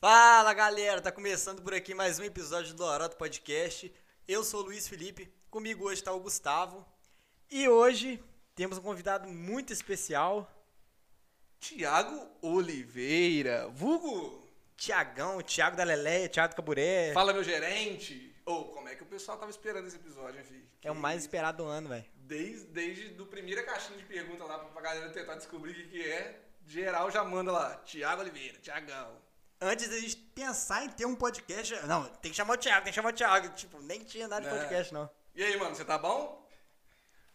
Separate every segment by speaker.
Speaker 1: Fala galera, tá começando por aqui mais um episódio do Loroto Podcast. Eu sou o Luiz Felipe, comigo hoje tá o Gustavo. E hoje temos um convidado muito especial,
Speaker 2: Tiago Oliveira, vulgo.
Speaker 1: Tiagão, Tiago da Leleia, Tiago do Caburé.
Speaker 2: Fala, meu gerente. Ou como é que o pessoal tava esperando esse episódio, hein, filho?
Speaker 1: É o mais esperado do ano, velho.
Speaker 2: Desde, desde do primeira caixinha de pergunta lá pra galera tentar descobrir o que, que é, geral já manda lá. Tiago Oliveira, Tiagão.
Speaker 1: Antes da gente pensar em ter um podcast, não, tem que chamar o Tiago, tem que chamar o Tiago. Tipo, nem tinha nada de
Speaker 2: Né?
Speaker 1: podcast, não.
Speaker 2: E aí, mano, você tá bom?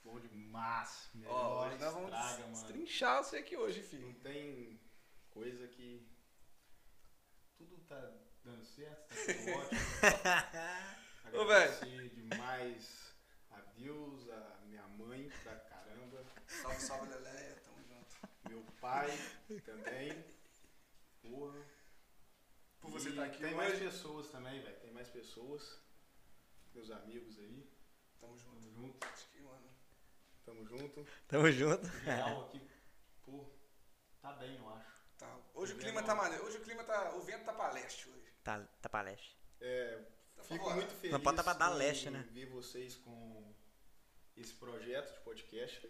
Speaker 3: Bom demais.
Speaker 2: Ó,
Speaker 3: Melhor
Speaker 2: hoje nós vamos
Speaker 3: estraga, mano.
Speaker 2: destrinchar você aqui hoje,
Speaker 3: Não
Speaker 2: filho.
Speaker 3: tem coisa que... Tudo tá dando certo, tá tudo ótimo.
Speaker 2: Ô, velho.
Speaker 3: Agradecer demais a Deus, a minha mãe pra caramba,
Speaker 2: Salve, salve, Leleia, tamo junto.
Speaker 3: meu pai também. Porra.
Speaker 2: Por você
Speaker 3: E
Speaker 2: tá aqui
Speaker 3: Tem
Speaker 2: hoje.
Speaker 3: mais pessoas também, velho. Tem mais pessoas. Meus amigos aí.
Speaker 2: Tamo junto.
Speaker 3: Tamo junto.
Speaker 2: Acho que, mano.
Speaker 3: Tamo junto.
Speaker 1: Tamo junto.
Speaker 3: Geral aqui, pô, tá bem, eu acho.
Speaker 2: Tá. Hoje o clima tá maneiro. Hoje o clima tá. O vento tá pra leste hoje.
Speaker 1: Tá, tá pra leste.
Speaker 3: É,
Speaker 2: Tá
Speaker 3: Fico
Speaker 2: favorável.
Speaker 3: muito feliz
Speaker 1: Mas pode tá pra dar
Speaker 3: em
Speaker 1: leste, né?
Speaker 3: ver vocês com esse projeto de podcast.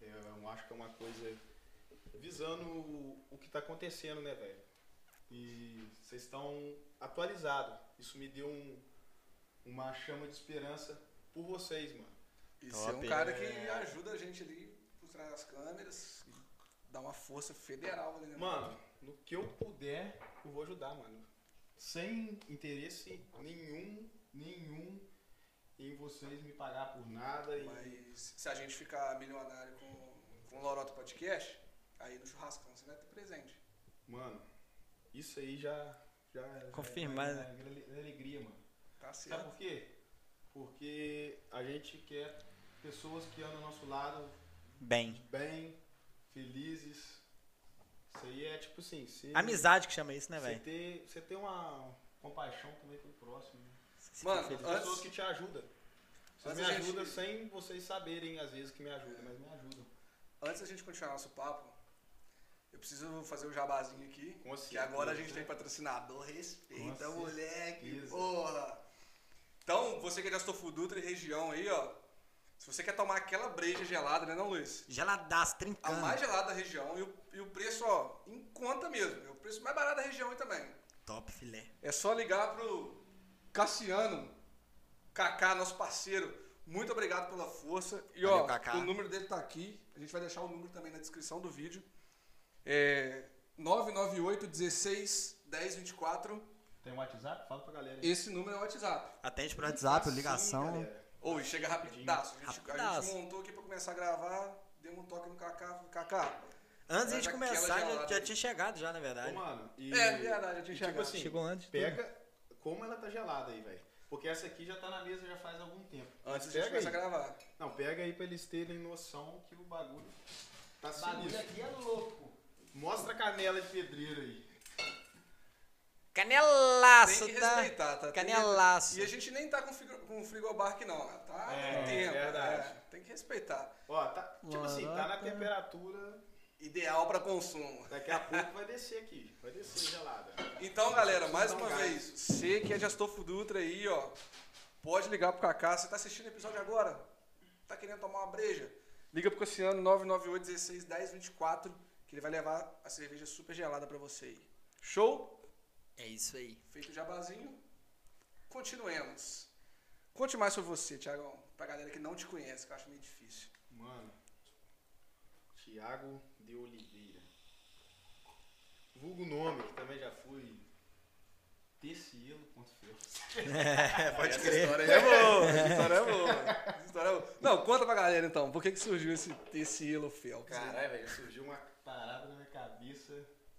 Speaker 3: Eu acho que é uma coisa visando o, o que está acontecendo, né, velho? E vocês estão atualizados. Isso me deu um- uma chama de esperança por vocês, mano.
Speaker 2: E
Speaker 1: Top,
Speaker 2: você é um cara
Speaker 3: é.
Speaker 2: que ajuda a gente ali por trás das câmeras, dá uma força federal ali, né?
Speaker 3: Mano, no que eu puder, eu vou ajudar, mano. Sem interesse nenhum, nenhum em vocês me pagar por nada e
Speaker 2: Mas se a gente ficar milionário com, com o Loroto Podcast, aí no churrascão você vai ter presente.
Speaker 3: Mano, isso aí já. já já
Speaker 1: Confirmado. né?
Speaker 3: é uma grande alegria, mano.
Speaker 2: Tá
Speaker 3: Sabe
Speaker 2: certo?
Speaker 3: por quê? Porque a gente quer pessoas que andam ao nosso lado
Speaker 1: Bem.
Speaker 3: bem, felizes. Isso aí é tipo assim. Você,
Speaker 1: Amizade que chama isso, né,
Speaker 3: Você
Speaker 1: velho?
Speaker 3: ter, você ter uma compaixão também pelo próximo. Né?
Speaker 2: Mano,
Speaker 3: As
Speaker 2: Antes-
Speaker 3: pessoas que te ajudam. Vocês
Speaker 2: Antes
Speaker 3: me
Speaker 2: a gente-
Speaker 3: ajudam sem vocês saberem, às vezes, que me ajudam, mas me ajudam.
Speaker 2: Antes da gente continuar nosso papo, eu preciso fazer o jabazinho aqui.
Speaker 3: Com
Speaker 2: que
Speaker 3: certeza.
Speaker 2: agora a gente tem patrocinador. Respeita,
Speaker 3: Com
Speaker 2: moleque,
Speaker 3: certeza.
Speaker 2: porra! Então, você que é de Astofudutra e região aí, ó. Se você quer tomar aquela breja gelada, né, não, Luiz?
Speaker 1: Geladaço,
Speaker 2: A
Speaker 1: trincando.
Speaker 2: mais gelada da região e o, e o preço, ó, em conta mesmo. É o preço mais barato da região aí também.
Speaker 1: Top filé.
Speaker 2: É só ligar pro Cassiano, Kaká, nosso parceiro. Muito obrigado pela força. E ó,
Speaker 1: Valeu, Kaká.
Speaker 2: o número dele tá aqui. A gente vai deixar o número também na descrição do vídeo. É 998 16 1024.
Speaker 3: Tem um WhatsApp? Fala pra galera. aí.
Speaker 2: Esse número é o WhatsApp.
Speaker 1: Atende pro WhatsApp,
Speaker 3: Sim,
Speaker 1: ligação.
Speaker 3: galera.
Speaker 2: Ou chega rapidaço. A gente, a
Speaker 1: Rapidaço.
Speaker 2: gente montou aqui pra começar a gravar, deu um toque no Kaká. falou, Kaká.
Speaker 1: Antes de a
Speaker 2: Mas
Speaker 1: gente
Speaker 2: aquela
Speaker 1: começar, já,
Speaker 2: gelada
Speaker 1: já
Speaker 2: aí.
Speaker 1: tinha chegado já, na
Speaker 3: Ô,
Speaker 1: verdade.
Speaker 3: mano, e...
Speaker 2: É verdade, eu tinha
Speaker 3: Tipo
Speaker 2: chegado.
Speaker 3: assim,
Speaker 1: Chegou um antes. de tudo.
Speaker 3: Pega como ela tá gelada aí, velho. Porque essa aqui já tá na mesa já faz algum tempo.
Speaker 2: Antes de a gente
Speaker 3: pega aí.
Speaker 2: começar a gravar.
Speaker 3: Não, pega aí pra eles terem noção que o bagulho tá sinistro.
Speaker 4: aqui é louco.
Speaker 3: Mostra a canela de pedreiro aí.
Speaker 1: Canelaço,
Speaker 2: Tem que
Speaker 1: tá?
Speaker 2: respeitar, tá? Tem que-
Speaker 1: Canelaço.
Speaker 2: E a gente nem tá com, frigo, com frigobar aqui não, tá?
Speaker 3: É,
Speaker 2: tem tempo.
Speaker 3: verdade.
Speaker 2: é, tem que respeitar.
Speaker 3: Ó, tá, tipo assim, tá na
Speaker 1: Caraca.
Speaker 3: temperatura,
Speaker 2: Ideal pra consumo.
Speaker 3: daqui a pouco vai descer aqui. Vai descer gelada.
Speaker 2: Então, galera, mais
Speaker 3: Então,
Speaker 2: uma
Speaker 3: guys.
Speaker 2: vez, você que é de Astolfo Dutra aí, ó, pode ligar pro Kaká. Você tá assistindo o episódio agora? Tá querendo tomar uma breja? Liga pro Cassiano 998 16 10 24, que ele vai levar a cerveja super gelada pra você aí. Show?
Speaker 1: É isso aí.
Speaker 2: Feito o jabazinho, continuemos. Conte mais sobre você, Tiagão, pra galera que não te conhece, que eu acho meio difícil.
Speaker 3: Mano, Tiago de Oliveira. Vulgo nome, que também já fui. Tecielo.ferros.
Speaker 1: É, pode
Speaker 2: Essa
Speaker 1: crer.
Speaker 2: história aí é boa. Essa história é boa. Essa história é boa. Não, conta pra galera então. Por que, que surgiu esse, esse Ilo Phelps? aí?
Speaker 3: Caralho, velho, surgiu uma parada na minha cabeça.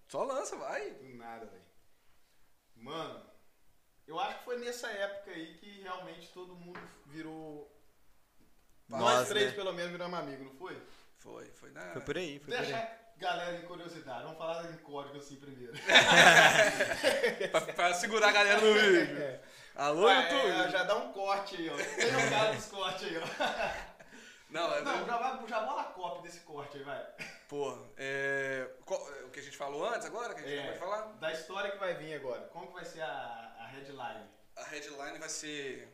Speaker 2: Só lança, vai.
Speaker 3: Do nada, velho. Mano, eu acho que foi nessa época aí que realmente todo mundo virou.
Speaker 1: Nós,
Speaker 3: Nós três,
Speaker 1: né?
Speaker 3: pelo menos, viramos amigo, não foi?
Speaker 2: Foi, foi na.
Speaker 1: Foi por aí, foi por
Speaker 3: Deixa
Speaker 1: aí.
Speaker 3: a galera em curiosidade. Vamos falar em código assim primeiro.
Speaker 2: É, pra, pra segurar a galera no vídeo. Alô,
Speaker 3: Ah,
Speaker 2: YouTube?
Speaker 3: é, já dá um corte aí, ó. Tem um cara dos cortes aí, ó.
Speaker 2: Não, é.
Speaker 3: Não, já, vai, já bola a cópia desse corte aí, vai.
Speaker 2: Pô, é, qual- é, o que a gente falou antes agora, que a gente
Speaker 3: É,
Speaker 2: acabou de falar,
Speaker 3: Da história que vai vir agora, como que vai ser a, a headline?
Speaker 2: a headline vai ser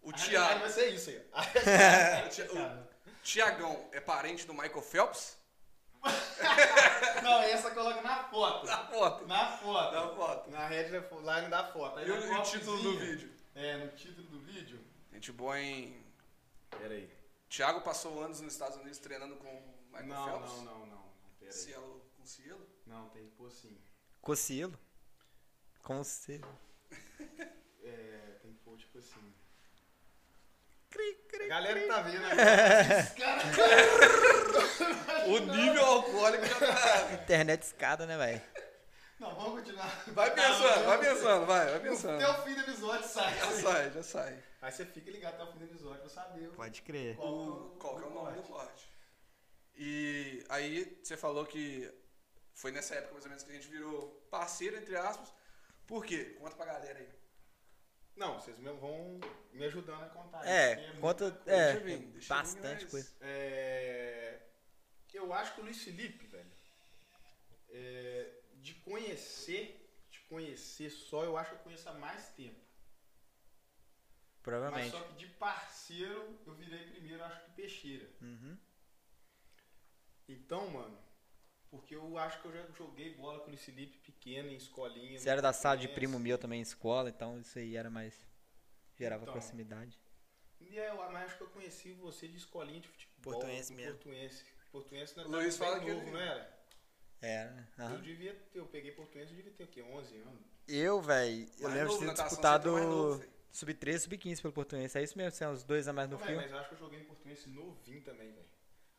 Speaker 2: o
Speaker 3: a headline
Speaker 2: Thiago.
Speaker 3: vai ser isso aí. A headline vai ser
Speaker 2: O
Speaker 3: o Thiago.
Speaker 2: Tiagão é parente do Michael Phelps?
Speaker 3: Não, essa coloca na foto.
Speaker 2: Na foto.
Speaker 3: Na foto.
Speaker 2: Na foto. é
Speaker 3: Na é headline da foto. Aí
Speaker 2: E o,
Speaker 3: na
Speaker 2: e o título do
Speaker 3: copozinha-
Speaker 2: vídeo?
Speaker 3: É, no título do vídeo.
Speaker 2: Gente boa em...
Speaker 3: Pera aí.
Speaker 2: Thiago passou anos nos Estados Unidos treinando com o Michael
Speaker 3: não,
Speaker 2: Phelps?
Speaker 3: não, não, não. Pera aí.
Speaker 2: Cielo com Cielo?
Speaker 3: Não, tem que pôr assim.
Speaker 1: Cocilo. Como se.
Speaker 3: É, tem que pôr tipo assim.
Speaker 1: Cri,
Speaker 3: A
Speaker 1: cri.
Speaker 3: galera que tá vendo agora. esses caras-
Speaker 2: O nível alcoólico já tá...
Speaker 1: Internet escada, né, velho?
Speaker 3: Não, vamos continuar.
Speaker 2: Vai pensando, vai pensando, vai, vai
Speaker 3: Até
Speaker 2: pensando.
Speaker 3: o fim do episódio sai.
Speaker 2: Já sai, já sai.
Speaker 3: Aí você fica ligado até o fim do episódio pra saber o-
Speaker 1: Pode crer.
Speaker 3: qual,
Speaker 2: O, qual que é o nome do corte? E aí você falou que foi nessa época mais ou menos que a gente virou parceiro, entre aspas. Por quê? Conta pra galera aí.
Speaker 3: Não, vocês me- vão me ajudando a contar. isso, porque
Speaker 1: É,
Speaker 3: muita
Speaker 1: conta.
Speaker 3: coisa.
Speaker 1: É,
Speaker 2: Deixa eu ver, deixa eu ver,
Speaker 1: bastante
Speaker 2: mas-
Speaker 1: coisa.
Speaker 3: É, Eu acho que o Luiz Felipe, velho, é, de conhecer, de conhecer só, eu acho que eu conheço há mais tempo. Mas
Speaker 1: Provavelmente.
Speaker 3: só que de parceiro, eu virei primeiro, acho que peixeira.
Speaker 1: Uhum.
Speaker 3: Então, mano, porque eu acho que eu já joguei bola com o Luiz Felipe pequeno, em escolinha.
Speaker 1: Você era da sala de
Speaker 3: conhece.
Speaker 1: primo meu também em escola, então isso aí era mais. gerava
Speaker 3: Então.
Speaker 1: proximidade.
Speaker 3: E aí, eu mas acho que eu conheci você de escolinha de futebol.
Speaker 1: Portuense
Speaker 3: do
Speaker 1: mesmo.
Speaker 3: Portuense. Portuense não era
Speaker 2: Luiz
Speaker 3: bem
Speaker 2: fala que
Speaker 3: novo,
Speaker 2: ele-
Speaker 3: não era?
Speaker 1: Era, né?
Speaker 3: Eu
Speaker 1: Aham.
Speaker 3: devia ter, eu peguei portuense, eu devia ter o quê? 11 anos?
Speaker 1: Eu, velho, eu
Speaker 2: Mais
Speaker 1: lembro
Speaker 2: novo,
Speaker 1: de ter
Speaker 2: natação, você
Speaker 1: disputado
Speaker 2: tá mais novo, véi.
Speaker 1: sub-13, sub-15 pelo português. É isso mesmo, você é uns dois a mais no
Speaker 3: Não,
Speaker 1: fio.
Speaker 3: mas eu acho que eu joguei em portuense novinho também, velho.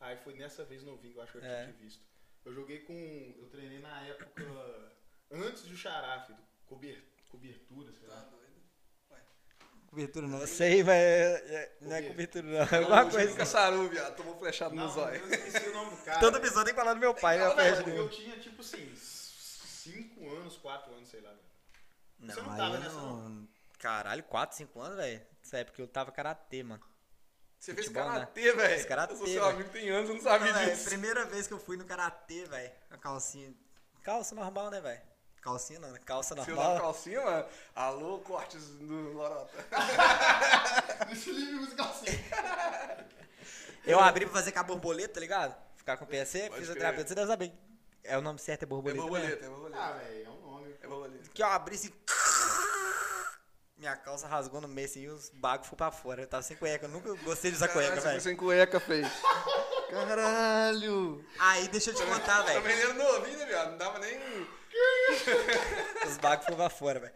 Speaker 3: Aí foi nessa vez novinho que eu acho que eu
Speaker 1: É.
Speaker 3: tinha te visto. Eu joguei com. Eu treinei na época. antes do Xarafe, do cober, cobertura, sei
Speaker 2: Tá
Speaker 3: lá.
Speaker 2: doido?
Speaker 1: Cobertura não. Eu sei, mas é- é- não é
Speaker 3: Cobertura.
Speaker 1: cobertura não. É alguma
Speaker 2: O
Speaker 1: coisa.
Speaker 2: Caçaru, viado, tomou flechado
Speaker 3: Não,
Speaker 2: no zóio.
Speaker 3: Eu esqueci o nome do cara.
Speaker 1: Tá Toda pessoa tem que falar do meu pai, né?
Speaker 3: Não,
Speaker 1: a festa
Speaker 3: velho,
Speaker 1: dele.
Speaker 3: eu tinha tipo assim, 5 anos, 4 anos, sei lá, velho. Você não
Speaker 1: aí
Speaker 3: tava
Speaker 1: eu
Speaker 3: nessa,
Speaker 1: Caralho, 4, 5 anos, velho. Nessa época eu tava karatê, mano.
Speaker 2: Você fez
Speaker 1: Futebol, né?
Speaker 2: karatê, velho.
Speaker 1: Fiz karatê,
Speaker 2: Eu sou seu
Speaker 1: velho.
Speaker 2: amigo tem anos, eu não é sabia
Speaker 1: Não, véi,
Speaker 2: disso.
Speaker 1: primeira vez que eu fui no karatê, velho. A calcinha. Calça normal, né, velho? Calcinha não, né? Calça
Speaker 2: Seu nome
Speaker 1: normal.
Speaker 2: calcinha, mano. Alô, cortes do Lorota.
Speaker 3: Deixa eu livre musical assim.
Speaker 1: Eu abri pra fazer com a borboleta, tá ligado? Ficar com o PSC,
Speaker 2: Pode
Speaker 1: fisioterapeuta, você deve saber. É o nome certo, é
Speaker 2: É
Speaker 1: borboleta. né?
Speaker 2: borboleta, é
Speaker 3: Ah,
Speaker 2: borboleta.
Speaker 3: velho, é um nome.
Speaker 2: É borboleta.
Speaker 1: Que eu abri assim. Minha calça rasgou no meio assim e os bagos foram pra fora. Eu tava sem cueca, eu nunca gostei de usar cueca,
Speaker 2: Caralho, você foi
Speaker 1: velho.
Speaker 2: sem cueca, fez. Caralho.
Speaker 1: Aí deixa eu te contar, velho.
Speaker 2: Também era novinho, né, viado? Não dava nem...
Speaker 1: Os bagos foram pra fora, velho.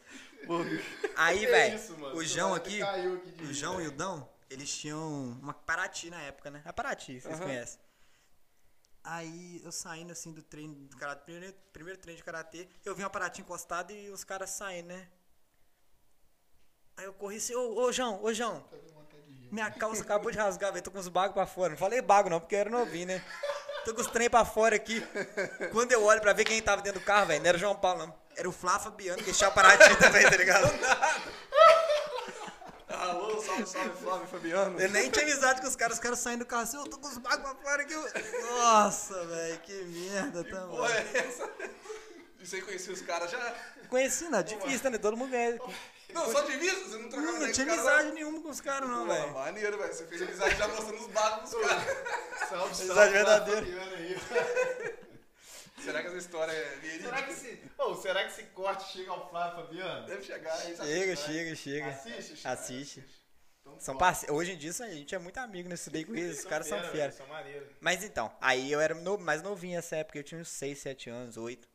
Speaker 3: Que
Speaker 1: Aí, velho,
Speaker 3: É isso, mano?
Speaker 1: o
Speaker 3: Você
Speaker 1: João
Speaker 3: quase
Speaker 1: aqui,
Speaker 3: caiu aqui de
Speaker 1: o
Speaker 3: rir,
Speaker 1: João e
Speaker 3: velho.
Speaker 1: o Dão, eles tinham uma Paraty na época, né? A Paraty, vocês
Speaker 2: Aham.
Speaker 1: conhecem. Aí eu saindo assim do treino do karatê, primeiro, primeiro treino de karatê, eu vi uma Paraty encostada e os caras saindo, né? Aí eu corri assim, ô, ô João, ô João,
Speaker 3: Tá dando vontade de rir.
Speaker 1: minha calça acabou de rasgar, velho. Tô com os bagos pra fora. Não falei bago, não, porque eu era novinho, né? Tô com os trem pra fora aqui. Quando eu olho pra ver quem tava dentro do carro, velho, não era o João Paulo, não. Era o Flá Fabiano, que tinha Paraty também, tá ligado?
Speaker 2: Alô, salve, salve, Flávio e Fabiano.
Speaker 1: Eu nem tinha amizade com os caras, os caras saindo do carro assim, eu tô com os bagos pra fora aqui. eu- Nossa, velho, que merda tá
Speaker 2: Que
Speaker 1: também.
Speaker 2: porra é essa? E você conhecia os caras já?
Speaker 1: Conheci, não, difícil, né? Todo mundo ganha.
Speaker 2: Não, só de vista? Você não trocava
Speaker 1: Não,
Speaker 2: ideia
Speaker 1: não
Speaker 2: com
Speaker 1: tinha
Speaker 2: os caras,
Speaker 1: amizade nenhuma com os caras, não,
Speaker 2: Pô,
Speaker 1: velho.
Speaker 2: maneiro, velho. Você fez amizade já mostrando os bagos dos caras.
Speaker 3: Salve, salve.
Speaker 1: Amizade verdadeira.
Speaker 3: Fabiano aí.
Speaker 2: Será que essa história é verídica?
Speaker 3: Será que esse, Ô, será que esse corte chega ao Flávio Fabiano?
Speaker 2: Deve chegar. a gente
Speaker 1: Chega,
Speaker 2: assiste, né?
Speaker 1: chega, chega.
Speaker 3: Assiste?
Speaker 1: Assiste.
Speaker 3: Então,
Speaker 1: São
Speaker 3: bora.
Speaker 1: parce... Hoje em dia isso aí, a gente é muito amigo nesse daí com eles, os caras são
Speaker 3: fera,
Speaker 1: fera.
Speaker 3: velho, São maneiros.
Speaker 1: Mas então, aí eu era no- mais novinho nessa época, eu tinha uns 6, 7 anos, 8.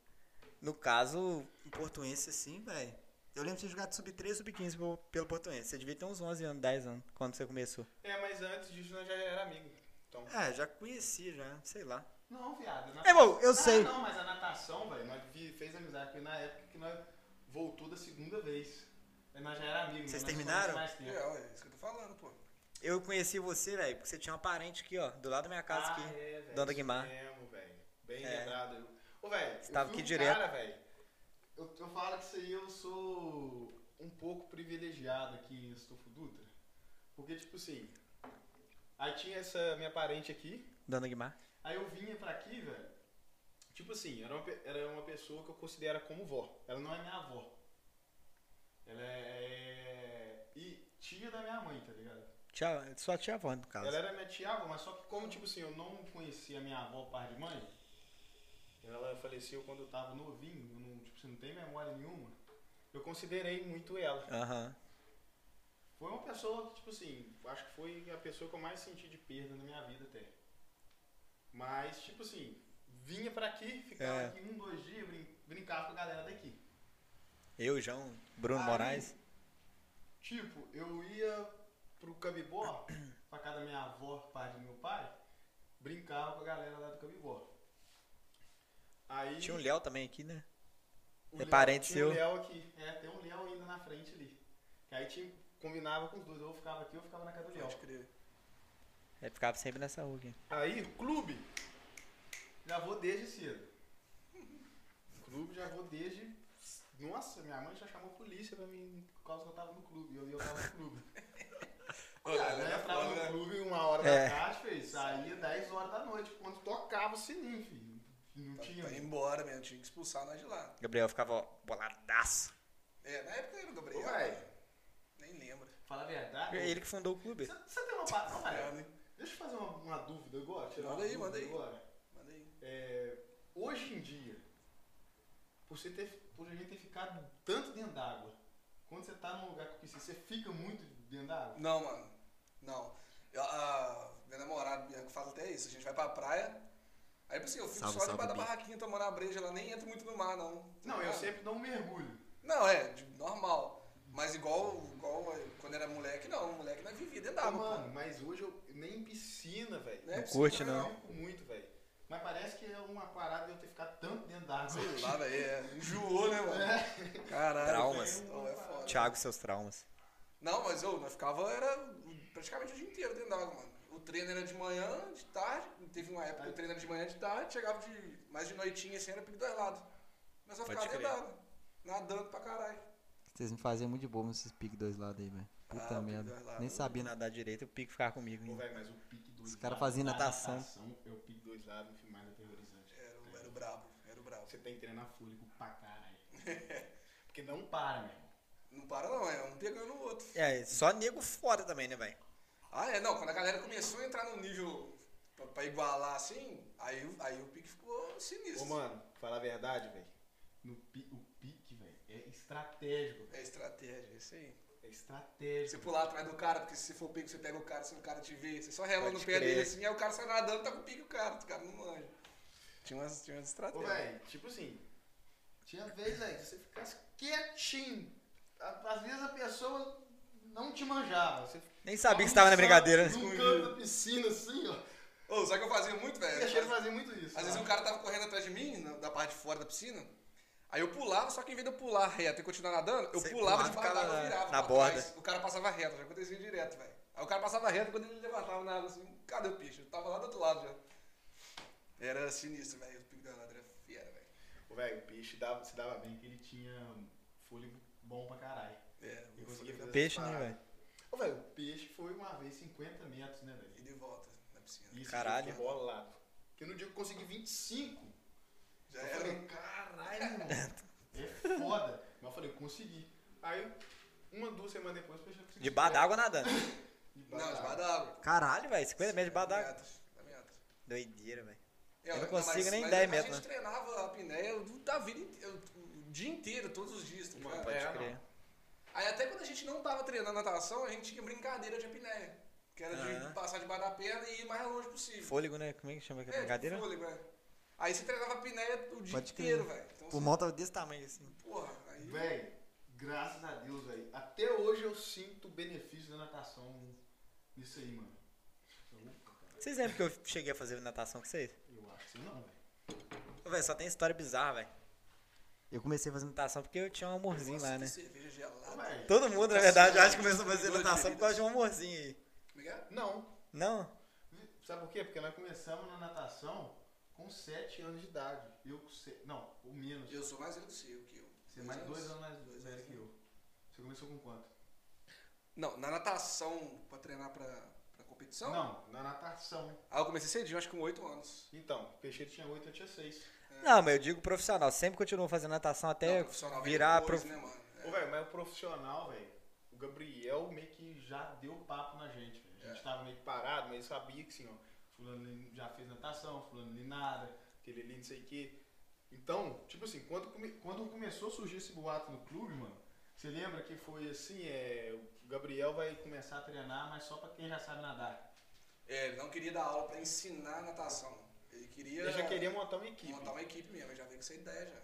Speaker 1: No caso, em portuense assim, velho. Eu lembro de ter jogado sub-13, sub-15 pelo, pelo portuense. Você devia ter uns 11 anos, 10 anos, quando você começou.
Speaker 3: É, mas antes disso nós já era amigo. Então.
Speaker 1: É, já conheci, já, sei lá.
Speaker 3: Não, viado. a
Speaker 1: É bom, eu
Speaker 3: natação-
Speaker 1: sei.
Speaker 3: Ah, não, mas a natação, velho, nós vi- fez amizade com ele na época que nós voltou da segunda vez. Aí nós já era amigo.
Speaker 1: Vocês
Speaker 3: nós nos
Speaker 1: terminaram?
Speaker 3: conhecemos mais tempo.
Speaker 2: É, olha, é isso que eu tô falando, pô.
Speaker 1: Eu conheci você, velho, porque você tinha uma parente aqui, ó, do lado da minha casa
Speaker 3: ah,
Speaker 1: aqui.
Speaker 3: é, velho.
Speaker 1: Dona
Speaker 3: isso
Speaker 1: Guimar.
Speaker 3: mesmo, velho. Bem
Speaker 1: É.
Speaker 3: lembrado. Eu- Ô, velho, eu
Speaker 1: tava
Speaker 3: fui
Speaker 1: aqui
Speaker 3: um
Speaker 1: direto.
Speaker 3: Cara, velho, eu, eu falo que isso aí eu sou um pouco privilegiado aqui em Estofo Dutra. Porque, tipo assim, aí tinha essa minha parente aqui,
Speaker 1: Dona Guimar.
Speaker 3: Aí eu vinha pra aqui, velho. Tipo assim, era uma, pe- era uma pessoa que eu considero como vó. Ela não é minha avó. Ela é. E tia da minha mãe, tá ligado?
Speaker 1: Tia, sua tia avó, no caso.
Speaker 3: Ela era minha tia avó, mas só que como, tipo assim, eu não conhecia minha avó par de mãe, ela faleceu quando eu tava novinho, eu não, tipo assim, não tem memória nenhuma. Eu considerei muito ela.
Speaker 1: Aham.
Speaker 3: Foi uma pessoa que, tipo assim, eu acho que foi a pessoa que eu mais senti de perda na minha vida até. Mas, tipo assim, vinha pra aqui, ficava
Speaker 1: É.
Speaker 3: aqui um, dois dias, brin- brincava com a galera daqui.
Speaker 1: Eu, João, Bruno
Speaker 3: Aí-
Speaker 1: Moraes.
Speaker 3: Tipo, eu ia pro Cabibó, pra casa da minha avó, pai do meu pai, brincava com a galera lá do Cabibó. Aí.
Speaker 1: Tinha um Léo também aqui, né?
Speaker 3: o
Speaker 1: é
Speaker 3: Léo-
Speaker 1: parente
Speaker 3: tinha um
Speaker 1: seu?
Speaker 3: Léo aqui. É, tem um Léo ainda na frente ali. Que aí tinha, combinava com os dois. Ou ficava aqui ou ficava na casa do Léo.
Speaker 2: Pode crer.
Speaker 1: Ele É, ficava sempre nessa rua aqui.
Speaker 3: Aí, o clube. Já vou desde cedo. Clube já vou desde. Nossa, minha mãe já chamou a polícia pra mim por causa que eu tava no clube. Eu, eu tava no clube.
Speaker 2: Ô,
Speaker 3: Cara,
Speaker 2: galera,
Speaker 3: eu entrava
Speaker 2: foda,
Speaker 3: no
Speaker 2: né?
Speaker 3: clube uma hora
Speaker 1: É.
Speaker 3: da tarde, filho, saía 10 horas da noite, quando tocava o sininho, filho. Não tinha.
Speaker 2: Pra ir embora mesmo, tinha que expulsar nós de lá.
Speaker 1: Gabriel ficava ó, boladaço.
Speaker 2: É, na época era o Gabriel.
Speaker 3: Ô, véi.
Speaker 2: Nem lembro.
Speaker 3: Fala a verdade.
Speaker 1: Ele que fundou o clube.
Speaker 3: Você você tem uma parada. Não,
Speaker 2: É,
Speaker 3: cara,
Speaker 2: né?
Speaker 3: Deixa eu fazer uma, uma dúvida agora. Tirar
Speaker 2: Manda
Speaker 3: uma
Speaker 2: aí,
Speaker 3: dúvida
Speaker 2: manda aí.
Speaker 3: Agora.
Speaker 2: Manda aí.
Speaker 3: É, hoje em dia, por, você ter, por a gente ter ficado tanto dentro d'água, quando você tá num lugar com piscina, você fica muito dentro d'água?
Speaker 2: Não, mano. Não. Eu, a minha namorada, Bianca, fala até isso. A gente vai pra praia. Aí, tipo assim, eu fico
Speaker 1: Salve,
Speaker 2: só
Speaker 1: salve,
Speaker 2: debaixo da
Speaker 1: Bi.
Speaker 2: barraquinha tomando a breja. Ela nem entra muito no mar, não.
Speaker 3: Não, eu
Speaker 2: Ah,
Speaker 3: sempre dou um mergulho.
Speaker 2: Não, é, de- normal. Mas igual, igual quando era moleque, não. Moleque não é vivia dentro da
Speaker 3: Ah,
Speaker 2: água.
Speaker 3: mano, mas hoje eu nem em piscina, velho.
Speaker 2: Não é
Speaker 1: curte,
Speaker 3: Eu
Speaker 1: não.
Speaker 3: fico é muito, velho. Mas parece que é uma parada de eu ter ficado tanto dentro d'água.
Speaker 2: Sei lá, velho. é, Enjoou, né, mano? Caralho.
Speaker 1: Traumas.
Speaker 2: velho. Não, é foda.
Speaker 1: Thiago, e seus traumas.
Speaker 2: Não, mas eu, nós ficava era praticamente o dia inteiro dentro d'água, mano. O treino era de manhã, de tarde. Teve uma época que o treino era de manhã, de tarde. Chegava de mais de noitinha, assim, era pico dois lados. Mas eu
Speaker 1: Pode
Speaker 2: ficava dentro
Speaker 1: crer.
Speaker 2: d'água, nadando pra caralho.
Speaker 4: Vocês me fazem muito de bobo nesses piques dois lados aí, velho. Puta
Speaker 2: Ah, o pique
Speaker 4: merda.
Speaker 2: dois lados.
Speaker 4: Nem
Speaker 1: Sabia
Speaker 4: sabia.
Speaker 1: nadar direito, o Pico ficava comigo.
Speaker 3: Pô,
Speaker 1: hein?
Speaker 3: velho, mas o pique dois
Speaker 4: Os caras
Speaker 3: lados
Speaker 4: fazem
Speaker 3: da
Speaker 4: natação.
Speaker 3: Eu pique dois lados, não fui mais aterrorizante.
Speaker 2: Era, o- era o brabo, era o brabo.
Speaker 3: Você tá tem que treinar fôlego pra caralho. Porque não para, meu irmão.
Speaker 2: Não para não, é um pegando o outro.
Speaker 1: É, só nego fora também, né, velho?
Speaker 2: Ah, é, não, quando a galera começou a entrar num nível pra, pra igualar, assim, aí, o- aí o pique ficou sinistro.
Speaker 3: Ô, mano, falar a verdade, velho. No pi- o pique, velho, é estratégico, velho.
Speaker 2: É estratégia, é isso aí.
Speaker 3: É
Speaker 2: Você
Speaker 3: estratégico.
Speaker 2: pular atrás do cara, porque se for pego, você pega o cara, se o cara te vê, você só rela
Speaker 1: Pode
Speaker 2: no pé
Speaker 1: crer.
Speaker 2: dele assim, aí o cara sai nadando, tá com o pique o cara, o cara não manja. Tinha umas, tinha umas
Speaker 3: Ô,
Speaker 2: estratégias.
Speaker 3: velho, tipo assim. Tinha vez, velho, que você ficasse quietinho. a- Às vezes a pessoa não te manjava. Você
Speaker 1: Nem sabia que você tava na brincadeira. né?
Speaker 3: Num canto da piscina, assim, ó.
Speaker 2: Ô, sabe o que eu fazia muito,
Speaker 1: É.
Speaker 3: Eu achei
Speaker 2: velho?
Speaker 3: ele fazer muito isso.
Speaker 2: Às vezes um
Speaker 3: cara.
Speaker 2: cara tava correndo atrás de mim, na- da parte de fora da piscina, aí eu pulava, só que em vez de eu pular reto e continuar nadando, eu
Speaker 1: Você pulava
Speaker 2: pulava
Speaker 1: e
Speaker 2: de barra
Speaker 1: ficava
Speaker 2: d'água,
Speaker 1: na-
Speaker 2: virava.
Speaker 1: na
Speaker 2: pra
Speaker 1: borda.
Speaker 2: trás. O cara passava reto, já acontecia direto, velho. Aí o cara passava reto, quando ele levantava na água, assim, cadê o picho? Eu tava lá do outro lado já. Era sinistro, velho, o pique da ladra era fiera, velho.
Speaker 3: Ô, velho, o peixe dava, se dava bem que ele tinha fôlego bom pra caralho.
Speaker 2: É,
Speaker 3: Ele
Speaker 2: eu
Speaker 3: conseguia
Speaker 2: consegui
Speaker 3: fazer
Speaker 1: Peixe,
Speaker 3: essas
Speaker 1: né,
Speaker 3: paradas. Ô, velho, o peixe foi uma vez 50 metros, né, velho?
Speaker 2: E de volta na piscina.
Speaker 3: Isso,
Speaker 1: Caralho.
Speaker 3: eu fiquei bolado. Porque no dia que eu consegui 25,
Speaker 2: Já
Speaker 3: eu
Speaker 2: era.
Speaker 3: falei, caralho, irmão. É foda. Mas eu falei, consegui. Aí, uma, duas semanas depois, eu já consegui.
Speaker 1: De bar d'água nadando.
Speaker 2: Não, de badalo.
Speaker 1: Caralho, velho, 50 metros É, de bar d'água. Doideira, velho.
Speaker 2: É,
Speaker 1: Eu não consigo nem né? 10
Speaker 2: A
Speaker 1: metros,
Speaker 2: gente treinava a apneia da vida inteira, o dia inteiro, todos os dias. tá
Speaker 3: Mano,
Speaker 2: ligado?
Speaker 3: pode
Speaker 2: É,
Speaker 1: crer.
Speaker 2: não. Aí até quando a gente não tava treinando natação, a gente tinha brincadeira de apneia. Que era de
Speaker 1: Aham.
Speaker 2: passar debaixo da perna e ir mais longe possível.
Speaker 1: Fôlego, né? Como é que chama
Speaker 2: É,
Speaker 1: aquela
Speaker 2: de
Speaker 1: brincadeira?
Speaker 2: fôlego, é. Aí você treinava apneia o dia
Speaker 4: Pode crer.
Speaker 2: inteiro, velho. Então,
Speaker 1: O pulmão tava desse tamanho assim.
Speaker 2: você- porra, aí...
Speaker 3: Velho, graças a Deus, velho. Até hoje eu sinto o benefício da natação nisso aí, mano. Opa, cara.
Speaker 1: Vocês lembram que eu cheguei a fazer natação com vocês?
Speaker 3: Eu acho que não, velho.
Speaker 1: Ô, Velho, só tem história bizarra, velho. Eu comecei a fazer natação porque eu tinha um amorzinho
Speaker 2: Nossa,
Speaker 1: lá,
Speaker 2: que
Speaker 1: né?
Speaker 2: cerveja
Speaker 3: Ô,
Speaker 2: gelada.
Speaker 3: velho,
Speaker 1: Todo mundo, na verdade, eu acho que começou a fazer
Speaker 2: Dois
Speaker 1: natação por causa de um amorzinho aí.
Speaker 2: Como é que é?
Speaker 3: Não.
Speaker 1: Não?
Speaker 3: Sabe por quê? Porque nós começamos na natação com 7 anos de idade. Eu com se... Não, ou menos.
Speaker 2: Eu sou mais velho que você, o que eu.
Speaker 3: Você é mais dois anos mais
Speaker 2: Dois
Speaker 3: velho
Speaker 2: anos.
Speaker 3: que eu. Você começou com quanto?
Speaker 2: Não, na natação, pra treinar pra, pra competição?
Speaker 3: Não, na natação.
Speaker 2: Ah, eu comecei cedinho, acho que com 8 anos.
Speaker 3: Então, Peixeiro tinha 8, eu tinha 6.
Speaker 1: Não, mas eu digo profissional. Sempre continuo fazendo natação
Speaker 2: É. Não,
Speaker 1: até
Speaker 2: profissional vem
Speaker 1: virar
Speaker 2: depois,
Speaker 1: prof...
Speaker 2: né, mano?
Speaker 3: Ô, velho, mas o profissional, velho, o Gabriel meio que já deu papo na gente, velho. A gente tava meio que parado, mas ele sabia que, assim, ó, fulano ali já fez natação, fulano ali nada, aquele ali não sei o quê. Então, tipo assim, quando, come- quando começou a surgir esse boato no clube, mano, você lembra que foi assim, é, o Gabriel vai começar a treinar, mas só pra quem já sabe nadar.
Speaker 2: É, ele não queria dar aula pra ensinar natação. Ele queria,
Speaker 3: Ele já queria montar uma equipe.
Speaker 2: montar uma equipe mesmo, ele já veio com essa ideia já.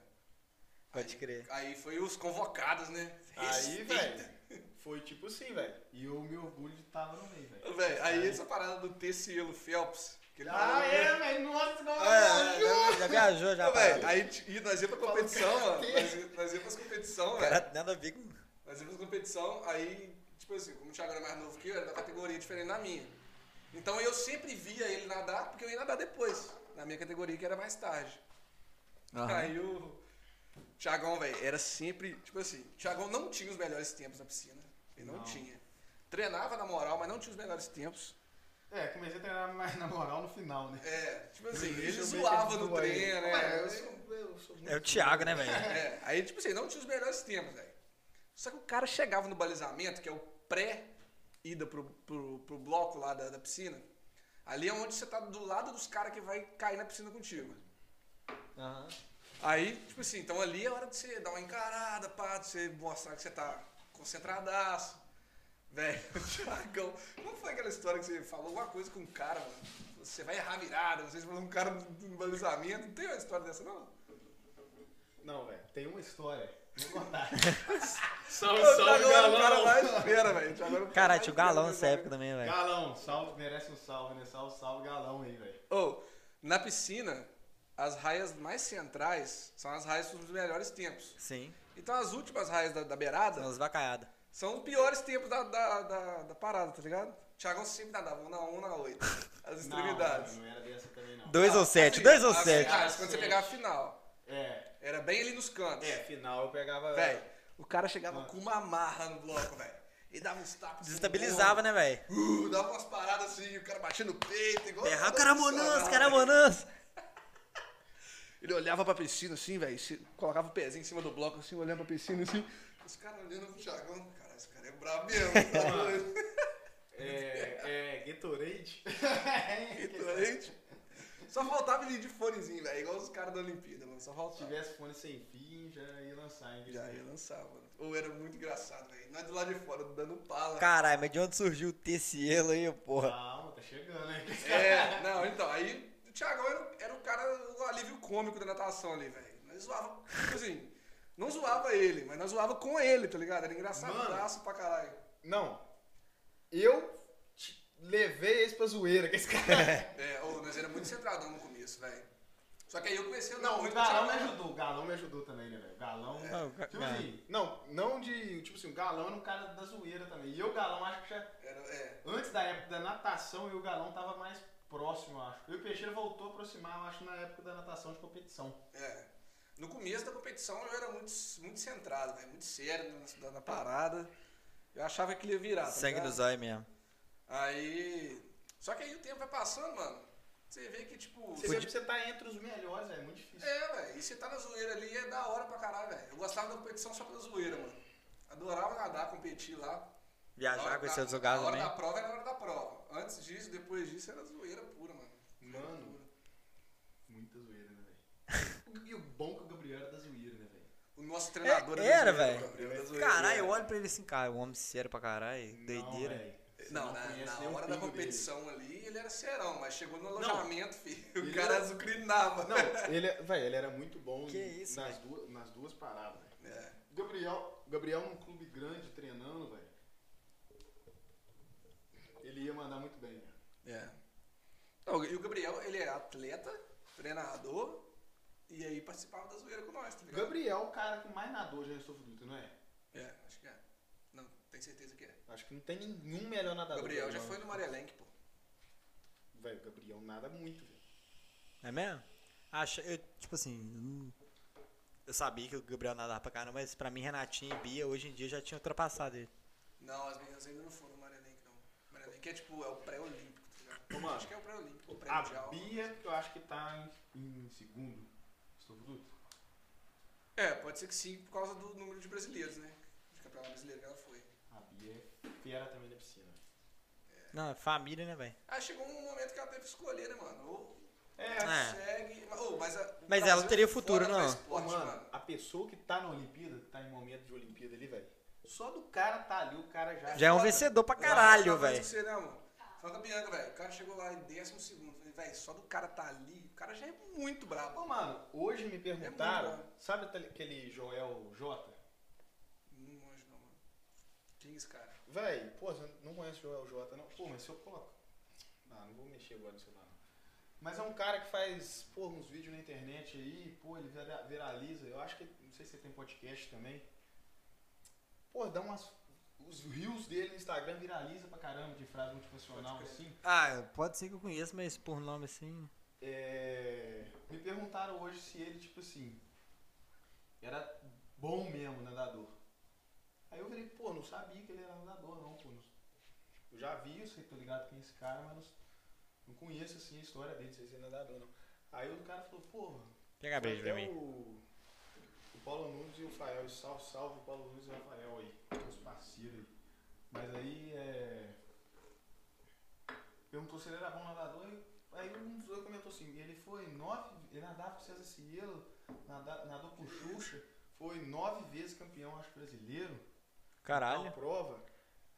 Speaker 1: Pode
Speaker 2: Aí-
Speaker 1: crer.
Speaker 2: Aí foi os convocados, né?
Speaker 3: Aí,
Speaker 2: Respeita.
Speaker 3: velho, foi tipo assim, velho. E o meu orgulho tava no meio, velho.
Speaker 2: Véi, aí essa parada do Tecielo Phelps. Que ele
Speaker 3: Ah,
Speaker 2: falou, né?
Speaker 3: é, velho, nossa, não,
Speaker 1: É, já- já viajou já.
Speaker 2: Ô,
Speaker 1: a
Speaker 2: véi,
Speaker 1: parada.
Speaker 2: aí t- e nós ia pra competição,
Speaker 3: Fala,
Speaker 2: mano.
Speaker 3: cara.
Speaker 2: Nós ia- Nós ia pras competição,
Speaker 1: O
Speaker 2: velho.
Speaker 1: cara nada a ver com.
Speaker 2: Nós ia pras competição, aí, tipo assim, como o Thiago era mais novo que eu, era da categoria diferente da minha. Então eu sempre via ele nadar, porque eu ia nadar depois, na minha categoria, que era mais tarde.
Speaker 4: Aham.
Speaker 2: Aí o Thiagão, velho, era sempre, tipo assim, o Thiagão não tinha os melhores tempos na piscina. Ele não,
Speaker 3: Não.
Speaker 2: tinha. Treinava na moral, mas não tinha os melhores tempos.
Speaker 3: É, comecei a treinar mais na moral no final, né?
Speaker 2: É, tipo assim,
Speaker 3: Deixa
Speaker 2: ele
Speaker 3: eu ver
Speaker 2: zoava
Speaker 3: quem
Speaker 2: no
Speaker 3: zoa ele.
Speaker 2: treino,
Speaker 3: Ué,
Speaker 2: né?
Speaker 3: eu sou- eu sou muito-
Speaker 1: É o Thiago, né, velho?
Speaker 2: É, aí, tipo assim, não tinha os melhores tempos, velho. Só que o cara chegava no balizamento, que é o pré-ida pro, pro, pro bloco lá da, da piscina. Ali é onde você tá do lado dos caras que vai cair na piscina contigo.
Speaker 4: Aham.
Speaker 2: Aí, tipo assim, então ali é hora de você dar uma encarada, pá, de você mostrar que você tá concentradaço. Velho, o Thiagão, como foi aquela história que você falou alguma coisa com um cara, mano? Você vai errar a virada, não sei se falou um cara no balizamento, não tem uma história dessa, não?
Speaker 3: Não, velho, tem uma história. Vou contar.
Speaker 2: O Tá
Speaker 3: salve,
Speaker 2: Thiagão era o cara mais fera, velho. Tá O Thiagão era o cara
Speaker 1: Caralho,
Speaker 2: mais
Speaker 1: tinha o
Speaker 2: fera
Speaker 1: galão
Speaker 2: do
Speaker 1: nessa
Speaker 2: balizamento.
Speaker 1: época também, velho.
Speaker 3: Galão, salve, merece um salve, né? Salve, salve, galão aí, velho.
Speaker 2: Ou, na piscina, as raias mais centrais são as raias dos melhores tempos.
Speaker 1: Sim.
Speaker 2: Então as últimas raias da, da
Speaker 1: São
Speaker 2: beirada
Speaker 1: as vacaiadas.
Speaker 2: são os piores tempos da, da, da, da parada, tá ligado? Thiagão sempre nadava um na um na oito. As extremidades.
Speaker 3: Não, não era dessa também, não.
Speaker 1: Dois ou sete,
Speaker 2: Assim,
Speaker 1: dois ou
Speaker 2: as
Speaker 1: sete.
Speaker 2: finais, quando você pegava a final.
Speaker 3: É,
Speaker 2: Era bem ali nos cantos.
Speaker 3: é, final eu pegava...
Speaker 2: Velho, o cara chegava com uma marra no bloco, velho. E dava uns tapas.
Speaker 1: Desestabilizava, né, velho?
Speaker 2: Uh, dava umas paradas assim, o cara batia no peito, igual.
Speaker 1: Errar É, o
Speaker 2: Profissional,
Speaker 1: caramonãs,
Speaker 2: velho.
Speaker 1: caramonãs.
Speaker 2: né, Ele olhava pra piscina assim, velho, se- colocava o pezinho em cima do bloco, assim, olhando pra piscina assim. Os caras olhando pro Thiagão, cara, esse cara é brabo mesmo. tá doido?
Speaker 1: Ah,
Speaker 3: É, é, Gatorade.
Speaker 1: é
Speaker 2: Doente. Só faltava ele ir de fonezinho, velho, igual os caras da Olimpíada, mano, só
Speaker 3: Se
Speaker 2: faltava.
Speaker 3: tivesse fone sem fim, já ia lançar, hein?
Speaker 2: Já ia lançar, mano. Ou era muito engraçado, velho. Nós do lado de fora, dando pala.
Speaker 1: Caralho, mas de onde surgiu o Tecielo aí, porra?
Speaker 3: Calma, tá chegando, hein?
Speaker 2: É, não, então, aí o Thiagão era, era o cara, o alívio cômico da natação ali, velho. Nós zoava, tipo assim, não zoava ele, mas nós zoava com ele, tá ligado? Era engraçado,
Speaker 3: Mano.
Speaker 2: braço pra caralho.
Speaker 3: Não, eu te- levei esse pra zoeira com esse cara.
Speaker 2: É, ô, nós era muito centradão no começo, velho. Só que aí eu comecei a andar
Speaker 3: Não, o
Speaker 2: muito
Speaker 3: galão é
Speaker 2: com o Thiago.
Speaker 3: me
Speaker 2: né?
Speaker 3: ajudou, o galão me ajudou também, né, velho? O galão.
Speaker 2: É,
Speaker 1: Ah, o ga-
Speaker 3: Tipo assim, não, não de. Tipo assim, o galão era um cara da zoeira também. E eu, o galão, acho que já.
Speaker 2: Era, é.
Speaker 3: Antes da época da natação, eu e o galão tava mais próximo, eu acho. Eu e o Peixeiro voltou a aproximar, eu acho, na época da natação de competição.
Speaker 2: É. No começo da competição eu era muito, muito centrado, velho. Muito sério na- na, na parada. Eu achava que ele ia virar. tá
Speaker 1: Sangue
Speaker 2: ligado?
Speaker 1: nos olhos mesmo.
Speaker 2: Aí. Só que aí o tempo vai passando, mano. Você vê que, tipo.
Speaker 3: Você,
Speaker 2: você-
Speaker 3: vê que você tá entre os melhores, velho, é muito difícil.
Speaker 2: É, velho. E você tá na zoeira ali é da hora pra caralho, velho. Eu gostava da competição só pela zoeira, mano. Adorava nadar, competir lá. Na hora
Speaker 1: Viajar com
Speaker 2: da-
Speaker 1: esse outro lugar
Speaker 2: Na hora
Speaker 1: também.
Speaker 2: da prova era na hora da prova. Antes disso, depois disso, era zoeira pura, mano. Zoeira
Speaker 3: Mano.
Speaker 2: pura.
Speaker 3: Muita zoeira, né, velho? e o bom que o Gabriel era da zoeira, né, velho?
Speaker 2: O nosso treinador
Speaker 1: É,
Speaker 2: da
Speaker 1: era,
Speaker 2: zoeira,
Speaker 1: velho.
Speaker 2: o Gabriel da zoeira.
Speaker 1: Caralho, eu olho pra ele assim, cara, o homem sério pra caralho,
Speaker 3: Não,
Speaker 1: doideira.
Speaker 3: velho, você
Speaker 2: É Não, na,
Speaker 3: conhece
Speaker 2: na
Speaker 3: nem um
Speaker 2: hora da
Speaker 3: pingo dele.
Speaker 2: competição ali, ele era serão, mas chegou no alojamento, filho. O
Speaker 3: Ele
Speaker 2: cara
Speaker 3: era-
Speaker 2: azucrinava.
Speaker 3: Não, ele, é- véi, ele era muito bom
Speaker 1: Que isso,
Speaker 3: nas, duas, nas duas paradas. véi.
Speaker 2: É.
Speaker 3: Gabriel, Gabriel num clube grande treinando, velho. Ele ia mandar muito bem. né?
Speaker 2: É. Não, e o Gabriel, ele é atleta, treinador, e aí participava da zoeira com nós, tá ligado?
Speaker 3: Gabriel é o cara com mais nadou já em Estofo Dutra, não é?
Speaker 2: É, acho que é. Não, tenho certeza que é.
Speaker 3: Acho que não tem nenhum melhor
Speaker 1: Ah,
Speaker 2: O
Speaker 3: nadador.
Speaker 2: Gabriel já foi no Marelenque, pô.
Speaker 3: Velho, Gabriel nada muito, velho.
Speaker 1: É mesmo? Acho, eu, tipo assim, eu não- eu sabia que o Gabriel nadava pra caramba, mas pra mim, Renatinho e Bia, hoje em dia, já tinham ultrapassado ele.
Speaker 2: Não, as meninas ainda não foram no Marelenque, não. também, que é tipo, é o pré-olímpico, tá ligado?
Speaker 3: Ô, mano, Ah,
Speaker 2: Acho que é o pré-olímpico, o
Speaker 3: A
Speaker 2: pré-mundial.
Speaker 3: Bia, que eu acho que tá em, em segundo. Estou bruto?
Speaker 2: É, pode ser que sim, por causa do número de brasileiros, né? De campeonato brasileiro que ela foi.
Speaker 3: A Bia é fera também na piscina.
Speaker 1: Não, é família, né, velho?
Speaker 2: Ah, chegou um momento que ela teve que escolher, né, mano? Ou
Speaker 3: É,
Speaker 1: Ah,
Speaker 2: segue. mas- ô, mas a- o
Speaker 1: Mas
Speaker 2: Brasil
Speaker 1: ela teria
Speaker 2: é
Speaker 1: futuro,
Speaker 2: foda pra
Speaker 1: não?
Speaker 3: Pô,
Speaker 2: Esporte,
Speaker 3: mano,
Speaker 2: mano.
Speaker 3: a pessoa que tá na Olimpíada, tá em momento de Olimpíada ali, velho. Só do cara tá ali, o cara já.
Speaker 1: Já é um
Speaker 2: Foda.
Speaker 1: vencedor pra
Speaker 2: Não,
Speaker 1: caralho,
Speaker 2: não, mas
Speaker 1: velho.
Speaker 2: que Você, não, mano. Fala com a Bianca, velho. O cara chegou lá em décimo segundo. Falei, velho, só do cara tá ali, o cara já é muito brabo.
Speaker 3: Ô, mano, hoje me perguntaram,
Speaker 2: É muito
Speaker 3: sabe aquele- aquele Joel Jota?
Speaker 2: Não manjo, não, mano. Quem é esse cara?
Speaker 3: Véi, pô, você não conhece o Joel Jota, não? Pô, mas se eu coloco. Não, não vou mexer agora no celular, não. Mas é um cara que faz, pô, uns vídeos na internet aí, pô, ele vira- viraliza. Eu acho que, não sei se ele tem podcast também. Pô, dá umas. Os reels dele no Instagram viraliza pra caramba de frase motivacional
Speaker 2: Pode crer.
Speaker 3: assim.
Speaker 1: Ah, pode ser que eu conheça, mas por nome assim.
Speaker 3: É, me perguntaram hoje se ele, tipo assim, era bom mesmo nadador. Aí eu falei, pô, não sabia que ele era nadador, não, pô. Não- Eu já vi, eu sei, tô ligado quem é esse cara, mas não, não conheço, assim, a história dele, se ele é nadador, não. Aí o cara falou, pô,
Speaker 1: Pega beijo pra
Speaker 3: até
Speaker 1: mim.
Speaker 3: o, o Paulo Nunes e o Fael, e salve, salve o Paulo Nunes e o Rafael aí, os parceiros aí. Mas aí, é... Perguntou se ele era bom nadador, e aí um dos dois comentou assim, ele foi nove, ele nadava com César Cielo, nada- nadou com Xuxa, foi nove vezes campeão, acho, brasileiro, na
Speaker 1: Caralho.
Speaker 3: prova.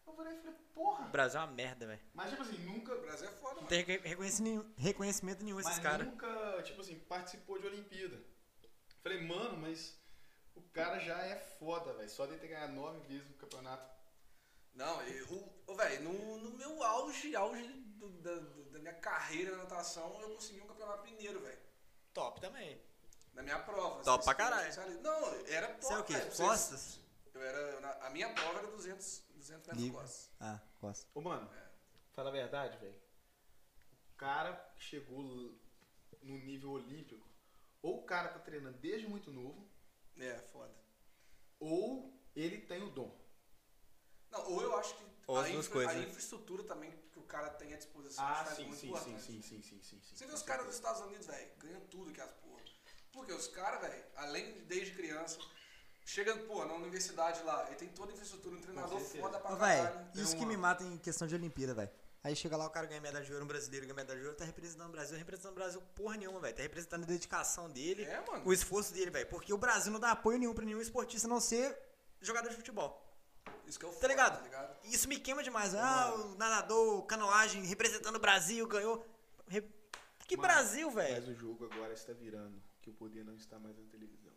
Speaker 3: Eu falei, falei, porra!
Speaker 1: O Brasil é uma merda, velho.
Speaker 3: Mas, tipo assim, nunca...
Speaker 2: O Brasil é foda,
Speaker 1: Não
Speaker 2: mano.
Speaker 1: tem reconhe- reconheci- reconhecimento nenhum esses
Speaker 3: Mas
Speaker 1: caras.
Speaker 3: nunca, tipo assim, participou de Olimpíada. Falei, mano, mas o cara já é foda, velho. Só de ter ganhado nove vezes no campeonato.
Speaker 2: Não, eu, ô, velho, no, no meu auge, auge do- da, do- da minha carreira na natação, eu consegui um campeonato mineiro, velho.
Speaker 1: Top também.
Speaker 2: Na minha prova.
Speaker 1: Top
Speaker 2: assim,
Speaker 1: pra
Speaker 2: se-
Speaker 1: caralho.
Speaker 2: especiali- Não, era top.
Speaker 1: Você é o quê?
Speaker 2: velho, pra vocês-
Speaker 1: Costas?
Speaker 2: Eu era, eu na- a minha prova era 200, 200 metros
Speaker 4: Livre.
Speaker 2: costas.
Speaker 4: Ah, gosto.
Speaker 3: Ô, mano, fala a verdade, velho. O cara que chegou l- no nível olímpico, ou o cara tá treinando desde muito novo,
Speaker 2: É, foda.
Speaker 3: ou ele tem o dom.
Speaker 2: Não, ou eu acho que
Speaker 1: Ou
Speaker 2: a,
Speaker 1: as duas
Speaker 2: infra-
Speaker 1: coisas,
Speaker 2: a
Speaker 1: né?
Speaker 2: infraestrutura também que o cara tem à disposição
Speaker 3: é
Speaker 2: faz muito importante.
Speaker 3: Ah, sim, sim, sim, sim.
Speaker 2: Você vê os caras dos Estados Unidos, velho, ganham tudo que as porra. Porque os caras, velho, além de desde criança, chegando, pô, na universidade lá, ele tem toda a infraestrutura, um treinador
Speaker 3: certeza.
Speaker 2: foda pra
Speaker 4: Ô,
Speaker 2: caralho.
Speaker 4: velho, isso que me mata em questão de Olimpíada, velho. Aí chega lá, o cara ganha medalha de ouro, um brasileiro ganha medalha de ouro, tá representando o Brasil, representando o Brasil porra nenhuma, velho. Tá representando a dedicação dele,
Speaker 2: É, mano.
Speaker 1: o esforço dele, velho. Porque o Brasil não dá apoio nenhum pra nenhum esportista, a não ser jogador de futebol.
Speaker 2: Isso que é o foda,
Speaker 1: Tá ligado?
Speaker 2: Tá ligado?
Speaker 1: Isso me queima demais. Ah, o nadador, canoagem, representando o Brasil, ganhou. Re- Que
Speaker 3: Mano,
Speaker 1: Brasil, velho.
Speaker 3: Mas o jogo agora está virando, que o poder não está mais na televisão.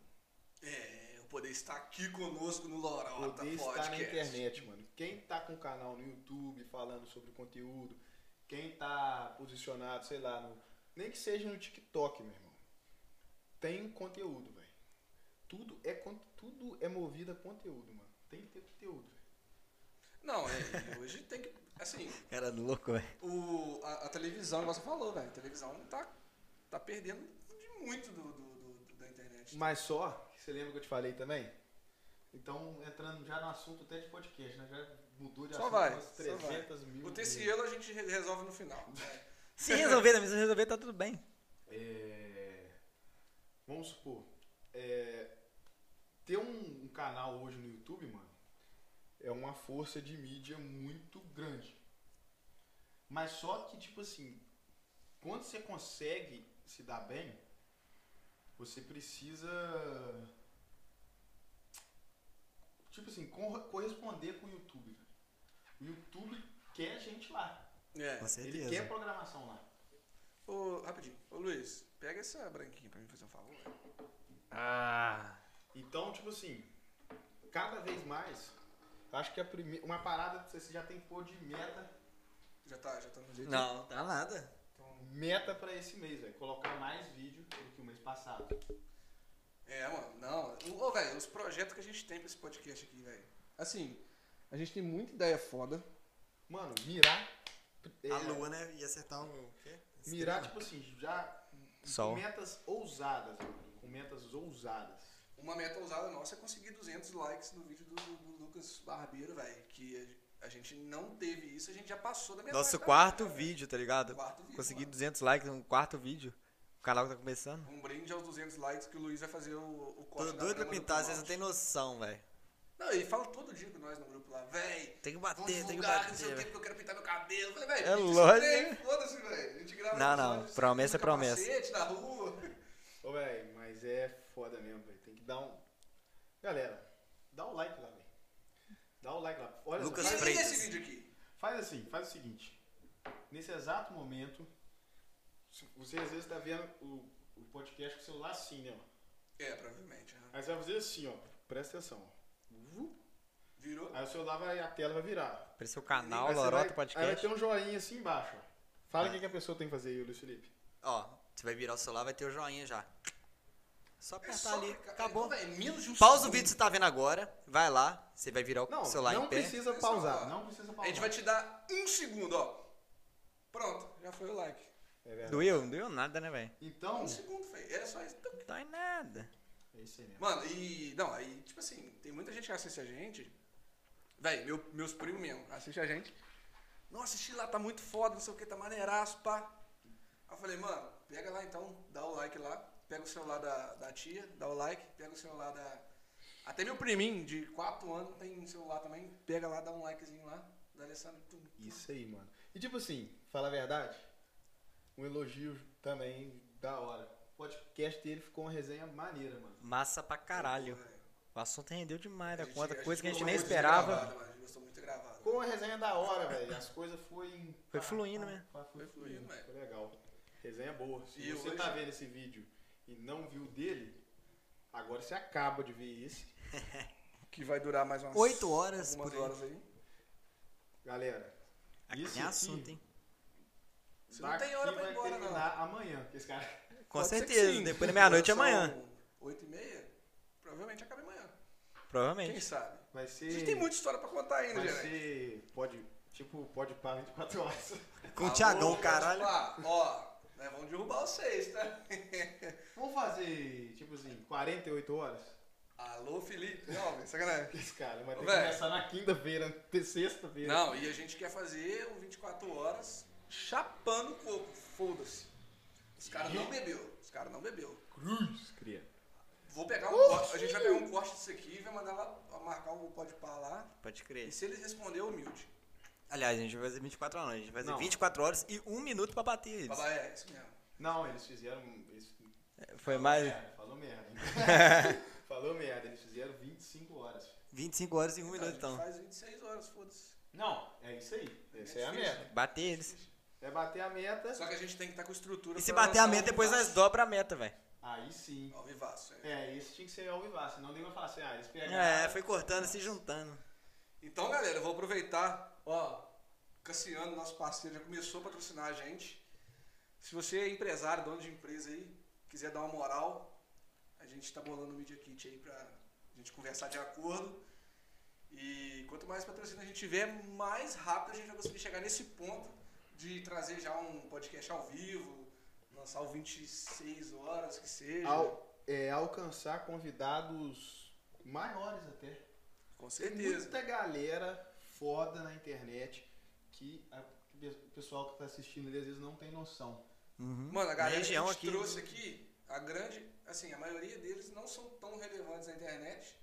Speaker 2: É, o poder estar aqui conosco no Lorota
Speaker 3: poder estar na
Speaker 2: Podcast.
Speaker 3: internet, mano. Quem tá com canal no YouTube falando sobre conteúdo, quem tá posicionado, sei lá, no- nem que seja no TikTok, meu irmão. Tem conteúdo, velho. Tudo é con- tudo é movido a conteúdo, mano. Tem que ter conteúdo, velho.
Speaker 2: Não, é, e hoje tem que. Assim,
Speaker 1: Cara louco, velho.
Speaker 2: o, a, a televisão, igual você falou, velho, a televisão tá, tá perdendo de muito do, do- do- do- da internet.
Speaker 3: Mas só, você lembra que eu te falei também? Então, entrando já no assunto até de podcast, né? Já mudou de
Speaker 2: Só
Speaker 3: assunto
Speaker 2: vai,
Speaker 3: umas
Speaker 2: só
Speaker 3: 300 mil.
Speaker 2: O
Speaker 3: vezes.
Speaker 2: TCelo a gente re- resolve no final.
Speaker 1: Se resolver, também, se resolver, tá tudo bem.
Speaker 3: é, vamos supor, é, ter um, um canal hoje no YouTube, mano, é uma força de mídia muito grande. Mas só que, tipo assim, quando você consegue se dar bem, você precisa. Tipo assim, corre- corresponder com o YouTube. velho. O YouTube quer gente lá.
Speaker 2: É.
Speaker 3: Ele
Speaker 4: Com
Speaker 3: quer
Speaker 4: certeza.
Speaker 3: programação lá.
Speaker 2: Ô, rapidinho. Ô, Luiz, pega essa branquinha pra mim fazer um favor. velho.
Speaker 1: Ah,
Speaker 3: Então, tipo assim, cada vez mais, eu acho que a prime... uma parada que você já tem que pôr de meta,
Speaker 2: Já tá, já tá no jeito.
Speaker 1: Não, não dá nada.
Speaker 3: meta pra esse mês, velho. Colocar mais vídeo do que o mês passado.
Speaker 2: É, mano, não. O- Ô, velho, os projetos que a gente tem pra esse podcast aqui, velho. Assim, a gente tem muita ideia foda.
Speaker 3: Mano, mirar. é,
Speaker 4: A lua, né? Ia acertar um.
Speaker 3: Mirar, tipo assim, já
Speaker 1: é Sol.
Speaker 3: com metas ousadas, mano. Com metas ousadas.
Speaker 2: Uma meta ousada nossa é conseguir 200 likes no vídeo do, do Lucas Barbeiro, velho. Que a- a, A gente não teve isso, a gente já passou da metade.
Speaker 1: Nosso
Speaker 2: da
Speaker 1: quarto
Speaker 2: meta, né?
Speaker 1: vídeo, tá ligado?
Speaker 2: Quarto vídeo,
Speaker 1: Consegui
Speaker 2: mano.
Speaker 1: 200 likes no quarto vídeo. O canal tá começando.
Speaker 2: Um brinde aos 200 likes que o Luiz vai fazer o, o corte
Speaker 1: Tô doido
Speaker 2: da
Speaker 1: pra
Speaker 2: grama do
Speaker 1: pintar, vocês
Speaker 2: Tomate.
Speaker 1: não tem noção, velho.
Speaker 2: Não, ele fala todo dia com nós no grupo lá, véi.
Speaker 1: Tem que
Speaker 2: Vamos
Speaker 1: bater, tem que
Speaker 2: divulgar, não sei
Speaker 1: bater.
Speaker 2: o que,
Speaker 1: velho.
Speaker 2: porque eu quero pintar meu cabelo. Eu Falei, véi,
Speaker 1: É
Speaker 2: pinta esse
Speaker 1: lógico,
Speaker 2: trem,
Speaker 1: né?
Speaker 2: Foda-se, velho. A gente grava
Speaker 1: Não,
Speaker 2: um
Speaker 1: não,
Speaker 2: episódio,
Speaker 1: promessa
Speaker 2: você
Speaker 1: é promessa.
Speaker 2: capacete Na rua.
Speaker 3: Ô, velho, mas é foda mesmo, velho. Tem que dar um. Galera, dá um like lá, velho. Dá um like lá. Olha só,
Speaker 1: Lucas
Speaker 3: faz-
Speaker 2: Mas
Speaker 1: Freitas.
Speaker 2: e esse vídeo aqui?
Speaker 3: Faz assim, faz o seguinte. Nesse exato momento, se- você às vezes tá vendo o, o podcast com o celular assim, né? ó.
Speaker 2: É, provavelmente. aham.
Speaker 3: Aí você vai fazer assim, ó. Presta atenção. ó. Vu.
Speaker 2: Virou.
Speaker 3: Aí o celular vai, a tela vai virar.
Speaker 1: Apareceu o canal,
Speaker 3: Aí você
Speaker 1: Lorota
Speaker 3: vai- Aí vai
Speaker 1: Podcast.
Speaker 3: ter um joinha assim embaixo, ó. Fala o que, que a pessoa tem que fazer aí, Luiz Felipe.
Speaker 1: Ó, você vai virar o celular, vai ter o joinha já. Só
Speaker 2: É
Speaker 1: apertar
Speaker 2: só
Speaker 1: Tá ali.
Speaker 2: clicar.
Speaker 1: Acabou.
Speaker 2: Então, véi, menos de um
Speaker 1: Pausa o
Speaker 2: segundo.
Speaker 1: vídeo que você tá vendo agora. Vai lá. Você vai virar o
Speaker 3: Não,
Speaker 1: celular
Speaker 3: não
Speaker 1: em pé.
Speaker 3: precisa
Speaker 2: Pessoal, ó,
Speaker 3: pausar. Não precisa
Speaker 2: A
Speaker 3: pausar.
Speaker 2: gente vai te dar um segundo, ó. Pronto, já foi o like.
Speaker 3: É verdade.
Speaker 1: Doeu? Não doeu nada, né, velho?
Speaker 3: Então,
Speaker 2: Um segundo, velho. Era só isso.
Speaker 1: Não dói nada.
Speaker 3: é isso aí mesmo.
Speaker 2: Mano, e. Não, aí, tipo assim, tem muita gente que assiste a gente. Véi, meu, meus primos mesmo, assiste a gente. Não, assisti lá, tá muito foda, não sei o que, tá maneiraço, pá. Aí eu falei, mano, pega lá então, dá o like lá. Pega o celular da, da tia, dá o like, pega o celular da. Até meu priminho de 4 anos tem celular também, pega lá, dá um likezinho lá. Da Alessandra, tum, tum.
Speaker 3: Isso aí, mano. E tipo assim, fala a verdade, um elogio também da hora. O podcast dele ficou uma resenha maneira, mano.
Speaker 1: Massa pra caralho.
Speaker 2: Véi.
Speaker 1: O assunto rendeu demais da
Speaker 2: A É, gente-
Speaker 1: conta. Coisa que a gente
Speaker 2: gostou
Speaker 1: nem
Speaker 2: muito é de
Speaker 1: esperava.
Speaker 2: gravado, mano, a gente gostou muito de gravado.
Speaker 3: Ficou uma resenha da hora, velho. As coisas foi.
Speaker 1: Foi fluindo, né?
Speaker 3: Pá, Foi
Speaker 2: Foi fluindo,
Speaker 3: fluindo,
Speaker 2: velho.
Speaker 3: foi legal. Resenha boa. Se
Speaker 2: E
Speaker 3: você
Speaker 2: hoje-
Speaker 3: tá vendo esse vídeo e não viu o dele, agora você acaba de ver esse.
Speaker 2: Que vai durar mais umas.
Speaker 1: Oito horas
Speaker 2: Algumas
Speaker 1: por aí.
Speaker 2: horas aí.
Speaker 3: Galera,
Speaker 1: Aqui
Speaker 3: Isso
Speaker 1: é
Speaker 3: aqui.
Speaker 1: assunto, hein?
Speaker 2: Você não tem hora pra ir embora, não.
Speaker 3: terminar amanhã, porque esse cara.
Speaker 1: Com
Speaker 2: Pode ser que
Speaker 1: certeza.
Speaker 2: sim.
Speaker 1: Depois da meia-noite é
Speaker 2: São
Speaker 1: amanhã.
Speaker 2: Oito e meia? Provavelmente acaba amanhã. Quem
Speaker 1: Provavelmente.
Speaker 2: sabe?
Speaker 3: Vai
Speaker 2: A
Speaker 3: ser.
Speaker 2: gente tem muita história pra contar ainda,
Speaker 3: Vai
Speaker 2: gente.
Speaker 3: ser. Pode. Tipo, pode parar 24 horas.
Speaker 1: Com o
Speaker 2: Alô,
Speaker 1: Thiagão,
Speaker 2: pode
Speaker 1: caralho.
Speaker 2: falar. Ó, nós vamos derrubar vocês, tá?
Speaker 3: Vamos fazer, tipo assim, 48 horas?
Speaker 2: Alô, Felipe. Não, velho, sacanagem.
Speaker 3: Esse cara vai ter que
Speaker 2: Véi.
Speaker 3: começar na quinta-feira, ter sexta-feira.
Speaker 2: Não, e a gente quer fazer um o 24 horas chapando o coco. Foda-se. Os caras não bebeu. Os caras não bebeu.
Speaker 3: Cruz, Hum, cria.
Speaker 2: Vou pegar um corte. A gente vai pegar um corte disso aqui e vai mandar lá marcar um o pode par lá.
Speaker 1: Pode
Speaker 2: E
Speaker 1: crer.
Speaker 2: se eles responder, humilde.
Speaker 1: Aliás, a gente vai fazer 24 horas. não. A gente vai fazer
Speaker 3: Não.
Speaker 1: 24 horas e um minuto pra bater eles.
Speaker 2: Babá, é isso mesmo.
Speaker 3: Não, eles fizeram. Eles...
Speaker 1: Foi mais
Speaker 3: Merda, É, falou merda. hein? falou merda, eles fizeram 25 horas.
Speaker 1: 25 horas e um
Speaker 2: Tá, a
Speaker 1: minuto,
Speaker 2: gente
Speaker 1: então.
Speaker 2: Faz 26 horas, foda-se.
Speaker 3: Não, é isso aí. Essa é, a
Speaker 2: difícil.
Speaker 3: meta.
Speaker 1: Bater eles.
Speaker 3: É bater a meta,
Speaker 2: Só que a gente tem que estar com estrutura.
Speaker 1: E se
Speaker 2: pra
Speaker 1: bater a
Speaker 2: lançar
Speaker 1: meta,
Speaker 2: ao
Speaker 1: depois
Speaker 2: vivaço.
Speaker 1: nós dobra a meta, velho.
Speaker 3: aí sim.
Speaker 2: Ao vivaço, é.
Speaker 3: É, esse tinha que ser ao vivaço, senão ninguém vai falar assim, ah, eles pegaram.
Speaker 1: É, foi cortando, se juntando.
Speaker 2: Então, galera, eu vou aproveitar. Ó, Cassiano, nosso parceiro, já começou a patrocinar a gente. Se você é empresário, dono de empresa aí, quiser dar uma moral, a gente tá bolando o Media Kit aí pra gente conversar de acordo. E quanto mais patrocínio a gente tiver, mais rápido a gente vai conseguir chegar nesse ponto de trazer já um podcast ao vivo, lançar o 26 horas, que seja.
Speaker 3: Al- é, alcançar convidados maiores até.
Speaker 2: Com
Speaker 3: Tem
Speaker 2: certeza.
Speaker 3: muita galera foda na internet que a- que o pessoal que tá assistindo ele às vezes não tem noção.
Speaker 2: Uhum. Mano, a
Speaker 1: Na
Speaker 2: galera
Speaker 1: região
Speaker 2: que a gente
Speaker 1: aqui.
Speaker 2: trouxe aqui, a grande, assim, a maioria deles não são tão relevantes na internet.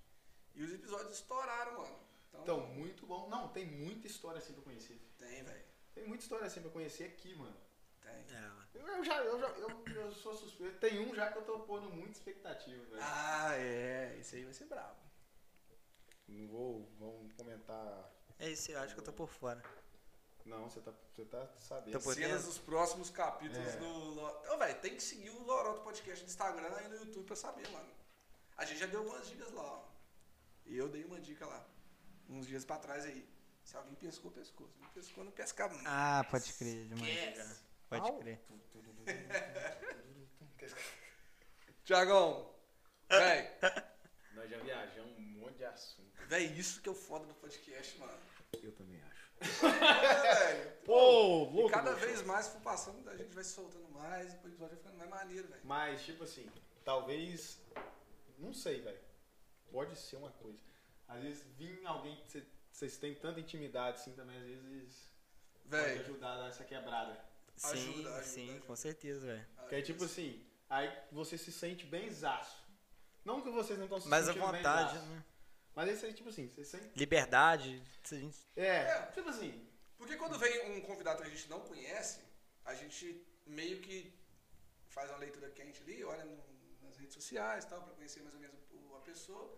Speaker 2: E os episódios estouraram, mano. Então,
Speaker 3: Então, muito bom. Não, tem muita história assim pra conhecer.
Speaker 2: tem, velho.
Speaker 3: Tem muita história assim pra conhecer aqui, mano.
Speaker 2: Tem.
Speaker 1: É, mano.
Speaker 3: Eu, eu já, eu já, eu, eu sou suspeito. Tem um já que eu tô pondo muita expectativa, velho.
Speaker 2: Ah, é. Esse aí vai ser brabo.
Speaker 3: Não vou, vamos comentar.
Speaker 1: É isso, eu acho que eu tô por fora.
Speaker 3: Não, você tá, você tá sabendo.
Speaker 1: Tô por- Podendo.
Speaker 2: Cenas dos próximos capítulos
Speaker 3: É.
Speaker 2: do Lorota. Então, velho, tem que seguir o Loroto Podcast no Instagram e no YouTube pra saber, mano. A gente já deu algumas dicas lá, ó. E eu dei uma dica lá. Uns dias pra trás aí. Se alguém pescou, pescou. Se não pescou, não pescava. mais.
Speaker 1: Ah, pode crer,
Speaker 2: Esquece.
Speaker 1: demais. Pode crer.
Speaker 3: Então,
Speaker 2: Tiagão, velho.
Speaker 3: Nós já viajamos um monte de assunto.
Speaker 2: Véi, isso que é o foda do podcast, mano. É,
Speaker 3: Eu também acho.
Speaker 2: Velho,
Speaker 3: Pô, louco.
Speaker 2: cada
Speaker 3: bicho.
Speaker 2: vez mais for passando, a gente vai se soltando mais, o episódio vai ficando mais maneiro, velho.
Speaker 3: Mas, tipo assim, talvez. Não sei, velho. Pode ser uma coisa. Às vezes vir alguém que você vocês têm tanta intimidade assim também, às vezes pode
Speaker 2: Velho,
Speaker 3: ajudar a dar essa quebrada.
Speaker 2: Ajuda,
Speaker 1: Sim,
Speaker 2: ajuda,
Speaker 1: sim,
Speaker 2: ajuda.
Speaker 1: com certeza, velho.
Speaker 2: ah,
Speaker 3: Que é tipo assim, aí você se sente bem zaço. Não que vocês não estão se
Speaker 1: Mas à
Speaker 3: sentindo
Speaker 1: vontade,
Speaker 3: benzaço,
Speaker 1: né?
Speaker 3: Mas esse aí, tipo assim, você sente.
Speaker 1: Liberdade, se a gente-
Speaker 3: É,
Speaker 2: É.
Speaker 3: tipo assim,
Speaker 2: Porque quando vem um convidado que a gente não conhece, a gente meio que faz uma leitura quente ali, olha no- nas redes sociais e tal, pra conhecer mais ou menos o- a pessoa.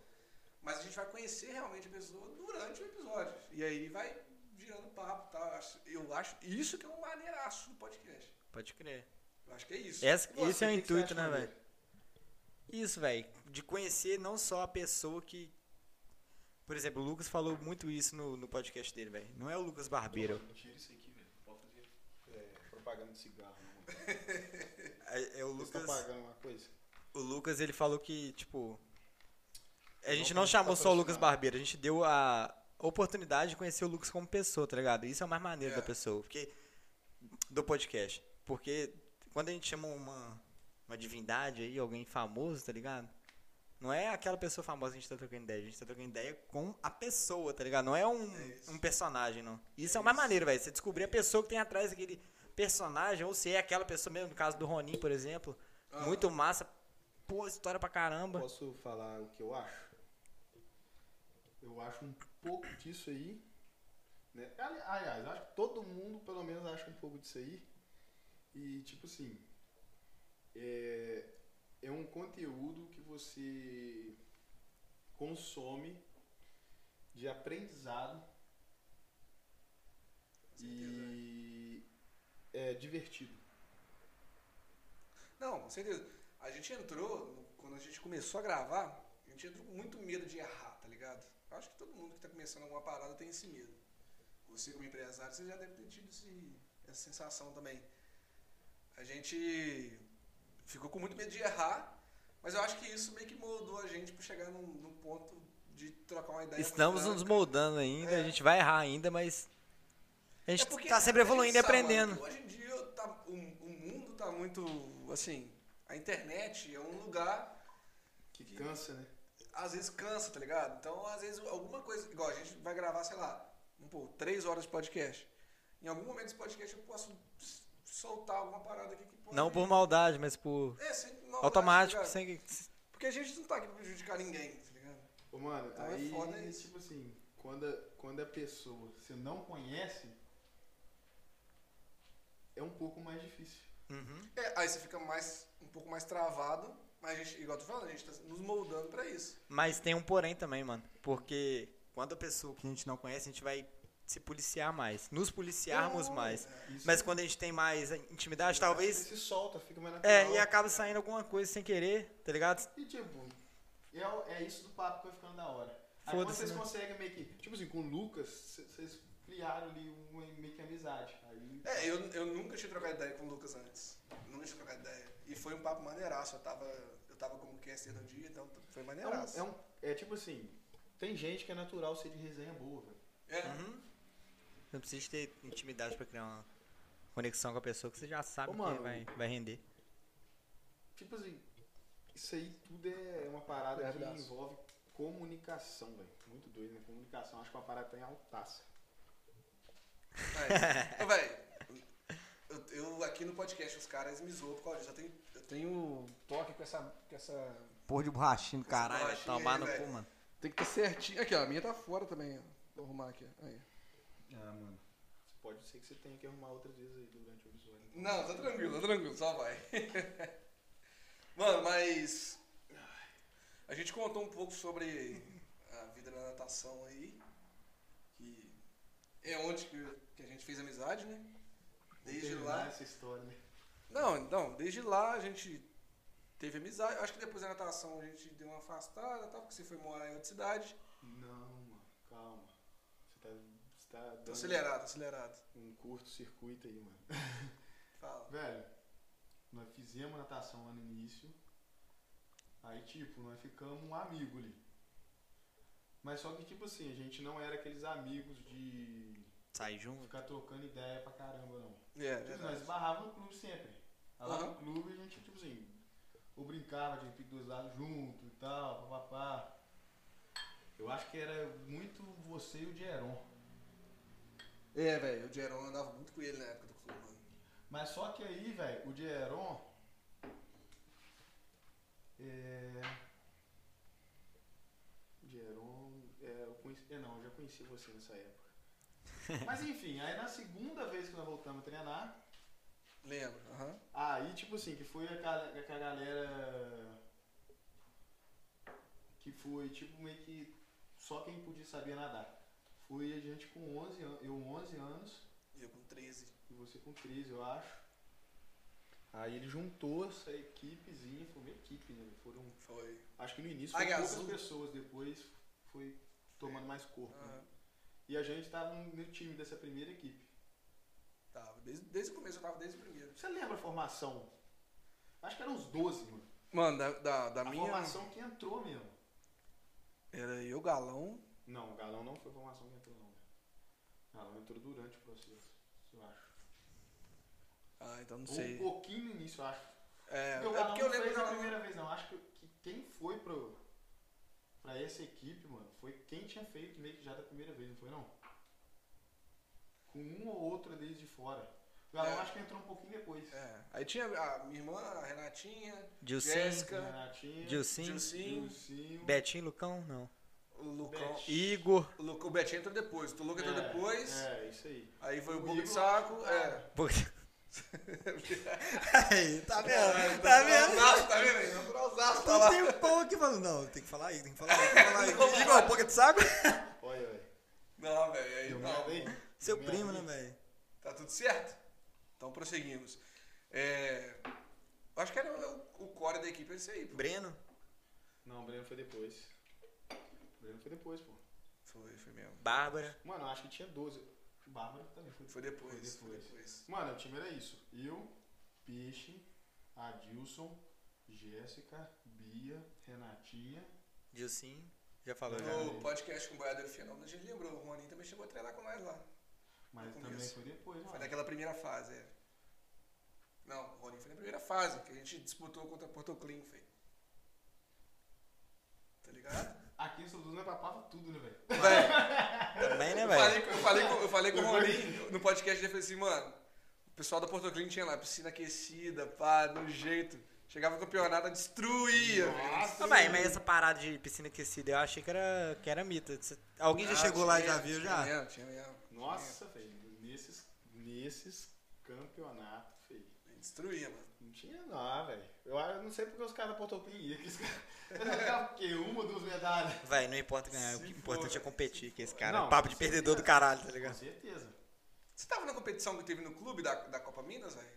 Speaker 2: Mas a gente vai conhecer realmente a pessoa durante o episódio. E aí vai girando papo e tal. Eu acho- Eu acho isso que é um maneiraço do podcast.
Speaker 1: pode crer.
Speaker 2: Eu acho que é isso.
Speaker 1: Essa-
Speaker 3: e você,
Speaker 1: esse é o
Speaker 3: que que você
Speaker 1: intuito,
Speaker 3: acha
Speaker 1: né,
Speaker 3: maneiro?
Speaker 1: velho? Isso, velho. De conhecer não só a pessoa que. Por exemplo, o Lucas falou muito isso no, no podcast dele, velho. Não é o Lucas Barbeiro.
Speaker 3: Tira isso aqui, velho. Pode fazer. É, propaganda de cigarro. Não. Vocês
Speaker 1: É, é o
Speaker 3: estão
Speaker 1: Lucas.
Speaker 3: pagando uma coisa?
Speaker 1: O Lucas, ele falou que, tipo. A
Speaker 3: Não
Speaker 1: gente
Speaker 3: vamos
Speaker 1: não chamou só o
Speaker 3: patrocinar.
Speaker 1: Lucas Barbeiro, a gente deu a oportunidade de conhecer o Lucas como pessoa, tá ligado? Isso é o mais maneiro
Speaker 2: É.
Speaker 1: da pessoa, porque. Do podcast. Porque quando a gente chama uma, uma divindade aí, alguém famoso, tá ligado? Não é aquela pessoa famosa que a gente tá trocando ideia, a gente tá trocando ideia com a pessoa, tá ligado? Não é um,
Speaker 2: É isso.
Speaker 1: um personagem, não. Isso é, o mais maneiro, velho. Você descobrir a pessoa que tem atrás daquele personagem, ou se é aquela pessoa mesmo, no caso do Ronin, por exemplo.
Speaker 2: Ah.
Speaker 1: Muito massa. Pô, história pra caramba.
Speaker 3: Posso falar o que eu acho? Eu acho um pouco disso aí. Né? Ali- Aliás, acho que todo mundo, pelo menos, acha um pouco disso aí. E, tipo assim, é, é um conteúdo que você consome de aprendizado e é divertido.
Speaker 2: Não, com certeza. A gente entrou, no- quando a gente começou a gravar, a gente entrou com muito medo de errar, tá ligado? Eu acho que todo mundo que tá começando alguma parada tem esse medo. Você como empresário, você já deve ter tido esse- essa sensação também. A gente ficou com muito medo de errar, mas eu acho que isso meio que moldou a gente pra chegar num, num ponto de trocar uma ideia.
Speaker 1: Estamos
Speaker 2: bacana.
Speaker 1: nos moldando ainda,
Speaker 2: É.
Speaker 1: a gente vai errar ainda, mas. A gente
Speaker 2: É porque
Speaker 1: tá sempre
Speaker 2: é
Speaker 1: evoluindo e
Speaker 2: isso,
Speaker 1: aprendendo.
Speaker 2: mano, que Hoje em dia tá- o, o mundo tá muito assim. A internet é um lugar
Speaker 3: Que cansa, né?
Speaker 2: às vezes cansa, tá ligado? Então, às vezes, alguma coisa. Igual a gente vai gravar, sei lá, um pô, três horas de podcast. Em algum momento desse podcast eu posso s- soltar alguma parada aqui que pode.
Speaker 1: Não por maldade, mas por.
Speaker 2: É, sem maldade, tá
Speaker 1: Automático,
Speaker 2: ligado?
Speaker 1: sem.
Speaker 2: Porque a gente não tá aqui pra prejudicar ninguém, tá ligado?
Speaker 3: Ô, mano,
Speaker 2: Então é
Speaker 3: aí,
Speaker 2: foda isso.
Speaker 3: tipo assim, quando, a- quando a pessoa você não conhece, é um pouco mais difícil.
Speaker 1: Uhum.
Speaker 2: É, aí você fica mais, um pouco mais travado. Mas a gente, igual eu tô falando, a gente tá nos moldando pra isso.
Speaker 1: Mas tem um porém também, mano. Porque quando a pessoa que a gente não conhece, a gente vai se policiar mais. Nos policiarmos
Speaker 2: Então,
Speaker 1: mais.
Speaker 2: é.
Speaker 3: Isso-
Speaker 1: Mas quando a gente tem mais intimidade, talvez.
Speaker 3: Você se solta, fica mais
Speaker 1: É,
Speaker 3: natural.
Speaker 1: e acaba saindo alguma coisa sem querer, tá ligado?
Speaker 3: E tipo, é, é isso do papo que vai ficando da hora. Aí quando
Speaker 1: Foda-se,
Speaker 3: vocês
Speaker 1: né?
Speaker 3: conseguem meio que, tipo assim, com o Lucas, c- vocês criaram ali uma meio que amizade. Aí,
Speaker 2: É, eu, eu nunca tinha trocado ideia com o Lucas antes. Nunca tinha trocado ideia. E foi um papo maneiraço. Eu tava, eu tava como caster no dia, então foi
Speaker 3: é, um,
Speaker 2: maneiraço.
Speaker 3: é, um- é tipo assim, tem gente que é natural ser de resenha boa, velho.
Speaker 2: É.
Speaker 1: Uhum. Não precisa ter intimidade pra criar uma conexão com a pessoa que você já sabe
Speaker 3: Ô,
Speaker 1: que
Speaker 3: mano,
Speaker 1: vai, vai render.
Speaker 3: Tipo assim, isso aí tudo é uma parada
Speaker 2: É
Speaker 3: que
Speaker 2: abraço.
Speaker 3: envolve comunicação, velho. Muito doido, né? Comunicação, acho que é uma parada que tá em altaça.
Speaker 2: Mas, É ô, véi, eu, eu aqui no podcast, os caras me zoam por causa disso. Eu tenho, eu tenho toque com essa, com essa.
Speaker 4: Porra de borrachinho, do caralho.
Speaker 2: borrachinha
Speaker 1: vai tomar
Speaker 2: aí,
Speaker 1: no
Speaker 2: velho.
Speaker 1: cu, mano.
Speaker 2: Tem que ter certinho. Aqui, ó, a minha tá fora também, ó. Vou arrumar aqui. ó. Aí.
Speaker 3: Ah, mano. Pode ser que você tenha que arrumar outras vezes aí durante o episódio.
Speaker 2: Não, tá tranquilo, tá tranquilo, só vai. Mano, mas. A gente contou um pouco sobre a vida na natação aí. Que é onde que, que a gente fez amizade, né? Desde
Speaker 3: Vamos
Speaker 2: lá.
Speaker 3: terminar essa história, né?
Speaker 2: Não, então, desde lá a gente teve amizade. Acho que depois da natação a gente deu uma afastada, tá? porque você foi morar em outra cidade.
Speaker 3: Não, mano, calma. Você tá, você tá
Speaker 2: Tô
Speaker 3: dando
Speaker 2: acelerado, acelerado.
Speaker 3: um curto-circuito aí, mano.
Speaker 2: Fala.
Speaker 3: Velho, nós fizemos natação lá no início. Aí, tipo, nós ficamos um amigo ali. Mas só que, tipo assim, a gente não era aqueles amigos de
Speaker 1: Sai junto.
Speaker 3: ficar trocando ideia pra caramba, não.
Speaker 2: É,
Speaker 3: Tipo,
Speaker 2: verdade.
Speaker 3: nós barrava no clube sempre. Aí Lá
Speaker 2: Aham.
Speaker 3: no clube a gente, tipo assim, ou brincava de pique dos lados junto e tal, papapá. Eu acho que era muito você e o Dieron.
Speaker 2: É, velho, o Dieron andava muito com ele na época do clube. mano.
Speaker 3: Mas só que aí, velho, o Dieron. É. O Dieron. É, eu conheci, é, não, eu já conheci você nessa época. Mas enfim, aí na segunda vez que nós voltamos a treinar,
Speaker 2: Lembro, aham.
Speaker 3: aí tipo assim, que foi a, ca- a, ca- galera. Que foi tipo meio que só quem podia saber nadar. Foi a gente com 11 anos, eu 11 anos,
Speaker 2: E eu com 13.
Speaker 3: e você com crise, eu acho. Aí ele juntou essa equipezinha, foi uma equipe, né? Foram,
Speaker 2: Foi.
Speaker 3: acho que no início foram
Speaker 2: Águia
Speaker 3: poucas
Speaker 2: Azul.
Speaker 3: pessoas, depois foi tomando mais corpo. né?
Speaker 2: Aham.
Speaker 3: E a gente tava no time dessa primeira equipe.
Speaker 2: Tava. Desde, desde o começo eu tava desde o primeiro.
Speaker 3: Você lembra a formação? Acho que eram uns 12, mano.
Speaker 2: Mano, da, da, da
Speaker 3: A,
Speaker 2: minha.
Speaker 3: formação que entrou mesmo.
Speaker 2: Era eu, Galão.
Speaker 3: Não, o Galão não foi a formação que entrou, não. O Galão entrou durante o processo, eu acho.
Speaker 2: Ah, então não
Speaker 3: Ou
Speaker 2: sei.
Speaker 3: Um pouquinho no início, eu acho.
Speaker 2: É,
Speaker 3: Meu,
Speaker 2: é
Speaker 3: Galão
Speaker 2: porque eu
Speaker 3: não
Speaker 2: lembro
Speaker 3: fez a
Speaker 2: da
Speaker 3: primeira vez, não. Acho que, que quem foi pro, pra essa equipe, mano, foi quem tinha feito meio que já da primeira vez, não foi não? Com um ou outro deles de fora. O Galão
Speaker 2: É.
Speaker 3: acho que entrou um pouquinho depois.
Speaker 2: É. Aí tinha a minha irmã, a Renatinha,
Speaker 4: Dilcim.
Speaker 2: Jéssica,
Speaker 3: Renatinho,
Speaker 4: Dilcinho.
Speaker 2: Gilcinho,
Speaker 3: Dilcinho,
Speaker 4: Betinho, Lucão? Não.
Speaker 2: o Lucão.
Speaker 3: Bet.
Speaker 4: Igor.
Speaker 2: O, Lu- o Betinho entrou depois, o Luca entrou
Speaker 3: É,
Speaker 2: depois.
Speaker 3: É, isso aí.
Speaker 2: Aí foi o,
Speaker 3: O
Speaker 2: Bobo de
Speaker 3: Igor-
Speaker 2: Saco. É.
Speaker 4: Aí, tá vendo? Tá vendo?
Speaker 2: Nossa, tá vendo? aí? Naturalzaço, tá
Speaker 4: Tá
Speaker 2: lá.
Speaker 4: tem um pão aqui falando, não, tem que falar aí, tem que falar aí, tem que falar aí. Igor, pouca de saco?
Speaker 3: Olha, olha.
Speaker 2: Não, velho, aí
Speaker 3: Deu
Speaker 2: não.
Speaker 3: merda aí?
Speaker 4: Seu
Speaker 3: Deu merda
Speaker 4: primo,
Speaker 3: aí?
Speaker 4: né, velho?
Speaker 2: Tá tudo certo? Então prosseguimos. É, Acho que era o, o core da equipe esse aí, pô.
Speaker 4: Breno?
Speaker 3: Não, o Breno foi depois. O Breno foi depois, pô.
Speaker 2: Foi, foi mesmo.
Speaker 4: Bárbara.
Speaker 3: Mano, eu acho que tinha 12. Bárbara também foi
Speaker 2: Foi depois, foi
Speaker 3: Foi depois.
Speaker 2: depois.
Speaker 3: Mano, o time era isso. Eu, Peixe, Adilson, Jéssica, Bia, Renatinha.
Speaker 4: Dilcim. Já falou, já.
Speaker 2: No podcast com o Boiadeiro Final, a gente lembrou, o Roninho também chegou a treinar com nós lá.
Speaker 3: Mas
Speaker 2: No
Speaker 3: também
Speaker 2: começo.
Speaker 3: foi depois, mano.
Speaker 4: Ah.
Speaker 2: Foi naquela primeira fase, é. Não, o Roninho foi na primeira fase, que a gente disputou contra Porto Clean, foi. Tá ligado?
Speaker 3: Aqui em São Paulo é papava tudo, né, velho?
Speaker 2: Vai.
Speaker 4: Também, né,
Speaker 2: Eu
Speaker 4: velho?
Speaker 2: falei, com- eu, falei com, eu falei com o Rolim no podcast, ele falou assim, mano, o pessoal da Porto Clean tinha lá piscina aquecida, pá, no jeito. Chegava o campeonato, destruía. velho.
Speaker 4: Ah, mas, mas essa parada de piscina aquecida, eu achei que era, que era mito. Cê- Alguém já
Speaker 2: Ah,
Speaker 4: chegou lá e
Speaker 2: tinha,
Speaker 4: já viu,
Speaker 2: tinha
Speaker 4: já?
Speaker 2: mesmo, tinha mesmo.
Speaker 3: Nossa, velho. Nesses, nesses campeonatos, velho.
Speaker 2: Tinha. Destruía, mano.
Speaker 3: Não tinha lá, velho. Eu, eu não sei porque os caras da Portopim iam. que os caras- Eles ficavam o quê? Uma, duas medalhas?
Speaker 4: Véi, não importa ganhar,
Speaker 2: Se
Speaker 4: o importante
Speaker 2: for,
Speaker 4: é competir, que esse cara
Speaker 3: Não,
Speaker 4: é papo de
Speaker 3: com certeza.
Speaker 4: perdedor do caralho, tá
Speaker 3: Com
Speaker 4: ligado?
Speaker 3: certeza.
Speaker 2: Você tava na competição que teve no clube da, da Copa Minas, velho?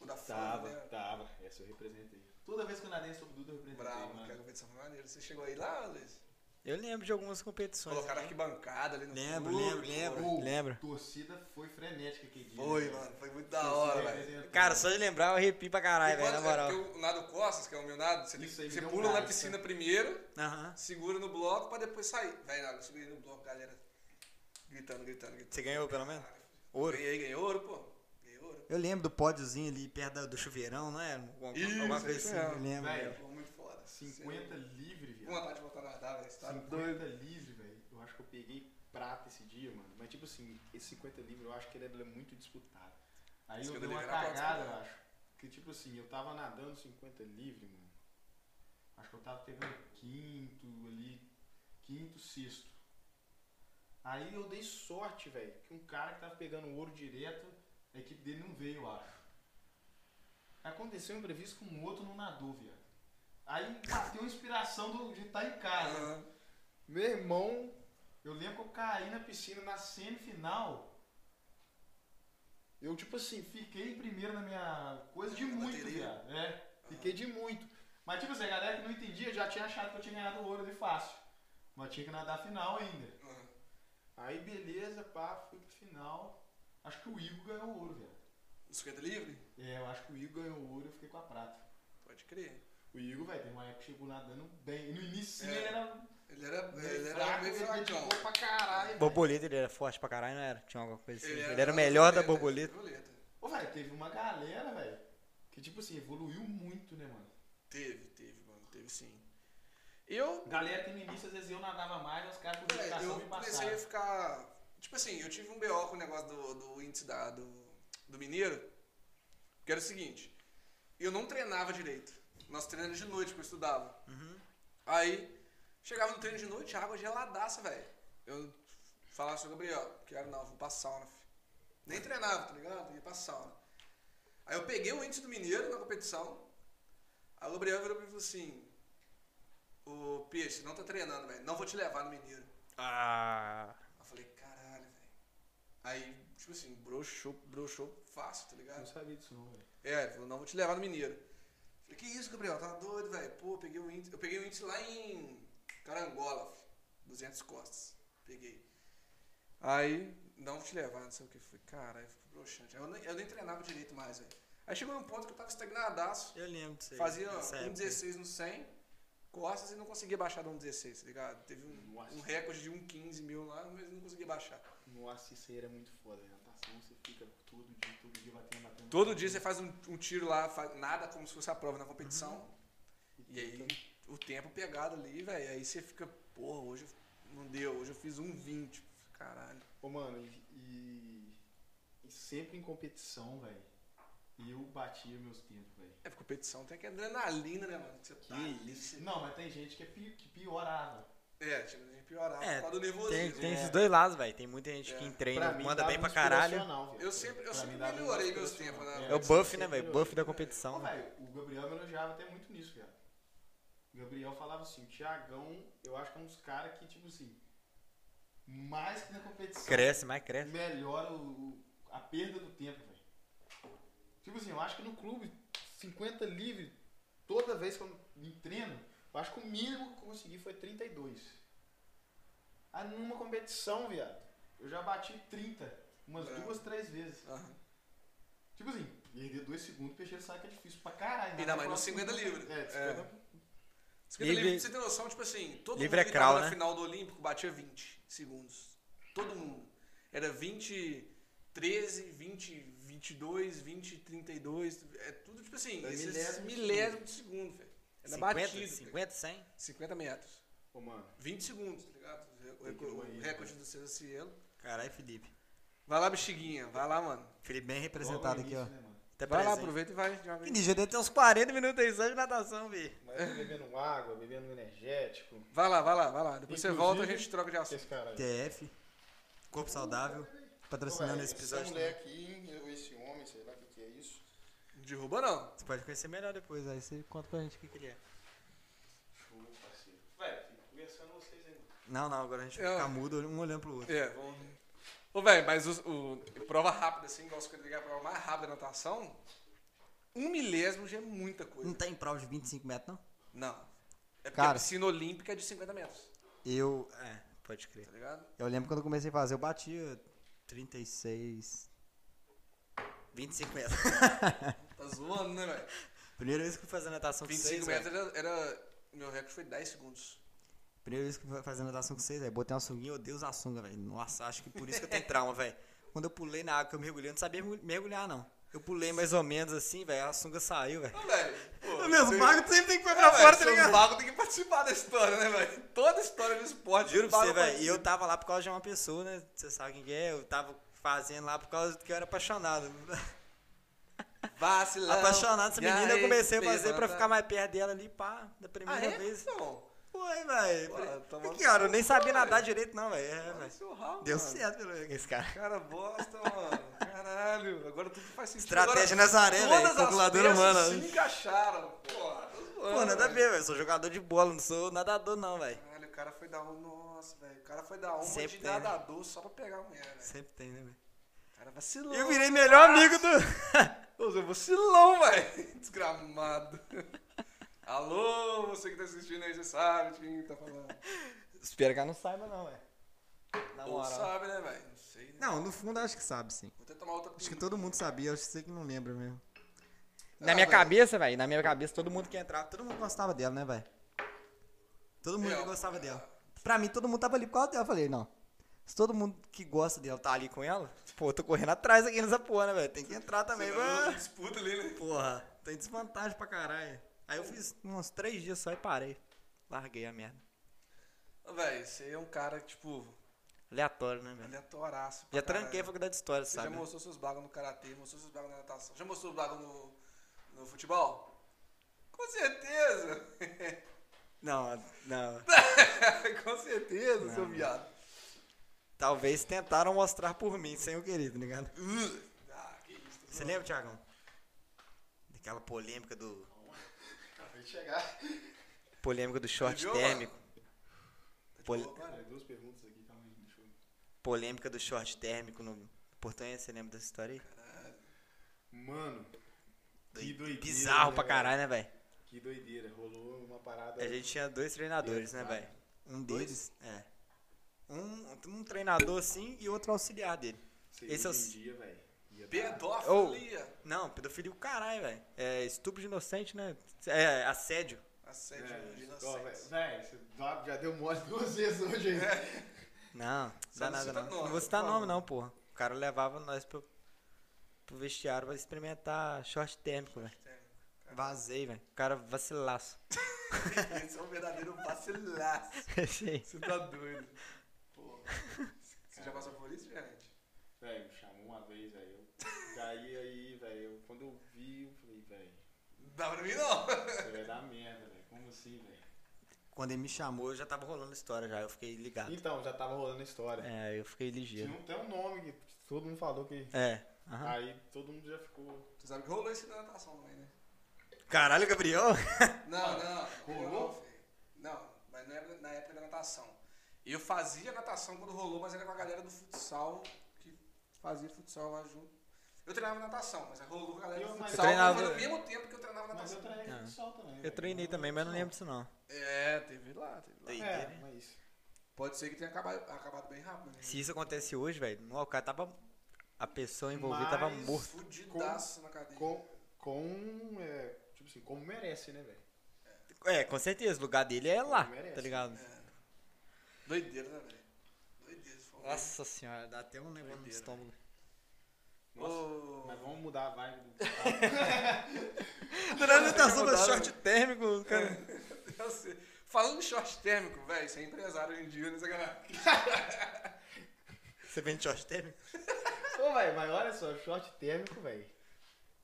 Speaker 2: O da
Speaker 3: Tava,
Speaker 2: Fama, né?
Speaker 3: tava. Essa eu representei. Toda vez que eu nadei sobre Duda, eu representei.
Speaker 2: Bravo,
Speaker 3: mano.
Speaker 2: que a competição foi maneira. Você chegou aí lá, Luiz?
Speaker 4: Eu lembro de algumas competições.
Speaker 2: Colocaram
Speaker 4: né?
Speaker 2: arquibancada ali no
Speaker 4: Lembro,
Speaker 2: clube.
Speaker 4: lembro, lembro,
Speaker 3: Ou,
Speaker 4: lembro.
Speaker 3: torcida foi frenética aquele dia.
Speaker 2: Foi,
Speaker 3: né?
Speaker 2: mano. Foi muito
Speaker 3: Torcida
Speaker 2: da hora, velho.
Speaker 3: representou.
Speaker 4: Cara, só de lembrar eu arrepio pra caralho,
Speaker 2: Tem
Speaker 4: assim. velho, na
Speaker 2: quantos- é
Speaker 4: moral.
Speaker 2: porque o nado costas, que é o meu nado, você, tem-
Speaker 3: Isso aí me
Speaker 2: você
Speaker 3: deu um
Speaker 2: pula na
Speaker 3: gás,
Speaker 2: piscina primeiro,
Speaker 4: Aham.
Speaker 2: segura no bloco pra depois sair. Vai nada, eu subi no bloco, galera. Gritando, gritando, gritando.
Speaker 4: Você ganhou pelo menos? Ouro.
Speaker 2: Ganhei, ganhei ouro, pô. Ganhei ouro.
Speaker 4: Eu lembro do pódiozinho ali perto da- do chuveirão, não é? Alguma,
Speaker 2: Isso,
Speaker 4: alguma coisa
Speaker 2: isso
Speaker 4: assim,
Speaker 2: mesmo.
Speaker 4: eu lembro.
Speaker 3: Véi,
Speaker 4: velho.
Speaker 2: Pô, muito foda.
Speaker 3: 50 livre,
Speaker 2: Com
Speaker 3: viado.
Speaker 2: vontade de voltar a nadar, velho. Você tá
Speaker 3: 50 livre, velho. Eu acho que eu peguei prata esse dia, mano. Mas, tipo assim, esse 50 livre eu acho que ele era muito disputado. Aí eu
Speaker 2: 50
Speaker 3: dei uma
Speaker 2: livre era pra
Speaker 3: cagada, eu
Speaker 2: disputar.
Speaker 3: acho. Que, tipo assim, eu tava nadando 50 livre, mano. Acho que eu tava pegando quinto ali, quinto, sexto. Aí eu dei sorte, velho, que um cara que tava pegando ouro direto, a equipe dele não veio, eu acho. Aconteceu um imprevisto com um outro não nadou, viado. Aí bateu a inspiração do, de estar em casa.
Speaker 2: Aham.
Speaker 3: Meu irmão, eu lembro que eu caí na piscina na semifinal. Eu, tipo assim, fiquei em primeiro na minha coisa de
Speaker 2: Na
Speaker 3: muito,
Speaker 2: bateria. Ah.
Speaker 3: viado. É, fiquei de muito. Mas, tipo assim, a galera que não entendia já tinha achado que eu tinha ganhado ouro de fácil. Mas tinha que nadar a final ainda.
Speaker 2: Aham.
Speaker 3: Aí, beleza, pá, fui pro final. Acho que o Igor ganhou o ouro, velho.
Speaker 2: Os 50 livre?
Speaker 3: É, eu acho que o Igor ganhou o ouro e eu fiquei com a prata.
Speaker 2: Pode crer.
Speaker 3: O Igor, velho, tem uma época que chegou nadando bem. E no início
Speaker 2: É.
Speaker 3: ele era
Speaker 2: Ele era, ele
Speaker 3: meio
Speaker 2: era
Speaker 3: fraco,
Speaker 2: meio
Speaker 3: ele
Speaker 2: fracão.
Speaker 3: dedicou pra caralho, velho.
Speaker 4: Borboleta, ele era forte pra caralho, não era? Tinha alguma coisa assim. Ele era, o melhor da borboleta.
Speaker 3: Ô, velho, teve uma galera, velho, que, tipo assim, evoluiu muito, né, mano?
Speaker 2: Teve, teve, mano. Teve sim. Eu.
Speaker 3: Galera que no início, às vezes, eu nadava mais, os caras com
Speaker 2: Velho,
Speaker 3: dedicação
Speaker 2: É, eu, eu comecei a ficar. Tipo assim, eu tive um BO com o negócio do, do índice da, do, do mineiro. Que era o seguinte, eu não treinava direito. Nós treinamos de noite, porque eu estudava. Aí, chegava no treino de noite, água geladaça, velho. Eu falava assim, Gabriel, quero não, vou pra sauna, filho. Nem treinava, tá ligado? Ia pra sauna. Aí eu peguei o índice do mineiro na competição. Aí o Gabriel virou pra mim e falou assim, o Peixe, não tá treinando, velho. Não vou te levar no mineiro.
Speaker 5: Ah.
Speaker 2: Eu falei, caralho, velho. Aí, tipo assim, broxou, broxou fácil, tá ligado?
Speaker 3: Não sabia disso não, velho.
Speaker 2: É, ele falou, não, vou te levar no Mineiro. Falei, que isso, Gabriel, tá doido, velho. Pô, peguei o índice. Eu peguei o índice lá em Carangola, fi, 200 costas. Peguei. Aí, não vou te levar, não sei o que. Falei, caralho, ficou broxante. Aí Eu nem, eu nem treinava direito mais, velho. Aí chegou num ponto que eu tava estagnadaço.
Speaker 1: Eu lembro disso aí.
Speaker 2: Fazia
Speaker 4: um
Speaker 1: dessa época.
Speaker 2: 1,16 no 100 costas e não conseguia baixar do 1,16, tá ligado? Teve um,
Speaker 3: Nossa.
Speaker 2: um recorde de 1,15 mil lá, mas não conseguia baixar.
Speaker 3: Nossa, isso aí era muito foda, velho. Natação, você fica todo dia, todo dia batendo, batendo.
Speaker 2: Todo dia você faz um, um tiro lá, faz nada como se fosse a prova na competição. E aí o tempo pegado ali, velho. Aí você fica, porra, hoje eu- não deu, hoje eu fiz um 20. Caralho.
Speaker 3: Ô, mano, e, e- e sempre em competição, velho. E eu batia meus tempos, velho.
Speaker 2: É, porque competição tem aquela adrenalina, né, mano? Que você tá ali, você-
Speaker 3: Não, mas tem gente que, é pi- que piorava.
Speaker 2: É, tinha que piorar
Speaker 1: É,
Speaker 2: por causa do
Speaker 1: Tem,
Speaker 2: nervosismo.
Speaker 1: tem
Speaker 3: É.
Speaker 1: esses dois lados, velho. Tem muita gente
Speaker 2: É.
Speaker 1: que
Speaker 3: Pra
Speaker 1: treina,
Speaker 3: mim,
Speaker 1: manda
Speaker 3: dava
Speaker 1: bem pra um
Speaker 3: inspiracional,
Speaker 1: caralho.
Speaker 3: velho.
Speaker 2: Eu sempre- eu
Speaker 3: Pra
Speaker 2: sempre
Speaker 3: mim, dava
Speaker 2: melhorei meus
Speaker 3: inspiracional.
Speaker 2: tempos, né?
Speaker 1: É
Speaker 3: É,
Speaker 1: o
Speaker 3: eu
Speaker 1: buff,
Speaker 3: sempre
Speaker 1: né, velho? O
Speaker 3: melhorei.
Speaker 1: buff da
Speaker 3: Ô,
Speaker 1: competição. né?
Speaker 3: velho, o Gabriel me elogiava até muito nisso, viado. O Gabriel falava assim, o Thiagão, eu acho que é um dos caras que, tipo assim, mais que na competição,
Speaker 1: Cresce, mais cresce.
Speaker 3: melhora o- o- a perda do tempo, velho. Tipo assim, eu acho que no clube, 50 livre, toda vez que eu me treino, eu acho que o mínimo que eu consegui foi 32. Aí numa competição, viado, eu já bati 30, umas
Speaker 2: É.
Speaker 3: duas, três vezes.
Speaker 2: Aham.
Speaker 3: Tipo assim, perder dois segundos, peixeiro sabe que é difícil pra caralho.
Speaker 2: Ainda mais no 50 livre.
Speaker 3: É, 50
Speaker 2: É. Você tem
Speaker 1: Livre-
Speaker 2: livre- você tem noção, tipo assim, todo
Speaker 1: Livre é
Speaker 2: mundo que tava
Speaker 1: crawl,
Speaker 2: na
Speaker 1: né?
Speaker 2: final do Olímpico batia 20 segundos. Todo mundo. Era 20, 13, 20, 22, 20, 32. É tudo, tipo assim,
Speaker 3: É
Speaker 2: esses
Speaker 3: milésimo de
Speaker 2: milésimo de segundo, velho. Era
Speaker 1: 50,
Speaker 2: batido. 50?
Speaker 1: 50, 100.
Speaker 2: 50 metros.
Speaker 3: Ô, mano,
Speaker 2: 20 segundos, tá ligado? O,
Speaker 3: Tem que
Speaker 2: recorde- o
Speaker 3: morrer,
Speaker 2: recorde do César Cielo.
Speaker 1: Caralho, Felipe.
Speaker 2: Vai lá, bexiguinha. Vai lá, mano.
Speaker 1: Felipe bem representado
Speaker 3: logo no
Speaker 1: aqui, ó.
Speaker 3: início, né, mano?
Speaker 1: Até
Speaker 2: Vai lá,
Speaker 1: É presente.
Speaker 2: aproveita e vai. de uma vez.
Speaker 1: Menino, já deve ter uns 40 minutos aí só de natação, vi.
Speaker 3: Mas eu tô bebendo água, bebendo energético.
Speaker 2: Vai lá, vai lá, vai lá. Depois você
Speaker 3: Inclusive-
Speaker 2: volta, a gente troca de assunto.
Speaker 3: Esse cara aí.
Speaker 1: TF, Corpo Saudável,
Speaker 3: Ô,
Speaker 1: patrocinando
Speaker 3: velho,
Speaker 1: esse episódio.
Speaker 3: é, Esse
Speaker 1: também.
Speaker 3: moleque aí, ou esse homem, sei lá o que, que é isso.
Speaker 2: Derruba não.
Speaker 1: Você pode conhecer melhor depois, aí você conta pra gente o que, que ele é.
Speaker 3: Show, parceiro. Velho, fico conversando vocês aí, mano.
Speaker 1: Não, não, agora a gente
Speaker 2: É.
Speaker 1: fica mudo, um olhando pro outro.
Speaker 2: É, vamos ver. Ô, velho, mas os- o, prova rápida, assim, igual você ligar a prova mais rápida da natação, um milésimo já é muita
Speaker 1: Não
Speaker 2: coisa.
Speaker 1: tem prova de 25 metros, não?
Speaker 2: Não. É porque
Speaker 1: Hum. Cara.
Speaker 2: a piscina olímpica é de 50 metros,
Speaker 1: Eu. É, pode crer.
Speaker 2: tá ligado?
Speaker 1: Eu lembro quando eu comecei a fazer, eu batia 36. 25 metros.
Speaker 2: Tá zoando, né, velho?
Speaker 1: Primeira vez que eu fui fazer natação com 6.
Speaker 2: 25 metros era, era- Meu recorde foi 10 segundos.
Speaker 1: Primeira vez que eu fui fazer natação com 6, velho. Botei uma sunguinha, eu odeio usar sunga, velho. Nossa, acho que por isso que eu tenho trauma, velho. Quando eu pulei na água, que eu mergulhei, eu não sabia mergu- mergulhar, não. Eu pulei mais ou menos assim, velho. A sunga saiu, velho.
Speaker 2: Ô, velho. pô,
Speaker 1: Meus
Speaker 2: você-
Speaker 1: magos É sempre tem que pôr
Speaker 2: É,
Speaker 1: pra
Speaker 2: velho,
Speaker 1: fora, tá
Speaker 2: seus
Speaker 1: ligado?
Speaker 2: magos tem que participar da história, né, velho? Toda história do esporte.
Speaker 1: Juro pra
Speaker 2: mago
Speaker 1: você, velho. E
Speaker 2: participa.
Speaker 1: eu tava lá por causa de uma pessoa, né? Você sabe quem que é? Eu tava fazendo lá por causa que eu era apaixonado.
Speaker 2: Vacilão.
Speaker 1: apaixonado essa
Speaker 2: me
Speaker 1: menina, eu comecei a fazer pra
Speaker 2: levanta.
Speaker 1: ficar mais perto dela ali, pá, da
Speaker 2: tá? Ah,
Speaker 1: primeira
Speaker 2: é?
Speaker 1: vez.
Speaker 2: Não.
Speaker 1: Foi, velho.
Speaker 2: Pô,
Speaker 1: Falei,
Speaker 2: tomando
Speaker 1: Que cara, eu
Speaker 2: suco,
Speaker 1: nem sabia
Speaker 2: velho.
Speaker 1: nadar direito, não, velho. É,
Speaker 2: Olha
Speaker 1: velho.
Speaker 2: seu ralo,
Speaker 1: Deu
Speaker 2: mano.
Speaker 1: certo, pelo menos, esse cara.
Speaker 2: Cara, bosta, mano. Caralho. Agora tudo faz sentido.
Speaker 1: Estratégia
Speaker 2: Agora,
Speaker 1: Nazaré, velho.
Speaker 2: todas as
Speaker 1: Calculadora
Speaker 2: peças
Speaker 1: humana.
Speaker 2: se encaixaram. Porra, tô zoando,
Speaker 1: Pô, nada a
Speaker 2: velho.
Speaker 1: ver, velho. Sou jogador de bola, não sou nadador, não, velho.
Speaker 2: Caralho, o cara foi dar um... Nossa, velho. O cara foi dar uma
Speaker 1: Sempre
Speaker 2: de
Speaker 1: tem, né?
Speaker 2: nadador só pra pegar a mulher, velho.
Speaker 1: Sempre tem, né, velho?
Speaker 2: O cara vacilou.
Speaker 1: Eu virei melhor amigo do.
Speaker 2: Ô, Zé, vacilão, velho. Desgramado. Alô, você que tá assistindo aí, você sabe de quem tá falando.
Speaker 1: Espero que ela não saiba, não, velho. Na
Speaker 2: Ou
Speaker 1: moral.
Speaker 2: sabe, né, velho? Não sei, né?
Speaker 1: Não, no fundo eu acho que sabe, sim.
Speaker 2: Vou até tomar outra
Speaker 1: Acho que
Speaker 2: pinga.
Speaker 1: todo mundo sabia, acho que você que não lembra mesmo.
Speaker 2: Ah,
Speaker 1: Na minha
Speaker 2: velho.
Speaker 1: cabeça, velho, na minha cabeça, todo mundo que entrava, todo mundo gostava dela, né, velho? Todo mundo
Speaker 2: É,
Speaker 1: que
Speaker 2: ó,
Speaker 1: gostava
Speaker 2: é.
Speaker 1: dela. Pra mim, todo mundo tava ali por causa dela. Eu falei, não. Se todo mundo que gosta dela tá ali com ela, pô, eu tô correndo atrás aqui nessa porra, né, velho? Tem que entrar também,
Speaker 2: Você vai numa
Speaker 1: mano.
Speaker 2: Disputa ali, né?
Speaker 1: Porra, tem desvantagem pra caralho. Aí eu fiz uns três dias só e parei. Larguei a merda.
Speaker 2: Ô, Véi, você é um cara que, tipo,
Speaker 1: Aleatório, né, velho?
Speaker 2: Aleatoraço. pra
Speaker 1: Já tranquei a
Speaker 2: caralho.
Speaker 1: faculdade de história,
Speaker 2: Você
Speaker 1: sabe?
Speaker 2: já
Speaker 1: né?
Speaker 2: mostrou seus bagos no karatê, mostrou seus bagos na natação, já mostrou os bagos no, no futebol? Com certeza!
Speaker 1: Não, não.
Speaker 2: Com certeza, seu viado.
Speaker 1: Talvez tentaram mostrar por mim, sem eu querer, tá ligado? Uh.
Speaker 2: Ah, que isso.
Speaker 1: Você lembra, Thiagão? Daquela polêmica do.
Speaker 3: Acabei de chegar.
Speaker 1: Polêmica do short
Speaker 2: Viu,
Speaker 1: térmico.
Speaker 2: Tá de
Speaker 1: Poli-
Speaker 2: boa,
Speaker 3: Cara,
Speaker 2: mano?
Speaker 3: tem é duas perguntas aqui, calma aí, deixa eu...
Speaker 1: Polêmica do short térmico no Portuense, você lembra dessa história aí?
Speaker 3: Mano, que
Speaker 1: Doi-
Speaker 3: doideira.
Speaker 1: Bizarro
Speaker 3: né,
Speaker 1: pra
Speaker 3: velho?
Speaker 1: caralho, né, velho?
Speaker 3: Que doideira, rolou uma parada...
Speaker 1: A gente tinha dois treinadores, né, velho? Um deles, é. Um, um treinador assim e outro auxiliar dele.
Speaker 3: Sei,
Speaker 1: esse
Speaker 3: hoje
Speaker 1: é o-
Speaker 3: em dia, velho. ia dar-
Speaker 2: Pedofilia.
Speaker 1: Não, pedofilia o caralho, velho. É estupro de inocente, né? É assédio.
Speaker 2: Assédio né, de
Speaker 3: É, ó, velho,
Speaker 2: inocentes.
Speaker 3: velho, você dá- já deu mole duas vezes hoje aí.
Speaker 1: Não, não
Speaker 2: Só
Speaker 1: dá
Speaker 2: não
Speaker 1: nada
Speaker 2: cita
Speaker 1: não.
Speaker 2: nome,
Speaker 1: Não vou citar
Speaker 2: por favor.
Speaker 1: nome não, porra. O cara levava nós pro, pro vestiário pra experimentar short térmico, velho. Vazei, velho. O cara vacilaço.
Speaker 2: Esse é um verdadeiro vacilaço.
Speaker 1: Esse aí.
Speaker 2: Você tá doido. Pô. Você já passou por isso, gente?
Speaker 3: Velho, me chamou uma vez, velho. eu Caí aí, velho. eu- Quando eu vi, eu falei, velho,
Speaker 2: Dá pra mim não.
Speaker 3: você vai dar merda, velho. Como assim, velho?
Speaker 1: Quando ele me chamou, eu já tava rolando história já. Eu fiquei ligado.
Speaker 3: Então, já tava rolando a história.
Speaker 1: É, eu fiquei ligeiro.
Speaker 3: Tinha até um nome que todo mundo falou que.
Speaker 1: É. aham.
Speaker 3: Aí todo mundo já ficou.
Speaker 2: Você sabe que rolou isso na natação também, né?
Speaker 1: Caralho, Gabriel.
Speaker 2: Não, não.
Speaker 3: Rolou?
Speaker 2: Rolou? Não, mas não era na época da natação. Eu fazia natação quando rolou, mas era com a galera do futsal, que fazia futsal lá junto. Eu treinava natação, mas rolou com a galera
Speaker 3: Eu,
Speaker 2: do
Speaker 3: mas-
Speaker 2: futsal
Speaker 1: Eu treinava-
Speaker 2: mas no mesmo tempo que eu treinava
Speaker 3: Mas eu
Speaker 2: natação.
Speaker 3: treinei
Speaker 1: Ah.
Speaker 3: futsal também.
Speaker 1: Eu
Speaker 3: velho.
Speaker 1: treinei também, mas não lembro né? disso não.
Speaker 2: É, teve lá, teve lá.
Speaker 1: Tem.
Speaker 3: É, mas.
Speaker 2: Pode ser que tenha acabado, acabado bem rápido, né?
Speaker 1: Se isso acontece hoje, velho, não, o cara tava. A pessoa envolvida tava
Speaker 3: Mas-
Speaker 1: morta.
Speaker 2: Fudidaço na cadeia.
Speaker 3: Com. Com. é, tipo assim, como merece, né, velho?
Speaker 1: É, com certeza, o lugar dele é lá,
Speaker 3: merece.
Speaker 1: tá ligado?
Speaker 2: É. Doideira, né, velho? Doideira. isso foi um-
Speaker 1: Nossa senhora, dá até um negócio no
Speaker 2: Doideira,
Speaker 1: estômago.
Speaker 3: Nossa.
Speaker 2: Ô,
Speaker 3: Mas vamos mudar a vibe do.
Speaker 1: Do nada tá
Speaker 2: sobre Mudaram.
Speaker 1: short
Speaker 2: short
Speaker 1: térmico, cara.
Speaker 2: eu sei. Falando em short térmico, velho, você é empresário hoje em dia, né, sacanagem?
Speaker 1: Você vende short térmico?
Speaker 3: Ô, velho, mas olha só, short térmico, velho.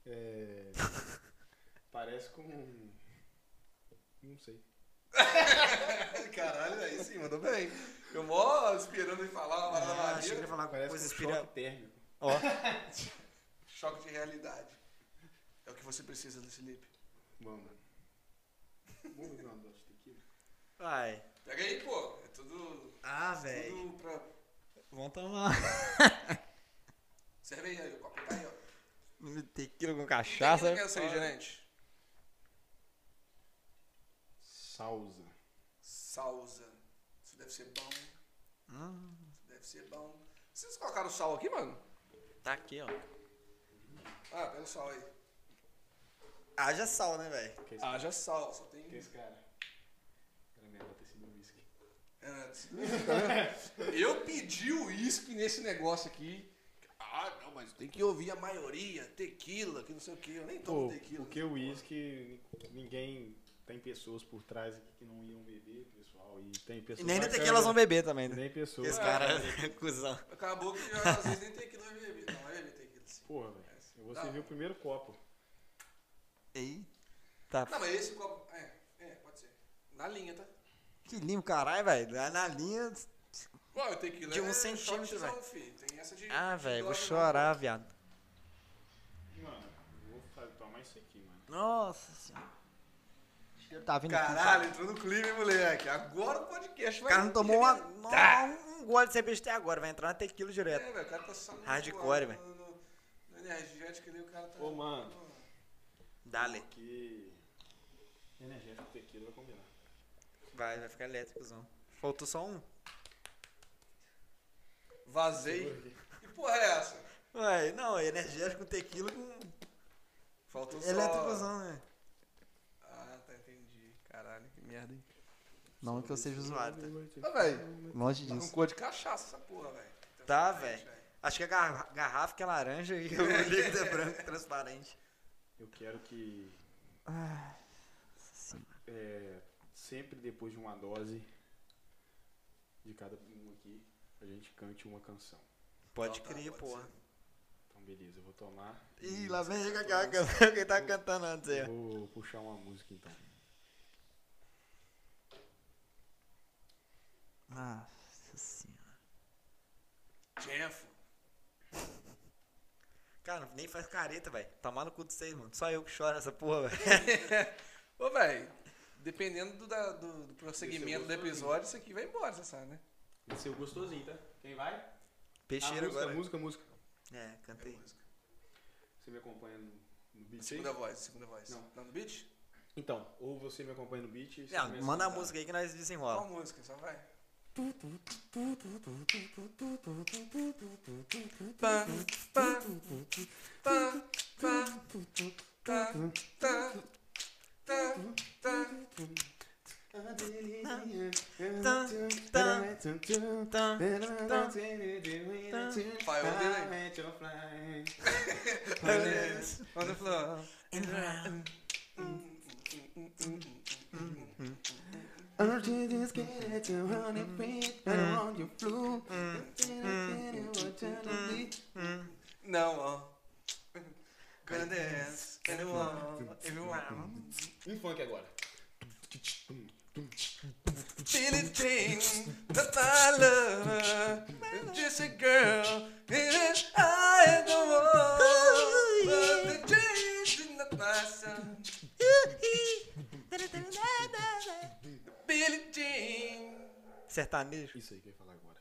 Speaker 3: É. Parece com. um, Não sei.
Speaker 2: Caralho, aí sim, mandou bem. Eu mó esperando ele falar uma parada
Speaker 1: Ah, achei que ele
Speaker 2: maneira.
Speaker 1: ia falar uma
Speaker 3: Parece
Speaker 1: coisa
Speaker 3: com
Speaker 1: inspira...
Speaker 3: choque térmico.
Speaker 1: Ó,
Speaker 2: Choque de realidade. É o que você precisa, Luiz Felipe.
Speaker 3: Vamos. Vamos beber uma dose de tequila?
Speaker 1: vai.
Speaker 2: Pega aí, pô. É tudo.
Speaker 1: Ah,
Speaker 2: Tudo pra.
Speaker 1: Vamos tomar.
Speaker 2: Serve aí, aí, o copo tá aí, ó.
Speaker 1: Hum, Tequila com
Speaker 2: Quem
Speaker 1: cachaça.
Speaker 2: que é essa aí, gerente?
Speaker 3: Salsa.
Speaker 2: Salsa. Isso deve ser bom.
Speaker 1: Hum.
Speaker 2: Deve ser bom. Vocês colocaram sal aqui, mano?
Speaker 1: Tá aqui, ó.
Speaker 2: Ah, pega o sal aí.
Speaker 1: Haja sal, né, velho?
Speaker 3: Que é esse,
Speaker 2: Haja sal, só tem.
Speaker 3: que é esse cara? Era melhor ter sido whisky.
Speaker 2: É, tá vendo? Eu pedi o uísque nesse negócio aqui. Ah, não, mas tem que ouvir a maioria. Tequila, que não sei o que. Eu nem tomo
Speaker 3: Pô,
Speaker 2: tequila.
Speaker 3: porque o uísque, ninguém. Tem pessoas por trás aqui que não iam beber, pessoal. E tem
Speaker 1: E
Speaker 3: pessoas.
Speaker 1: nem na
Speaker 3: na
Speaker 1: tequila elas vão
Speaker 3: câmera,
Speaker 1: beber também,
Speaker 3: e
Speaker 1: né?
Speaker 3: Nem pessoas.
Speaker 1: Esse cara é cuzão.
Speaker 2: Acabou que às vezes nem tequila vai beber. Não vai beber tequila, sim.
Speaker 3: Porra, velho. Eu vou
Speaker 1: Tá.
Speaker 3: servir o primeiro copo.
Speaker 1: Eita.
Speaker 2: Não, mas esse copo. É, é, pode ser. Na linha, tá?
Speaker 1: Que lindo, caralho, velho. Lá Na linha.
Speaker 2: Ué, o tequila
Speaker 1: De
Speaker 2: é
Speaker 1: um centímetro,
Speaker 2: shotzão,
Speaker 1: velho.
Speaker 2: filho. Tem essa de. né?
Speaker 1: Ah,
Speaker 2: de
Speaker 1: velho, vou
Speaker 2: dose não.
Speaker 1: chorar, viado.
Speaker 3: Mano, eu vou fa- tomar isso aqui, mano.
Speaker 1: Nossa senhora. O cheiro Tá vindo aqui,
Speaker 2: Caralho, entrou no clima, hein, moleque. Agora o podcast
Speaker 1: O
Speaker 2: vai.
Speaker 1: cara não tomou uma, não, um gole de cerveja até agora, vai entrar na tequila
Speaker 2: É,
Speaker 1: direto.
Speaker 2: velho, o cara tá só. no-
Speaker 1: Hardcore, velho.
Speaker 2: no- no- No energético ali, o cara tá.
Speaker 3: Ô, mano.
Speaker 1: Dale.
Speaker 3: Que. Energético com tequila vai combinar.
Speaker 1: Vai, vai ficar elétricozão. Faltou só um.
Speaker 2: Vazei. Que porra é essa?
Speaker 1: Ué, não, é energético com tequila com
Speaker 2: Faltou só.
Speaker 1: elétricozão, né?
Speaker 2: Ah, tá, entendi. Caralho, que merda, hein?
Speaker 1: Não que eu seja
Speaker 3: é
Speaker 1: usuário, tá?
Speaker 2: Ah, velho.
Speaker 1: Longe
Speaker 2: Tá com cor de cachaça essa porra, velho.
Speaker 1: Tá, velho. Acho que a garra- garrafa que é laranja e o líquido é branco, transparente.
Speaker 3: Eu quero que. é, sempre depois de uma dose de cada um aqui, a gente cante uma canção.
Speaker 1: Pode
Speaker 2: Ah, tá,
Speaker 1: crer,
Speaker 2: pode
Speaker 1: porra.
Speaker 3: Então, beleza, eu vou tomar.
Speaker 1: Ih, lá vem ele aquela canção que ele tá cantando antes aí. ó.
Speaker 3: Vou puxar uma música então.
Speaker 4: Nossa senhora.
Speaker 2: Jeffo.
Speaker 1: Cara, nem faz careta, velho. Tomar no cu de vocês, mano. Só eu que choro nessa porra, velho.
Speaker 2: Ô, velho, dependendo do, da- do- do prosseguimento do
Speaker 3: Esse eu gosto
Speaker 2: episódio, isso aqui vai embora, você sabe, né?
Speaker 3: Vai ser gostosinho, tá? Quem vai? A
Speaker 1: Peixeiro
Speaker 3: música,
Speaker 1: agora.
Speaker 3: música, música.
Speaker 1: É, cantei.
Speaker 3: Você me acompanha no, no beat aí?
Speaker 2: Segunda voz, segunda voz.
Speaker 3: Não.
Speaker 2: no beat?
Speaker 3: Então, ou você me acompanha no beat. você
Speaker 1: Não,
Speaker 3: começa
Speaker 1: manda a
Speaker 3: cantar.
Speaker 1: música aí que nós
Speaker 2: Qual
Speaker 1: desenrola.
Speaker 2: música? Só vai. Pá, pá, pá, pá, tá, tá, tá, tá.
Speaker 3: Ah,
Speaker 1: Tá.
Speaker 2: Pai, eu odeio. On the floor. Mm-hmm. Mm-hmm.
Speaker 1: Hum,
Speaker 2: Não, ó. uh, Gonna dance, anyone, everyone.
Speaker 3: Um funk agora.
Speaker 2: Feeling things that I love. Just a girl, and I don't want but the change in the past. Billy Jean.
Speaker 1: Sertanejo.
Speaker 3: Isso aí que eu ia falar agora.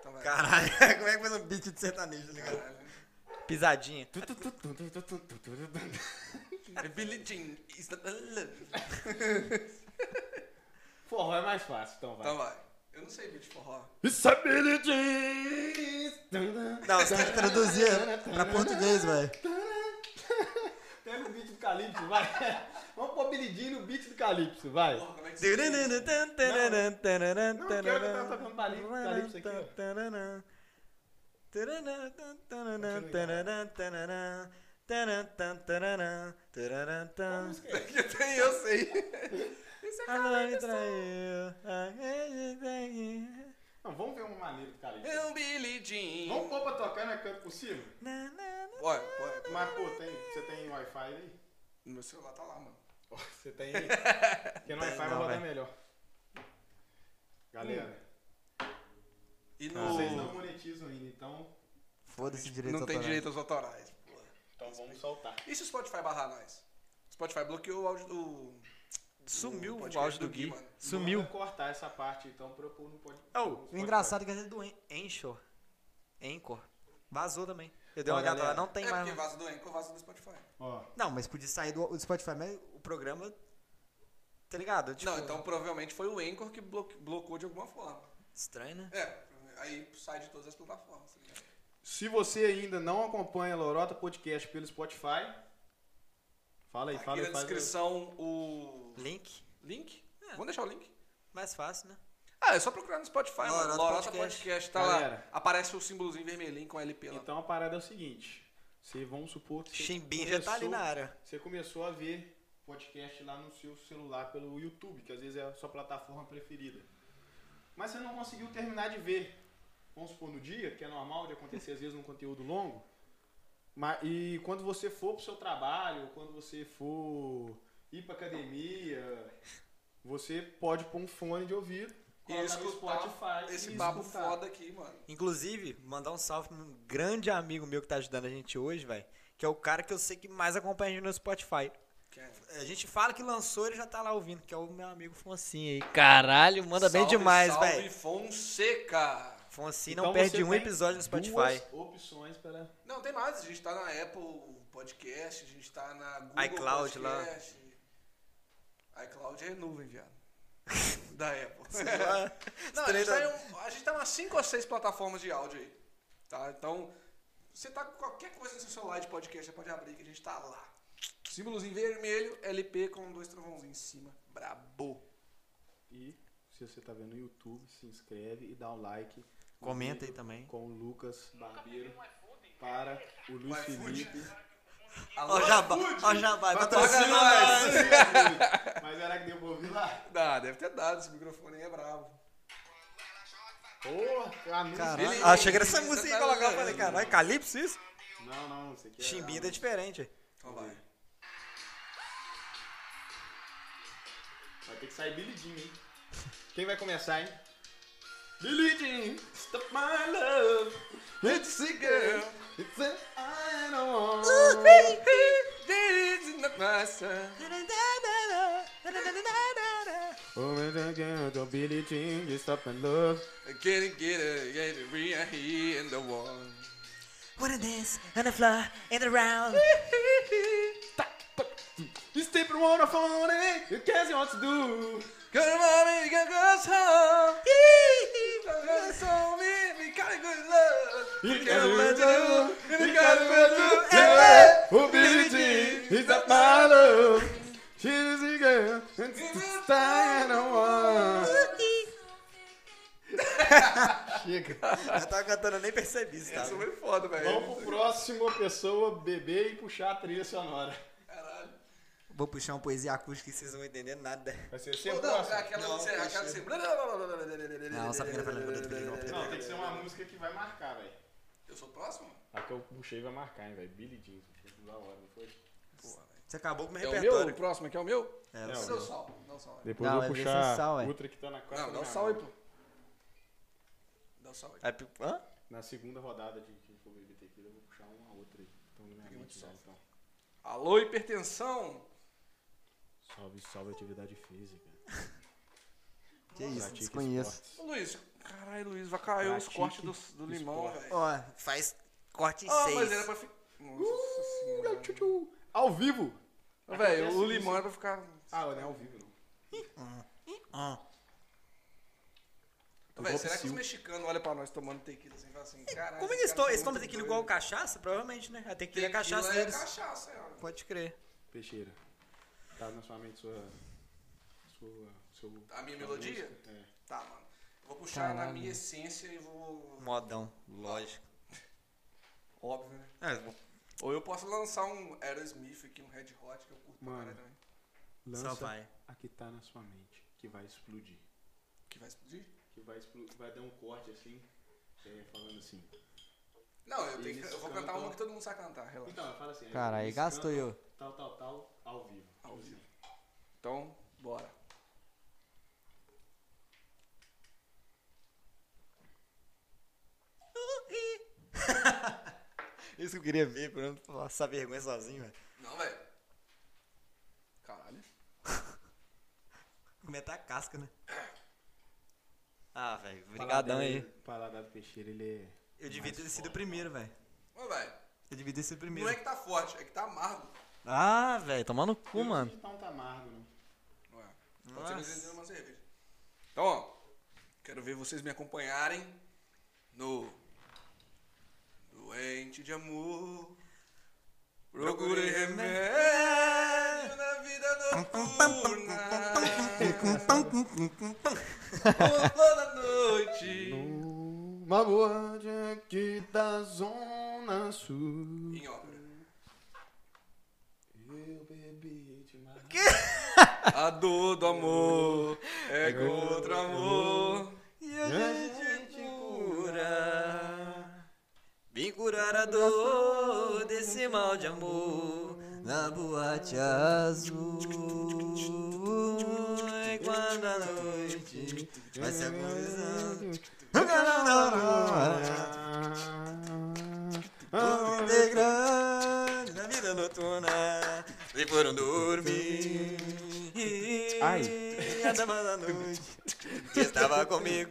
Speaker 2: Então vai.
Speaker 1: Caralho, como é que faz um beat de sertanejo, tá ligado?
Speaker 2: Caralho.
Speaker 1: Pisadinha.
Speaker 2: É Billy Jean. It's not a love.
Speaker 3: Forró é mais fácil, então vai. é
Speaker 2: Então vai. Eu não sei beat forró.
Speaker 1: Não, você tem que traduzir pra português, velho.
Speaker 3: Pega o um beat do Calypso, vai. Vamos pôr Billy Jean no beat do Calypso, vai.
Speaker 2: Porra, como é que se diz?
Speaker 3: Não, eu quero que eu tava tocando Calypso, Calypso aqui, ó. Qual música é essa?
Speaker 2: Que até eu sei. é
Speaker 3: Ah,
Speaker 1: Ela
Speaker 3: então.
Speaker 1: me traiu. acreditei.
Speaker 3: Não, vamos ver uma maneira do Calypso.
Speaker 2: É um Billy Jean.
Speaker 3: Vamos pôr pra tocar na canto possível?
Speaker 1: Na, na, na.
Speaker 2: Bora, bora.
Speaker 3: Mas, pô, tem, você tem Wi-Fi aí?
Speaker 2: Meu celular tá lá, mano.
Speaker 3: Ó, Você tem aí? Porque no
Speaker 1: Tem,
Speaker 3: Wi-Fi vai
Speaker 1: não,
Speaker 3: rodar
Speaker 1: vai.
Speaker 3: melhor. Galera,
Speaker 2: E
Speaker 3: Ah, vocês não né?
Speaker 2: no...
Speaker 3: monetizam ainda, então...
Speaker 4: Foda-se direito
Speaker 2: Não tem
Speaker 4: autorais.
Speaker 2: direitos autorais. porra.
Speaker 3: Então vamos soltar.
Speaker 2: E se o Spotify barrar nós? O Spotify bloqueou o áudio do...
Speaker 1: Sumiu o
Speaker 2: podcast
Speaker 1: áudio do Gui.
Speaker 2: mano.
Speaker 1: Sumiu.
Speaker 3: Manda cortar essa parte, então, pra eu pôr no pod- no
Speaker 1: Oh, o
Speaker 3: Spotify.
Speaker 1: engraçado é que a gente do En- Anchor. Anchor. Vazou também. Eu dei uma
Speaker 3: Ó,
Speaker 1: olhada lá,
Speaker 3: galera.
Speaker 1: não tem
Speaker 2: É
Speaker 1: mais. um.
Speaker 2: porque vaza do Anchor, vaza do Spotify.
Speaker 3: Ó,
Speaker 1: Não, mas podia sair do, do Spotify, mas o programa. Tá ligado? Tipo,
Speaker 2: Não,
Speaker 3: né?
Speaker 2: então provavelmente foi o Anchor que bloque- bloqueou de alguma forma.
Speaker 1: Estranho, né?
Speaker 2: É, aí sai de todas as plataformas. tá ligado?
Speaker 3: se você ainda não acompanha Lorota Podcast pelo Spotify... Fala aí, fala
Speaker 2: Aqui na
Speaker 3: aí. faz aí.
Speaker 2: descrição o
Speaker 1: Link.
Speaker 2: link.
Speaker 3: É.
Speaker 2: Vamos deixar o link.
Speaker 1: Mais fácil, né?
Speaker 2: Ah, é só procurar no Spotify, mano.
Speaker 1: Lorota
Speaker 2: Lorota Podcast,
Speaker 1: Podcast.
Speaker 2: tá lá.
Speaker 3: Galera.
Speaker 2: Aparece o símbolozinho vermelhinho com LP lá.
Speaker 3: Então a parada é o seguinte. Você, vamos supor que você
Speaker 1: Chimbinha já tá ali
Speaker 3: começou-
Speaker 1: na área.
Speaker 3: Você começou a ver podcast lá no seu celular pelo YouTube, que às vezes é a sua plataforma preferida. Mas você não conseguiu terminar de ver. Vamos supor, no dia, que é normal de acontecer às vezes num conteúdo longo. Mas, e quando você for pro seu trabalho, quando você for ir pra academia, você pode pôr um fone de ouvido,
Speaker 2: E
Speaker 3: colocar no
Speaker 2: escutar
Speaker 3: Spotify
Speaker 2: Esse
Speaker 3: e
Speaker 2: babo
Speaker 3: escutar.
Speaker 2: foda aqui, mano.
Speaker 1: Inclusive, mandar um salve pra um grande amigo meu que tá ajudando a gente hoje, velho. Que é o cara que eu sei que mais acompanha a gente no Spotify.
Speaker 2: Que é-
Speaker 1: A gente fala que lançou, ele já tá lá ouvindo, que é o meu amigo Foncinho aí. Caralho, manda bem demais,
Speaker 2: salve,
Speaker 1: velho.
Speaker 2: Fonseca.
Speaker 1: Foncinho
Speaker 3: Então
Speaker 1: não perde
Speaker 3: você
Speaker 1: um
Speaker 3: tem
Speaker 1: episódio no Spotify.
Speaker 3: Duas opções para
Speaker 2: Não, tem mais. A gente tá na Apple Podcast, a gente tá na Google
Speaker 1: iCloud lá.
Speaker 2: Podcast. iCloud é nuvem, viado. da Apple. Não, a gente, tá em um- a gente tá umas 5 ou 6 plataformas de áudio aí. Tá? Então, você tá com qualquer coisa no seu celular de podcast, você pode abrir que a gente tá lá. Símbolozinho vermelho, LP com dois travãozinhos em cima. Brabo.
Speaker 3: E se você tá vendo no YouTube, se inscreve e dá um like.
Speaker 1: Comenta aí
Speaker 3: Comigo,
Speaker 1: também.
Speaker 3: Com o Lucas Barbeiro para o Luiz
Speaker 2: iFood.
Speaker 3: Felipe.
Speaker 1: Ó, jabá, ó, jabá, patrocina nós.
Speaker 3: Mas era que devolvi lá.
Speaker 2: Ah, deve ter dado, esse microfone aí é brabo.
Speaker 3: Porra, anúncio.
Speaker 1: Caralho.
Speaker 2: Ele-
Speaker 1: Ah, chega
Speaker 2: ele-
Speaker 1: essa
Speaker 2: ele-
Speaker 1: música e
Speaker 2: ele-
Speaker 1: colocar, eu
Speaker 2: ele-
Speaker 1: falei, caralho, Calypso isso?
Speaker 3: Não, não, isso aqui é.
Speaker 1: Chimbinda é diferente.
Speaker 2: Então vai.
Speaker 3: Vai ter que sair Billy Jean, hein? Quem vai começar, hein? Billy Jean, stop my love. It's a girl. It's an animal.
Speaker 1: Uh,
Speaker 3: Oh, my God, oh, Billy Jean, you stop my love.
Speaker 2: Get it, get it, get it, we are here in the world.
Speaker 4: Wanna dance on the floor and around.
Speaker 3: Tá, You stay for one of on it. You guess what to do.
Speaker 2: Good mommy, good girls home. Good soul, me, we got a good love.
Speaker 3: You
Speaker 2: Got a good
Speaker 3: what to
Speaker 2: love,
Speaker 3: do.
Speaker 2: we
Speaker 3: You
Speaker 2: got
Speaker 3: guess
Speaker 2: a
Speaker 3: what
Speaker 2: good
Speaker 3: to
Speaker 2: love.
Speaker 3: do.
Speaker 2: Yeah.
Speaker 3: Yeah. Oh, Billy Jean, you stop my love. She's a girl. It's Diana one. Chega.
Speaker 1: Eu tava cantando, eu nem percebi isso, tá?
Speaker 2: Essa foi foda,
Speaker 3: Vamos pro
Speaker 2: velho.
Speaker 3: próximo, a pessoa beber e puxar a trilha sonora.
Speaker 2: Caralho.
Speaker 1: Vou puxar uma poesia acústica que vocês não vão entender nada.
Speaker 3: Vai ser
Speaker 2: Pô,
Speaker 3: sempre
Speaker 2: Não,
Speaker 3: próximo.
Speaker 2: aquela
Speaker 3: Não,
Speaker 2: aquela
Speaker 3: deixa.
Speaker 2: assim.
Speaker 1: Não, sabe que não vai-
Speaker 3: Não, tem que ser uma música que vai marcar, velho.
Speaker 2: Eu sou próximo?
Speaker 3: A que eu puxei vai marcar, hein, velho. Billy Jean, puxou da hora, não foi?
Speaker 1: Você acabou com o meu
Speaker 2: É o meu? O
Speaker 1: repertório.
Speaker 2: próximo aqui é o meu?
Speaker 1: É,
Speaker 3: Não,
Speaker 1: o
Speaker 2: Seu
Speaker 1: seu.
Speaker 2: sal, dá um sal aí.
Speaker 3: Depois
Speaker 1: Não,
Speaker 3: eu
Speaker 1: vai
Speaker 3: vou
Speaker 1: ver sem
Speaker 3: puxar
Speaker 1: sal, ué.
Speaker 3: outra que tá na quarta.
Speaker 2: Não, dá um
Speaker 3: minha
Speaker 2: sal aí,
Speaker 3: mão.
Speaker 2: pô. Dá um sal aí.
Speaker 1: Aí, pi- é, Hã?
Speaker 3: Na segunda rodada de que for beber tequila, eu vou puxar uma outra aí. Então, na minha
Speaker 2: Fica muito
Speaker 3: mente já,
Speaker 2: sal.
Speaker 3: então.
Speaker 2: Alô, hipertensão?
Speaker 3: Salve, salve atividade física.
Speaker 1: Que isso,
Speaker 3: Pratique
Speaker 1: desconheço.
Speaker 3: esportes.
Speaker 2: Ô, Luiz, caralho, Luiz, vai cair os
Speaker 3: Pratique
Speaker 2: cortes do, do limão,
Speaker 3: esporte.
Speaker 2: velho.
Speaker 1: Ó, faz corte em
Speaker 2: Ah, mas
Speaker 1: seis.
Speaker 2: era pra ficar... Nossa senhora.
Speaker 3: Tchau, tchau. Ao vivo!
Speaker 2: Ô, Velho,
Speaker 3: Acontece
Speaker 2: o
Speaker 3: isso.
Speaker 2: limão era pra ficar...
Speaker 3: Ah, não é ao vivo, não.
Speaker 1: Ó,
Speaker 2: Ô, Velho,
Speaker 3: golpe
Speaker 2: será que os
Speaker 3: sil.
Speaker 2: mexicanos olham pra nós tomando tequila assim e falam assim, caralho...
Speaker 1: Como
Speaker 2: esses
Speaker 1: eles tomam?
Speaker 2: caras
Speaker 1: Eles
Speaker 2: são
Speaker 1: tomam
Speaker 2: muito
Speaker 1: tequila
Speaker 2: doidos.
Speaker 1: é igual cachaça? Provavelmente, né? A tequila é a cachaça
Speaker 2: Tequila é
Speaker 1: deles.
Speaker 2: cachaça, é.
Speaker 1: Pode crer.
Speaker 3: Peixeira, tá na sua mente sua. sua seu,
Speaker 2: A Tá minha
Speaker 3: sua
Speaker 2: melodia?
Speaker 3: música? É.
Speaker 2: Tá, mano. Eu Vou puxar na
Speaker 1: Caralho.
Speaker 2: minha essência e vou...
Speaker 1: Modão, lógico.
Speaker 2: Óbvio, né?
Speaker 1: É, bom,
Speaker 2: Ou eu posso lançar um Aerosmith aqui, um Red Hot, que eu curto pra
Speaker 3: Mano.
Speaker 2: caralho também.
Speaker 1: só
Speaker 3: Lança
Speaker 1: vai.
Speaker 3: a que tá na sua mente, que vai explodir.
Speaker 2: Que vai explodir?
Speaker 3: Que vai, explodir, vai dar um corte assim, é, falando assim.
Speaker 2: Não, eu, tenho que-
Speaker 3: Eles
Speaker 2: eu vou cantar
Speaker 3: cantam-
Speaker 2: uma que todo mundo sabe cantar, relaxa.
Speaker 3: Então, fala assim.
Speaker 1: Caralho,
Speaker 3: eles
Speaker 1: gastou
Speaker 3: cantam
Speaker 1: eu.
Speaker 3: Tal, tal, tal, ao vivo.
Speaker 2: Ao
Speaker 3: Tipo
Speaker 2: vivo. Então, bora.
Speaker 1: Isso que eu queria ver, pra eu não passar vergonha sozinho, velho.
Speaker 2: Não, velho. Caralho.
Speaker 1: Comer até a casca, né? Ah, velho,
Speaker 3: assim.
Speaker 1: brigadão
Speaker 3: Paladar-
Speaker 1: aí.
Speaker 3: Paladar do Peixeira, ele é.
Speaker 1: Eu devia
Speaker 3: mais
Speaker 1: ter sido o
Speaker 3: forte.
Speaker 1: primeiro, velho.
Speaker 2: Ô, velho.
Speaker 1: Eu devia ter sido o
Speaker 2: Não é
Speaker 1: primeiro.
Speaker 2: que tá forte, é que tá amargo.
Speaker 1: Ah, velho, tomar no cu,
Speaker 3: Eu
Speaker 1: mano.
Speaker 3: Não tá amargo, não.
Speaker 2: Não é? Pode
Speaker 1: Nossa.
Speaker 2: ser que eles dêem uma cerveja. Então, ó. Quero ver vocês me acompanharem no. Doente de amor. Procurei remédio na vida noturna. Rolou na noite.
Speaker 3: Uma boate aqui da Zona Sul.
Speaker 2: Em ópera.
Speaker 3: Eu bebi demais.
Speaker 2: A dor do amor é contra o amor.
Speaker 1: E a gente cura. Vim curar a dor desse mal de amor na boate azul. E quando a noite vai se agonizando, tudo degrando na vida noturna. E foram dormir.
Speaker 3: Ai.
Speaker 1: E a dama da noite que estava comigo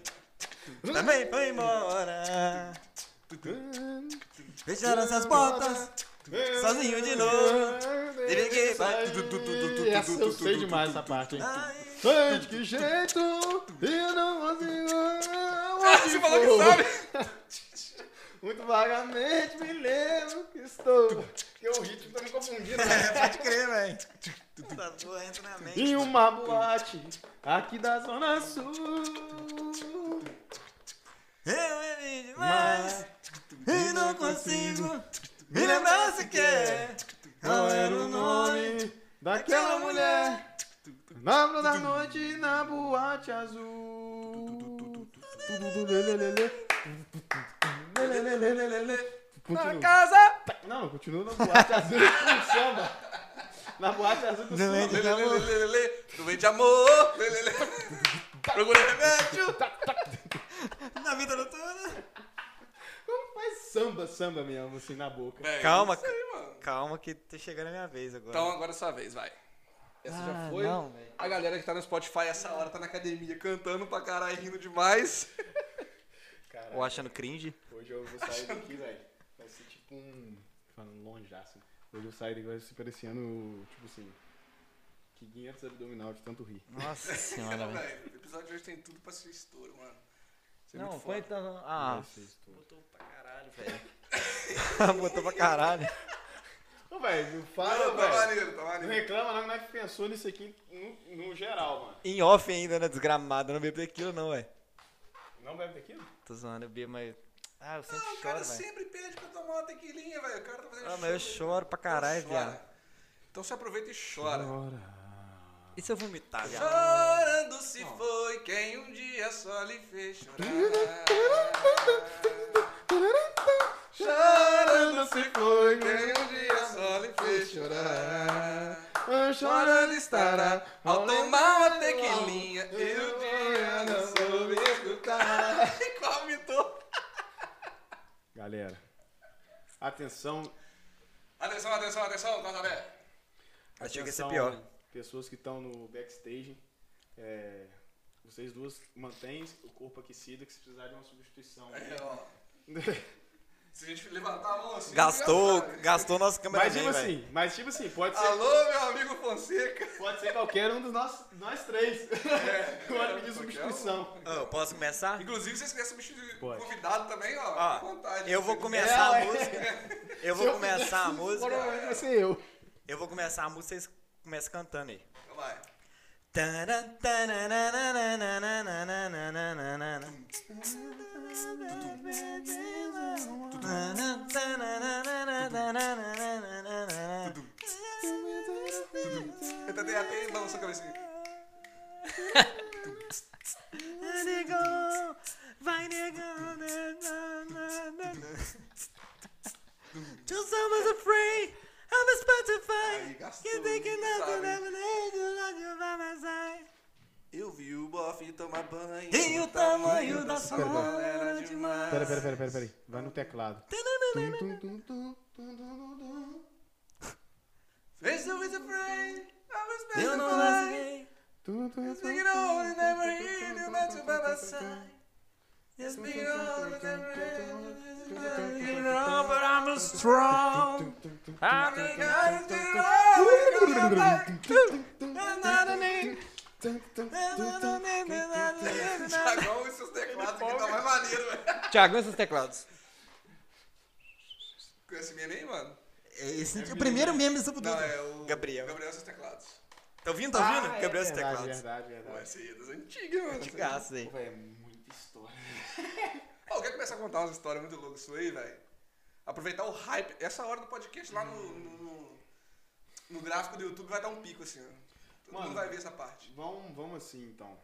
Speaker 1: também foi embora. Fecharam essas portas, sozinho de novo. Ele que vai-
Speaker 3: Essa eu sei demais essa parte, hein?
Speaker 1: Ai,
Speaker 3: Ai, de que jeito eu não consigo.
Speaker 2: Ah, você falou que sabe!
Speaker 3: Muito vagamente me lembro que estou. Porque o ritmo tá me confundindo. né?
Speaker 1: pode crer, velho. Essa porra entra na mente.
Speaker 3: em uma boate aqui da Zona Sul.
Speaker 1: Eu bebi demais
Speaker 3: Mas
Speaker 1: e não consigo me lembrar sequer.
Speaker 3: qual era o nome daquela mulher? Na hora da noite na boate azul.
Speaker 2: Na
Speaker 3: Continua.
Speaker 2: casa!
Speaker 3: Não, continua na boate azul com samba. Na boate azul com
Speaker 1: Não,
Speaker 3: samba.
Speaker 1: é- amor.
Speaker 2: Lelelelelele, Doente de amor! lelele. Procura remédio!
Speaker 1: Na vida noturna.
Speaker 3: Como faz samba, samba mesmo, assim, na boca?
Speaker 2: Véi,
Speaker 1: Calma,
Speaker 2: é isso aí, mano.
Speaker 1: Calma que tá chegando a minha vez agora.
Speaker 2: Então agora é sua vez, vai. Essa já
Speaker 1: Ah,
Speaker 2: foi.
Speaker 1: não, velho.
Speaker 2: a galera que tá no Spotify essa hora tá na academia cantando pra caralho, rindo demais.
Speaker 1: Ou
Speaker 3: Caralho,
Speaker 1: achando cringe.
Speaker 3: hoje eu vou sair daqui, velho. Vai ser tipo um... Falando longe, assim. Hoje eu saio daqui, vai ser parecendo, tipo assim... Que 500 abdominal de tanto rir.
Speaker 1: Nossa senhora, velho.
Speaker 2: Véi, O episódio de hoje tem tudo pra ser estouro, mano. Isso é
Speaker 1: Não,
Speaker 2: muito
Speaker 1: foi
Speaker 2: foda.
Speaker 1: então. Ah,
Speaker 3: Vai ser estouro.
Speaker 6: Botou pra caralho, velho.
Speaker 1: botou pra caralho.
Speaker 3: Ô, velho, não
Speaker 2: Não,
Speaker 3: fala,
Speaker 2: tá
Speaker 3: velho.
Speaker 2: maneiro, tá
Speaker 3: Não
Speaker 2: maneiro.
Speaker 3: reclama, não, mas é pensou nisso aqui no, no geral, mano.
Speaker 1: Em off ainda, né? Desgramado. Eu não bebo daquilo, não, velho.
Speaker 3: Não bebe daquilo?
Speaker 1: Tô zoando, eu bebo, mas. Ah, eu sempre
Speaker 2: Não, o cara
Speaker 1: choro, velho.
Speaker 2: sempre pede pra tomar uma tequilinha, velho. O cara tá fazendo
Speaker 1: Ah, mas eu
Speaker 2: show,
Speaker 1: choro pra
Speaker 2: velho.
Speaker 1: caralho,
Speaker 2: Então chora.
Speaker 1: viado.
Speaker 2: Então você aproveita e chora.
Speaker 1: E se eu vomitar, viado?
Speaker 2: Chorando se foi quem um dia só lhe fez chorar.
Speaker 3: Chorando se foi,
Speaker 2: Quem um dia só lhe fez chorar.
Speaker 3: Chorando estará
Speaker 2: Ao tomar uma tequilinha, eu dia não soube
Speaker 3: escutar.
Speaker 2: Qual mitou?
Speaker 3: Galera, atenção.
Speaker 2: Atenção, atenção, atenção, tá, né? Cazaré.
Speaker 1: Achei que ia ser
Speaker 3: atenção,
Speaker 1: pior.
Speaker 3: Pessoas que estão no backstage, é, vocês duas mantêm o corpo aquecido que se precisar de uma substituição.
Speaker 2: É, ó. Se a gente levantar a mão assim.
Speaker 1: Gastou,
Speaker 2: já sabe.
Speaker 1: gastou nossa câmera.
Speaker 3: Mas tipo assim, mas tipo assim, pode ser,
Speaker 2: Alô, meu amigo Fonseca.
Speaker 3: pode ser qualquer um dos nós, nós três. Pode pedir substituição.
Speaker 2: assim.
Speaker 1: Ô, posso começar?
Speaker 2: É. Ah. Inclusive, se vocês quiserem substituir
Speaker 3: Pode.
Speaker 2: convidado também, ó,
Speaker 1: Ó,
Speaker 2: fica à vontade.
Speaker 1: Eu vou
Speaker 2: começar.
Speaker 1: começar
Speaker 3: É,
Speaker 1: a música. Eu vou começar a música.
Speaker 3: Provavelmente vai ser eu.
Speaker 1: Eu vou começar a música e vocês começam cantando aí.
Speaker 2: Vai.
Speaker 1: Taran, taranananananananananananana.
Speaker 2: Eu tentei até balançar a cabecinha.
Speaker 1: Negão, vai negão, nananana. Just I was afraid, I'm a
Speaker 2: Aí,
Speaker 1: Spotify.
Speaker 2: gastou,
Speaker 1: Que tem que
Speaker 2: não
Speaker 1: não
Speaker 2: sabe.
Speaker 1: tem
Speaker 2: Eu vi o bofe tomar banho. Tá
Speaker 1: E o tamanho da
Speaker 2: sua mão era
Speaker 1: sala
Speaker 2: demais.
Speaker 3: Pera, pera, pera, pera, pera. Vai no teclado.
Speaker 2: Face to face afraid. I was meant
Speaker 1: Eu
Speaker 2: to
Speaker 1: não
Speaker 2: fly.
Speaker 1: nasci.
Speaker 2: Speaking of all, you never hear you meant to by my side. Yes, speaking of all, you never hear you know, but I'm strong. I'm the guy who's been all over the back. Tiagão e Tá seus teclados aqui tá
Speaker 1: Tiago, esses teclados.
Speaker 2: mais maneiro, velho. Conhece meme aí, mano?
Speaker 1: É, Esse, o primeiro meme do Dudu.
Speaker 2: Não, é o.
Speaker 1: Gabriel.
Speaker 2: Gabriel e seus teclados.
Speaker 1: Tá ouvindo, tá ouvindo?
Speaker 3: é
Speaker 1: Gabriel, esses
Speaker 3: verdade,
Speaker 1: teclados.
Speaker 3: verdade,
Speaker 2: Pô,
Speaker 3: verdade.
Speaker 2: essa aí é das antigas, mano.
Speaker 1: Que graça, hein?
Speaker 3: Véi, é muita história.
Speaker 2: Ó, quer começar a contar umas histórias muito loucas sua aí, velho? Aproveitar o hype. Essa hora do podcast lá no, no, no- no gráfico do YouTube vai dar um pico, assim, ó. Todo
Speaker 3: Mano.
Speaker 2: mundo vai ver essa parte.
Speaker 3: Vamos, vamos assim, então.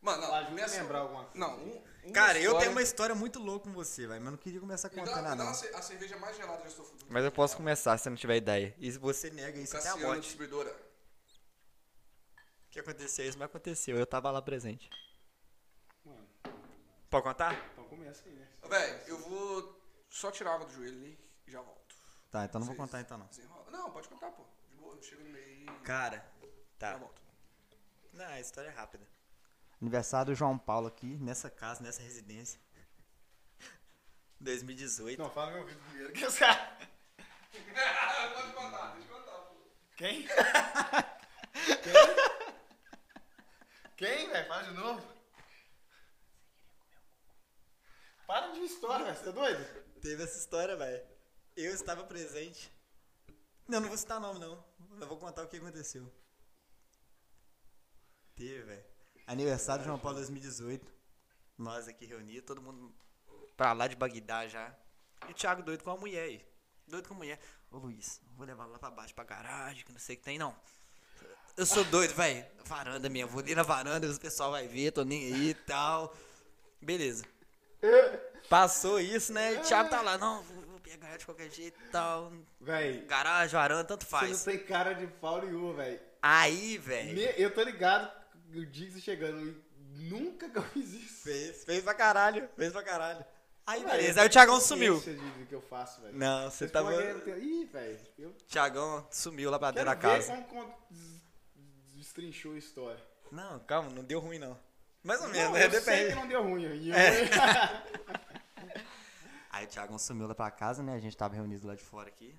Speaker 2: Mano, não.
Speaker 3: Ajuda a
Speaker 2: começa-
Speaker 3: lembrar alguma coisa.
Speaker 2: Não, um, uma
Speaker 1: Cara, eu
Speaker 2: história-
Speaker 1: tenho uma história Então, muito louca com você, velho, mas eu não queria começar
Speaker 2: Me dá,
Speaker 1: contando
Speaker 2: me dá
Speaker 1: não.
Speaker 2: uma ce- a cerveja mais gelada que eu estou fudido.
Speaker 1: Mas eu posso começar se eu não tiver ideia. E se você nega isso até a
Speaker 2: Cassiano,
Speaker 1: morte.
Speaker 2: distribuidora.
Speaker 1: O que aconteceu? Isso mas aconteceu. Eu tava lá presente.
Speaker 3: Mano,
Speaker 1: Pode contar?
Speaker 3: então começa aí, né?
Speaker 2: Ô, Véi, eu vou só tirar a água do joelho ali e já volto.
Speaker 1: Tá, então não vou
Speaker 2: Vocês-
Speaker 1: contar então não.
Speaker 2: Desenrola. Não, pode contar, pô. De boa, eu chego no meio e
Speaker 1: Cara,
Speaker 2: já
Speaker 1: tá.
Speaker 2: volto.
Speaker 1: Não, a história é rápida. Aniversário do João Paulo aqui, nessa casa, nessa residência. 2018.
Speaker 3: Não, fala meu ouvido primeiro, que os caras...
Speaker 2: pode contar, deixa eu contar, pô.
Speaker 3: Quem? Quem? Quem, velho? Fala de novo. Para de história, velho. Você é doido?
Speaker 1: Teve essa história, velho. Eu estava presente. Não, não vou citar nome, não. Eu vou contar o que aconteceu. Teve, velho. Aniversário de João Paulo 2018. Nós aqui reunidos, todo mundo pra lá de Bagdá já. E o Thiago doido com a mulher aí. Doido com a mulher. Ô Luiz, vou levar lá pra baixo, pra garagem, que não sei o que tem, não. Eu sou doido, velho. Varanda minha, vou ali na varanda, o pessoal vai ver, tô nem aí e tal. Beleza. Passou isso, né? E o Thiago tá lá, não, vou vou pegar ela de qualquer jeito e tal.
Speaker 3: Véi,
Speaker 1: Garagem, varanda, tanto
Speaker 3: você não
Speaker 1: faz.
Speaker 3: tem cara de pau nenhum, véi.
Speaker 1: Aí, velho.
Speaker 3: Me- Eu tô ligado o dia que você chegando. e Nunca que eu fiz isso.
Speaker 7: Fez, fez pra caralho, fez pra caralho.
Speaker 1: Aí,
Speaker 3: Véi,
Speaker 1: beleza. Aí
Speaker 3: eu
Speaker 1: o Thiagão
Speaker 3: tenho
Speaker 1: sumiu.
Speaker 3: consciência de- do que eu faço, velho.
Speaker 7: Não, você
Speaker 3: Vocês
Speaker 7: tava.
Speaker 3: podem ter- Ih, velho. Eu
Speaker 1: Thiagão sumiu lá pra
Speaker 3: quero
Speaker 1: dentro da
Speaker 3: ver
Speaker 1: Tá casa.
Speaker 3: como con- des- destrinchou a história.
Speaker 7: Não, calma, não deu ruim não. Mais ou menos,
Speaker 3: Não,
Speaker 7: né?
Speaker 3: eu sei que
Speaker 7: Depende.
Speaker 3: não deu ruim. E eu-
Speaker 1: Aí o Thiagão sumiu lá pra casa, né? A gente tava reunido lá de fora aqui.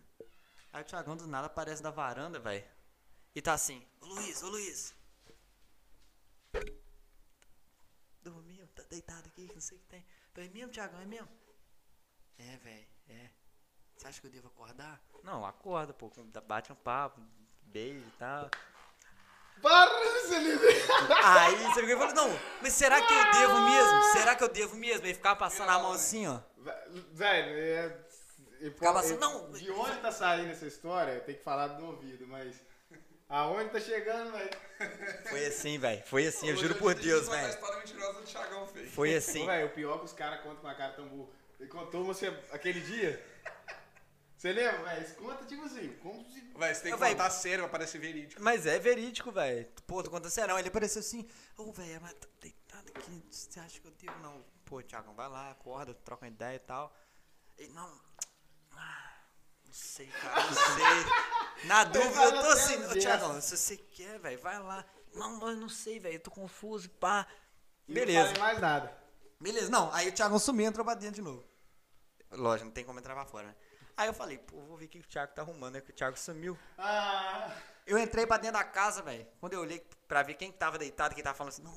Speaker 1: Aí o Thiagão do nada aparece da varanda, velho. E tá assim, ô Luiz, ô Luiz. Dormiu, tá deitado aqui, não sei o que tem. Falei, é mesmo, Thiagão, é mesmo? É, velho, é. Você acha que eu devo acordar? Não, acorda, pô. Bate um papo, beijo e tal.
Speaker 3: Para, você livre.
Speaker 1: Aí você pegou e falou, não, mas será que eu devo mesmo? Será que eu devo mesmo? Aí ficava passando a mão assim, ó.
Speaker 3: Velho, é. eu-
Speaker 1: Ficava
Speaker 3: eu-
Speaker 1: assim, não.
Speaker 3: De onde tá saindo essa história, tem que falar do ouvido, mas. Aonde tá chegando, velho?
Speaker 7: Foi assim, velho. Foi assim, eu
Speaker 2: Hoje
Speaker 7: juro por
Speaker 2: decidi
Speaker 7: Deus,
Speaker 2: contar A
Speaker 7: velho.
Speaker 2: história mentirosa do Thiagão fez.
Speaker 7: Foi assim.
Speaker 3: Ô, velho, o pior é que os caras contam com a cara tão burra. Ele contou você aquele dia. Você lembra, velho? Conta, tipo assim, como se.
Speaker 2: Vai, você tem que
Speaker 1: Vai.
Speaker 2: contar sério pra parecer verídico.
Speaker 1: Mas é verídico, velho. Pô, tu conta serão. Ele apareceu assim, ô, velho, mas tá deitado aqui, você acha que eu devo? Não. Pô, Thiago, vai lá, acorda, troca uma ideia e tal. E não. Ah, não sei, cara, não sei. Na dúvida, eu tô
Speaker 3: Vai lá,
Speaker 1: assim,
Speaker 3: meu
Speaker 1: ô,
Speaker 3: Deus.
Speaker 1: Thiago, se você quer, velho, vai lá. Não, não, eu não sei, velho, eu tô confuso, pá.
Speaker 3: e Não
Speaker 1: Beleza.
Speaker 3: falei mais nada.
Speaker 1: Beleza, não. Aí o Thiago sumiu e entrou pra dentro de novo. Lógico, não tem como entrar pra fora, né? Aí eu falei, pô, vou ver o que o Thiago tá arrumando, né? Que o Thiago sumiu.
Speaker 3: Ah.
Speaker 1: Eu entrei pra dentro da casa, velho. Quando eu olhei pra ver quem que tava deitado, quem tava falando assim, não,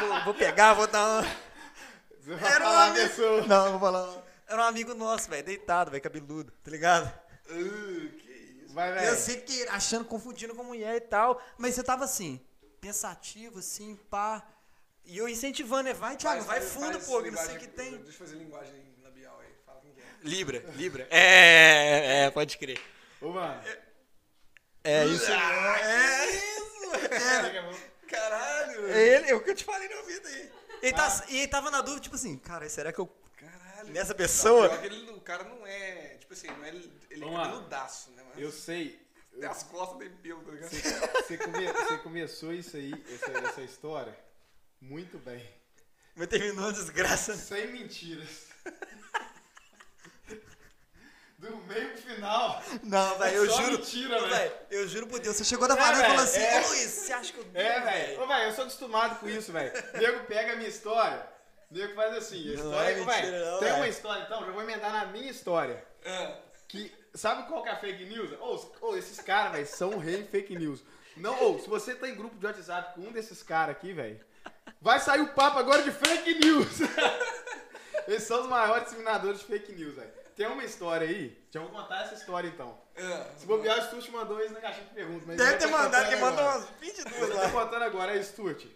Speaker 1: vou, vou pegar, vou dar uma...
Speaker 3: Você vai
Speaker 1: Era um
Speaker 3: falar a
Speaker 1: amigo-
Speaker 3: pessoa.
Speaker 1: Não, vou falar. não. Era um amigo nosso, velho, deitado, velho, cabeludo, tá ligado?
Speaker 2: Uh, que isso.
Speaker 3: Vai,
Speaker 1: E assim, Eu
Speaker 3: velho.
Speaker 1: sei que achando, confundindo com mulher e tal, mas você tava assim, pensativo, assim, pá. E eu incentivando, né? Vai, Thiago, vai,
Speaker 2: faz-
Speaker 1: fundo,
Speaker 2: faz
Speaker 1: pô, que não sei
Speaker 2: linguagem-
Speaker 1: o que tem.
Speaker 2: Deixa eu fazer linguagem labial aí. Fala quem que é.
Speaker 1: Libra, Libra. É, é, pode crer.
Speaker 3: Ô, mano.
Speaker 1: É isso. É.
Speaker 2: Caralho!
Speaker 1: Ele, é o que eu te falei na vida aí. Ele tá, E ele tava na dúvida, tipo assim, cara, será que eu.
Speaker 2: Caralho!
Speaker 1: Nessa
Speaker 2: Não,
Speaker 1: pessoa?
Speaker 2: pior que ele, o cara não é. Tipo assim, não é, ele é
Speaker 3: Vamos lá.
Speaker 2: cabeludaço, né? Mas
Speaker 3: Eu sei.
Speaker 2: tem as costas bem pelo, tá ligado?
Speaker 3: Você, come- você começou isso aí, essa, essa história, muito bem.
Speaker 1: Mas terminou uma desgraça.
Speaker 3: Sem mentiras. Do meio pro final.
Speaker 1: Não, velho, eu
Speaker 3: Só
Speaker 1: juro.
Speaker 3: mentira,
Speaker 1: Não,
Speaker 3: velho.
Speaker 1: velho, Eu juro por Deus. Você chegou da
Speaker 3: É,
Speaker 1: varanda e
Speaker 3: velho,
Speaker 1: falou assim:
Speaker 3: é.
Speaker 1: Ô Luiz, você acha que eu.
Speaker 3: É, velho. Ô, velho, eu sou acostumado com isso, velho. Nego pega a minha história. Nego faz assim. A história,
Speaker 1: é mentira,
Speaker 3: velho,
Speaker 1: não,
Speaker 3: Tem
Speaker 1: velho.
Speaker 3: uma história, então, já vou emendar na minha história.
Speaker 2: Ah,
Speaker 3: Que, sabe qual que é a fake news? Ô, os- ô, esses caras, velho, são rei em fake news. Não, ô, se você tá em grupo de WhatsApp com um desses caras aqui, velho, vai sair o papo agora de fake news. Eles são os maiores disseminadores de fake news, velho. Tem uma história aí, já vou contar essa história então.
Speaker 2: ah.
Speaker 3: Se bobear, o Sturt mandou isso na caixinha de perguntas. mas
Speaker 1: Deve
Speaker 3: eu
Speaker 1: ter
Speaker 3: vou
Speaker 1: mandado, que
Speaker 3: contar
Speaker 1: mandou
Speaker 3: agora.
Speaker 1: umas 22
Speaker 3: Eu
Speaker 1: lá.
Speaker 3: tô contando agora, é Sturt.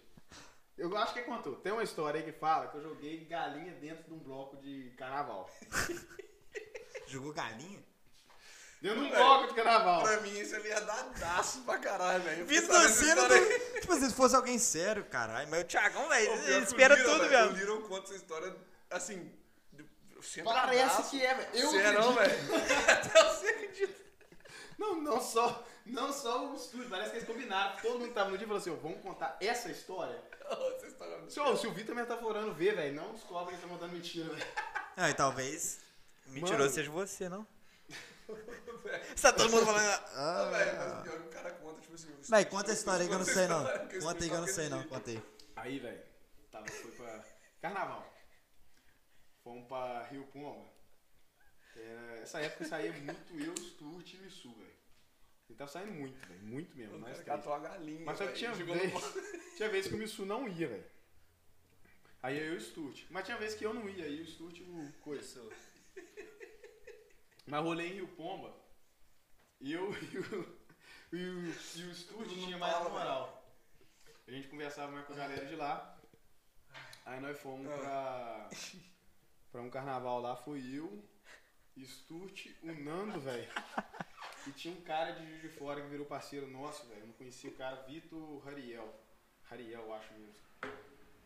Speaker 3: Eu acho que ele contou. Tem uma história aí que fala que eu joguei galinha dentro de um bloco de carnaval.
Speaker 7: Jogou galinha?
Speaker 3: Deu num
Speaker 2: Velho,
Speaker 3: bloco de carnaval.
Speaker 2: Pra mim, isso é verdadaço pra caralho, velho.
Speaker 1: Vindo
Speaker 2: Pensar
Speaker 1: do
Speaker 2: nessa
Speaker 1: sino
Speaker 2: história aí.
Speaker 1: do. Tipo assim, se fosse alguém sério, caralho. Mas o Thiagão, velho,
Speaker 2: Ô, pior que
Speaker 1: ele
Speaker 2: o
Speaker 1: espera
Speaker 2: Little,
Speaker 1: tudo,
Speaker 2: velho, O
Speaker 1: velho.
Speaker 2: Little conta essa história, assim, de- centradaço.
Speaker 3: Parece que é, velho. Eu
Speaker 2: Você é não,
Speaker 3: acredito.
Speaker 2: velho. Até você acredita.
Speaker 3: Não, não só, não só o estúdio, parece que eles combinaram. Todo mundo que tava no dia falou assim: ó, vamos contar essa história.
Speaker 2: Ô, Essa história é
Speaker 3: Se, ó, se o Vitor metaforando ver, velho, não descobre que ele tá mandando mentira, velho.
Speaker 1: Ah, e talvez. Mentiroso
Speaker 3: Mano.
Speaker 1: seja você, não?
Speaker 2: muito, velho.
Speaker 1: Você tá todo mundo falando.
Speaker 2: Ah,
Speaker 1: Ah,
Speaker 2: velho, mas pior que o cara conta, tipo assim...
Speaker 1: Véi, conta a história aí que eu não sei não.
Speaker 2: Conta a
Speaker 1: Conta aí que eu não sei
Speaker 2: história
Speaker 1: não,
Speaker 2: que
Speaker 1: conta aí.
Speaker 3: Aí, velho, tava, foi pra carnaval. Fomos pra Rio Pomba. Era- essa época saía muito eu, Sturt e o Issu, velho. Ele tava saindo muito, velho, muito mesmo.
Speaker 2: O
Speaker 3: nós
Speaker 2: cara
Speaker 3: três.
Speaker 2: catou a galinha,
Speaker 3: Mas só que
Speaker 2: velho,
Speaker 3: tinha
Speaker 2: jogou no
Speaker 3: vez,
Speaker 2: bolo.
Speaker 3: tinha vez que o Missu não ia, velho. Aí eu e o Sturt. Mas tinha vez que eu não ia, aí o Sturt o coisa. Mas rolei em Rio Pomba. E eu e o, e o, e o Sturt
Speaker 2: Não
Speaker 3: tinha mais
Speaker 2: fala,
Speaker 3: moral.
Speaker 2: né?
Speaker 3: A gente conversava mais com a galera de lá. Aí nós fomos
Speaker 2: Ah.
Speaker 3: pra, pra um carnaval lá. Foi eu, Sturt, o Nando, velho. E tinha um cara de Juiz de Fora que virou parceiro nosso, velho. Eu não conhecia o cara, Vitor Rariel. Rariel, eu acho mesmo.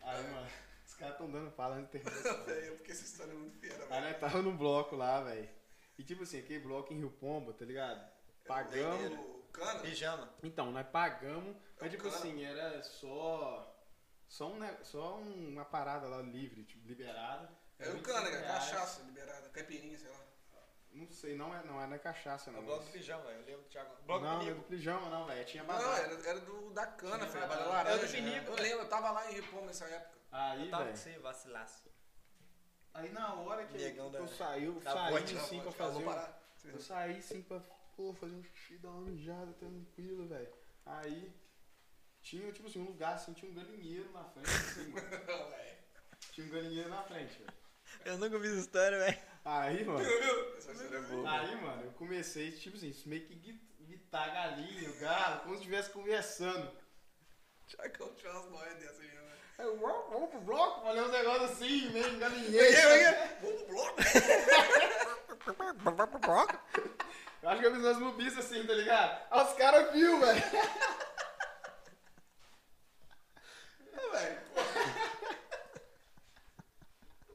Speaker 3: Aí, mano, Os caras tão dando fala na internet.
Speaker 2: Velho, porque essa história é muito fiera,
Speaker 3: Aí
Speaker 2: velho.
Speaker 3: nós tava num bloco lá, velho. E tipo assim, aquele bloco em Rio Pomba, tá ligado? Pagamos.
Speaker 2: O cano?
Speaker 1: Pijama.
Speaker 3: Então, nós
Speaker 2: É
Speaker 3: pagamos,
Speaker 2: um
Speaker 3: mas tipo
Speaker 2: cara.
Speaker 3: assim, era só. Só, um, ne- só um- uma parada lá livre, tipo, liberada.
Speaker 2: Era o
Speaker 3: 25
Speaker 2: cano, cara.
Speaker 3: reais.
Speaker 2: Cachaça liberada, caipirinha, sei lá.
Speaker 3: Não sei, não é, não é na cachaça,
Speaker 1: É
Speaker 3: não.
Speaker 1: o bloco do pijama, eu lembro do Thiago. Bloco do
Speaker 3: não, não é do
Speaker 1: Nico.
Speaker 3: pijama, não, velho. Tinha
Speaker 2: Não,
Speaker 1: é, né?
Speaker 3: bazar.
Speaker 2: era, era do, da cana,
Speaker 3: Tinha
Speaker 2: velho. Da
Speaker 3: badala.
Speaker 1: Era do
Speaker 2: laranja.
Speaker 1: pinico,
Speaker 2: Eu
Speaker 1: né?
Speaker 2: lembro, eu tava lá em Rio Pomba nessa época.
Speaker 3: Aí,
Speaker 1: Eu tava com
Speaker 3: velho.
Speaker 1: você, vacilaço.
Speaker 3: Aí na hora que,
Speaker 1: Negão
Speaker 3: que eu
Speaker 1: da-
Speaker 3: saí, eu
Speaker 1: da
Speaker 3: saí
Speaker 1: boate,
Speaker 3: sim
Speaker 1: da
Speaker 3: assim pra
Speaker 2: Eu vou
Speaker 3: fazer. um-
Speaker 2: parar.
Speaker 3: Eu saí sim pra pô, fazer um xixi, dar uma mijada tranquilo, velho. Aí tinha, tipo assim, um lugar assim, tinha um galinheiro na frente, assim, mano.
Speaker 2: Velho.
Speaker 3: Tinha um galinheiro na frente, velho.
Speaker 1: Eu nunca vi essa história, velho.
Speaker 3: Aí, mano.
Speaker 2: Essa história é boa.
Speaker 3: Aí, mano, eu comecei, tipo assim, meio que gui- guitar a galinha, o galo, como se estivesse conversando.
Speaker 2: Tiagão tinha umas noias dessa aí, né?
Speaker 3: Aí eu, "Uau, vamos pro bloco, falei um negócio assim, meio
Speaker 2: velho?
Speaker 3: galinheiro.
Speaker 2: Vamos pro bloco.
Speaker 3: né? Eu acho que eu fiz umas lubistas assim, tá ligado? Aí os caras viu, velho.
Speaker 2: Ah, velho, pô.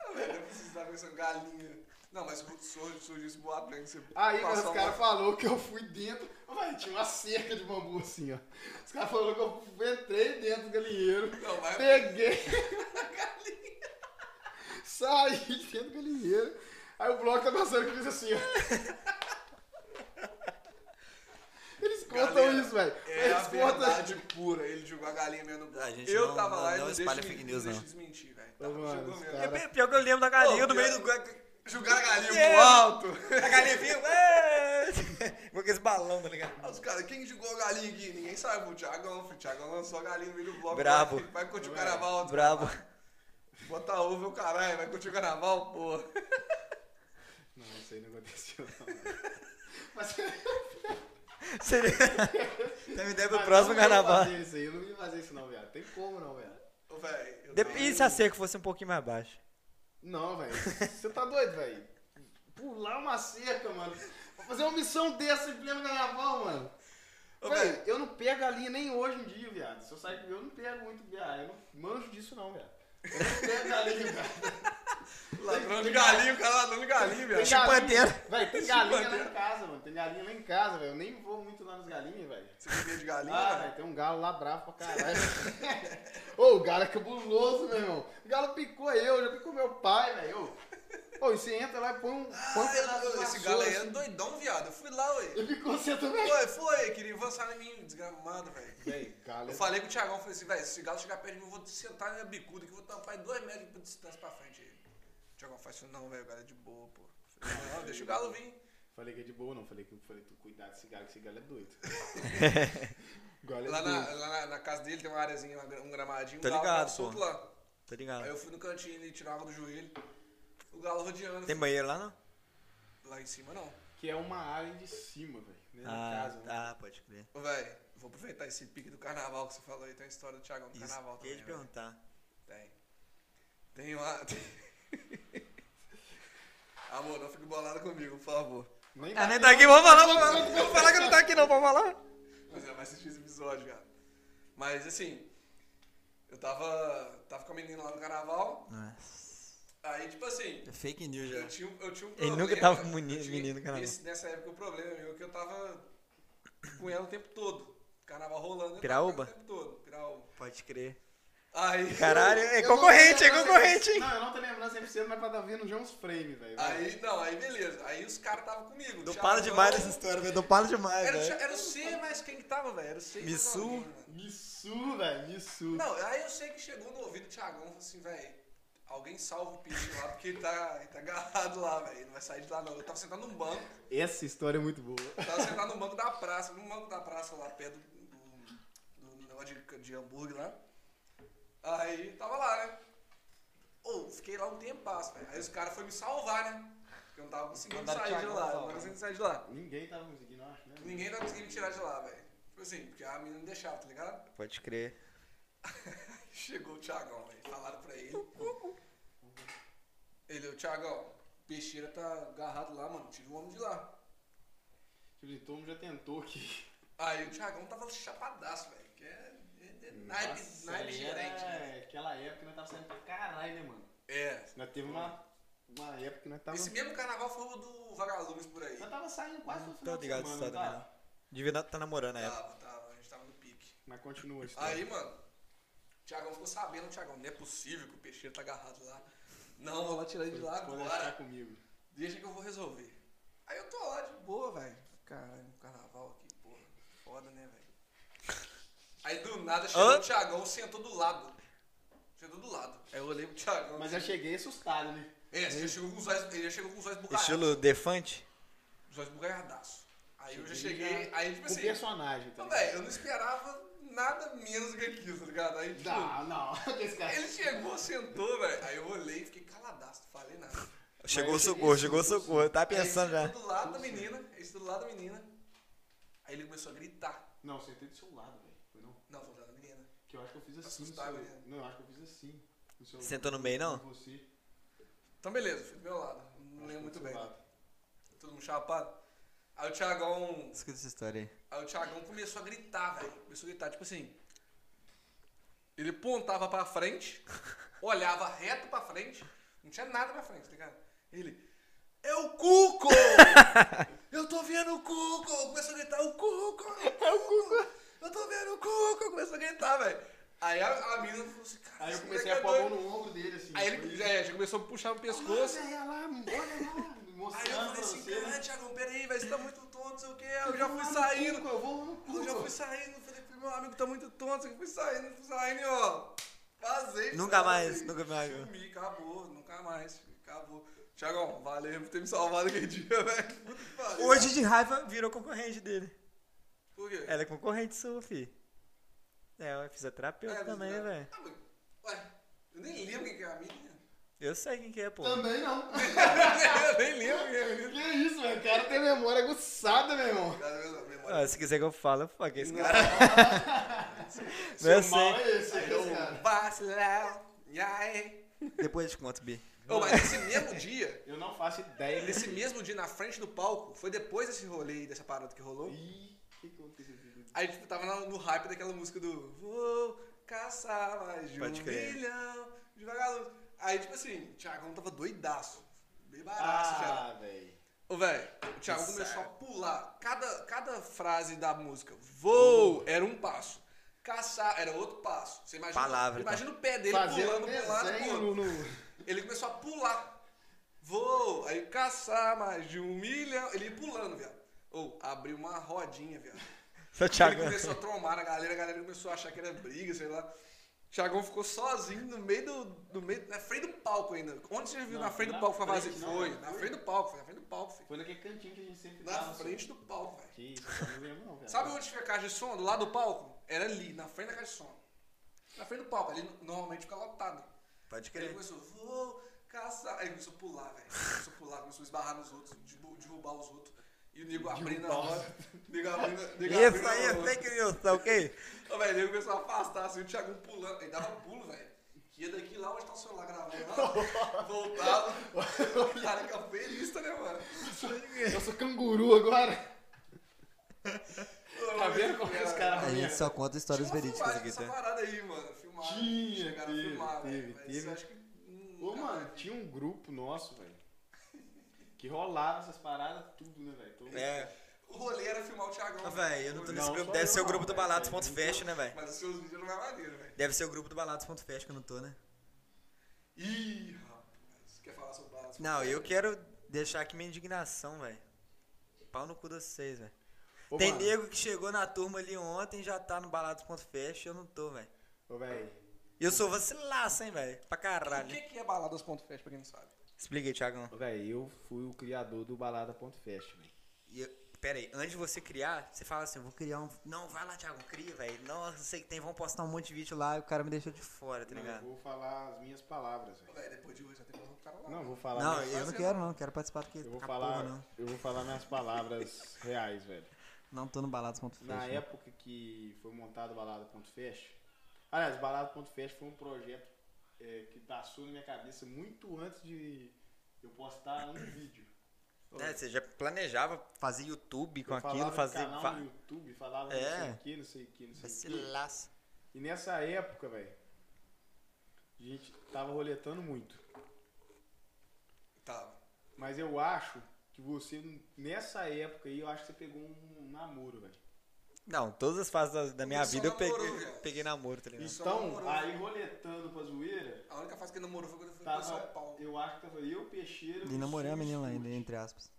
Speaker 2: Ah, velho, eu precisava dessa galinha. Não, mas surge, surge esse boato, né? que você
Speaker 3: Aí mas
Speaker 2: passa
Speaker 3: os
Speaker 2: a
Speaker 3: caras
Speaker 2: mão-
Speaker 3: falaram que eu fui dentro. Véi, tinha uma cerca de bambu assim, ó. Os caras falaram que eu entrei dentro do galinheiro.
Speaker 2: Não, mas- é
Speaker 3: Peguei a galinha. Saí de dentro do galinheiro. Aí o bloco tá passando que diz assim, ó. Eles contam
Speaker 2: Galera,
Speaker 3: isso, velho.
Speaker 2: É a
Speaker 3: Eles contam.
Speaker 2: verdade pura. Ele jogou a galinha mesmo no bloco.
Speaker 4: A Ah, gente
Speaker 2: Eu
Speaker 4: não-
Speaker 2: tava
Speaker 4: não-
Speaker 2: lá e
Speaker 4: não
Speaker 2: não
Speaker 4: espalha
Speaker 2: deixa me-
Speaker 4: fake news,
Speaker 2: não
Speaker 4: não.
Speaker 2: deixa desmentir, velho.
Speaker 3: Ô, mano,
Speaker 2: Jogou
Speaker 3: os
Speaker 2: mesmo.
Speaker 3: caras-
Speaker 4: É pior que eu lembro da galinha
Speaker 2: Pô,
Speaker 4: no meio
Speaker 2: pior-
Speaker 4: do. É. gu-
Speaker 2: Jogaram a galinha pro
Speaker 4: Yeah.
Speaker 2: alto.
Speaker 4: A galinha vinha. "Ué!" Com esse balão, tá ligado?
Speaker 2: Ah, Os caras, quem jogou a galinha aqui? Ninguém sabe. O Thiagão, filho. o Thiagão lançou a galinha no meio do bloco.
Speaker 4: Brabo.
Speaker 2: Vai, vai curtir o carnaval.
Speaker 4: Brabo.
Speaker 2: Bota ovo, é o caralho. Vai curtir o carnaval, pô.
Speaker 3: Não, isso aí não aconteceu, não. Mas,
Speaker 2: É
Speaker 4: Seria... Tem ideia pro
Speaker 3: mas
Speaker 4: próximo
Speaker 3: eu não ia
Speaker 4: carnaval.
Speaker 3: fazer isso aí, eu não ia fazer isso, não, velho. Tem como, não, velho.
Speaker 2: Ô, velho. eu
Speaker 4: Dep- E se a cerca fosse um pouquinho mais baixa?
Speaker 3: Não, velho. Você tá doido, velho. Pular uma cerca, mano. Vou fazer uma missão dessa em pleno carnaval, mano.
Speaker 2: Ô,
Speaker 3: Velho,
Speaker 2: velho.
Speaker 3: eu não pego a linha nem hoje em dia, viado. Se eu sair com- eu não pego muito, viado. Eu não manjo disso, não, viado. Eu não pego a linha, viado.
Speaker 2: Ladrão de galinha, o cara é ladrão de galinha, velho.
Speaker 4: Chipanteiro.
Speaker 3: Velho, tem galinha lá
Speaker 2: Chipanteiro.
Speaker 3: em casa, mano. Tem galinha lá em casa, velho. Eu nem vou muito lá nas galinhas, velho.
Speaker 2: Você comia
Speaker 4: tá
Speaker 2: de galinha?
Speaker 3: Ah,
Speaker 2: né?
Speaker 3: velho, tem um galo lá bravo pra caralho. Ô, o galo é cabuloso, meu irmão. O galo picou eu, já picou meu pai, velho. Ô, e você entra lá e põe um. põe um
Speaker 2: Ah,
Speaker 3: pedaço de
Speaker 2: esse
Speaker 3: vassoura,
Speaker 2: galo aí é
Speaker 3: assim.
Speaker 2: doidão, viado. Eu fui lá, ué.
Speaker 3: Ele picou você também.
Speaker 2: Foi, foi, queria avançar em mim, desgramado, velho.
Speaker 3: Véi, galo. é
Speaker 2: Eu falei com o Thiagão, falei assim, velho, se o galo chegar perto de mim, eu vou sentar na minha bicuda, que eu vou tampar em dois metros de distância pra frente. aí. O Thiagão faz isso, não, velho, o galo é de boa, pô. Eu Falei, não, deixa o galo vir.
Speaker 3: Falei que é de boa, não. Falei que falei, tu cuidado desse galo, que esse galo é doido. O galo é
Speaker 2: Lá,
Speaker 3: doido.
Speaker 2: na, lá na, na casa dele tem uma areazinha, uma gra- um gramadinho,
Speaker 4: Tá
Speaker 2: um galo
Speaker 4: ligado,
Speaker 2: tava solto
Speaker 4: pô.
Speaker 2: lá.
Speaker 4: Tá
Speaker 2: Aí
Speaker 4: ligado?
Speaker 2: eu fui no cantinho e tirar água do joelho, o galo rodeando.
Speaker 4: Tem banheiro lá, não?
Speaker 2: Lá em cima, não.
Speaker 3: Que é uma área de cima, velho. Né? Na
Speaker 4: Ah,
Speaker 3: casa. né?
Speaker 4: tá, pode crer.
Speaker 2: Ô, velho, vou aproveitar esse pique do carnaval que você falou aí, tem a história do Thiagão do
Speaker 4: Isso,
Speaker 2: carnaval
Speaker 4: queria
Speaker 2: também.
Speaker 4: te
Speaker 2: velho.
Speaker 1: né?
Speaker 4: perguntar.
Speaker 2: Tem. Tem uma. Amor, não fique bolado comigo, por favor.
Speaker 3: Nem
Speaker 4: Ah, nem
Speaker 3: daqui-
Speaker 4: tá aqui, vou falar, vou falar. Vou falar que não tá aqui não, vou falar.
Speaker 2: é, Mas ela vai assistir esse episódio, cara. Mas assim, eu tava. tava com a menina lá no carnaval.
Speaker 1: é.
Speaker 2: Aí, tipo assim,
Speaker 4: É fake news
Speaker 2: eu
Speaker 4: já.
Speaker 2: tinha, um- eu tinha um
Speaker 4: Ele
Speaker 2: problema.
Speaker 4: nunca tava com
Speaker 2: eu
Speaker 4: meni-
Speaker 2: tinha-
Speaker 4: menino no carnaval.
Speaker 2: esse- nessa época o problema meu é que eu tava com ela o tempo todo. Carnaval rolando. eu tava
Speaker 4: Piraúba?
Speaker 2: com ela O tempo todo, Piraúba.
Speaker 4: Pode crer.
Speaker 2: Aí.
Speaker 4: Caralho, é
Speaker 3: Eu não tô
Speaker 4: concorrente, é
Speaker 3: lembrando
Speaker 4: concorrente, hein?
Speaker 3: Não, eu não tô lembrando 100%, mas pra dar vindo já uns frames, velho.
Speaker 2: Aí, não, aí beleza. Aí os caras tava comigo.
Speaker 4: Não
Speaker 2: Thiagão,
Speaker 4: para demais essa história, é velho. Não para demais,
Speaker 2: Era, o
Speaker 4: velho.
Speaker 2: Thi- era o C, mas quem que tava, velho? Era o C. e mais
Speaker 4: Missu?
Speaker 2: alguém, mano.
Speaker 3: Missu, velho, Missu.
Speaker 2: Não, aí eu sei que chegou no ouvido do Thiagão e falou assim, velho, alguém salva o Piche lá, porque ele tá, ele tá agarrado lá, velho, ele não vai sair de lá não. Eu tava sentado num banco,
Speaker 3: Essa história é muito boa.
Speaker 2: eu tava sentado num banco da praça, num banco da praça lá, perto do, do, do negócio de, de hambúrguer lá. Aí tava lá, né? Ou, fiquei lá um tempo velho. Aí os caras foram me salvar, né? Porque eu não tava conseguindo
Speaker 1: Mandaram o
Speaker 2: sair de
Speaker 1: Thiagão
Speaker 2: lá, eu não
Speaker 1: salvar.
Speaker 2: tava conseguindo sair de lá.
Speaker 3: Ninguém tava conseguindo, eu acho, né?
Speaker 2: Ninguém tava conseguindo me tirar de lá, velho. Tipo assim, porque a menina não deixava, tá ligado?
Speaker 4: Pode crer.
Speaker 2: Chegou o Thiagão, velho. Falaram pra ele. Ele, o Thiagão, peixeira tá agarrado lá, mano. Tira o homem de lá.
Speaker 3: Tipo, assim, todo mundo já tentou aqui.
Speaker 2: Aí o Thiagão tava chapadaço, velho. Que é, é, é Naipe,
Speaker 3: Nossa,
Speaker 2: naipe
Speaker 3: aí
Speaker 2: gerente. né?
Speaker 3: era Aquela época nós tava saindo pra caralho, né, mano?
Speaker 2: É.
Speaker 3: Nós teve uma, uma época que nós tava.
Speaker 2: Esse mesmo carnaval foi o do Vagalumes por aí.
Speaker 3: Nós tava saindo quase todo final
Speaker 1: Tô
Speaker 3: de
Speaker 1: Tá ligado
Speaker 3: semana, tá?
Speaker 1: essa
Speaker 3: não
Speaker 1: história,
Speaker 3: tava?
Speaker 1: Devia estar namorando né? na época.
Speaker 2: Tava, tava, a gente tava no pique.
Speaker 3: Mas continua a história.
Speaker 2: Aí, mano, o Thiagão ficou sabendo, Thiagão, não é possível que o peixeiro tá agarrado lá. Não, vou lá tirar ele de lá
Speaker 3: Pode deixar
Speaker 2: agora.
Speaker 3: comigo.
Speaker 2: Deixa que eu vou resolver. Aí eu tô lá de boa, velho. Caralho, um carnaval aqui, porra. Foda, né, velho? Aí do nada chegou
Speaker 1: Hã?
Speaker 2: o Thiagão, sentou do lado. Sentou do lado. Aí eu olhei pro Thiagão.
Speaker 3: Mas eu cheguei assustado, né?
Speaker 2: É, ele já chegou com os olhos, ele já chegou com os olhos bugalhados.
Speaker 1: Estilo Defante?
Speaker 2: Os olhos bugalhadaço. Aí eu já
Speaker 3: Cheguei
Speaker 2: cheguei,
Speaker 3: já
Speaker 2: aí tipo
Speaker 3: Com
Speaker 2: assim.
Speaker 3: personagem, tá
Speaker 2: Então,
Speaker 3: ligado?
Speaker 2: velho, eu não esperava nada menos que aquilo, tá ligado? Aí, tipo,
Speaker 3: Não, não. Esse cara.
Speaker 2: ele chegou, sentou, velho. Aí eu olhei e fiquei caladaço, não falei nada.
Speaker 1: Chegou o
Speaker 3: eu cheguei
Speaker 1: socorro,
Speaker 3: sim,
Speaker 1: chegou o
Speaker 3: eu sou-
Speaker 1: socorro. Tá pensando
Speaker 2: Aí
Speaker 1: já.
Speaker 2: ele sentou do lado da menina, ele sentou do lado da menina. Aí ele começou a gritar.
Speaker 3: Não, sentei do seu lado, velho. Foi não?
Speaker 2: Não, foi do lado da menina.
Speaker 3: Que eu acho que eu fiz assim. no
Speaker 2: Assustado,
Speaker 3: seu-
Speaker 2: né?
Speaker 3: Não, eu acho que eu fiz assim. no seu-
Speaker 1: Sentou no meio, não?
Speaker 3: em Você.
Speaker 2: Então, beleza, foi do meu lado. Não
Speaker 3: Acho que
Speaker 2: lembro muito
Speaker 3: foi do
Speaker 2: bem.
Speaker 3: seu lado.
Speaker 2: Todo mundo chapado. Aí o Thiagão
Speaker 1: Escuta essa história aí.
Speaker 2: Aí o Thiagão começou a gritar, velho. Começou a gritar, tipo assim. Ele pontava pra frente, olhava reto pra frente, não tinha nada pra frente, tá ligado? Ele. É o Cuco! Eu tô vendo o Cuco! Começou a gritar, o Cuco! É o Cuco! Eu tô vendo o Cuco! Começou a gritar, velho. Aí a, a mina falou assim, cara.
Speaker 3: Aí eu
Speaker 2: esse
Speaker 3: comecei
Speaker 2: moleque
Speaker 3: a
Speaker 2: é
Speaker 3: pôr a mão
Speaker 2: doido.
Speaker 3: no ombro dele, assim.
Speaker 2: Aí
Speaker 3: foi
Speaker 2: ele é,
Speaker 3: isso.
Speaker 2: já, já começou a puxar o pescoço.
Speaker 3: Olha lá, olha lá.
Speaker 2: Aí eu
Speaker 3: Mostrando
Speaker 2: falei
Speaker 3: pra
Speaker 2: assim,
Speaker 3: você. né?
Speaker 2: caralho, Thiagão, peraí, velho, você tá muito tonto, não sei o quê. Eu já fui
Speaker 3: vou lá no
Speaker 2: saindo.
Speaker 3: Cuco, Eu vou no
Speaker 2: Eu já fui
Speaker 3: cu.
Speaker 2: saindo, falei pro meu amigo, tá muito tonto, eu fui saindo, fui saindo, e, ó. Vazei.
Speaker 1: Nunca
Speaker 2: cara,
Speaker 1: mais,
Speaker 2: assim,
Speaker 1: nunca mais.
Speaker 2: Sumi, acabou, nunca mais, acabou. Tiagão, valeu por ter me salvado aquele dia, velho. Puta que pariu.
Speaker 1: Hoje de raiva virou concorrente dele.
Speaker 2: Por quê?
Speaker 1: Ela é concorrente sua, fi. É, ela é fisioterapeuta
Speaker 2: É,
Speaker 1: também,
Speaker 2: mas-
Speaker 1: velho.
Speaker 2: Ah, mas- Ué, eu nem lembro quem que é a minha.
Speaker 1: Eu sei quem que é, pô.
Speaker 3: Também não.
Speaker 2: eu nem lembro quem é a minha.
Speaker 3: Que isso, velho? O cara tem memória aguçada, meu irmão.
Speaker 2: Cara, minha memória.
Speaker 1: Ah, se quiser que eu falo, eu fuck esse cara. Não
Speaker 3: Seu
Speaker 1: é
Speaker 3: mal
Speaker 1: assim.
Speaker 3: é esse, é esse,
Speaker 2: Eu
Speaker 3: cara.
Speaker 2: vacilão, e aí?
Speaker 1: Depois eu te conto, Bi.
Speaker 2: Ô, mas nesse mesmo dia,
Speaker 3: Eu não faço ideia desse.
Speaker 2: nesse mesmo dia na frente do palco, foi depois desse rolê aí, dessa parada que rolou.
Speaker 3: Ih, o que aconteceu?
Speaker 2: Aí tipo, tava na- no hype daquela música do Vou caçar mais de
Speaker 1: Pode
Speaker 2: um
Speaker 1: crer.
Speaker 2: milhão de vagalumes. Aí, tipo assim, o Thiagão tava doidaço. Bebaraço já.
Speaker 3: Ah, velho.
Speaker 2: Ô, velho, o Thiagão começou
Speaker 1: é.
Speaker 2: a pular. Cada, cada frase da música, vou, era um passo. Caçar era outro passo. Você imagina,
Speaker 1: Palavra, então.
Speaker 2: imagina o pé dele
Speaker 3: Fazer um
Speaker 2: pulando pro lado pro
Speaker 3: desenho
Speaker 2: outro.
Speaker 3: no... no...
Speaker 2: Ele começou a pular. Vou, aí caçar mais de um milhão. Ele ia pulando, viado. Ou abriu uma rodinha, viado.
Speaker 1: Só
Speaker 2: Ele
Speaker 1: Thiago.
Speaker 2: começou a trombar na galera, a galera começou a achar que era briga, sei lá. Thiagão ficou sozinho no meio do. No meio, na frente do palco ainda. Onde você viu
Speaker 3: Não,
Speaker 2: na frente do
Speaker 3: na
Speaker 2: palco foi
Speaker 3: frente,
Speaker 2: vazio?
Speaker 3: não, né?
Speaker 2: Foi,
Speaker 3: não
Speaker 2: na
Speaker 3: foi.
Speaker 2: frente do palco, foi na frente do palco, filho.
Speaker 3: Foi naquele cantinho que a gente sempre
Speaker 2: Na
Speaker 3: tava,
Speaker 2: frente do palco, velho.
Speaker 3: assim. Que isso, eu não lembro não, velho.
Speaker 2: Sabe onde fica a caixa de som? Do lado do palco? Era ali, na frente da caixa de som. Na frente do palco, ali normalmente fica lotado.
Speaker 1: Pode
Speaker 2: Ele
Speaker 1: crer.
Speaker 2: começou, vou caçar. Aí começou a pular, velho. Começou a pular, começou a esbarrar nos outros, debu- derrubar os outros. E o nego abrindo a roda. O nego abrindo a nego abrindo
Speaker 1: Isso
Speaker 2: a
Speaker 1: aí é
Speaker 2: roda.
Speaker 1: fake news, tá ok?
Speaker 2: Ô, velho, ele começou a afastar, assim, o Thiago pulando. Ele dava pulo, velho. Que ia daqui lá onde tá o celular gravando, lá, voltava. O cara que é um feliz, né, mano?
Speaker 3: Eu sou canguru agora. Tá vendo como
Speaker 2: Cara,
Speaker 3: os caras
Speaker 1: A gente só conta histórias
Speaker 2: Tinha uma
Speaker 1: verídicas
Speaker 2: filmagem
Speaker 1: aqui,
Speaker 2: dessa
Speaker 1: tá?
Speaker 2: parada aí, mano. Filmaram,
Speaker 3: Tinha,
Speaker 2: chegaram a
Speaker 3: teve,
Speaker 2: filmar,
Speaker 3: teve,
Speaker 2: velho. Mas
Speaker 3: teve.
Speaker 2: eu acho que... hum,
Speaker 3: Ô,
Speaker 2: nunca
Speaker 3: mano,
Speaker 2: mais.
Speaker 3: tinha um grupo nosso, velho. Que rolava essas paradas, tudo, né, velho? Todo-
Speaker 1: É.
Speaker 2: O rolê era filmar o Thiagão. né?
Speaker 1: Ah, velho, eu não tô
Speaker 2: velho.
Speaker 1: nesse
Speaker 3: Não,
Speaker 1: grupo.
Speaker 3: só
Speaker 1: Deve
Speaker 3: eu
Speaker 1: ser o
Speaker 3: não,
Speaker 1: grupo do
Speaker 3: velho.
Speaker 1: Balados.fest, né, velho?
Speaker 2: Mas os seus vídeos eram mais maneiros, velho.
Speaker 1: Deve ser o grupo do Balados.fest que eu não tô, né?
Speaker 2: Ih, rapaz. Quer falar sobre balas?
Speaker 1: Não, eu quero deixar aqui minha indignação, velho. Pau no cu de vocês, velho.
Speaker 3: Ô,
Speaker 1: Tem
Speaker 3: mano,
Speaker 1: nego que chegou na turma ali ontem já tá no Balados.fest e eu não tô, velho.
Speaker 3: Ô, velho.
Speaker 1: E eu sou vacilaço, hein, velho? Pra
Speaker 2: O
Speaker 1: caralho.
Speaker 2: que que é baladas.fest, pra quem não sabe?
Speaker 1: Explica aí, Thiagão.
Speaker 3: Ô, velho, eu fui o criador do Balada.fest, velho.
Speaker 1: E eu- Pera aí, antes de você criar, você fala assim, eu vou criar um... Não, vai lá, Thiago, cria, velho. Nossa, sei que tem, vão postar um monte de vídeo lá e o cara me deixou de fora, tá
Speaker 3: Não, eu
Speaker 1: ligado?
Speaker 3: vou falar as minhas palavras, velho.
Speaker 2: Velho, depois de hoje já tem que colocar o cara lá.
Speaker 3: Não, eu vou falar.
Speaker 1: Não,
Speaker 3: minhas-
Speaker 1: eu não
Speaker 2: fazer,
Speaker 1: quero não, quero participar do que
Speaker 3: eu vou
Speaker 1: com a
Speaker 3: falar,
Speaker 1: porra, não.
Speaker 3: eu vou falar minhas palavras reais, velho.
Speaker 1: Não tô no Balados.fest.
Speaker 3: Na
Speaker 1: né?
Speaker 3: época que foi montado o Balada.fest, aliás, Balada.fest foi um projeto é, que passou na minha cabeça muito antes de eu postar um vídeo.
Speaker 1: É, você já planejava fazer YouTube com
Speaker 3: eu
Speaker 1: aquilo,
Speaker 3: falava de
Speaker 1: fazer...
Speaker 3: canal
Speaker 1: fa-
Speaker 3: no YouTube, falava
Speaker 1: É.
Speaker 3: não sei o que, não sei o que, não sei o que.
Speaker 1: Vacilaço.
Speaker 3: E nessa época, velho, a gente tava roletando muito.
Speaker 2: Tá.
Speaker 3: Mas eu acho que você, nessa época aí, eu acho que você pegou um namoro, velho.
Speaker 8: Não, todas as fases da, da minha
Speaker 2: Isso
Speaker 3: é um
Speaker 8: vida eu
Speaker 2: namorou,
Speaker 8: peguei,
Speaker 2: viado.
Speaker 8: peguei namoro, tá
Speaker 1: um
Speaker 8: ligado?
Speaker 2: Isso. Só
Speaker 3: Então,
Speaker 1: né?
Speaker 2: namorou.
Speaker 3: aí roletando pra zoeira,
Speaker 2: A única fase que ele namorou foi quando eu fui pra São
Speaker 3: tava,
Speaker 2: Paulo.
Speaker 3: Tá, eu acho que tava eu, Peixeiro...
Speaker 1: E namorei a
Speaker 3: você e
Speaker 1: menina
Speaker 3: o
Speaker 1: lá
Speaker 3: Stuart.
Speaker 1: ainda, entre aspas.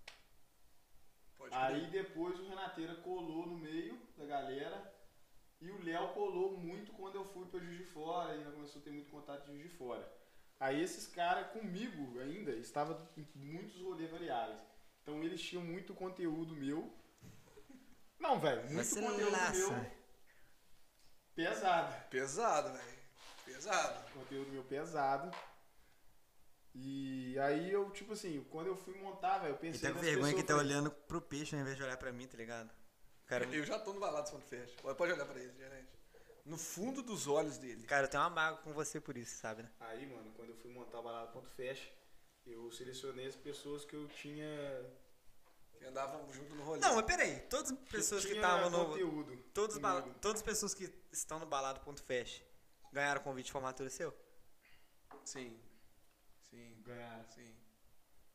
Speaker 2: Pode
Speaker 3: Aí depois o Renateira colou no meio da galera e o Léo colou muito quando eu fui pra Juiz de Fora e já começou a ter muito contato de Juiz de Fora. Aí esses caras comigo ainda estavam em muitos rolês variáveis. Então eles tinham muito conteúdo meu. Não, velho, muito
Speaker 1: se
Speaker 3: conteúdo meu
Speaker 1: laça.
Speaker 3: pesado.
Speaker 2: Pesado, velho. Pesado.
Speaker 3: Conteúdo meu pesado. E aí eu, tipo assim, quando eu fui montar, velho, eu
Speaker 1: E
Speaker 3: pensei
Speaker 1: tá com
Speaker 3: nas
Speaker 1: vergonha que
Speaker 3: pessoas,
Speaker 1: tá
Speaker 3: falei,
Speaker 1: olhando pro peixe ao invés de olhar pra mim, tá ligado? Cara,
Speaker 2: Eu já tô no balado quando fecha. Olha, Pode olhar pra ele, gerente. No fundo dos olhos dele.
Speaker 1: cara, eu tenho uma mágoa com você por isso, sabe, né?
Speaker 3: Aí, mano, quando eu fui montar a balada ponto fecha, eu selecionei as pessoas que eu tinha.
Speaker 2: Que andavam junto no rolê.
Speaker 1: Não, mas peraí, todas as pessoas
Speaker 3: eu
Speaker 1: que
Speaker 3: tinha
Speaker 1: estavam no.
Speaker 3: conteúdo.
Speaker 1: Todas, as bala-
Speaker 3: comigo.
Speaker 1: todas as pessoas que estão no balado.fest ganharam convite de formatura seu?
Speaker 2: Sim. Sim.
Speaker 3: Ganharam.
Speaker 2: Sim.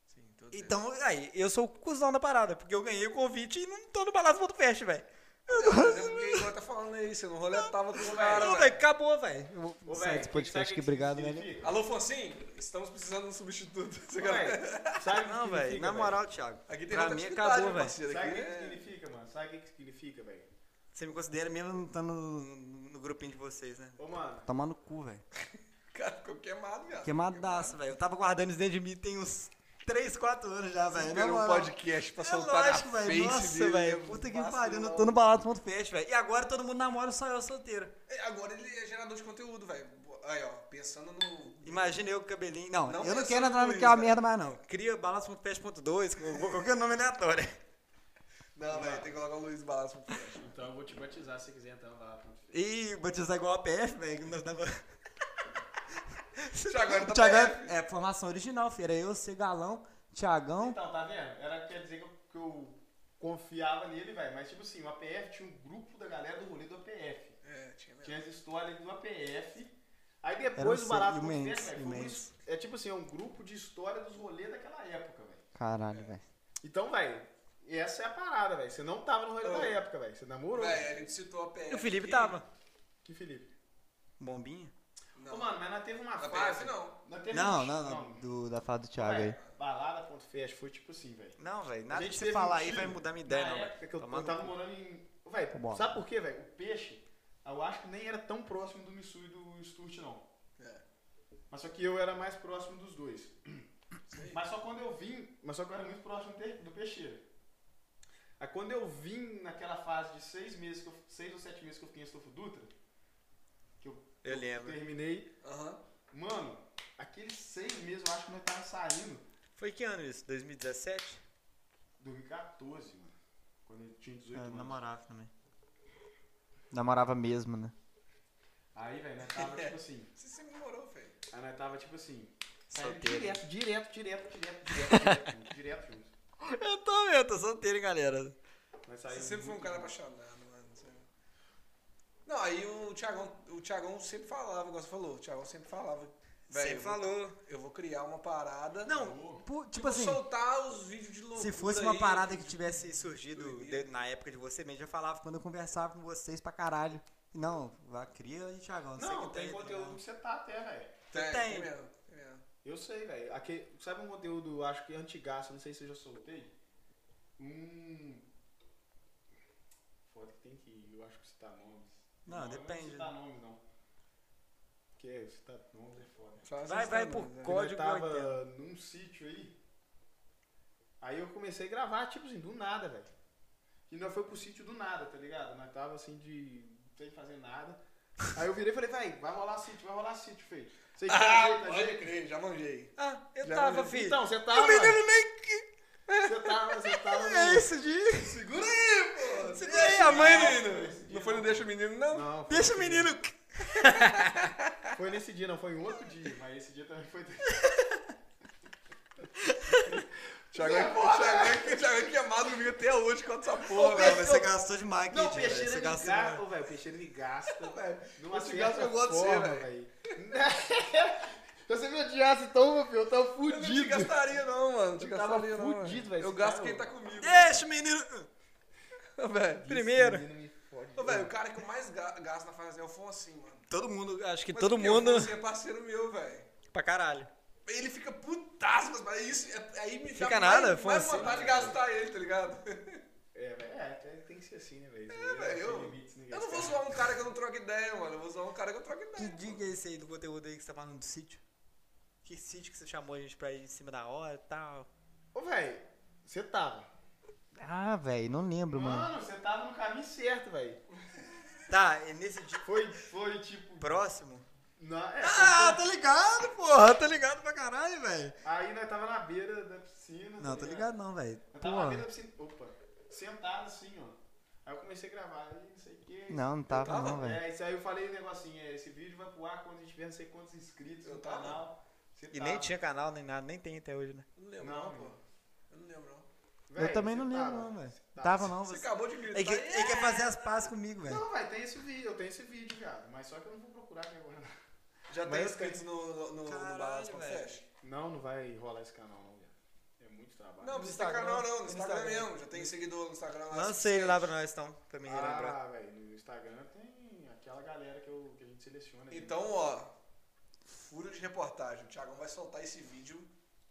Speaker 2: Sim. todos eles.
Speaker 1: Então, aí, eu sou o cuzão da parada, porque eu ganhei o convite e não tô no balado.fest, velho.
Speaker 2: Mas é porque igual tá falando aí, você não roletava com o cara,
Speaker 1: Não,
Speaker 2: velho.
Speaker 1: velho, acabou, velho.
Speaker 3: Ô,
Speaker 1: Sai
Speaker 3: velho,
Speaker 1: desse podcast aqui,
Speaker 3: sabe o que
Speaker 1: obrigado, né,
Speaker 3: isso
Speaker 1: velho.
Speaker 3: significa?
Speaker 2: Alô, Fonsim, estamos precisando de um substituto.
Speaker 3: Ô, velho, Sabe o que
Speaker 1: Não,
Speaker 3: significa,
Speaker 1: velho, na moral, Thiago.
Speaker 2: Aqui tem
Speaker 1: Pra mim
Speaker 2: rotatividade,
Speaker 1: acabou,
Speaker 2: meu
Speaker 1: velho.
Speaker 2: parceiro,
Speaker 3: Sabe o
Speaker 2: aqui
Speaker 3: que
Speaker 2: é-
Speaker 3: significa, mano? Sabe o que significa, velho?
Speaker 1: Você me considera mesmo não tá no, no grupinho de vocês, né?
Speaker 3: Ô, mano,
Speaker 1: Tomar no cu, velho.
Speaker 2: Cara, ficou queimado, viado.
Speaker 1: Queimadaço, velho. Eu tava guardando isso dentro de mim tem uns 3, 4 anos já, velho. É, Na
Speaker 2: Esperou um
Speaker 1: moral.
Speaker 2: podcast pra
Speaker 1: é
Speaker 2: soltar
Speaker 1: lógico,
Speaker 2: na
Speaker 1: velho.
Speaker 2: face
Speaker 1: Nossa,
Speaker 2: dele,
Speaker 1: velho.
Speaker 2: né?
Speaker 1: Puta que
Speaker 2: Vacilão.
Speaker 1: pariu. Eu tô no balado.fest, velho. E agora todo mundo namora, só eu solteiro.
Speaker 2: É, Agora ele é gerador de conteúdo, velho. Aí, ó, pensando no...
Speaker 1: Imagina eu com o cabelinho. Não,
Speaker 2: Não
Speaker 1: eu não
Speaker 2: pensando
Speaker 1: quero entrar
Speaker 2: no
Speaker 1: no que é uma
Speaker 2: Luiz,
Speaker 1: merda mais, não. Cria balado.fest.2, com qualquer nome aleatório.
Speaker 2: Não, velho, tem que colocar o Luiz Balas pro podcast.
Speaker 9: Então eu vou te batizar se quiser entrar lá.
Speaker 1: Ih, batizar igual a PF, velho. Nós tava...
Speaker 2: Thiagão tá
Speaker 1: Thiagão- é formação original, filho. Era eu, ser galão, Thiagão.
Speaker 3: então, tá vendo? Era quer dizer que eu, que eu confiava nele, velho. Mas, tipo assim, o APF tinha um grupo da galera do rolê do APF.
Speaker 2: É, tinha mesmo.
Speaker 3: Tinha as histórias do APF. Aí
Speaker 1: Era um
Speaker 3: depois o
Speaker 1: ser
Speaker 3: barato
Speaker 1: imenso,
Speaker 3: Fest, velho, foi um-
Speaker 1: imenso.
Speaker 3: É tipo assim, é um grupo de história dos rolês daquela época, velho.
Speaker 1: Caralho, velho.
Speaker 3: Então, velho, essa é a parada, velho. Você não tava no rolê
Speaker 2: Ô.
Speaker 3: da época, velho. Você namorou.
Speaker 2: Velho, a gente citou a PF.
Speaker 1: E o Felipe
Speaker 2: aqui.
Speaker 1: tava.
Speaker 3: Que Felipe.
Speaker 1: Bombinha?
Speaker 2: Não,
Speaker 3: Ô, mano, mas nós teve uma
Speaker 2: a
Speaker 3: fase.
Speaker 2: PF não.
Speaker 3: Nós teve
Speaker 1: Não,
Speaker 3: um-
Speaker 1: não, não. Do, da fase do Thiago
Speaker 3: Véi,
Speaker 1: aí.
Speaker 3: Balada ponto fest foi tipo assim, velho.
Speaker 1: Não, velho.
Speaker 3: A
Speaker 1: Nada
Speaker 3: gente
Speaker 1: que você
Speaker 3: teve um
Speaker 1: falar aí
Speaker 3: time
Speaker 1: vai mudar minha ideia,
Speaker 3: na
Speaker 1: não,
Speaker 3: época que eu,
Speaker 1: velho. Tá
Speaker 3: eu tava morando em. Velho,
Speaker 1: Bom.
Speaker 3: sabe por quê, velho? O peixe, eu acho que nem era tão próximo do Missui e do Sturt, não.
Speaker 2: É.
Speaker 3: Mas só que eu era mais próximo dos dois. Mas só quando eu vim, mas só que eu era muito próximo de- do peixeiro. Aí quando eu vim naquela fase de seis meses, que eu- seis ou sete meses que eu fiquei em Estofo Dutra, que eu
Speaker 1: Eu lembro.
Speaker 3: terminei,
Speaker 2: Aham.
Speaker 3: mano, aqueles seis meses eu acho que nós tava saindo.
Speaker 1: Foi que ano isso? 2017?
Speaker 3: 2014, mano. Quando eu tinha 18 anos.
Speaker 1: É, namorava também. Namorava mesmo, né?
Speaker 3: Aí, velho, nós tava tipo assim.
Speaker 2: Você sempre morou, velho.
Speaker 3: Aí nós tava tipo assim. saindo
Speaker 1: Solteiro.
Speaker 3: Direto, direto, direto, direto, direto, direto, direto junto.
Speaker 1: Eu tô mesmo, tô solteiro, hein, galera.
Speaker 3: Nós
Speaker 2: Você
Speaker 3: saímos
Speaker 2: sempre foi um
Speaker 3: muito
Speaker 2: cara
Speaker 3: junto.
Speaker 2: apaixonado, mano. Você- é. Não, aí o Thiagão, o Thiagão sempre falava, igual você falou, o Thiagão sempre falava. "Véi,
Speaker 1: Você
Speaker 2: eu vou-
Speaker 1: falou.
Speaker 2: Eu vou criar uma parada.
Speaker 1: Não, pu- tipo
Speaker 2: tipo
Speaker 1: assim,
Speaker 2: soltar os vídeos de loucura.
Speaker 1: se fosse uma
Speaker 2: aí,
Speaker 1: parada que tivesse surgido
Speaker 2: doideira.
Speaker 1: de- na época de você mesmo, eu falava quando eu conversava com vocês pra caralho. Não, vá, cria e Thiagão. sei
Speaker 3: Não,
Speaker 1: que
Speaker 3: tem
Speaker 1: tá aí, tá
Speaker 3: conteúdo que você tá até, velho.
Speaker 2: Tem,
Speaker 1: Tem.
Speaker 2: tem mesmo, tem mesmo.
Speaker 3: Eu sei, velho. Aquele- Sabe um conteúdo, acho que antigaço, não sei se eu já soltei? Um. Foda que tem que. Eu acho que citar nomes.
Speaker 1: Não,
Speaker 3: eu Não
Speaker 1: depende. né?
Speaker 3: vou citar nomes, não. Porque citar nomes é foda.
Speaker 2: Só
Speaker 1: Vai,
Speaker 2: essas
Speaker 1: vai
Speaker 2: coisas,
Speaker 1: por
Speaker 2: né?
Speaker 1: co- Código
Speaker 3: eu tava
Speaker 1: 80.
Speaker 3: num sítio aí. Aí eu comecei a gravar, tipo assim, do nada, velho. E nós foi pro sítio do nada, tá ligado? Nós tava assim de. sem fazer nada. Aí eu virei e falei, vai, vai rolar sítio, vai rolar sítio, feio. Você
Speaker 2: Ah, pode crer, já manjei.
Speaker 1: Ah, eu
Speaker 2: Já
Speaker 1: tava,
Speaker 2: vi.
Speaker 1: filho.
Speaker 3: Então, você tava.
Speaker 1: eu me lembro nem
Speaker 3: Você tava, você tava.
Speaker 1: que é
Speaker 3: no-
Speaker 1: isso, de.
Speaker 2: Segura aí, pô!
Speaker 1: Segura aí, a mãe não-
Speaker 2: menino! Não foi no Deixa o Menino, não?
Speaker 3: Não, foi
Speaker 1: Deixa o
Speaker 3: nesse
Speaker 1: menino.
Speaker 3: dia. Foi nesse dia, não, foi em outro dia, mas esse dia também foi.
Speaker 2: Thiago é, Thiago é, Thiago é queimado comigo até hoje com essa porra,
Speaker 1: Não,
Speaker 2: velho.
Speaker 1: mas você gastou demais,
Speaker 10: Não, o
Speaker 1: Kid, velho.
Speaker 10: Peixeira
Speaker 1: Você
Speaker 10: ele
Speaker 1: gastou
Speaker 10: gasta,
Speaker 1: demais.
Speaker 10: ô, velho. O Peixeira ele gasta, numa
Speaker 3: Esse
Speaker 10: certa
Speaker 3: gato eu gosto de você,
Speaker 10: forma,
Speaker 3: velho. Se você me odiasse então, meu filho, eu tava
Speaker 2: Eu não te
Speaker 3: fudido.
Speaker 2: gastaria, não, mano. Te
Speaker 3: Eu tava
Speaker 2: gastaria, não. mano.
Speaker 3: fudido, velho,
Speaker 2: Eu
Speaker 3: esse
Speaker 2: gasto
Speaker 3: cara,
Speaker 2: quem tá
Speaker 3: mano.
Speaker 2: comigo.
Speaker 1: Deixa, menino. É,
Speaker 2: velho.
Speaker 1: Primeiro.
Speaker 3: Esse menino me fode,
Speaker 2: Ô, velho, o cara que eu mais ga- gasto na fazenda é o Fonsin, mano.
Speaker 1: Todo mundo, acho que
Speaker 2: Mas
Speaker 1: todo
Speaker 2: porque
Speaker 1: mundo.
Speaker 2: O Fonsin é parceiro meu, velho.
Speaker 1: Pra caralho.
Speaker 2: Ele fica putasso, mas- mas isso, é- aí me
Speaker 1: Fica
Speaker 2: dá
Speaker 1: nada,
Speaker 2: mais, mais
Speaker 1: Fonsin.
Speaker 2: vontade de gastar ele, tá ligado?
Speaker 3: É, velho, é, tem- tem que ser assim, né, velho?
Speaker 2: É, velho, eu, eu não vou zoar um cara que eu não troco ideia, mano. Eu vou zoar um cara que eu troco
Speaker 1: Que
Speaker 2: ideia.
Speaker 1: dia que é esse aí do conteúdo aí que você tá falando do sítio? Que sítio que você chamou a gente pra ir em cima da hora e tal?
Speaker 3: Ô, velho, você tava.
Speaker 1: Ah, velho, não lembro,
Speaker 3: Mano, você tava no caminho certo, velho.
Speaker 1: Tá, é nesse dia
Speaker 3: Foi, foi tipo.
Speaker 1: próximo?
Speaker 3: Na, é,
Speaker 1: Ah, tá ligado, porra, tá ligado pra caralho, velho.
Speaker 3: Aí nós tava na beira da piscina.
Speaker 1: Não, tá ligado não, velho.
Speaker 3: Nós tava na beira
Speaker 1: Porra.
Speaker 3: da piscina. Opa, sentado assim, ó. Aí eu comecei a gravar, aí não sei o que.
Speaker 1: Não, não
Speaker 3: tava,
Speaker 1: tava não, velho.
Speaker 3: É, isso aí eu falei um negocinho, é, esse vídeo vai pro ar quando a gente tiver não sei quantos inscritos
Speaker 2: Eu
Speaker 3: no
Speaker 2: tava.
Speaker 3: canal. Você
Speaker 1: E
Speaker 3: tava.
Speaker 1: nem tinha canal, nem nada, nem tem até hoje, né?
Speaker 2: Eu não lembro,
Speaker 3: Não,
Speaker 2: não, pô. Eu não lembro, não.
Speaker 3: Véi,
Speaker 1: eu também não
Speaker 3: você
Speaker 1: lembro,
Speaker 3: tava.
Speaker 1: não, velho.
Speaker 3: Tava.
Speaker 1: Tava não,
Speaker 2: Você
Speaker 1: você. É
Speaker 2: acabou de gritar.
Speaker 1: Ele quer, ele quer fazer as pazes comigo, velho.
Speaker 3: Não, velho, tem esse vídeo, eu tenho esse vídeo, viado. Mas só que eu não vou procurar aqui agora.
Speaker 2: Já tem
Speaker 1: Mas-
Speaker 2: inscritos no, no, no, no
Speaker 1: Caralho,
Speaker 2: balanço quando
Speaker 1: velho.
Speaker 2: fecha?
Speaker 3: Não, não vai rolar esse canal, não, viado. É muito trabalho.
Speaker 2: Não,
Speaker 1: No
Speaker 2: precisa ter canal, não. No
Speaker 1: Instagram.
Speaker 2: Instagram,
Speaker 1: Instagram.
Speaker 2: mesmo. Já tem seguidor no Instagram lá. assim, né?
Speaker 1: Lança ele lá pra nós, então, pra me relembrar.
Speaker 3: Ah, velho, no Instagram tem aquela galera que, eu, que a gente seleciona. ali.
Speaker 2: Então, ó. Furo de reportagem. O Thiagão vai soltar esse vídeo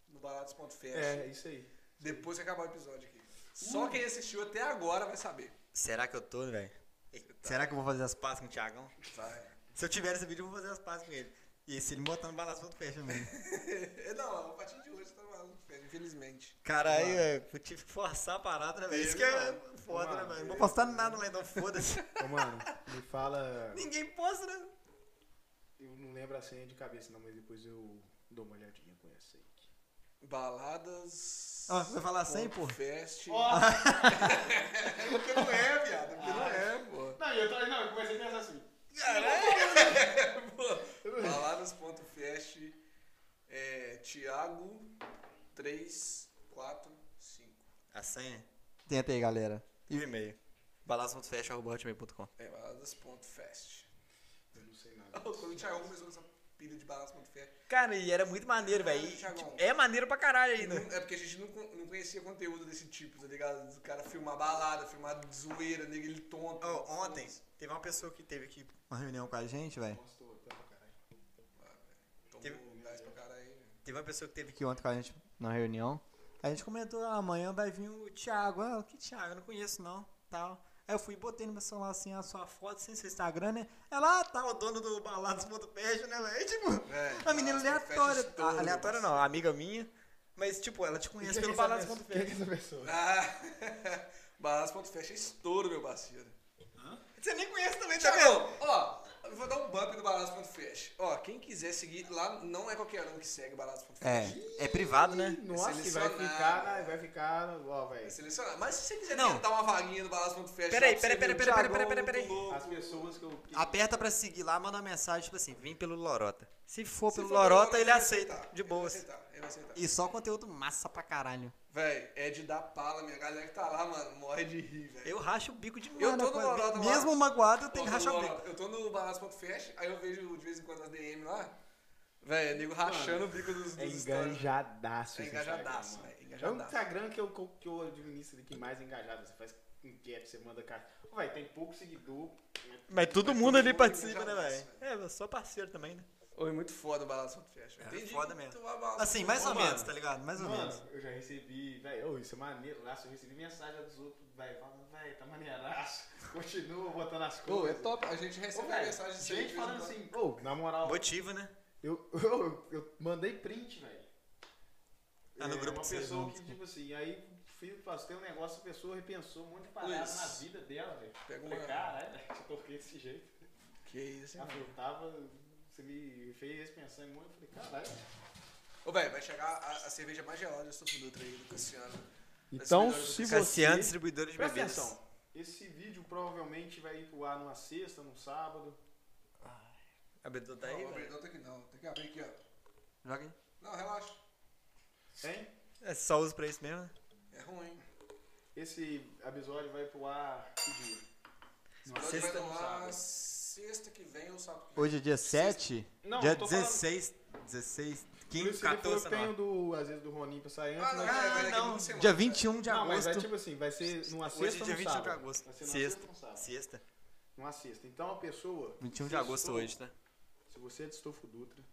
Speaker 2: no balados.fest
Speaker 3: É, isso aí.
Speaker 2: depois que acabar o episódio aqui. Só
Speaker 1: Hum.
Speaker 2: quem assistiu até agora vai saber.
Speaker 1: Será que eu tô, velho? Será que eu vou fazer as pazes com o Thiagão?
Speaker 2: Vai.
Speaker 1: Se eu tiver esse vídeo, eu vou fazer as pazes com ele. E se ele botando balanço do peixe mesmo.
Speaker 2: não, a partir de hoje tá maluco, velho, infelizmente.
Speaker 1: Caralho, eu tive que forçar a parada, né, velho? Isso que é
Speaker 3: Mano,
Speaker 1: foda, né,
Speaker 3: mano.
Speaker 1: velho? Não vou postar nada lá, então foda-se.
Speaker 3: Ô, mano, me fala.
Speaker 1: Ninguém posta, né?
Speaker 3: Eu não lembro a senha de cabeça, não, mas depois eu dou uma olhadinha com essa aí.
Speaker 2: Baladas.
Speaker 1: Ah, você vai falar sem,
Speaker 2: ponto
Speaker 1: pô?
Speaker 2: Fest.
Speaker 3: Ó.
Speaker 2: porque não é, viado. Porque não é, pô.
Speaker 3: Não, eu, tô, não, eu comecei a pensar assim.
Speaker 2: Baladas.fest é Thiago 345.
Speaker 1: A senha? Tenta aí, galera. E o e-mail? balanço.fecha.com
Speaker 2: É baladas.fest.
Speaker 3: Eu não sei nada.
Speaker 2: Quando o Thiago começou com essa pilha de baladas.fest,
Speaker 1: Cara, e era muito maneiro, velho. E,
Speaker 2: Thiagão.
Speaker 1: tipo, É maneiro pra caralho ainda.
Speaker 2: não- é porque a gente não, con- não conhecia conteúdo desse tipo, tá ligado? Do cara filmar balada, filmar zoeira, nega ele tonto.
Speaker 1: Ó, Oh, ontem, teve uma pessoa que teve aqui uma reunião com a gente, velho.
Speaker 3: Postou até pra caralho.
Speaker 2: Tomou
Speaker 1: teve-
Speaker 2: gás pra caralho. né?
Speaker 1: Teve uma pessoa que teve aqui ontem com a gente na reunião. A gente comentou, ah, amanhã vai vir o Thiago. Ah, que Thiago? Eu não conheço não, tal. Aí eu fui e botei no meu celular assim a sua foto, sem seu Instagram, né? Ela, ah, tá, o dono do balados.pet, né, velho? E, Tipo,
Speaker 2: É,
Speaker 1: uma menina
Speaker 2: Baladas.fest
Speaker 1: aleatória.
Speaker 2: estoura,
Speaker 1: Ah, aleatória não, amiga minha. Mas, tipo, ela te conhece pelo
Speaker 3: Quem que é
Speaker 1: balados.pet.
Speaker 3: essa pessoa?
Speaker 2: Ah, Baladas.fest é estouro, meu parceiro.
Speaker 1: Você nem conhece também, tá vendo?
Speaker 2: Thiagão, ó, eu vou dar um bump no Baladas.fest. Ó, quem quiser seguir lá, não é qualquer um que segue Baladas.fest.
Speaker 1: é privado, né?
Speaker 3: Nossa, que vai
Speaker 2: Selecionado.
Speaker 3: ficar, na- vai ficar, ó, velho.
Speaker 2: É selecionado. Mas se você quiser
Speaker 1: Não.
Speaker 2: tentar uma vaguinha no Baladas.fest...
Speaker 1: Peraí,
Speaker 2: lá pra você
Speaker 1: peraí, peraí,
Speaker 2: ver o
Speaker 1: peraí,
Speaker 2: Thiagão,
Speaker 1: peraí, peraí, peraí,
Speaker 2: o Lulu.
Speaker 3: As pessoas que eu. que-
Speaker 1: Aperta pra seguir lá, manda uma mensagem, tipo assim, vem pelo Lorota. Se for
Speaker 2: Se
Speaker 1: pelo
Speaker 2: for
Speaker 1: Lorota, ele
Speaker 2: vai
Speaker 1: aceita,
Speaker 2: aceitar,
Speaker 1: de
Speaker 2: ele vai
Speaker 1: boas.
Speaker 2: aceitar, Ele vai aceitar.
Speaker 1: E só conteúdo massa pra caralho.
Speaker 2: Véi, é de dar pala, minha galera que tá lá, mano, morre de rir, velho.
Speaker 1: Eu racho o bico de
Speaker 2: Eu tô no Lorota lá.
Speaker 1: Mesmo magoado, eu tenho que
Speaker 2: Ó,
Speaker 1: rachar o
Speaker 2: ó,
Speaker 1: bico.
Speaker 2: Eu tô no Baladas.fest, aí eu vejo de vez em quando as DM lá. Véi, é nego rachando o bico dos,
Speaker 3: É
Speaker 2: dos stories.
Speaker 3: engajadaço.
Speaker 2: É
Speaker 3: esse
Speaker 2: engajadaço,
Speaker 3: Instagram, mano.
Speaker 2: velho, engajadaço.
Speaker 3: É o Instagram que eu, que eu- que eu administro aqui mais engajado. Você faz enquete, você manda carta. Ô, Vai, tem pouco seguidor.
Speaker 1: Mas todo
Speaker 2: mundo ali participa, né, velho?
Speaker 1: É, eu sou parceiro também, né?
Speaker 2: Ô, é muito foda o Baladas.fest.
Speaker 1: É,
Speaker 2: velho. Tem dia
Speaker 1: foda
Speaker 2: que
Speaker 1: mesmo.
Speaker 2: tu vai balançar-
Speaker 1: Assim, mais
Speaker 3: Ô,
Speaker 1: ou
Speaker 3: mano.
Speaker 1: menos, tá ligado? Mais ou
Speaker 3: Mano,
Speaker 1: menos.
Speaker 3: eu já recebi, velho, ô, isso é maneiro, laço, eu recebi mensagem dos outros, velho, falando, velho, tá maneiraço, continua botando as
Speaker 2: Ô, é
Speaker 3: coisas.
Speaker 2: top. A gente
Speaker 3: Ô,
Speaker 2: recebe
Speaker 3: velho,
Speaker 2: mensagem de então.
Speaker 3: gente
Speaker 2: vez em
Speaker 3: falando
Speaker 2: quando.
Speaker 3: assim, ô, na moral,
Speaker 1: Motiva, né?
Speaker 3: eu, eu, eu mandei print, velho.
Speaker 1: Ah,
Speaker 2: Tá
Speaker 1: no grupo
Speaker 3: uma
Speaker 1: que vocês
Speaker 3: pessoa
Speaker 1: mandam.
Speaker 2: né?
Speaker 3: que, tipo assim, aí fiz, passei um negócio, a pessoa repensou um monte de parada
Speaker 2: Luiz.
Speaker 3: na vida dela, velho.
Speaker 2: Pega
Speaker 3: Falei,
Speaker 2: uma-
Speaker 3: caralho, velho, te toquei desse jeito.
Speaker 2: Que isso, hein?
Speaker 3: Ela falou, tava, você me fez pensar em muito, eu falei, caralho.
Speaker 2: Ô, velho, vai chegar a, a cerveja mais gelada do Suco Dutra aí, do Cassiano.
Speaker 3: Então,
Speaker 2: melhores
Speaker 3: se
Speaker 1: Cassiano,
Speaker 3: você...
Speaker 1: distribuidor de então.
Speaker 3: Presta
Speaker 1: bebidas.
Speaker 3: atenção. Esse vídeo provavelmente vai ir pro ar numa sexta, num sábado.
Speaker 1: A bebida tá
Speaker 2: Não,
Speaker 1: aí,
Speaker 2: o
Speaker 1: velho?
Speaker 2: abridor tá aqui não. Tem que abrir aqui, ó.
Speaker 1: Joga aí.
Speaker 2: Não, relaxa.
Speaker 3: Hein?
Speaker 1: É só uso pra isso mesmo? né?
Speaker 2: É ruim.
Speaker 3: Esse episódio vai pro ar que dia?
Speaker 2: Esse episódio vai
Speaker 3: é
Speaker 1: Sexta-
Speaker 2: no ar sexta que vem ou sábado que vem.
Speaker 1: Hoje é dia 7?
Speaker 3: Não,
Speaker 1: dia
Speaker 3: eu tô falando-
Speaker 1: 16, 16,
Speaker 3: Por
Speaker 1: 15,
Speaker 3: isso que depois
Speaker 1: 14,
Speaker 3: eu tenho
Speaker 1: não.
Speaker 3: do, às vezes do Ronin pra sair antes.
Speaker 2: Ah, não,
Speaker 3: mas-
Speaker 2: é, vai daqui
Speaker 1: não.
Speaker 2: duas semanas,
Speaker 1: Dia
Speaker 2: cara.
Speaker 1: 21 de
Speaker 3: Não, mas vai
Speaker 1: agosto.
Speaker 3: tipo assim, vai ser numa
Speaker 1: Hoje
Speaker 3: sexta
Speaker 1: é
Speaker 3: ou
Speaker 1: dia
Speaker 3: num
Speaker 1: 21 de
Speaker 3: sábado?
Speaker 1: agosto.
Speaker 3: Vai ser numa
Speaker 1: Sexta.
Speaker 3: ou num sábado?
Speaker 1: Sexta.
Speaker 3: Numa sexta. Então a pessoa...
Speaker 1: 21 de
Speaker 3: sextou,
Speaker 1: agosto hoje, né?
Speaker 3: Se você é de Estofo Dutra,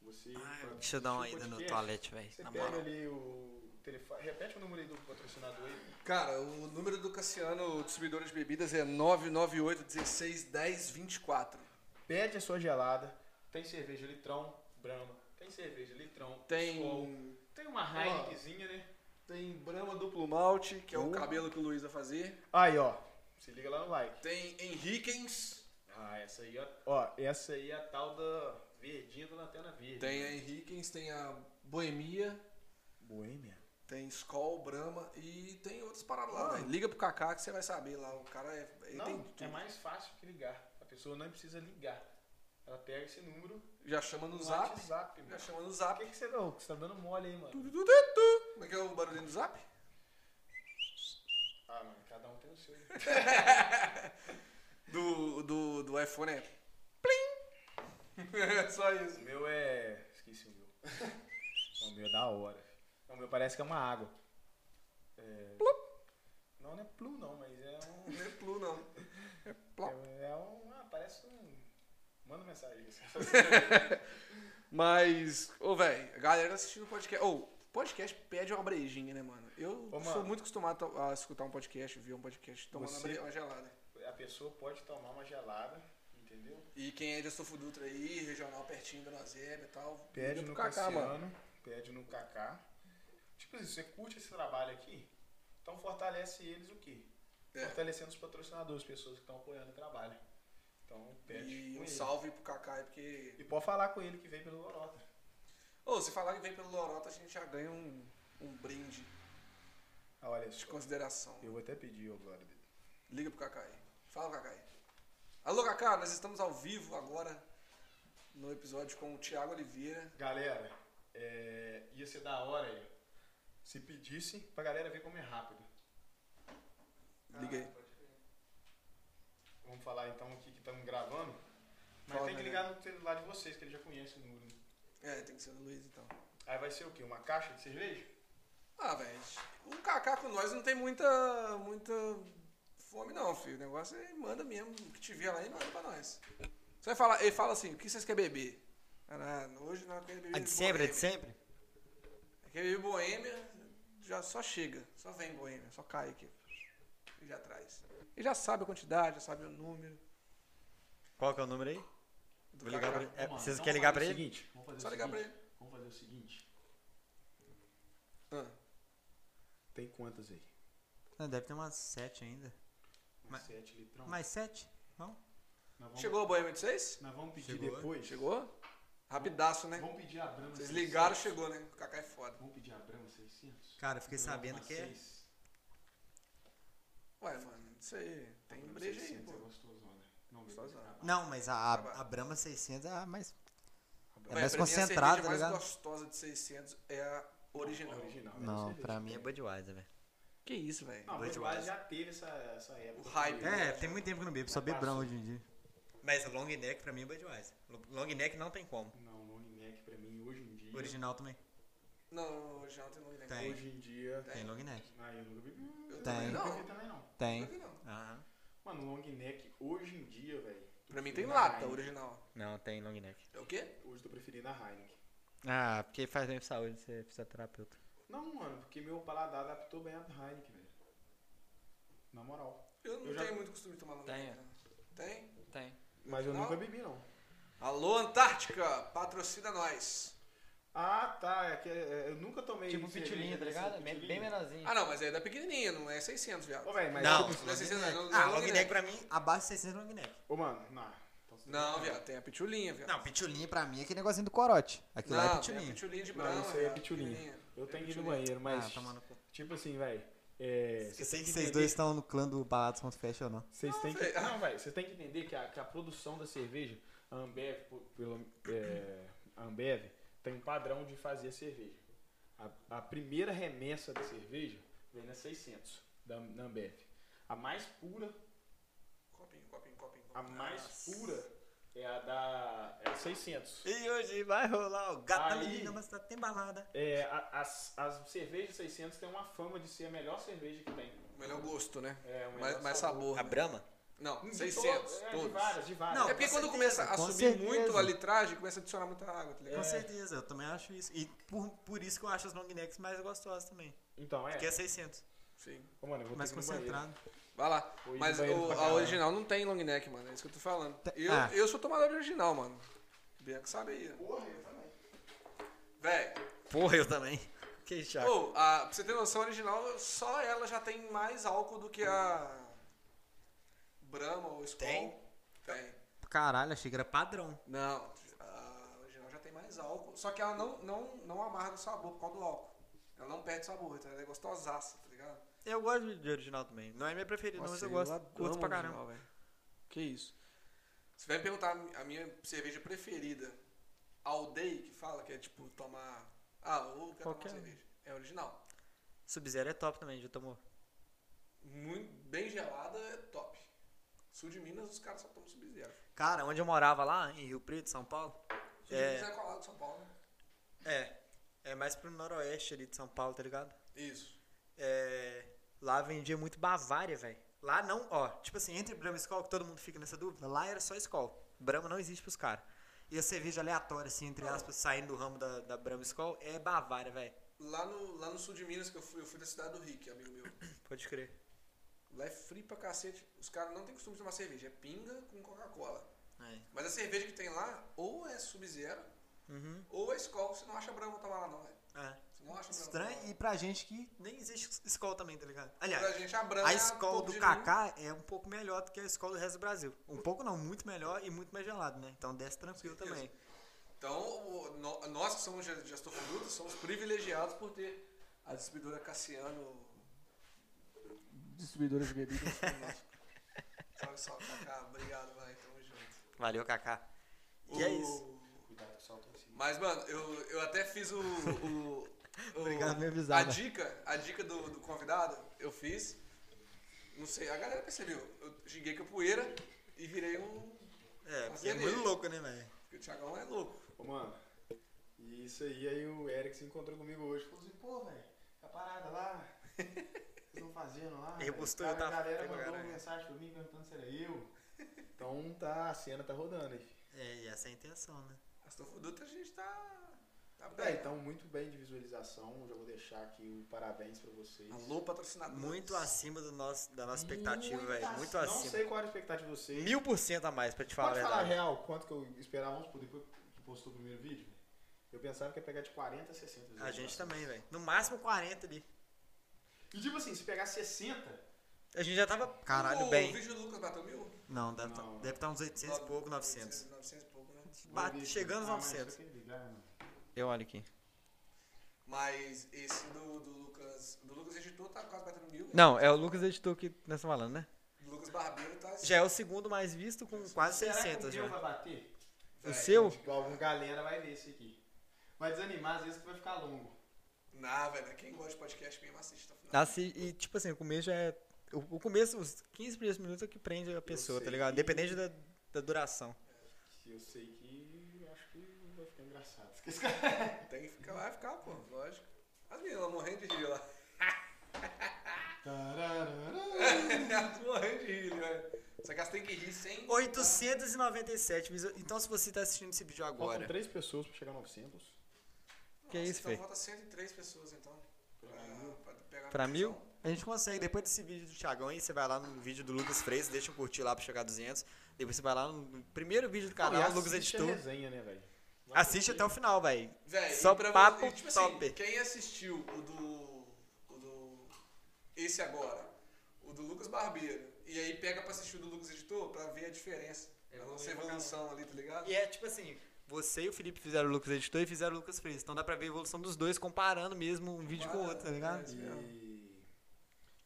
Speaker 3: você... pra
Speaker 4: Deixa eu dar uma
Speaker 3: assistir o
Speaker 4: ida no
Speaker 3: podcast,
Speaker 4: toalete, velho.
Speaker 3: Você
Speaker 4: Na
Speaker 3: pega
Speaker 4: moral.
Speaker 3: ali o telefone... Repete o número aí do patrocinador aí.
Speaker 2: Cara, o número do Cassiano, distribuidora de bebidas, é 998 16 10 24.
Speaker 3: Pede a sua gelada. Tem cerveja litrão, Brahma. Tem cerveja litrão,
Speaker 2: Tem-
Speaker 3: Skol. Tem uma Heinekenzinha, né?
Speaker 2: Tem Brahma Duplo Malte, que é o
Speaker 3: Uh.
Speaker 2: cabelo que o Luiz vai fazer.
Speaker 3: Aí, ó. Se liga lá no like.
Speaker 2: Tem Henriquens.
Speaker 3: Ah, essa aí, ó. Ó, essa aí é a tal da verdinha da lanterna verde. né?
Speaker 2: Tem a Henriquens, tem a Boemia,
Speaker 3: Boêmia.
Speaker 2: tem Skol, Brahma e tem outras paradas
Speaker 3: Ah.
Speaker 2: lá, velho. Liga pro Kaká que você vai saber lá. O cara é. Ele
Speaker 3: Não,
Speaker 2: tem
Speaker 3: é
Speaker 2: tudo.
Speaker 3: mais fácil que ligar. A pessoa não precisa ligar. Ela pega esse número
Speaker 2: Já chama no
Speaker 3: no
Speaker 2: zap.
Speaker 3: WhatsApp,
Speaker 2: Já
Speaker 3: mano.
Speaker 2: chama no
Speaker 3: Por
Speaker 2: zap.
Speaker 3: que, que você não? Você tá dando mole aí, mano.
Speaker 2: Como é que é o barulhinho do zap?
Speaker 3: Ah, mano, cada um tem o seu.
Speaker 2: Do, do, do iPhone é. Plim! É só isso.
Speaker 3: O meu é. Esqueci o meu. o meu é da hora. filho. O meu parece que é uma água. É... Não, não é plu, não, mas é um.
Speaker 2: Não é plu, não.
Speaker 3: É, é um. Ah, parece um. Manda mensagem.
Speaker 2: Mas, ô, velho, a galera assistindo podcast. Ô, podcast pede uma brejinha, né, mano? Eu
Speaker 3: Ô,
Speaker 2: sou
Speaker 3: mano.
Speaker 2: muito acostumado a a escutar um podcast, ver um podcast tomando uma
Speaker 3: Você-
Speaker 2: bre- uma gelada.
Speaker 3: A pessoa pode tomar uma gelada, entendeu?
Speaker 2: E quem é de Astolfo Dutra aí, regional pertinho da Nozebe e tal,
Speaker 3: Pede
Speaker 2: liga
Speaker 3: no
Speaker 2: pro Kaká, mano.
Speaker 3: Cassiano, pede no Kaká. Tipo assim, você curte esse trabalho aqui, então fortalece eles o quê?
Speaker 2: É.
Speaker 3: Fortalecendo os patrocinadores, as pessoas que estão apoiando o trabalho. Então pede
Speaker 2: E
Speaker 3: com
Speaker 2: um
Speaker 3: ele.
Speaker 2: salve pro Kaká aí, porque.
Speaker 3: E pode falar com ele que veio pelo Lorota.
Speaker 2: Ô, se falar que vem pelo Lorota, a gente já ganha um, um brinde
Speaker 3: Ah, Olha
Speaker 2: de
Speaker 3: só,
Speaker 2: consideração.
Speaker 3: eu vou até pedir, ô Glória.
Speaker 2: Liga pro Kaká aí. Fala, Kaká aí. Alô, Kaká, nós estamos ao vivo agora no episódio com o Thiago Oliveira.
Speaker 3: Galera, é, ia ser da hora aí. Se pedisse pra galera ver como é rápido.
Speaker 2: Liga aí.
Speaker 3: Vamos falar então aqui que estamos gravando. Mas
Speaker 2: Fala,
Speaker 3: tem que
Speaker 2: galera.
Speaker 3: ligar no celular de vocês, que ele já conhece o número.
Speaker 2: É, tem que ser do Luiz então.
Speaker 3: Aí vai ser o quê? Uma caixa de cerveja?
Speaker 2: Ah, velho, o Kaká com nós não tem muita, muita fome não, filho. O negócio é manda mesmo, o que tiver lá e manda pra nós. Você vai falar, ele fala assim, o que vocês querem beber? Ah, não, hoje não, eu quero beber
Speaker 4: A de sempre, a de
Speaker 2: boêmia.
Speaker 4: sempre?
Speaker 2: Eu quero beber boêmia, já só chega, só vem boêmia, só cai aqui. E já traz. E já sabe a quantidade, já sabe o número.
Speaker 1: Qual que é o número aí?
Speaker 2: do
Speaker 1: Vou ligar
Speaker 2: Kaká.
Speaker 1: pra ele. É,
Speaker 3: Vamos lá,
Speaker 1: vocês
Speaker 3: então
Speaker 1: querem ligar
Speaker 3: vamos
Speaker 1: pra
Speaker 3: fazer
Speaker 1: ele?
Speaker 3: o seguinte, vamos fazer
Speaker 2: Só
Speaker 3: o
Speaker 2: ligar pra
Speaker 3: seguinte,
Speaker 2: ele.
Speaker 3: Vamos fazer o seguinte.
Speaker 2: Ah,
Speaker 3: Tem quantas aí?
Speaker 1: Ah, deve ter umas 7 ainda. Mas-
Speaker 3: Umas Um sete litrão.
Speaker 1: Mais 7?
Speaker 3: Nós vamos,
Speaker 2: Chegou a boêmia de vocês?
Speaker 3: Nós vamos pedir
Speaker 1: Chegou.
Speaker 3: depois.
Speaker 2: Chegou? Rapidaço, né?
Speaker 3: Vamos pedir a Brahma
Speaker 2: Vocês
Speaker 3: 600.
Speaker 2: ligaram, chegou, né? O Kaká é foda.
Speaker 3: Vamos pedir a Brahma 600?
Speaker 1: Cara, eu fiquei
Speaker 3: Brahma
Speaker 1: sabendo
Speaker 3: com
Speaker 1: que é.
Speaker 3: seis.
Speaker 2: Ué, mano, isso aí. Tem
Speaker 3: Brahma
Speaker 2: breja aí,
Speaker 3: 600
Speaker 2: pô.
Speaker 3: é gostosona. Não, é
Speaker 2: Gostosona.
Speaker 3: gostosona.
Speaker 1: Não, mas a, a, a Brahma 600 é a mais. É
Speaker 2: Ué,
Speaker 1: mais
Speaker 2: pra mim,
Speaker 1: concentrado,
Speaker 2: a
Speaker 1: tá
Speaker 2: cerveja
Speaker 1: ligado?
Speaker 2: mais gostosa de 600 é a original.
Speaker 3: Original.
Speaker 1: Não, pra mim é Budweiser, velho.
Speaker 2: Que isso, velho.
Speaker 3: Não,
Speaker 1: Budweiser.
Speaker 3: Budweiser já teve essa, essa época.
Speaker 2: O hype,
Speaker 3: que-
Speaker 1: É, tem muito tempo que eu não bebo, só
Speaker 3: Mas
Speaker 1: bebo Brahma
Speaker 3: passou.
Speaker 1: hoje em dia. Mas a long neck pra mim é Budweiser. Long neck não tem como.
Speaker 3: Não, long neck pra mim hoje em dia.
Speaker 1: Original também.
Speaker 2: Não, original tem nome, né?
Speaker 1: Tem.
Speaker 3: Hoje em dia.
Speaker 1: Tem long neck.
Speaker 3: Ah, eu nunca bebi.
Speaker 2: Eu
Speaker 1: Tem.
Speaker 2: também
Speaker 3: Não.
Speaker 2: Não,
Speaker 3: bebi também não.
Speaker 2: nunca
Speaker 1: Tem.
Speaker 2: vi, não.
Speaker 1: Aham.
Speaker 3: Mano, long neck hoje em dia, velho. tô
Speaker 2: Pra mim tem
Speaker 3: preferindo a
Speaker 2: lata,
Speaker 3: Heineken.
Speaker 2: original.
Speaker 1: Não, tem long neck.
Speaker 2: É o quê?
Speaker 3: Hoje tô preferindo a Heineken.
Speaker 1: Ah, porque faz bem pra saúde, você é fisioterapeuta.
Speaker 3: Não, mano, porque meu paladar adaptou bem a Heineken, velho. Na moral.
Speaker 2: Eu não
Speaker 3: Eu já-
Speaker 2: tenho muito costume de tomar long
Speaker 4: Tem,
Speaker 2: neck, não. Tem?
Speaker 4: Tem.
Speaker 3: Mas eu
Speaker 2: Não?
Speaker 3: nunca bebi, não.
Speaker 2: Alô, Antártica, patrocina nós.
Speaker 3: Ah, tá. É que é, eu nunca tomei.
Speaker 1: um
Speaker 4: Tipo
Speaker 3: cerveja
Speaker 4: pitilinha, tá
Speaker 3: dessa
Speaker 4: ligado? Bem
Speaker 3: pitilinha.
Speaker 4: bem menorzinho.
Speaker 2: Ah, não, mas é da pequenininha, não é 600, viado.
Speaker 3: Hum. Ô, velho, mas.
Speaker 1: Não.
Speaker 3: tipo-
Speaker 2: Não é 600, não, não é
Speaker 1: Ah,
Speaker 2: long
Speaker 1: long
Speaker 2: neck.
Speaker 1: neck pra mim, abaixo de 600 é long neck.
Speaker 3: Ô, mano, não. Então você
Speaker 2: Não,
Speaker 3: tem-
Speaker 2: viado, tem a pitulinha, viado.
Speaker 1: Não, pitulinha pra mim é aquele negocinho do corote. Aquilo lá é
Speaker 2: Não, tem a
Speaker 1: pitulinha.
Speaker 2: pitulinha de
Speaker 3: Não,
Speaker 2: branco.
Speaker 3: isso aí é pitulinha. Eu tenho que ir no banheiro, mas.
Speaker 1: Ah, tomando cu.
Speaker 3: Tipo assim, velho. É,
Speaker 1: Eu
Speaker 3: vocês
Speaker 1: sei
Speaker 3: têm
Speaker 1: que
Speaker 3: que
Speaker 1: vocês
Speaker 3: entender-
Speaker 1: dois estão no clã do Balados contra Fest ou não.
Speaker 3: Vocês têm que.
Speaker 2: velho.
Speaker 3: Não, velho. Vocês têm que entender que a, que a produção da cerveja, a Ambev, pô, pelo, é, a Ambev, tem um padrão de fazer a cerveja. A, a primeira remessa de cerveja vem na 600, da, da Ambev. A mais pura,
Speaker 2: Copinho, copinho, copinho.
Speaker 3: a mais pura é a da é a 600.
Speaker 1: E hoje vai rolar o gato da
Speaker 3: Aí.
Speaker 1: menina, mas tá tem balada.
Speaker 3: É, a- as, as cervejas 600 têm uma fama de ser a melhor cerveja que tem.
Speaker 2: Melhor gosto, né?
Speaker 3: É, o melhor
Speaker 2: mais, mais sabor.
Speaker 1: A Brahma?
Speaker 2: Não,
Speaker 3: De
Speaker 2: 600,
Speaker 3: todas, é,
Speaker 2: todos.
Speaker 3: De várias, de várias.
Speaker 2: é porque
Speaker 1: com
Speaker 2: quando
Speaker 1: certeza,
Speaker 2: começa a
Speaker 1: com
Speaker 2: subir
Speaker 1: certeza.
Speaker 2: muito a litragem, começa a adicionar muita água, tá
Speaker 1: Com
Speaker 3: É.
Speaker 2: ligado?
Speaker 1: certeza, eu também acho isso. E por, por isso que eu acho as long necks mais gostosas também.
Speaker 3: Então, é.
Speaker 1: Porque é 600,
Speaker 2: Sim.
Speaker 3: Ô, mano, eu vou
Speaker 1: mais
Speaker 3: ter que ir no banheiro.
Speaker 1: concentrado.
Speaker 2: Vai lá.
Speaker 3: Vou ir
Speaker 2: Mas
Speaker 3: no banheiro
Speaker 2: o-
Speaker 3: pra
Speaker 2: a
Speaker 3: caralho. Tá,
Speaker 2: original não tem long neck, mano. É isso que eu tô falando. Eu,
Speaker 1: ah.
Speaker 2: eu sou tomador de original, mano. Bianca sabe aí. ó.
Speaker 10: Porra, eu também.
Speaker 2: Véi,
Speaker 1: Porra, eu também. Que
Speaker 3: Tá.
Speaker 1: chato.
Speaker 2: pô, a- pra você ter noção, a original, só ela já tem mais álcool do que a Brahma ou Skol.
Speaker 1: Tem?
Speaker 2: Tem.
Speaker 1: Caralho, achei que era padrão.
Speaker 2: Não, a original já tem mais álcool. Só que ela não, não, não amarga o sabor por causa do álcool. Ela não perde sabor, então ela é gostosaça, tá ligado?
Speaker 1: Eu gosto de de original também. Não é minha preferida, não, mas eu gosto. Curto pra caramba.
Speaker 2: Que isso. Você vai me perguntar a mi- a minha cerveja preferida. Aldei, que fala, que é tipo tomar. Ah, ou quer tomar
Speaker 1: Qualquer. um.
Speaker 2: cerveja. É original.
Speaker 1: Sub-Zero é top também, já tomou.
Speaker 2: Muito bem gelada, é top. Sul de Minas, os caras só tomam sub-zero.
Speaker 1: Cara, onde eu morava lá, em Rio Preto, São Paulo.
Speaker 2: Sul de
Speaker 1: É,
Speaker 2: Minas é colado de São Paulo, né?
Speaker 1: é. É mais pro noroeste ali de São Paulo, tá ligado?
Speaker 2: Isso.
Speaker 1: É, lá vendia muito Bavária, velho. Lá não, ó, tipo assim, entre Brahma e Skol, que todo mundo fica nessa dúvida, lá era só Skol. Brahma não existe pros caras. E a cerveja aleatória, assim, entre aspas, saindo do ramo da, da Brahma e Skol, é Bavária, velho.
Speaker 2: Lá no, lá no sul de Minas, que eu fui, eu fui na cidade do Rick, amigo meu.
Speaker 1: Pode crer.
Speaker 2: Lá é frio pra cacete. Os caras não têm costume de tomar cerveja. É pinga com Coca-Cola.
Speaker 1: É.
Speaker 2: Mas a cerveja que tem lá, ou é sub-zero,
Speaker 1: Uhum.
Speaker 2: ou é Skol. Você não acha Brahma tomar lá, não, velho.
Speaker 1: É.
Speaker 2: Você não acha Brahma tomar lá.
Speaker 1: Estranho, e pra gente que nem existe Skol também, tá ligado?
Speaker 2: Pra
Speaker 1: Aliás,
Speaker 2: gente, a Brahma
Speaker 1: a
Speaker 2: é
Speaker 1: Skol
Speaker 2: topo
Speaker 1: do
Speaker 2: de
Speaker 1: Kaká é um pouco melhor do que a Skol do resto do Brasil. Um pouco não, muito melhor e muito mais gelado, né? Então desce tranquilo
Speaker 2: Certeza.
Speaker 1: também.
Speaker 2: vinho. Então, o- no- nós que somos ge- gestofrutos, somos privilegiados por ter a distribuidora Cassiano. Distribuidora de bebidas. salve, salve, Kaká. Obrigado, vai. Tamo junto.
Speaker 1: Valeu, Kaká. E é
Speaker 2: O-
Speaker 1: isso.
Speaker 3: Cuidado com o salto em cima.
Speaker 2: Mas, mano, eu, eu até fiz o. o- o-
Speaker 1: Obrigado por me
Speaker 2: A
Speaker 1: avisar, né?
Speaker 2: dica, a dica do, do convidado, eu fiz. Não sei, a galera percebeu. Eu xinguei capoeira e virei um.
Speaker 1: É, porque é
Speaker 2: Fazer
Speaker 1: muito
Speaker 2: ele.
Speaker 1: louco, né, velho?
Speaker 2: Porque o Thiagão é louco.
Speaker 3: Ô, mano, e isso aí, aí o Eric se encontrou comigo hoje. Falou assim, pô, velho, a parada lá, vocês estão fazendo lá.
Speaker 1: Ele
Speaker 3: velho?"
Speaker 1: postou,
Speaker 3: Cara,
Speaker 1: eu tava-
Speaker 3: A galera
Speaker 1: pegou
Speaker 3: mandou
Speaker 1: caralho.
Speaker 3: uma mensagem pra mim perguntando se era eu. Então tá, a cena tá rodando aí.
Speaker 1: É, e essa é a intenção, né?
Speaker 2: Astofruto a gente tá. Tá
Speaker 3: É,
Speaker 2: bem.
Speaker 3: então muito bem de visualização, já vou deixar aqui o parabéns pra vocês.
Speaker 2: Alô, patrocinador.
Speaker 1: Muito acima do nosso, da nossa expectativa, velho. Muito
Speaker 3: Não
Speaker 1: acima.
Speaker 3: sei qual era a expectativa de vocês.
Speaker 1: Mil por cento a mais, pra te falar a
Speaker 3: Pode falar a
Speaker 1: verdade.
Speaker 3: real, quanto que eu esperava, vamos supor, depois que postou o primeiro vídeo, eu pensava que ia pegar de 40 a 60
Speaker 1: A gente
Speaker 3: visualizações.
Speaker 1: também, velho. No máximo 40 ali.
Speaker 3: E tipo assim, se pegar 60,
Speaker 1: A gente já tava. Caralho,
Speaker 2: o, O
Speaker 1: bem.
Speaker 2: vídeo do Lucas bateu mil?
Speaker 1: Não, deve
Speaker 3: Não.
Speaker 1: estar uns 800 e pouco, 900.
Speaker 2: 900 e pouco, né?
Speaker 3: um
Speaker 1: Bate- chegando
Speaker 3: Ah,
Speaker 1: aos 900.
Speaker 3: é
Speaker 1: Eu olho aqui.
Speaker 2: Mas esse do, do Lucas. Do Lucas editor tá quase batendo mil.
Speaker 1: Não, é o Lucas Editor que nós estamos falando, né?
Speaker 2: Do Lucas Barbeiro tá.
Speaker 1: Já é o segundo mais visto com quase 600
Speaker 3: já.
Speaker 1: já.
Speaker 3: vai bater?
Speaker 1: O
Speaker 2: Véi,
Speaker 1: seu?
Speaker 3: Tipo, alguma galera vai ver esse aqui. Vai desanimar, às vezes que vai ficar longo.
Speaker 2: Nah, velho. Quem gosta de podcast mesmo assiste tá até o final.
Speaker 1: Assim, e tipo assim, o começo já é. O o começo, os 15 primeiros minutos é o que prende a pessoa, tá
Speaker 3: sei.
Speaker 1: ligado? Independente da, da duração.
Speaker 3: Que Eu sei que eu acho que vai ficar engraçado.
Speaker 2: Tem que ficar, vai ficar, pô, lógico. As meninas morrendo de rir lá. Elas morrendo de rir, velho. Só que elas têm que rir sem.
Speaker 1: 897 visual... Então, se você tá assistindo esse vídeo
Speaker 3: Faltam
Speaker 1: agora.
Speaker 3: três pessoas pra chegar a 900.
Speaker 2: Nossa,
Speaker 1: Que isso,
Speaker 2: então
Speaker 1: Fê?
Speaker 2: falta 103 pessoas, então. Pra, pra pegar
Speaker 1: Pra mil?
Speaker 2: atenção.
Speaker 1: A gente consegue. Depois desse vídeo do Thiagão aí, você vai lá no vídeo do Lucas Freitas, deixa um curtir lá pra chegar a 200. Depois você vai lá no primeiro vídeo do
Speaker 3: E
Speaker 1: canal,
Speaker 3: assiste
Speaker 1: Lucas
Speaker 3: a
Speaker 1: Editor.
Speaker 3: resenha, né, velho? Vai
Speaker 1: Assiste
Speaker 3: assistir.
Speaker 1: até o final, velho.
Speaker 2: Véi, e
Speaker 1: Só
Speaker 2: pra
Speaker 1: papo
Speaker 2: você- e, tipo
Speaker 1: top.
Speaker 2: Assim, quem assistiu o do. o do. Esse agora, o do Lucas Barbeiro, e aí pega pra assistir o do Lucas Editor pra ver a diferença. É Pra não ser evolução ali, tá ligado?
Speaker 1: E é tipo assim, você e o Felipe fizeram o Lucas Editor e fizeram o Lucas Freitas. Então dá pra ver a evolução dos dois comparando mesmo um vídeo com o outro, tá ligado?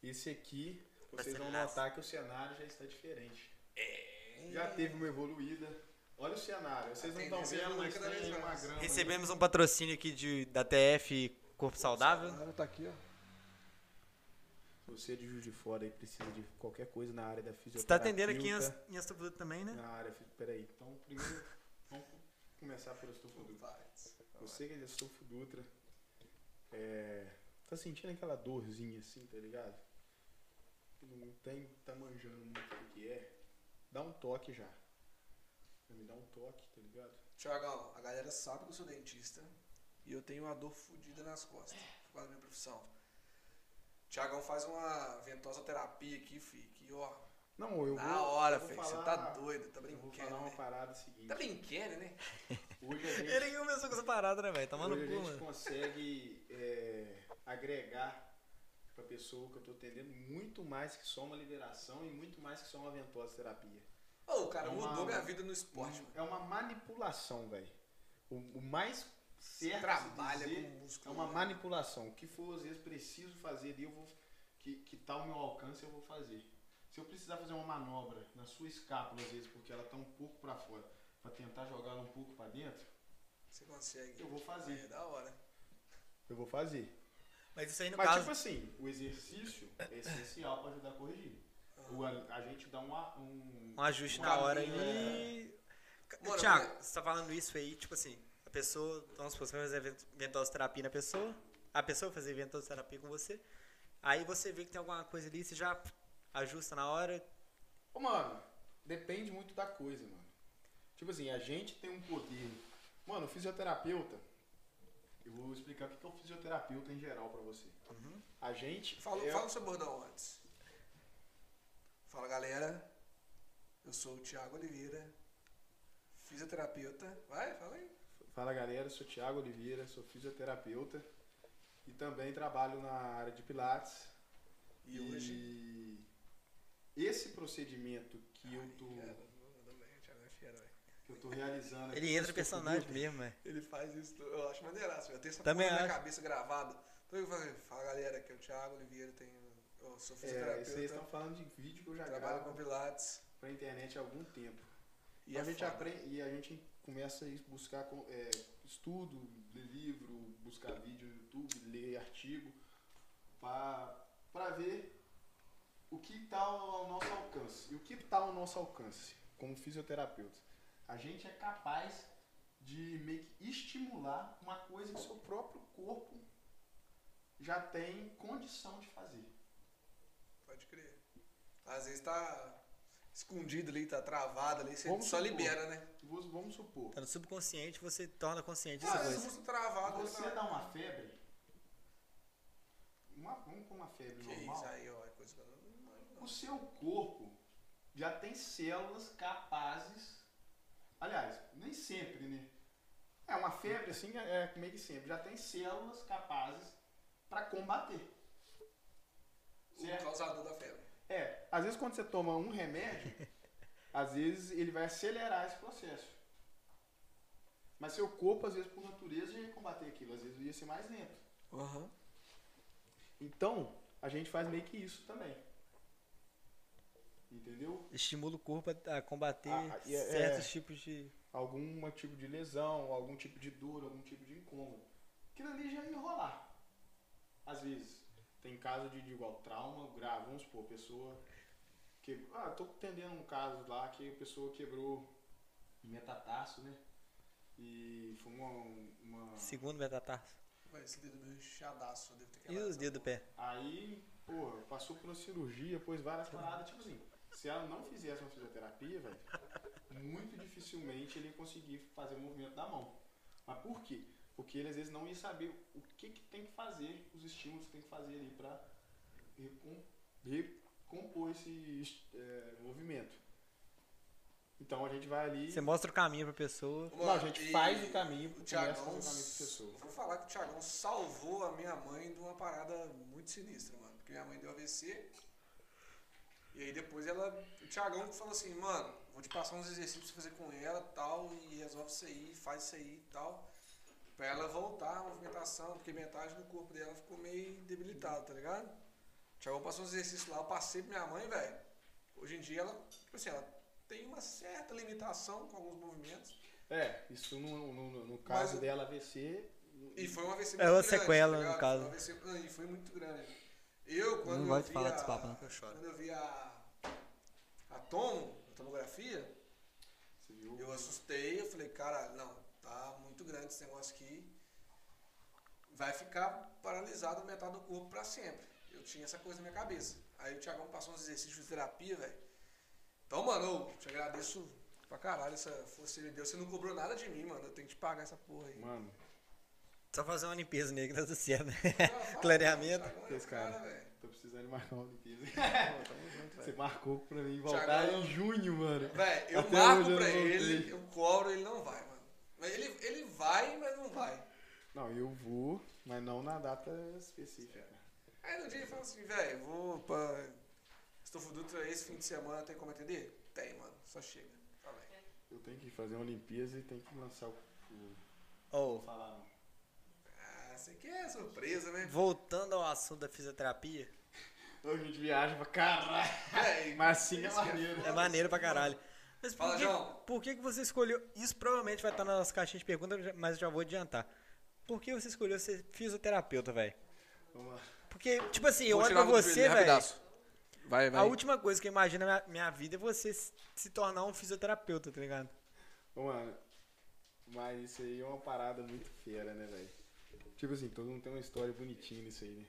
Speaker 3: E esse aqui,
Speaker 1: Vai
Speaker 3: vocês
Speaker 1: ser
Speaker 3: vão
Speaker 1: massa.
Speaker 3: notar que o cenário já está diferente. Já teve uma evoluída. Olha o cenário. Vocês não estão
Speaker 2: Tendência
Speaker 3: vendo,
Speaker 2: evolui
Speaker 3: mas
Speaker 2: cada vez
Speaker 3: tem uma
Speaker 2: mais.
Speaker 3: grama. aí.
Speaker 1: Recebemos um patrocínio aqui de, da TF
Speaker 4: Corpo saudável?
Speaker 2: Ah, tá aqui, ó.
Speaker 10: Se você é de Juiz de Fora e precisa de qualquer coisa na área da fisioterapia.
Speaker 4: Você tá atendendo aqui em As- em Astúpido também, né?
Speaker 10: Na área, fi- peraí.
Speaker 3: Então, primeiro, vamos começar pelo estufo Dutra. Você que é de estufo Dutra, é, tá sentindo aquela dorzinha assim, tá ligado? Que Não tem, tá manjando muito o que que é. Dá um toque já. Me dá um toque, tá ligado?
Speaker 2: Tiagão, a galera sabe que eu sou dentista e eu tenho uma dor fodida nas costas, por causa da minha profissão. Tiagão faz uma ventosa terapia aqui, fi, que ó,
Speaker 3: Não, eu
Speaker 2: na
Speaker 3: vou,
Speaker 2: hora,
Speaker 3: eu vou
Speaker 2: fi,
Speaker 3: falar-
Speaker 2: você tá doido, tá
Speaker 3: Eu vou falar
Speaker 2: brincando,
Speaker 3: uma
Speaker 2: né?
Speaker 3: parada
Speaker 2: Tá
Speaker 3: seguinte.
Speaker 2: brincando, né?
Speaker 3: Hoje a gente,
Speaker 4: Ele que começou com essa parada, né, velho?
Speaker 2: tá
Speaker 4: Tomando
Speaker 3: hoje a
Speaker 4: cu,
Speaker 3: gente
Speaker 4: mano.
Speaker 3: consegue é, agregar pra pessoa que eu tô atendendo muito mais que só uma liberação e muito mais que só uma ventosa terapia.
Speaker 2: Ô, cara,
Speaker 3: É Uma-
Speaker 2: mudou minha vida no esporte, mano.
Speaker 3: É uma manipulação, velho. O, o mais
Speaker 2: Você
Speaker 3: certo
Speaker 2: trabalha
Speaker 3: a se dizer
Speaker 2: com
Speaker 3: é
Speaker 2: músculo.
Speaker 3: uma
Speaker 2: né?
Speaker 3: manipulação. O que for, às vezes, preciso fazer ali, eu vou. Que, que tá ao meu alcance, eu vou fazer. Se eu precisar fazer uma manobra na sua escápula, às vezes, porque ela tá um pouco pra fora, pra tentar jogar ela um pouco pra dentro,
Speaker 2: Você consegue.
Speaker 3: eu vou
Speaker 2: É
Speaker 3: fazer.
Speaker 2: da hora.
Speaker 3: Eu vou fazer.
Speaker 4: Mas isso aí, no
Speaker 3: Mas,
Speaker 4: caso,
Speaker 3: tipo assim, o exercício é essencial pra ajudar a corrigir. O, a, a gente dá uma- um.
Speaker 4: um ajuste
Speaker 3: um
Speaker 4: na hora
Speaker 3: caminho, é.
Speaker 4: aí.
Speaker 2: Mano,
Speaker 4: Tiago,
Speaker 2: mas-
Speaker 4: você tá falando isso aí, tipo assim, a pessoa, vamos supor, você vai fazer vent- ventosa terapia na pessoa, a pessoa vai fazer ventosa terapia com você, aí você vê que tem alguma coisa ali, você já ajusta na hora.
Speaker 3: Ô, mano, depende muito da coisa, mano. Tipo assim, a gente tem um poder. Mano, o fisioterapeuta. Eu vou explicar o que que é o fisioterapeuta em geral pra você.
Speaker 2: Uhum.
Speaker 3: A gente.
Speaker 2: Fala,
Speaker 3: é-
Speaker 2: fala o seu bordão antes. Fala, galera. Eu sou o Thiago Oliveira, fisioterapeuta. Vai, fala aí.
Speaker 3: Fala, galera, eu sou o Thiago Oliveira, sou fisioterapeuta e também trabalho na área de Pilates.
Speaker 2: E hoje.
Speaker 3: esse procedimento que eu tô,
Speaker 2: Cara, mandou bem, o Thiago é fera, velho.
Speaker 3: que eu tô realizando aqui
Speaker 4: Ele entra
Speaker 3: no
Speaker 4: em personagem
Speaker 3: Instituto,
Speaker 4: mesmo, é.
Speaker 2: Ele faz isso, tudo. eu acho maneiraço. Eu tenho essa
Speaker 4: Também
Speaker 2: porra na minha
Speaker 4: acho.
Speaker 2: cabeça gravada. Então eu falei, fala galera, aqui é o Thiago Oliveira, tenho, eu sou
Speaker 3: É, vocês
Speaker 2: fisioterapeuta,
Speaker 3: estão falando de vídeo que eu já
Speaker 2: trabalho com
Speaker 3: gravo
Speaker 2: pilates.
Speaker 3: pra internet há algum tempo.
Speaker 2: E
Speaker 3: a
Speaker 2: é
Speaker 3: gente
Speaker 2: foda.
Speaker 3: aprende e a gente começa a ir buscar com- é, estudo de livro, buscar vídeo no YouTube, ler artigo, para ver o que está ao nosso alcance. E o que está ao nosso alcance como fisioterapeuta? A gente é capaz de meio que estimular uma coisa que seu próprio corpo já tem condição de fazer.
Speaker 2: Pode crer. Às vezes tá escondido ali, tá travado ali, você
Speaker 3: Vamos
Speaker 2: só
Speaker 3: supor.
Speaker 2: libera, né?
Speaker 3: Vamos vamos supor,
Speaker 4: Tá no subconsciente, você torna consciente
Speaker 2: Ah,
Speaker 4: essa
Speaker 2: às vezes o
Speaker 4: coisa.
Speaker 2: músculo travado. tá- ele
Speaker 3: você é
Speaker 2: vai-
Speaker 3: dá uma febre, uma, vamos com uma febre
Speaker 2: Que
Speaker 3: normal.
Speaker 2: isso aí, ó, é coisa que eu não imagino, não.
Speaker 3: O seu corpo já tem células capazes. Aliás, nem sempre, né? É uma febre assim, é meio que sempre. Já tem células capazes para combater.
Speaker 2: O
Speaker 3: Certo?
Speaker 2: causador da febre.
Speaker 3: É, às vezes quando você toma um remédio, às vezes ele vai acelerar esse processo. Mas seu corpo, às vezes, por natureza, já ia combater aquilo. Às vezes ia ser mais lento.
Speaker 2: Aham.
Speaker 3: Então, a gente faz meio que isso também. Entendeu?
Speaker 4: Estimula o corpo a, a combater
Speaker 3: Ah, e é-
Speaker 4: certos
Speaker 3: é.
Speaker 4: tipos de.
Speaker 3: algum tipo de lesão, algum tipo de dor, algum tipo de incômodo. Aquilo ali já ia rolar. Às vezes. Tem caso de, de igual trauma grave, vamos supor, a pessoa que ah, eu tô atendendo um caso lá que a pessoa quebrou metatarso, né? E foi uma, uma
Speaker 4: Segundo metatarso.
Speaker 2: Vai, esse dedo meio chadaço, eu devo ter
Speaker 4: E
Speaker 2: quebrado
Speaker 4: os
Speaker 2: essa
Speaker 4: dedos do
Speaker 2: porra.
Speaker 4: pé?
Speaker 3: aí, porra, passou por uma cirurgia, pôs várias paradas, tipo assim, se ela não fizesse uma fisioterapia, velho, muito dificilmente ele ia conseguir fazer o movimento da mão. Mas por quê? Porque ele às vezes não ia saber o que, que tem que fazer, os estímulos que tem que fazer ali pra recom- recompor esse est- eh, movimento. Então a gente vai ali.
Speaker 4: Você mostra o caminho pra pessoa.
Speaker 3: Não, a gente
Speaker 2: e
Speaker 3: faz o caminho,
Speaker 2: O
Speaker 3: começa a fazer o
Speaker 2: Thiagão.
Speaker 3: caminho das pessoas.
Speaker 2: Vou falar que o Thiagão salvou a minha mãe de uma parada muito sinistra, mano. Porque minha mãe deu AVC. E aí depois ela. O Thiagão falou assim, mano, vou te passar uns exercícios pra você fazer com ela tal. E resolve isso aí, faz isso aí e tal. Pra ela voltar a movimentação, porque metade do corpo dela ficou meio debilitado, tá ligado? O Thiagão passou uns exercícios lá, eu passei pra minha mãe, velho. Hoje em dia ela, tipo assim, ela tem uma certa limitação com alguns movimentos.
Speaker 3: É, isso no, no, no- no caso
Speaker 2: Mas-
Speaker 3: dela AVC,
Speaker 2: E foi uma AVC
Speaker 1: É uma sequela,
Speaker 2: tá ligado?
Speaker 1: no caso.
Speaker 2: Foi um AVC não, e foi muito grande. Eu, quando
Speaker 1: não
Speaker 2: eu
Speaker 1: gosto de
Speaker 2: vi
Speaker 1: falar
Speaker 2: a-
Speaker 1: desse papo, não, que eu choro.
Speaker 2: Quando eu vi a, a tomo, a tomografia,
Speaker 3: Você viu?
Speaker 2: eu assustei, eu falei, cara, não, tá muito grande esse negócio aqui. Vai ficar paralisado metade do corpo pra sempre. Eu tinha essa coisa na minha cabeça. Aí o Thiagão passou uns exercícios de terapia, velho. Então, mano, eu te agradeço pra caralho essa força que você me deu. Você não cobrou nada de mim, mano. Eu tenho que te pagar essa porra aí.
Speaker 3: Mano,
Speaker 1: Só fazer uma limpeza nele, que tá sucesso, né?
Speaker 2: Ah, fala,
Speaker 1: Clareamento.
Speaker 2: mano, o Thiagão é o
Speaker 3: Esse cara.
Speaker 2: cara, velho.
Speaker 3: tô precisando marcar uma limpeza.
Speaker 2: Tamo junto, velho.
Speaker 3: Você marcou pra mim voltar
Speaker 2: Thiagão.
Speaker 3: em junho, mano.
Speaker 2: Véi, eu
Speaker 3: Até hoje
Speaker 2: marco
Speaker 3: eu
Speaker 2: pra
Speaker 3: não voltei.
Speaker 2: ele, eu cobro, ele não vai, mano. Mas Ele, ele vai, mas não vai.
Speaker 3: Não, eu vou, mas não na data específica.
Speaker 2: Aí no dia ele fala assim, velho, vou pra. Estou fuduto esse fim de semana, tem como atender? Tem, mano, só chega. Tá bem.
Speaker 3: Eu tenho que fazer uma limpeza e tenho que lançar o. o-
Speaker 1: Ou,
Speaker 3: falar não.
Speaker 2: Ah, isso aqui é surpresa, né?
Speaker 1: voltando ao assunto da fisioterapia,
Speaker 3: Hoje a gente viaja pra caralho.
Speaker 2: Véi,
Speaker 3: Mas sim é
Speaker 2: isso que
Speaker 3: maneiro.
Speaker 1: é maneiro pra caralho. Mas por,
Speaker 2: Fala,
Speaker 1: que,
Speaker 2: João.
Speaker 1: por que que você escolheu... Isso provavelmente vai estar na nossa caixinha de perguntas, mas eu já vou adiantar. Por que você escolheu ser fisioterapeuta, velho?
Speaker 3: Vamos lá.
Speaker 1: Porque, tipo assim, eu
Speaker 2: Vou
Speaker 1: olho
Speaker 2: tirar
Speaker 1: pra
Speaker 2: água do
Speaker 1: você,
Speaker 2: joelho,
Speaker 1: velho...
Speaker 2: rapidaço. Vai, vai.
Speaker 1: A última coisa que eu imagino na minha, minha vida é você se se tornar um fisioterapeuta, tá ligado?
Speaker 3: Ô, mano, mas isso aí é uma parada muito fera, né, velho? Tipo assim, todo mundo tem uma história bonitinha nisso aí, né?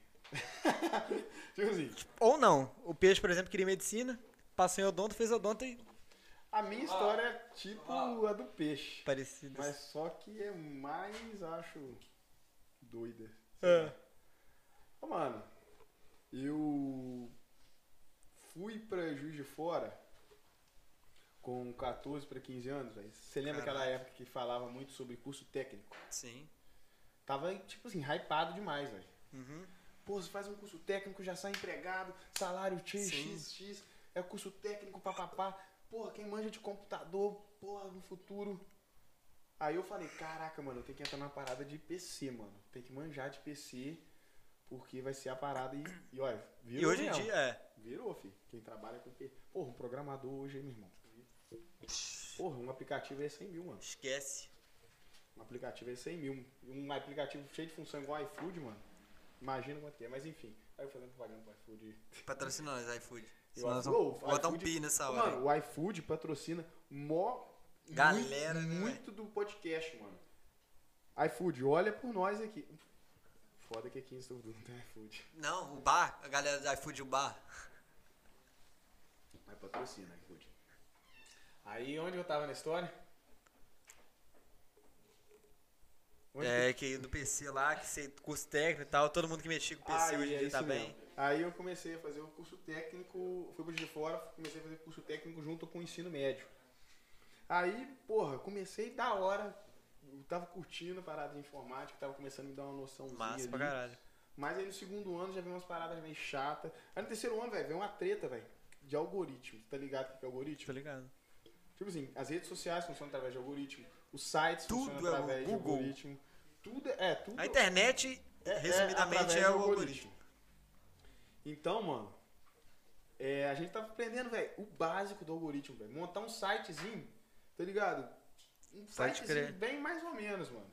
Speaker 3: tipo assim,
Speaker 1: Ou não. O Peixe, por exemplo, queria medicina, passou em odonto, fez odonto e
Speaker 3: a minha história é tipo a do peixe.
Speaker 1: parecido.
Speaker 3: Mas só que é mais, acho, doida.
Speaker 1: É.
Speaker 3: Ô, mano, eu fui pra Juiz de Fora com 14 pra 15 anos, velho. Você lembra aquela época que falava muito sobre curso técnico?
Speaker 1: Sim.
Speaker 3: Tava, tipo assim, hypado demais, velho.
Speaker 1: Uhum.
Speaker 3: Pô, você faz um curso técnico, já sai empregado, salário X,
Speaker 1: Sim.
Speaker 3: X, X, é curso técnico, papapá. Porra, quem manja de computador, porra, no futuro. Aí eu falei, caraca, mano, eu tenho que entrar na parada de PC, mano. Tem que manjar de PC, porque vai ser a parada e, e olha, virou
Speaker 1: E hoje em
Speaker 3: mesmo.
Speaker 1: dia, é.
Speaker 3: Virou, filho. Quem trabalha com PC. Porra, um programador hoje, hein, meu irmão. Porra, um aplicativo aí é 100 mil, mano.
Speaker 1: Esquece.
Speaker 3: Um aplicativo aí é 100 mil. Um aplicativo cheio de função igual iFood, mano. Imagina quanto que é, mas enfim. Aí eu fazendo propaganda pro iFood.
Speaker 1: Patrocina nós, iFood.
Speaker 3: Eu acho- Ô, o
Speaker 1: Bota um
Speaker 3: iFood-
Speaker 1: pi nessa hora.
Speaker 3: Mano, o iFood patrocina mó.
Speaker 1: Galera, né,
Speaker 3: muito,
Speaker 1: velho?
Speaker 3: muito do podcast, mano. iFood, olha por nós aqui. Foda que é aqui em Estudo não tem um, tá? iFood.
Speaker 1: Não, o bar, a galera do iFood, o bar.
Speaker 3: Mas patrocina iFood. Aí onde eu tava na história? Onde
Speaker 1: É, que do PC lá, que você curso técnico e tal, todo mundo que mexia com o PC hoje em dia
Speaker 3: é isso
Speaker 1: tá
Speaker 3: mesmo.
Speaker 1: bem.
Speaker 3: Aí eu comecei a fazer o curso técnico, fui pro Juiz de fora, comecei a fazer curso técnico junto com o ensino médio. Aí, porra, comecei da hora. Eu tava curtindo a parada de informática, tava começando a me dar uma noçãozinha
Speaker 1: Massa pra
Speaker 3: ali.
Speaker 1: caralho.
Speaker 3: Mas aí no segundo ano já veio umas paradas meio chata. Aí no terceiro ano, velho, veio uma treta, velho, de algoritmo. Tá ligado o que que é algoritmo?
Speaker 1: Tô ligado.
Speaker 3: Tipo assim, as redes sociais funcionam através de algoritmo, os sites
Speaker 1: Tudo
Speaker 3: funcionam
Speaker 1: é o
Speaker 3: através de
Speaker 1: Google.
Speaker 3: algoritmo. Tudo é, é tudo.
Speaker 1: A internet, resumidamente,
Speaker 3: é, através
Speaker 1: é
Speaker 3: do
Speaker 1: o algoritmo.
Speaker 3: Então, mano, é, a gente tava aprendendo, velho, o básico do algoritmo, velho. Montar um sitezinho, tá ligado? Um
Speaker 1: Pode
Speaker 3: sitezinho
Speaker 1: crer.
Speaker 3: bem mais ou menos, mano.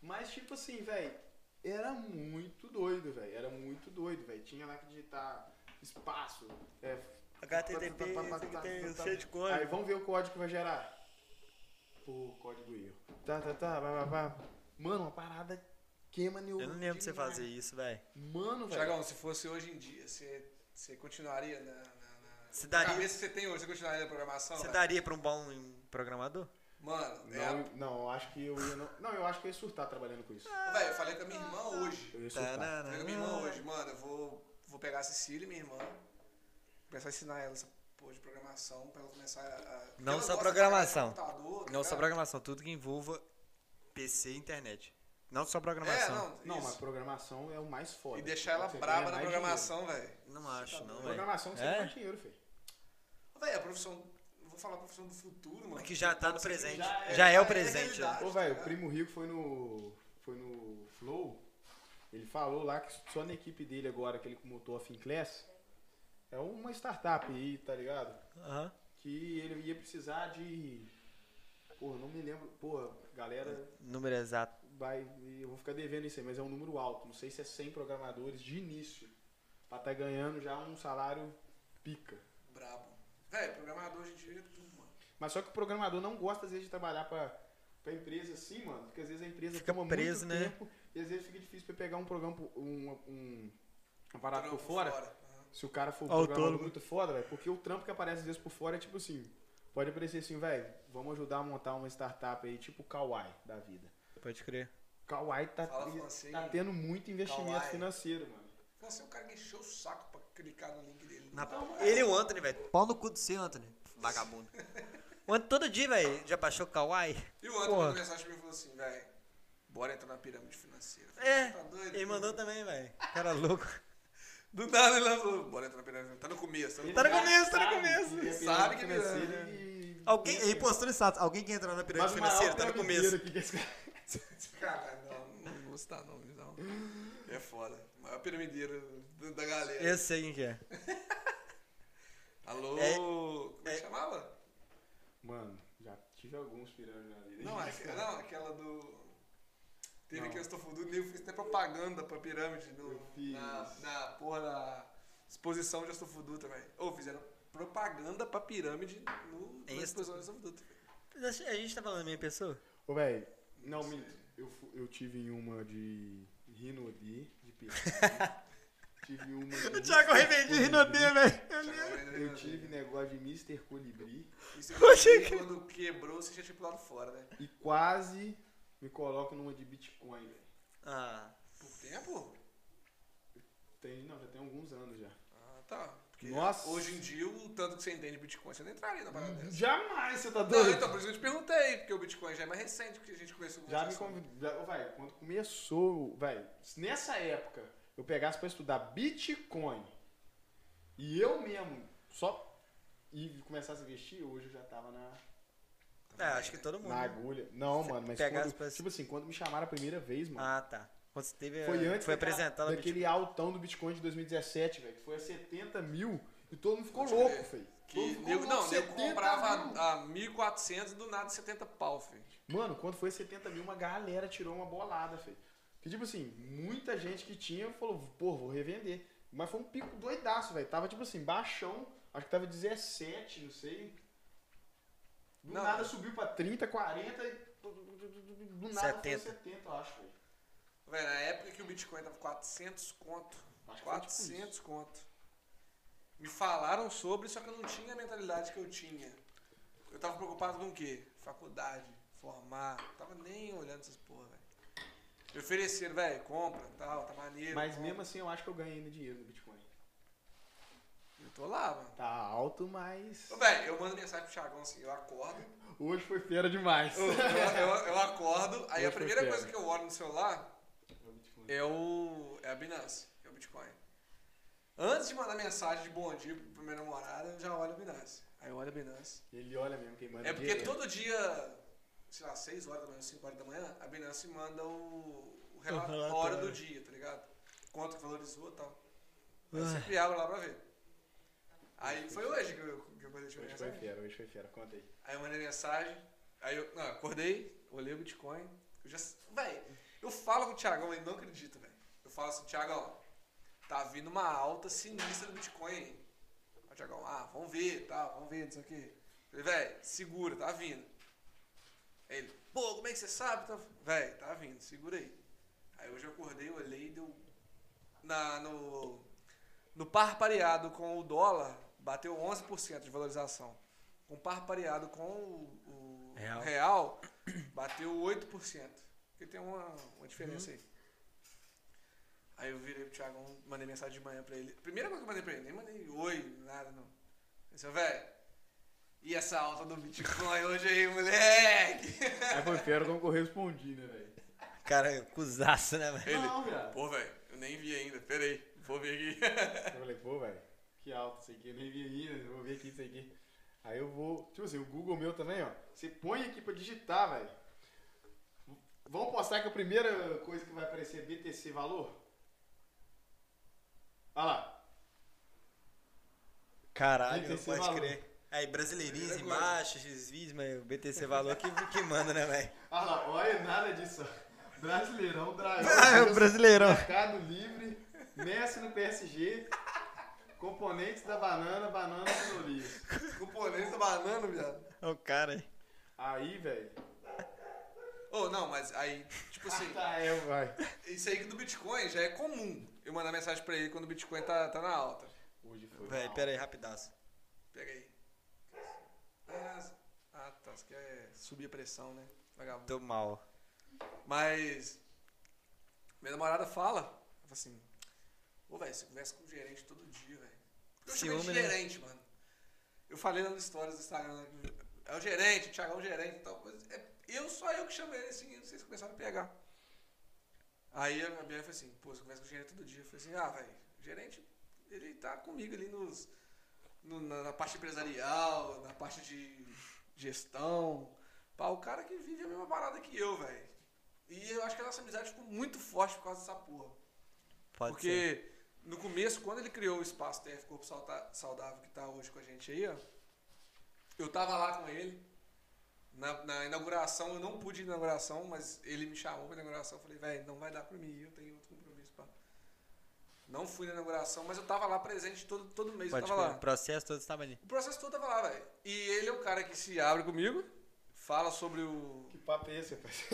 Speaker 3: Mas, tipo assim, velho, era muito doido, velho. Era muito doido, velho. Tinha lá que digitar espaço, é,
Speaker 1: HTTP, isso aqui tem cheio de coisa.
Speaker 3: Aí vamos ver o código que vai gerar. Pô, código erro. Tá, tá, tá, vá, vá, vá. Mano, uma parada queima neurônio.
Speaker 1: Eu não lembro de você
Speaker 3: demais.
Speaker 1: fazer isso, velho.
Speaker 3: Mano, velho.
Speaker 2: Tiagão, se fosse hoje em dia, você, você continuaria na, na, na-
Speaker 1: Você
Speaker 2: na
Speaker 1: daria-
Speaker 2: cabeça que você tem hoje, você continuaria na programação?
Speaker 1: Você
Speaker 2: velho?
Speaker 1: daria pra um bom programador?
Speaker 2: Mano, é a-
Speaker 3: Não, não, eu acho que eu ia. Não, não, eu acho que eu ia surtar trabalhando com isso.
Speaker 2: Véi, eu falei com a minha irmã hoje.
Speaker 3: Eu ia
Speaker 1: Tá, né?
Speaker 3: surtar.
Speaker 2: Falei com a minha irmã hoje, mano, eu vou, vou pegar a Cecília, minha irmã, começar a ensinar ela essa porra de programação, pra ela começar a... a- porque
Speaker 1: Não
Speaker 2: ela
Speaker 1: só
Speaker 2: gosta pra
Speaker 1: programação.
Speaker 2: caralho de computador, tá
Speaker 1: Não só
Speaker 2: ligado?
Speaker 1: programação, tudo que envolva PC e internet. Não só
Speaker 2: É,
Speaker 1: programação.
Speaker 2: não,
Speaker 3: Não,
Speaker 2: isso.
Speaker 3: mas programação é o mais foda.
Speaker 2: E deixar ela
Speaker 3: Você
Speaker 2: braba
Speaker 3: ganha
Speaker 2: na
Speaker 3: mais um.
Speaker 2: programação, velho.
Speaker 1: não, acho, não,
Speaker 3: dinheiro.
Speaker 1: velho.
Speaker 3: Programação você
Speaker 1: É?
Speaker 3: ganha mais dinheiro, filho.
Speaker 2: Véi, a profissão... eu Vou falar a profissão do futuro, mano.
Speaker 1: Que já tá no presente.
Speaker 2: Já é-
Speaker 1: Já é
Speaker 2: já é
Speaker 1: o presente.
Speaker 2: realidade. tá
Speaker 1: né?
Speaker 3: Ô, velho, o Primo Rico foi no. Foi no Flow. Ele falou lá que só na equipe dele agora que ele montou a Finclass é uma startup aí, tá ligado?
Speaker 1: Aham.
Speaker 3: Que ele ia precisar de. Porra, não me lembro. Porra, galera.
Speaker 1: Número exato.
Speaker 3: vai. e Eu vou ficar devendo isso aí, mas é um número alto. Não sei se é 100 programadores de início. Pra estar ganhando já um salário pica.
Speaker 2: Brabo. Véi, programador hoje em dia é tudo, mano.
Speaker 3: Mas só que o programador não gosta, às vezes, de trabalhar pra, pra empresa assim, mano. Porque às vezes a empresa
Speaker 1: Fica
Speaker 3: toma
Speaker 1: preso,
Speaker 3: muito
Speaker 1: né?
Speaker 3: tempo e às vezes fica difícil pra pegar um programa, por- um, um, um aparato por fora.
Speaker 2: Aham.
Speaker 3: Se o cara for um
Speaker 1: Ó, o
Speaker 3: programador
Speaker 1: tolo.
Speaker 3: muito foda, velho. Porque o trampo que aparece às vezes por fora é tipo assim. Pode aparecer assim, velho, vamos ajudar a montar uma startup aí, tipo o Kawai da vida.
Speaker 1: Pode crer.
Speaker 3: Kawai tá,
Speaker 2: Fala assim, francês.
Speaker 3: tá tendo muito investimento
Speaker 2: Kawai.
Speaker 3: financeiro, mano.
Speaker 2: Você é um cara que encheu o saco pra clicar no link dele.
Speaker 4: Na-
Speaker 1: Ele e o Anthony, velho.
Speaker 4: Pau no cu do seu, Anthony. Vagabundo.
Speaker 1: O Anthony todo dia, velho. Já baixou o Kawaii?
Speaker 2: E o Antônio
Speaker 1: Porra.
Speaker 2: mandou mensagem pra mim e falou assim, velho, bora entrar na pirâmide financeira. Eu falei,
Speaker 1: É.
Speaker 2: "Você tá doido?
Speaker 1: Ele mandou também, velho. Cara louco.
Speaker 2: Do nada ele falou, bora entrar na pirâmide. Tá no começo, tá no
Speaker 3: Ele
Speaker 1: Tá no
Speaker 3: já
Speaker 1: começo, tá no
Speaker 3: sabe
Speaker 1: começo.
Speaker 3: que é
Speaker 2: Sabe que é.
Speaker 3: pirâmide
Speaker 2: pirâmide.
Speaker 3: financeira e-
Speaker 1: Alguém, ele postou no status. Alguém que entra na
Speaker 3: Mas
Speaker 1: pirâmide
Speaker 3: o maior
Speaker 1: financeira tá no
Speaker 3: piramideiro
Speaker 1: começo.
Speaker 3: aqui que esse cara-
Speaker 2: começo. Caralho, não, não vou citar nome, não. É foda. O maior piramideiro da- da galera.
Speaker 1: Eu sei quem que é.
Speaker 2: Alô,
Speaker 1: É-
Speaker 2: como é que
Speaker 1: é-
Speaker 2: chamava?
Speaker 3: Mano, já tive alguns pirâmides na vida.
Speaker 2: Não, é. aquela, não, aquela do... Teve
Speaker 3: Não.
Speaker 2: aquele estofudo, o nego fez até propaganda pra pirâmide no,
Speaker 3: Eu fiz.
Speaker 2: na, na porra da exposição de Estofudu também. Ou fizeram propaganda pra pirâmide no, na
Speaker 1: Em Esto-
Speaker 2: exposição de Estofudu.
Speaker 1: Mas acho- A gente tá falando da minha pessoa?
Speaker 3: Ô, velho, não, minto. Eu, fu- eu tive em uma de Rinodi, de pirâmide. tive uma de...
Speaker 1: O Thiago arrependido e não deu, velho.
Speaker 3: Eu tive negócio de Mr. Colibri
Speaker 2: Isso eu
Speaker 1: achei
Speaker 2: achei que quando quebrou, você já tinha pulado fora, né?
Speaker 3: e quase me colocam numa de Bitcoin, velho.
Speaker 1: Ah,
Speaker 2: Por tempo?
Speaker 3: Tem, não, já tem alguns anos já.
Speaker 2: Ah, tá. Porque
Speaker 3: Nossa.
Speaker 2: hoje em dia, o tanto que você entende de Bitcoin, você não entraria na parada dessa.
Speaker 3: Jamais, você tá
Speaker 2: Não,
Speaker 3: doido?
Speaker 2: então, por isso que eu te perguntei, porque o Bitcoin já é mais recente que a gente começou com
Speaker 3: Já
Speaker 2: esse
Speaker 3: me
Speaker 2: assunto.
Speaker 3: convidou. já- Ô, Vai, quando começou, vai, se nessa época eu pegasse pra estudar Bitcoin e eu mesmo só e começasse a investir, hoje eu já tava na,
Speaker 1: é, acho que todo mundo.
Speaker 3: na agulha. Não,
Speaker 1: Se
Speaker 3: mano, mas
Speaker 1: pegasse
Speaker 3: quando,
Speaker 1: pra-
Speaker 3: tipo assim, quando me chamaram a primeira vez, mano.
Speaker 1: Ah, tá. Quando você teve.
Speaker 3: Foi antes
Speaker 1: Foi
Speaker 3: daquela-
Speaker 1: apresentado a
Speaker 3: daquele altão do Bitcoin de 2017, velho, que foi a 70 mil e todo mundo ficou
Speaker 2: Pode
Speaker 3: louco,
Speaker 2: crer.
Speaker 3: velho.
Speaker 2: Que
Speaker 3: Todo mundo ficou
Speaker 2: nego- não,
Speaker 3: louco,
Speaker 2: eu
Speaker 3: 70 mil.
Speaker 2: comprava a, a 1.400 e do nada 70 pau, filho.
Speaker 3: Mano, quando foi 70 mil, uma galera tirou uma bolada, feio. Que tipo assim, muita gente que tinha falou, pô, vou revender. Mas foi um pico doidaço, velho. Tava tipo assim, baixão, acho que tava 17, não sei. Do
Speaker 2: Não.
Speaker 3: nada subiu pra 30, 40 e. Do nada 70.
Speaker 1: 70.
Speaker 3: foi 70, eu acho, velho.
Speaker 2: Velho, na época que o Bitcoin tava 400 conto.
Speaker 3: Acho que foi tipo isso.
Speaker 2: 400 conto. Me falaram sobre, só que eu não tinha a mentalidade que eu tinha. Eu tava preocupado com o quê? Faculdade, formar. Não tava nem olhando essas porra, velho. Me ofereceram, velho, compra, tal, tá maneiro.
Speaker 3: Mas
Speaker 2: compra.
Speaker 3: mesmo assim, eu acho que eu ganhei ainda dinheiro no Bitcoin.
Speaker 2: Eu tô lá, mano.
Speaker 3: Tá alto, mas.
Speaker 2: Ô, Velho, eu mando mensagem pro Thiagão assim, eu acordo.
Speaker 3: Hoje foi fera demais.
Speaker 2: Eu, eu- eu acordo, aí
Speaker 3: Hoje
Speaker 2: a primeira
Speaker 3: foi
Speaker 2: coisa
Speaker 3: pedra.
Speaker 2: que eu olho no celular
Speaker 3: É o Bitcoin.
Speaker 2: é o. É a Binance, é o Bitcoin. Antes de mandar mensagem de bom dia pro meu namorado, eu já olho a Binance. Aí eu olho a Binance.
Speaker 3: Ele olha mesmo quem manda
Speaker 2: É porque
Speaker 3: dinheiro.
Speaker 2: todo dia, sei lá, 6 horas da manhã, 5 horas da manhã, a Binance manda o, o relatório
Speaker 1: relatório.
Speaker 2: do dia, tá ligado? Quanto que valorizou e tal. Aí você sempre abre lá pra ver. Aí foi hoje que eu, que eu mandei de
Speaker 3: Hoje foi
Speaker 2: mensagem.
Speaker 3: fera, hoje foi fera, conta aí.
Speaker 2: Aí eu mandei mensagem, aí eu não, acordei, olhei o Bitcoin. Eu já. Véi, eu falo com o Thiagão, ele não acredita, velho. Eu falo assim, Thiagão, tá vindo uma alta sinistra do Bitcoin aí. Aí o Thiagão, ah, vamos ver, tá, vamos ver, não sei o quê. Eu Falei, véi, segura, tá vindo. Aí ele, pô, como é que você sabe? Tá... Véi, tá vindo, segura aí. Aí hoje eu acordei, olhei e deu. Na, no, no par pareado com o dólar, bateu 11% de valorização. Com par pareado com o, o real.
Speaker 1: Real.
Speaker 2: bateu 8%. Porque tem uma, uma diferença aí. Aí eu virei pro Thiago, mandei mensagem de manhã pra ele. Primeira coisa que eu mandei pra ele, nem mandei oi, nada, não. Ele disse, velho, e essa alta do Bitcoin hoje aí, moleque?
Speaker 3: Aí foi fera como que eu respondi, né, velho?
Speaker 1: Cara, cusaço, né, velho?
Speaker 2: Ele,
Speaker 3: Não, viado.
Speaker 2: pô, velho, eu nem vi ainda, peraí, vou ver aqui.
Speaker 3: Eu falei, pô, velho, que alto isso aqui, eu nem vi ainda, vou ver aqui isso aqui. Aí eu vou, tipo assim, o Google meu também, ó, você põe aqui pra digitar, velho. Vamos postar que a primeira coisa que vai aparecer é BTC valor? Olha lá,
Speaker 1: Caralho,
Speaker 3: BTC
Speaker 1: pode
Speaker 3: valor. é
Speaker 1: crer. Aí, brasileirinhos
Speaker 2: Primeira coisa.
Speaker 1: embaixo, X-Vis, mas o BTC valor que, que manda, né, velho?
Speaker 3: olha lá, olha nada disso, ó. Brasileirão, Dragão.
Speaker 1: Ah, é o Brasileirão.
Speaker 3: Mercado Livre, Messi no PSG, componentes da banana, banana no Olives.
Speaker 2: Componente da banana, viado.
Speaker 1: É o cara aí.
Speaker 3: Aí, velho.
Speaker 2: Ô, não, mas aí, tipo assim,
Speaker 3: Tá, é, vai.
Speaker 2: isso aí do Bitcoin já é comum. Eu mandar mensagem pra ele quando o Bitcoin tá, tá na alta.
Speaker 3: Hoje foi.
Speaker 1: Véi,
Speaker 3: mal.
Speaker 1: pera aí, rapidaço.
Speaker 2: Pega aí. Ah, ah, tá. Você quer subir a pressão, né? Vagabundo.
Speaker 1: Tô mal.
Speaker 2: Mas minha namorada fala, ela fala assim, ô velho, você conversa com o gerente todo dia, velho. Eu chamei de
Speaker 1: Ciúme, né?
Speaker 2: gerente, mano. Eu falei nas histórias do Instagram, né, que é o gerente, o Thiago é o gerente e tal. Mas é, eu, só eu que chamei ele assim, vocês começaram a pegar. Aí a minha mulher falou assim, pô, você conversa com o gerente todo dia. Eu falei assim, ah, velho, o gerente, ele tá comigo ali nos, no- na, na parte empresarial, na parte de gestão. Pá, o cara que vive a mesma parada que eu, velho. E eu acho que a nossa amizade ficou muito forte por causa dessa porra.
Speaker 1: Pode ser.
Speaker 2: Porque no começo, quando ele criou o espaço TF Corpo Sauta- Saudável que tá hoje com a gente aí, ó, eu tava lá com ele. Na, na inauguração, eu não pude ir na inauguração, mas ele me chamou pra inauguração. Eu falei, velho, não vai dar pra mim ir, eu tenho outro compromisso. Pá. Não fui na inauguração, mas eu tava lá presente todo, todo mês.
Speaker 1: Pode
Speaker 2: eu tava
Speaker 1: crer.
Speaker 2: lá.
Speaker 1: O processo todo estava ali.
Speaker 2: O processo todo tava lá, velho. E ele é o cara que se abre comigo, fala sobre o.
Speaker 3: Que papo é esse, rapaz?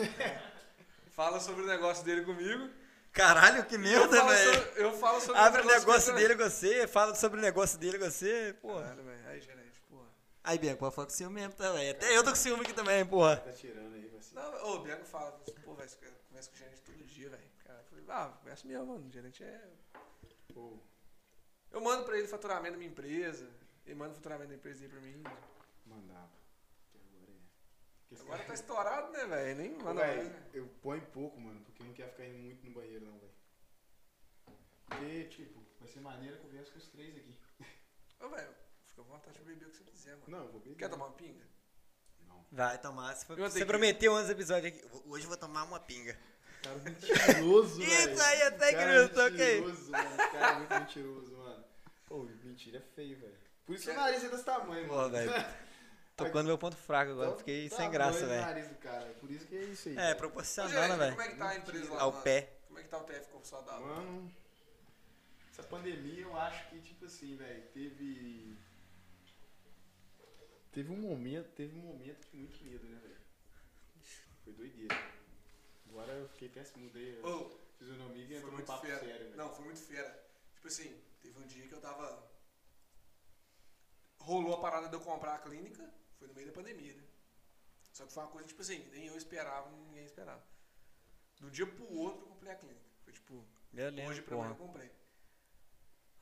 Speaker 2: Fala sobre o negócio dele comigo.
Speaker 1: Caralho, que
Speaker 2: Eu
Speaker 1: merda,
Speaker 2: falo,
Speaker 1: velho.
Speaker 2: sobre, eu falo sobre
Speaker 1: Abre o
Speaker 2: negócio
Speaker 1: negócio
Speaker 2: que-
Speaker 1: dele com você, fala sobre o negócio dele com você, porra.
Speaker 2: Caralho, velho. Aí, gerente, porra.
Speaker 1: Aí, Bianco, pode falar com ciúme mesmo também. Até eu tô com ciúme aqui também, porra.
Speaker 3: Tá tirando aí, vai ser.
Speaker 2: Não, ô, o Bianco fala, fala assim, pô, velho, você conversa com o gerente todo dia, velho. Cara, eu falei, ah, conversa mesmo, mano. O gerente é.
Speaker 3: Pô,
Speaker 2: Eu mando pra ele faturamento da minha empresa. Ele manda o faturamento da empresa aí pra mim.
Speaker 3: mandava. Que agora é. Que esse
Speaker 2: Agora
Speaker 3: cara-
Speaker 2: tá estourado, né, velho? Nem
Speaker 3: Ô,
Speaker 2: manda mais,
Speaker 3: véi,
Speaker 2: né?
Speaker 3: eu ponho pouco, mano, porque eu não quero ficar indo muito no banheiro, não, velho. Porque, tipo, vai ser maneira a conversa com os três aqui.
Speaker 2: Ô, velho, fica à vontade de beber o que você quiser, mano.
Speaker 3: Não, eu vou beber.
Speaker 2: Quer tomar uma pinga?
Speaker 3: Não.
Speaker 1: Vai tomar. se for-
Speaker 2: Eu
Speaker 1: Você
Speaker 2: tenho que-
Speaker 1: prometeu 11 episódios aqui. "Ho- Hoje eu vou tomar uma pinga.
Speaker 3: Cara é mentiroso, velho.
Speaker 1: Isso aí até que não
Speaker 3: Cara é
Speaker 1: toquei.
Speaker 3: mentiroso, mano. Cara é muito mentiroso, mano. Pô, mentira é feio, velho. Por isso que o nariz é desse tamanho,
Speaker 1: Pô,
Speaker 3: mano. Então,
Speaker 1: velho. Tocando meu ponto fraco
Speaker 2: Tá
Speaker 1: agora. Fiquei sem
Speaker 3: Tamanho
Speaker 1: graça,
Speaker 3: do
Speaker 1: velho.
Speaker 3: nariz do cara. Por isso que é isso aí.
Speaker 1: É,
Speaker 3: velho.
Speaker 2: Ô,
Speaker 1: proporcional, né,
Speaker 2: gerente, como é
Speaker 1: velho?
Speaker 2: que tá a empresa lá?
Speaker 1: Ao
Speaker 2: mano?
Speaker 1: pé.
Speaker 2: Como é que tá o TF Corpo Saudável?
Speaker 3: Mano, essa pandemia eu acho que, tipo assim, velho, teve. Teve um momento, teve um momento de muito medo, né, velho? Foi doideira. Agora eu fiquei até se mudei a
Speaker 2: Ô,
Speaker 3: fisionomia e
Speaker 2: Foi
Speaker 3: entrou um
Speaker 2: muito
Speaker 3: papo
Speaker 2: fera.
Speaker 3: sério, velho.
Speaker 2: Não, foi muito fera. Tipo assim, teve um dia que eu tava. Rolou a parada de eu comprar a clínica, foi no meio da pandemia, né? Só que foi uma coisa, tipo assim, nem eu esperava, ninguém esperava. Do dia pro outro eu comprei a clínica. Foi tipo,
Speaker 1: Eu
Speaker 2: hoje
Speaker 1: lembro,
Speaker 2: pra manhã eu
Speaker 1: porra.
Speaker 2: comprei.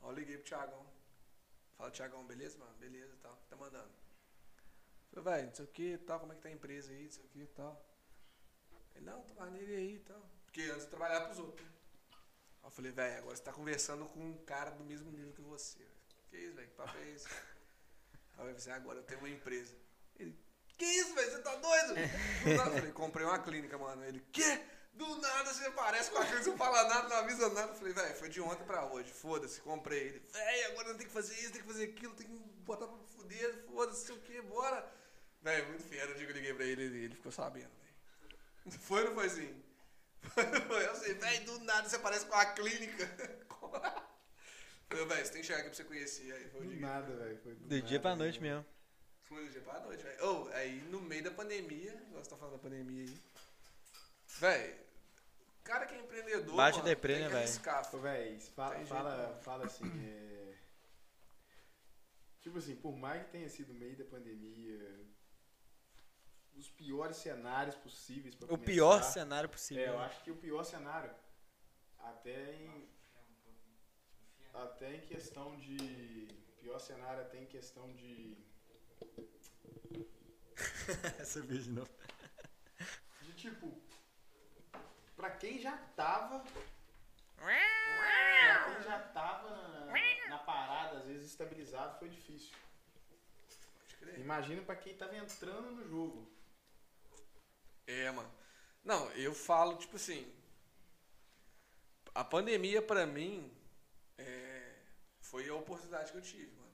Speaker 2: Aí eu liguei pro Thiagão. Fala, Thiagão, beleza, mano? Beleza e tal. Tá mandando. Falei, velho, não sei o que e tal, como é que tá a empresa aí, não sei o que e tal. Ele, não, tá maneiro aí e tal. Porque antes eu trabalhava pros outros, né? Aí eu falei, velho, agora você tá conversando com um cara do mesmo nível que você, velho. Que isso, velho? Que papo é esse? Aí eu falei assim, agora eu tenho uma empresa. Ele, que isso, velho? Você tá doido? Do nada, eu falei, comprei uma clínica, mano. Ele, quê? Do nada você aparece com a clínica, você não fala nada, não avisa nada. Eu falei, velho, foi de ontem pra hoje, foda-se, comprei. Ele, velho, agora tem que fazer isso, tem que fazer aquilo, tem que botar pra fuder, foda-se, sei o que, bora. Velho, muito fiero, eu digo, eu liguei pra ele, ele ele ficou sabendo, velho. Foi ou não foi assim? Foi, ou não foi. Eu sei, velho, do nada você aparece com a clínica. Falei, velho, você tem que chegar aqui pra você conhecer. Aí foi o
Speaker 3: Do
Speaker 2: dia.
Speaker 3: nada, velho. Foi do,
Speaker 1: Do dia
Speaker 3: nada,
Speaker 1: pra
Speaker 3: né,
Speaker 1: noite
Speaker 3: velho?
Speaker 1: mesmo.
Speaker 2: Foi do dia pra noite, velho. Ô, aí no meio da pandemia, igual você tá falando da pandemia aí. Velho, o cara que é empreendedor.
Speaker 1: Bate
Speaker 2: mano,
Speaker 1: deprê,
Speaker 2: tem
Speaker 1: né,
Speaker 2: que
Speaker 1: velho?
Speaker 2: arriscar,
Speaker 3: Ô,
Speaker 2: filho.
Speaker 3: véi, fala,
Speaker 2: Tem jeito, né?
Speaker 3: fala,
Speaker 2: não.
Speaker 3: fala assim, é... Tipo assim, por mais que tenha sido meio da pandemia, os piores cenários possíveis pra
Speaker 1: O pior
Speaker 3: começar-
Speaker 1: cenário
Speaker 3: É, eu
Speaker 1: possível. né?
Speaker 3: acho que o pior cenário, até em... Até em questão de... Pior cenário até em questão de...
Speaker 1: Essa vez de novo.
Speaker 3: De tipo... Pra quem já tava... Pra quem já tava na, na parada, às vezes estabilizado, foi difícil.
Speaker 2: Pode crer.
Speaker 3: Imagina pra quem tava entrando no jogo.
Speaker 2: É, mano. Não, eu falo, tipo assim. A pandemia, pra mim, é, foi a oportunidade que eu tive, mano.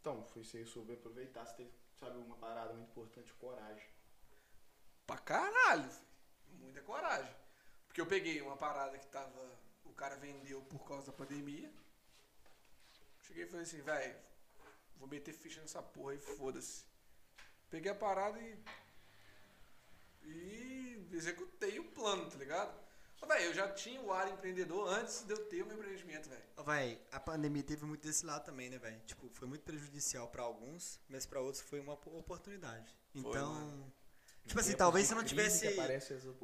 Speaker 3: Então, foi se souber aproveitar, você teve, sabe, uma parada muito importante, coragem.
Speaker 2: Pra caralho, filho. muita coragem. Porque eu peguei uma parada que tava. O cara vendeu por causa da pandemia. Cheguei e falei assim, velho, vou meter ficha nessa porra e foda-se. Peguei a parada e. E executei o plano, tá ligado? Mas, velho, eu já tinha o ar empreendedor antes de eu ter o meu empreendimento, velho.
Speaker 1: Ô, Véi, a pandemia teve muito desse lado também, né, véi? Tipo, foi muito prejudicial pra alguns, mas pra outros foi uma po- oportunidade. Então, tipo assim, talvez se não tivesse,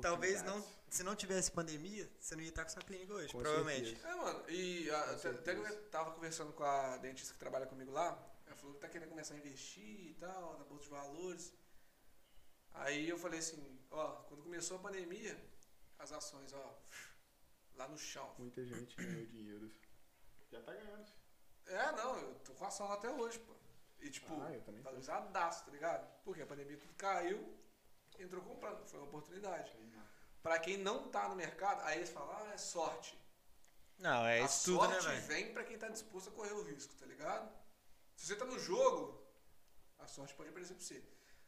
Speaker 1: talvez não, se não tivesse pandemia, você não ia estar com sua clínica hoje,
Speaker 10: Com
Speaker 1: provavelmente.
Speaker 10: certeza.
Speaker 2: É, mano, e a- até, até que
Speaker 10: certeza.
Speaker 2: eu tava conversando com a dentista que trabalha comigo lá, ela falou que tá querendo começar a investir e tal, na bolsa de valores. Aí eu falei assim, ó, quando começou a pandemia, as ações, ó, lá no chão.
Speaker 10: Muita gente ganhou dinheiro.
Speaker 3: Já tá ganhando. filho.
Speaker 2: É, não, eu tô com ação lá até hoje, pô. E tipo,
Speaker 10: Ah, eu também tô.
Speaker 2: valorizadaço, tá ligado? Porque a pandemia tudo caiu, entrou comprando, foi uma oportunidade.
Speaker 3: Tá
Speaker 2: Pra quem não tá no mercado, aí eles falam, ah, é sorte.
Speaker 1: Não, é
Speaker 2: a
Speaker 1: isso tudo, né,
Speaker 2: sorte
Speaker 1: véi?
Speaker 2: vem pra quem tá disposto a correr o risco, tá ligado? Se você tá no jogo, a sorte pode aparecer pra você.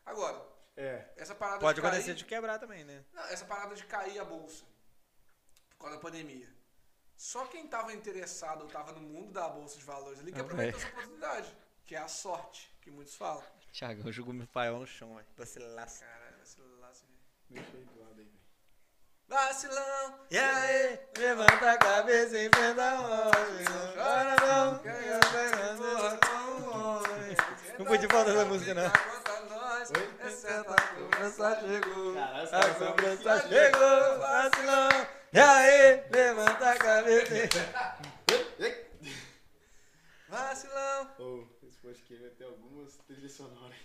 Speaker 2: Agora,
Speaker 10: É,
Speaker 2: essa parada
Speaker 1: Pode
Speaker 2: de cair,
Speaker 1: acontecer de quebrar também, né?
Speaker 2: Não, essa parada de cair a bolsa por causa da pandemia. Só quem tava interessado ou tava no mundo da bolsa de valores ali que
Speaker 1: Ah,
Speaker 2: aproveitou essa oportunidade, que é a sorte, que muitos falam.
Speaker 1: Thiago, eu Ah, jogo meu paiol no chão, velho. Você lasca.
Speaker 2: Caralho, vacilaço, velho.
Speaker 10: deixa ele do lado aí, velho.
Speaker 2: Vacilão!
Speaker 1: E aí, levanta a cabeça e enfrenta a homem. Chora não, ganha, ganha, porra com o homem. Não podia faltar essa música, não. tá
Speaker 2: Conta nós, é
Speaker 10: Oi?
Speaker 2: exceto a cobrança chegou.
Speaker 3: Caralho, os
Speaker 1: A
Speaker 3: caras são
Speaker 1: cobrança chegou, É vacilão. E aí, levanta a cabeça e...
Speaker 2: Ah, Vacilão!
Speaker 3: Ou, esse podcast vai ter algumas trilhas sonoras.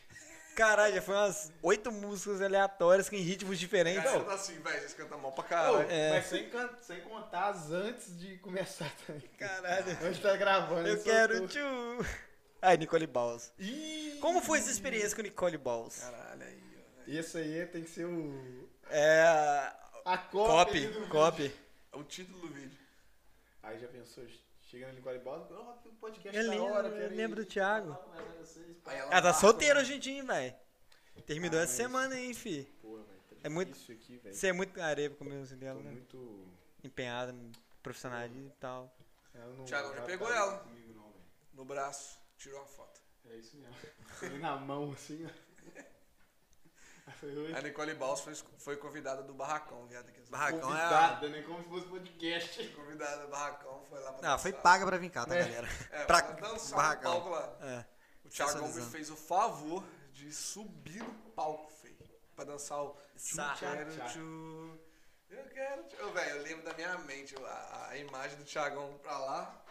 Speaker 1: Caralho, já foi umas oito músicas aleatórias com ritmos diferentes.
Speaker 2: Cara, tá assim, velho, vocês cantam mal pra
Speaker 3: Ô,
Speaker 2: caralho.
Speaker 1: é.
Speaker 3: Mas sem, can- sem contar as antes de começar também.
Speaker 1: Caralho.
Speaker 3: Hoje tá gravando.
Speaker 1: Eu
Speaker 3: esse
Speaker 1: quero
Speaker 3: outro.
Speaker 1: tchu. Ai, Nicole Balls.
Speaker 3: Ih!
Speaker 1: Como foi essa experiência com Nicole Balls?
Speaker 2: Caralho aí, ó.
Speaker 3: Esse aí tem que ser o.
Speaker 1: É.
Speaker 3: A cópia. ali do
Speaker 1: Copy,
Speaker 3: vídeo.
Speaker 1: copy.
Speaker 2: É o título do vídeo.
Speaker 3: Aí já pensou, chega na Nicole Balls, oh, o podcast
Speaker 1: Eu
Speaker 3: da
Speaker 1: lembro,
Speaker 3: hora,
Speaker 1: É eu
Speaker 3: quero ir.
Speaker 1: lembro do Thiago.
Speaker 3: Falar com mais vocês, pá.
Speaker 2: Aí
Speaker 1: Ela tá
Speaker 2: marca-
Speaker 1: solteira hoje em dia, velho. Terminou
Speaker 3: Ah,
Speaker 1: essa
Speaker 3: mas-
Speaker 1: semana, hein, fi.
Speaker 3: Porra, velho, tá
Speaker 1: É muito-
Speaker 3: difícil aqui, velho.
Speaker 1: Você é muito areva com o assim
Speaker 3: Tô
Speaker 1: dela, né?
Speaker 3: muito.
Speaker 1: Empenhada no profissionalismo e tal.
Speaker 3: Ela não
Speaker 2: Thiago já
Speaker 3: ela
Speaker 2: pegou
Speaker 3: tá
Speaker 2: ela.
Speaker 3: Comigo, não, velho.
Speaker 2: No braço, tirou uma foto.
Speaker 3: É isso mesmo. Ele na mão assim, ó. Aí foi oi.
Speaker 2: A Nicole Baus foi, foi convidada do Barracão, viado. Aqui.
Speaker 1: Ah, é
Speaker 3: Convidada, né? Como se fosse podcast.
Speaker 2: Convidada do Barracão, foi lá pra
Speaker 4: Não, foi
Speaker 2: dançar.
Speaker 4: paga pra vir cá, tá,
Speaker 3: É.
Speaker 4: galera?
Speaker 2: É,
Speaker 4: pra
Speaker 2: pra dançar
Speaker 4: Barracão.
Speaker 2: no palco lá.
Speaker 1: É.
Speaker 2: O Thiago Gomes
Speaker 4: Sensualizando.
Speaker 2: fez o favor de subir no palco, feio. Pra dançar o...
Speaker 1: Sarra.
Speaker 2: Eu quero
Speaker 3: Tchau.
Speaker 2: tchu, eu quero tchu. Ô, velho, eu lembro da minha mente a, a imagem do Thiagão pra lá,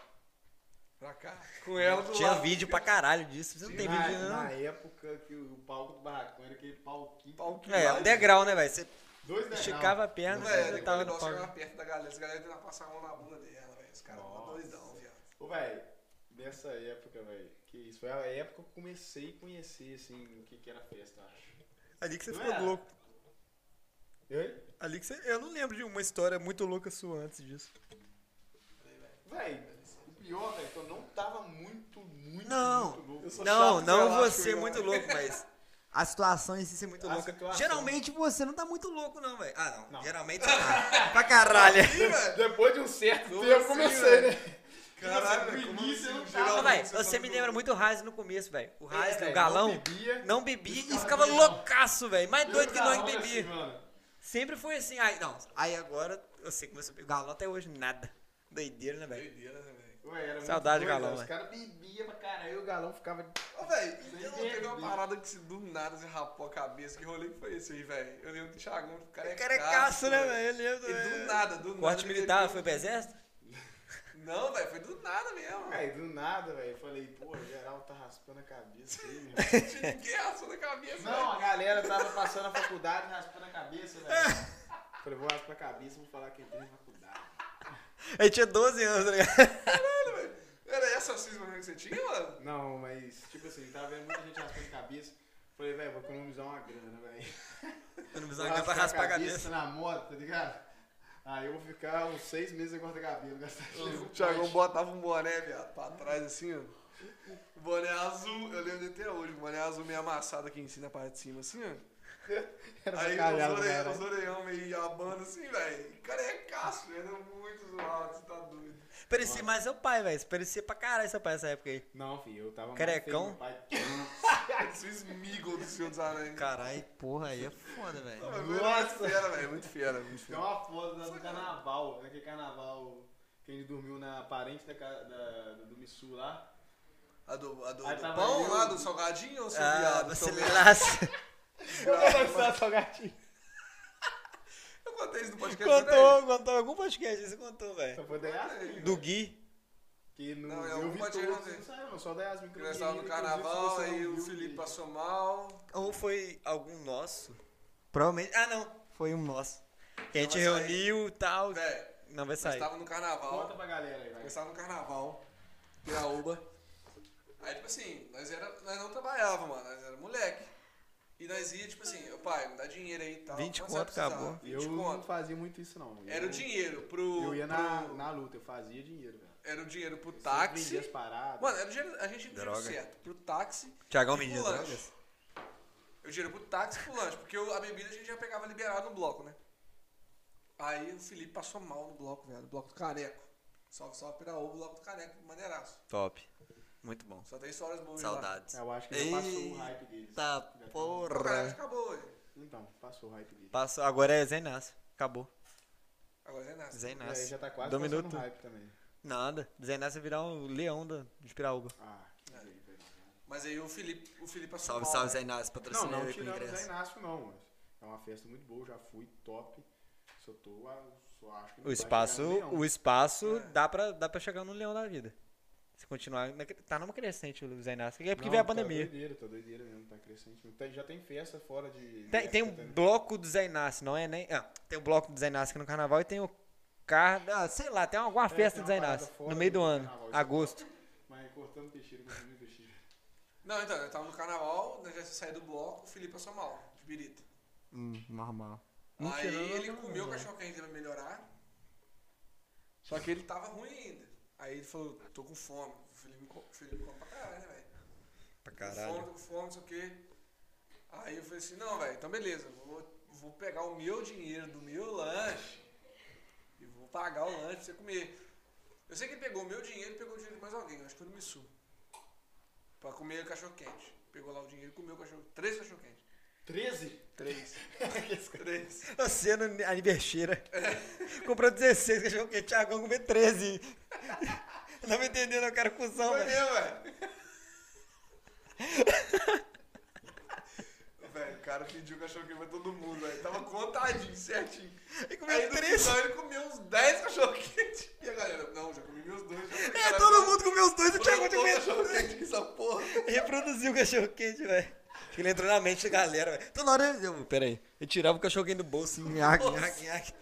Speaker 2: pra cá, com ela do
Speaker 1: Tinha
Speaker 2: lado.
Speaker 1: vídeo pra caralho disso. Você não tem
Speaker 3: na,
Speaker 1: vídeo, ainda,
Speaker 3: na
Speaker 1: não?
Speaker 3: época que o palco do barracão era aquele palquinho.
Speaker 2: Palquinho.
Speaker 1: É, um degrau, né, velho? Você
Speaker 3: Dois degraus.
Speaker 1: esticava a perna,
Speaker 2: Velho,
Speaker 1: você
Speaker 2: Nicole
Speaker 1: né, tava no
Speaker 2: Balls chegava
Speaker 1: palco.
Speaker 2: perto da galera, as galera tentava passar a mão na bunda dela, velho. Os caras tão
Speaker 3: Nossa.
Speaker 2: doidão, viado.
Speaker 3: Ô, velho, nessa época, velho, que isso, foi a época que eu comecei a conhecer, assim, o que que era festa, eu acho.
Speaker 1: Ali que você
Speaker 3: Não
Speaker 1: ficou
Speaker 3: era?
Speaker 1: louco.
Speaker 3: Oi?
Speaker 1: Ali que você. Eu não lembro de uma história muito louca sua antes disso.
Speaker 3: Velho, o pior, velho, que eu não tava muito, muito,
Speaker 4: Não.
Speaker 3: muito louco.
Speaker 10: sou
Speaker 1: Não,
Speaker 10: chato,
Speaker 1: não
Speaker 10: sei lá,
Speaker 1: você
Speaker 10: acho
Speaker 1: muito
Speaker 10: eu-
Speaker 1: louco, mas.
Speaker 4: A situação em si é muito
Speaker 3: A
Speaker 4: louca.
Speaker 3: situação.
Speaker 4: Geralmente você não tá muito louco, não, velho. Ah, não.
Speaker 3: Não.
Speaker 4: Geralmente você tá. pra caralho.
Speaker 1: assim,
Speaker 3: Depois de um certo
Speaker 2: Como
Speaker 3: tempo, eu
Speaker 2: assim,
Speaker 3: comecei,
Speaker 2: velho?
Speaker 3: né?
Speaker 2: Caralho,
Speaker 3: Tipo assim,
Speaker 2: como
Speaker 3: no início eu
Speaker 2: assim,
Speaker 3: não
Speaker 1: Ah,
Speaker 2: geralmente-
Speaker 3: tava...
Speaker 1: velho,
Speaker 2: você
Speaker 1: você
Speaker 2: tá
Speaker 1: me
Speaker 2: no-
Speaker 1: lembra muito o Raiz no começo, velho. O Raiz,
Speaker 3: É, velho,
Speaker 1: o galão,
Speaker 3: Não bebia.
Speaker 1: não bebia e
Speaker 3: Ficava
Speaker 1: ficava
Speaker 3: doidão.
Speaker 1: loucaço, velho. Mais doido que nós que
Speaker 3: Galão,
Speaker 1: bebia.
Speaker 3: assim, mano.
Speaker 1: Sempre foi assim. Aí, não. Aí agora, eu sei que você o galão até hoje, nada. Doideira, né, velho?
Speaker 2: Doideira, né, velho?
Speaker 3: Ué, era muito
Speaker 1: Saudade do
Speaker 3: doido,
Speaker 1: galão, né?
Speaker 3: velho. Os
Speaker 1: velho.
Speaker 3: caras bebiam pra caralho, o galão ficava...
Speaker 2: Ô, velho, então, eu
Speaker 3: Doideira,
Speaker 2: não teve uma
Speaker 3: doideira.
Speaker 2: parada que se do nada você rapou a cabeça. Que rolê que foi esse aí, velho? Eu lembro do Thiagão, carecaço.
Speaker 1: Carecaço, né, velho? Eu lembro,
Speaker 2: E do
Speaker 1: velho.
Speaker 2: nada, né, do nada.
Speaker 1: Corte
Speaker 2: ele
Speaker 1: militar,
Speaker 2: meteu-
Speaker 1: foi pro exército?
Speaker 2: Não, velho, foi do nada mesmo.
Speaker 3: Aí, do nada, velho, eu falei, pô, geral tá raspando a cabeça aí, meu.
Speaker 2: Tinha ninguém assando a cabeça.
Speaker 3: Não, a galera tava passando a faculdade raspando a cabeça, velho. Falei, vou raspar a cabeça, vou falar que entrei na faculdade.
Speaker 1: Ele tinha 12 anos, tá ligado?
Speaker 2: Era essa a cisma que você tinha, mano?
Speaker 3: Não, mas, tipo assim, tava vendo muita gente raspando a cabeça. Falei, velho, vou economizar uma grana, velho.
Speaker 1: Eu não
Speaker 3: Vou
Speaker 2: Ah,
Speaker 1: precisava pra raspar a cabeça.
Speaker 3: na moto, tá ligado? Aí eu vou ficar uns seis meses sem cortar cabelo, gastar dinheiro.
Speaker 2: O Thiagão botava um boné, viado, pra trás assim, ó. O boné azul, eu lembro até hoje, o boné azul meio amassado aqui em cima, na parte de cima, assim, ó.
Speaker 10: Era
Speaker 2: Aí
Speaker 10: bacalhau,
Speaker 2: os,
Speaker 3: né?
Speaker 10: cara.
Speaker 2: orelhão, os orelhão meio abando assim, velho. O cara é caço, velho. Era muito zoado, você tá doido.
Speaker 1: Parecia mais seu pai, velho. Parecia pra caralho seu pai nessa época aí.
Speaker 3: Não, filho, eu tava mais
Speaker 1: Carecão?
Speaker 3: feio, meu pai-
Speaker 2: Isso esmigo do Senhor dos Aranhas.
Speaker 1: Caralho, porra, aí é foda, velho.
Speaker 2: Não, mas era muito fera, velho. Muito fera, muito
Speaker 3: Tem
Speaker 2: fera.
Speaker 3: é uma foto do carnaval, naquele carnaval que a gente dormiu na parente da, ca- da- do Missu lá.
Speaker 2: A do, a do,
Speaker 3: Aí
Speaker 2: do
Speaker 3: tava
Speaker 2: pão
Speaker 3: eu-
Speaker 2: lá, do salgadinho ou seu
Speaker 1: Ah,
Speaker 2: viado?
Speaker 1: você
Speaker 2: Seu
Speaker 1: me
Speaker 2: viado.
Speaker 1: lasca.
Speaker 10: Eu vou dançar salgadinho.
Speaker 2: Eu contei isso no podcast. não contei?
Speaker 1: Contou, contou. Algum podcast você contou, velho.
Speaker 3: Só foi da Yasmin.
Speaker 1: Do Gui.
Speaker 3: Que no,
Speaker 2: é Não, é
Speaker 3: eu vi
Speaker 2: alguma
Speaker 3: todos,
Speaker 2: tia, não sei.
Speaker 3: não saiu, não, só da Yasmin. que eu
Speaker 2: Que nós
Speaker 3: vi,
Speaker 2: tava no
Speaker 3: inclusive, se
Speaker 2: carnaval,
Speaker 3: você não
Speaker 2: aí o
Speaker 3: viu,
Speaker 2: Felipe
Speaker 3: que-
Speaker 2: passou mal.
Speaker 1: Ou foi algum nosso? Provavelmente. Ah, não. Foi um nosso. Que a gente
Speaker 2: vai sair.
Speaker 1: reuniu e tal.
Speaker 2: Velho,
Speaker 1: Não vai
Speaker 2: nós
Speaker 1: sair.
Speaker 2: tava no carnaval.
Speaker 3: Conta pra galera aí, vai.
Speaker 2: Nós tava no carnaval, Piraúba. Aí, tipo assim, nós, era, nós não trabalhava, mano. Nós era moleque. E nós ia, tipo assim, "Ô, pai, me dá dinheiro aí e tal.
Speaker 1: 20
Speaker 2: Quanto você vai
Speaker 1: conto,
Speaker 2: precisar?"
Speaker 1: acabou.
Speaker 2: 20
Speaker 3: Eu não
Speaker 2: conto.
Speaker 10: fazia muito isso, não. Eu-
Speaker 2: Era o dinheiro pro.
Speaker 3: Eu ia na,
Speaker 2: pro-
Speaker 3: na luta, eu fazia dinheiro, velho.
Speaker 2: era o dinheiro pro
Speaker 3: Eu vendia as
Speaker 2: táxi.
Speaker 3: paradas.
Speaker 2: Mano, era o dinheiro, a gente tinha o
Speaker 1: Droga.
Speaker 2: dinheiro certo. Pro táxi.
Speaker 1: Tiagão
Speaker 2: e
Speaker 3: um
Speaker 2: pro
Speaker 1: vendia
Speaker 2: lanche.
Speaker 1: drogas?
Speaker 2: Eu dinheiro pro táxi e pro lanche, porque eu- a bebida a gente já pegava liberado no bloco, né? Aí o Felipe passou mal no bloco, velho. No bloco do careco. Salve, salve, Piraúba, bloco do careco, maneiraço.
Speaker 1: Top. Muito bom.
Speaker 2: Só tem histórias boas de lá.
Speaker 1: Saudades.
Speaker 3: eu acho que já passou o
Speaker 1: Ei.
Speaker 3: hype deles.
Speaker 1: Tá,
Speaker 2: O careco
Speaker 1: porra.
Speaker 2: acabou, velho.
Speaker 3: Então, passou o hype deles.
Speaker 2: Tá,
Speaker 1: Passou. Agora é Zé Inácio. Acabou.
Speaker 2: Agora é nada.
Speaker 1: Zé
Speaker 3: E aí já
Speaker 1: Inácio.
Speaker 3: tá quase
Speaker 1: Do
Speaker 3: passando
Speaker 1: minuto.
Speaker 3: hype também.
Speaker 1: Nada. Zé Inácio virar um leão da, de Piraúba.
Speaker 3: Ah, que
Speaker 2: É.
Speaker 3: jeito, velho.
Speaker 2: Mas aí o Felipe, o Felipe passou
Speaker 1: Salve,
Speaker 2: mal.
Speaker 1: salve,
Speaker 2: né?
Speaker 1: Zé Inácio.
Speaker 3: Não,
Speaker 1: Patrocina
Speaker 3: não
Speaker 1: eu aí com
Speaker 3: tirando o Zé
Speaker 1: ingresso.
Speaker 3: Inácio, não, mas é uma festa muito boa, já fui, top. Só tô, ah, só acho que não
Speaker 1: O
Speaker 3: vai
Speaker 1: espaço,
Speaker 3: chegar no leão.
Speaker 1: o espaço
Speaker 2: É.
Speaker 1: dá, pra, dá pra chegar no leão da vida. Se continuar. na- Tá numa crescente o Zé Inácio. É porque
Speaker 3: Não,
Speaker 1: veio a
Speaker 3: tá
Speaker 1: pandemia.
Speaker 3: doideira, tá doideira mesmo, tá crescente. Tá- já tem festa fora de.
Speaker 1: Tem, tem um
Speaker 3: época, né?
Speaker 1: bloco do Zé Inácio, não é nem. Ah, tem o bloco do Zé Inácio aqui no carnaval e tem o car... ah, sei lá, tem alguma festa
Speaker 3: tem
Speaker 1: do Zé
Speaker 3: uma parada
Speaker 1: Inácio
Speaker 3: fora
Speaker 1: no meio do
Speaker 3: do
Speaker 1: ano,
Speaker 3: carnaval, isso é
Speaker 1: agosto.
Speaker 3: Mas cortando peixeiro, continuando peixeiro.
Speaker 2: Não, então, eu tava no carnaval, nós já saímos do bloco, o Felipe passou mal, de birita.
Speaker 1: normal.
Speaker 2: aí ele comeu o cachorro quente pra melhorar. Só que ele tava ruim ainda. Aí ele falou, tô com fome. O Felipe, me co- o Felipe come pra caralho, né, velho?
Speaker 1: Pra
Speaker 2: Tô com fome, tô com fome, não sei o quê. Aí eu falei assim, não, velho, então beleza, vou, vou pegar o meu dinheiro do meu lanche e vou pagar o lanche pra você comer. Eu sei que ele pegou o meu dinheiro e pegou o dinheiro de mais alguém, eu acho que foi no Missu. Pra comer o cachorro quente. Pegou lá o dinheiro e comeu o cachorro. Três cachorro quente.
Speaker 3: 13?
Speaker 2: Três. Três.
Speaker 1: Você no aniversário. Comprou 16 cachorro quente, Thiagão comeu 13. não me entendendo, eu quero cuzão,
Speaker 2: Foi
Speaker 1: velho.
Speaker 2: mesmo, velho. Velho, o cara pediu cachorro quente pra todo mundo, velho. Tava contadinho, certinho.
Speaker 1: Ele comeu
Speaker 2: Aí no
Speaker 1: 13.
Speaker 2: final ele comeu uns 10 cachorro quente. E a galera, não, já comi meus dois. já comi,
Speaker 1: É,
Speaker 2: cara,
Speaker 1: todo
Speaker 2: mas-
Speaker 1: mundo comeu os dois, o
Speaker 2: todo
Speaker 1: Thiago
Speaker 2: mundo
Speaker 1: comeu
Speaker 2: cachorro quente essa porra.
Speaker 1: Reproduziu o cachorro quente, velho. Acho que ele entrou na mente da galera, velho. Toda hora eu. Pera aí. Eu tirava o cachorro quente do bolso. Nhaque, nhaque, nhaque.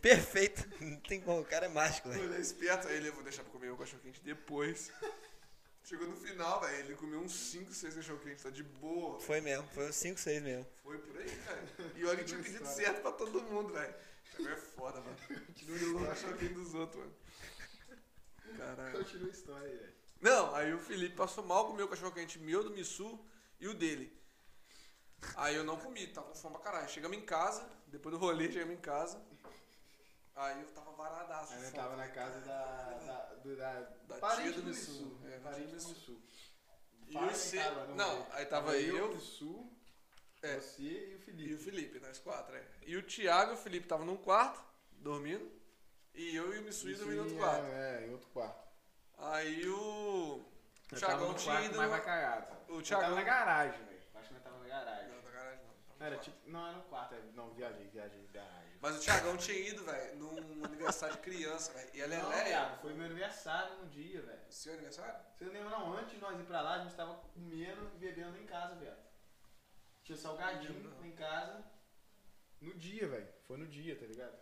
Speaker 1: Perfeito. Não tem como. O cara é mágico, velho.
Speaker 2: Ele é esperto, aí ele, eu vou deixar pra comer o cachorro quente depois. Chegou no final, velho, ele comeu uns 5, 6 cachorro quente, tá de boa.
Speaker 1: Foi mesmo. Foi uns 5, 6 mesmo.
Speaker 2: Foi por aí, velho. E olha que tinha pedido certo pra todo mundo, velho. Agora é foda, mano. Não levou o cachorro quente dos outros, mano.
Speaker 1: É.
Speaker 2: Caralho.
Speaker 3: Continua a história aí, velho.
Speaker 2: Não, aí o Felipe passou mal, comeu o cachorro quente meu do Missu e o dele. Aí eu não comi, tava com fome pra caralho. Chegamos em casa, depois do rolê, chegamos em casa. Aí eu tava varadaço.
Speaker 3: Aí
Speaker 2: de
Speaker 3: eu
Speaker 2: fome.
Speaker 3: tava na casa da. da. do- da,
Speaker 2: Da
Speaker 3: parente
Speaker 2: tia do Missu.
Speaker 3: Missu,
Speaker 2: É,
Speaker 3: parente
Speaker 2: tia
Speaker 3: do
Speaker 2: do
Speaker 3: Missu.
Speaker 2: E
Speaker 3: Pai
Speaker 2: você-
Speaker 3: tava, não,
Speaker 2: não,
Speaker 3: velho.
Speaker 2: aí tava eu-
Speaker 3: o Missu,
Speaker 2: É.
Speaker 3: você e o Felipe.
Speaker 2: E o Felipe, nós quatro, é. E o Thiago e o Felipe estavam num quarto, dormindo. E eu e o Missu
Speaker 3: Isso
Speaker 2: dormindo no outro
Speaker 3: em-
Speaker 2: quarto.
Speaker 3: É, é, em outro quarto.
Speaker 2: Aí o. O
Speaker 3: Eu tava
Speaker 2: Thiagão
Speaker 3: no
Speaker 2: tinha
Speaker 3: quarto,
Speaker 2: ido.
Speaker 3: mas vai
Speaker 2: no-
Speaker 3: cagado.
Speaker 2: O
Speaker 3: Eu
Speaker 2: Thiagão-
Speaker 3: Tava na garagem, velho. Acho que nós tava na garagem.
Speaker 2: Não, na garagem não, tava no
Speaker 3: Não, era
Speaker 2: quarto.
Speaker 3: tipo. Não, era no quarto. é, Não, viajei, viajei, garagem.
Speaker 2: Mas o Thiagão tinha ido, velho, num aniversário de criança, velho. E é a
Speaker 3: Não,
Speaker 2: Leleia.
Speaker 3: cara, foi meu aniversário um dia, velho.
Speaker 2: Seu aniversário?
Speaker 3: Você lembra não? Antes de nós ir pra lá, a gente tava comendo e bebendo lá em casa, velho. Tinha salgadinho lá em casa. No dia, velho. Foi no dia, tá ligado?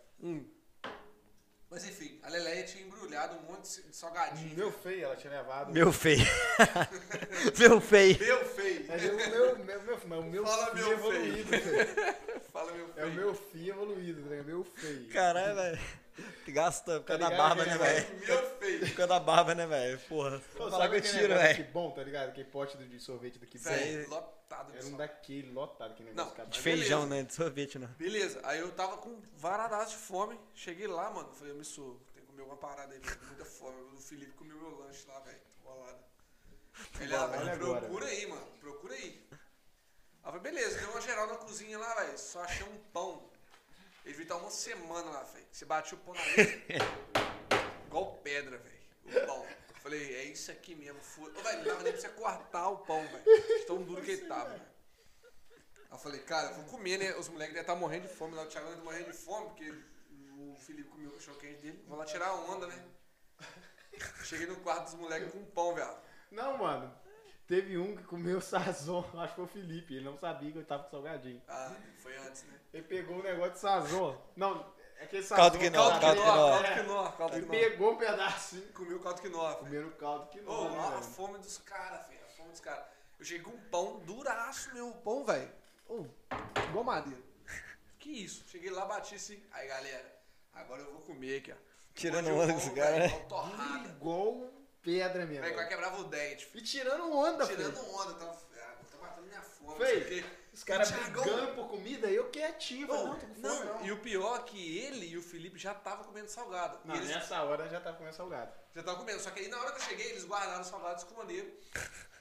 Speaker 2: Mas enfim, a Leleia tinha embrulhado um monte de salgadinho.
Speaker 3: Meu feio, ela tinha levado.
Speaker 1: Meu feio. Meu feio.
Speaker 2: Meu feio!
Speaker 3: Mas eu- meu, meu, meu, mas o meu
Speaker 2: Fala,
Speaker 3: filho
Speaker 2: meu
Speaker 3: evoluído, velho.
Speaker 2: Fala meu
Speaker 3: É
Speaker 2: feio.
Speaker 3: o meu filho evoluído, tá ligado? Meu feio.
Speaker 1: Caralho, velho. Gasta por causa da
Speaker 3: ligado,
Speaker 1: barba,
Speaker 3: né,
Speaker 1: né,
Speaker 3: velho?
Speaker 1: velho?
Speaker 2: Meu feio.
Speaker 1: Por causa da barba, né, velho? Porra.
Speaker 3: Ô,
Speaker 1: Sabe o
Speaker 3: aquele
Speaker 1: tiro,
Speaker 3: negócio
Speaker 1: velho?
Speaker 3: Que bom, tá ligado? Que pote de sorvete daqui
Speaker 2: Velho, Ló- lotado de
Speaker 3: Era um
Speaker 2: sal.
Speaker 3: daquele lotado que
Speaker 2: Não,
Speaker 3: negócio cara.
Speaker 2: de
Speaker 1: De
Speaker 2: Mas beleza.
Speaker 1: feijão, né? De sorvete, não.
Speaker 2: Beleza, aí eu tava com varadaço de fome. Cheguei lá, mano. Falei, me sou, tem que comer alguma parada aí, tô com muita fome. O Felipe comeu meu lanche lá, velho. tô Bolado. Ele, ah,
Speaker 3: Olha
Speaker 2: velho,
Speaker 3: agora,
Speaker 2: procura aí, mano. Procura aí. Aí eu falei, beleza, deu uma geral na cozinha lá, velho. Só achei um pão. Ele devia estar uma semana lá, velho. Você batia o pão na mesa. igual pedra, velho. O pão. Eu Falei, é isso aqui mesmo. Foda. Ô, velho, não dava nem pra você cortar o pão, velho. de Tão duro que ele tava, velho. Aí eu falei, cara, vou comer, né? Os moleques devem estar morrendo de fome lá. O Thiago deve morrendo de fome, porque o Felipe comeu o cachorro quente dele. Vou lá tirar a onda, né? Cheguei no quarto dos moleques com um pão, velho.
Speaker 3: Não, mano. Teve um que comeu sazon, acho que foi o Felipe, ele não sabia que eu tava com salgadinho.
Speaker 2: Ah, foi antes, né?
Speaker 3: Ele pegou o negócio de sazon. Não, é aquele sazon.
Speaker 1: Caldo quinó,
Speaker 3: lá,
Speaker 2: Caldo
Speaker 1: caldo
Speaker 2: quinó,
Speaker 3: né?
Speaker 1: quinó.
Speaker 2: caldo quinó, caldo
Speaker 3: Ele
Speaker 2: quinó.
Speaker 3: pegou um pedacinho,
Speaker 2: Comeu caldo quinó, velho.
Speaker 3: comendo caldo que
Speaker 2: Ô,
Speaker 3: não. né,
Speaker 2: a
Speaker 3: velho?
Speaker 2: fome dos caras, velho. A fome dos caras. Eu cheguei com um pão duraço, meu pão, velho. Ô, igual madeira. Que isso? Cheguei lá, bati assim. Aí, galera, agora eu vou comer aqui, ó.
Speaker 1: Tirando
Speaker 2: Hoje eu
Speaker 1: onda
Speaker 2: como,
Speaker 1: desse cara,
Speaker 2: velho,
Speaker 1: né?
Speaker 2: igual Torrada.
Speaker 3: Igual um pedra mesmo.
Speaker 2: Velho, quase quebrava o dente.
Speaker 3: E tirando onda,
Speaker 2: Tá Tirando
Speaker 3: filho.
Speaker 2: onda, tava, ah, tá matando minha fome.
Speaker 3: Véi,
Speaker 2: não sei o quê.
Speaker 3: Os caras
Speaker 2: Thiagão.
Speaker 3: brigando por comida, eu quietinho, falei,
Speaker 2: Ô,
Speaker 3: não, tô com fome.
Speaker 2: não,
Speaker 3: não.
Speaker 2: E o pior é que ele e o Felipe já estavam comendo salgado.
Speaker 3: Não,
Speaker 2: e eles
Speaker 3: nessa hora já tava comendo salgado.
Speaker 2: já estavam comendo. Só que aí na hora que eu cheguei, eles guardaram os salgados, esconderam,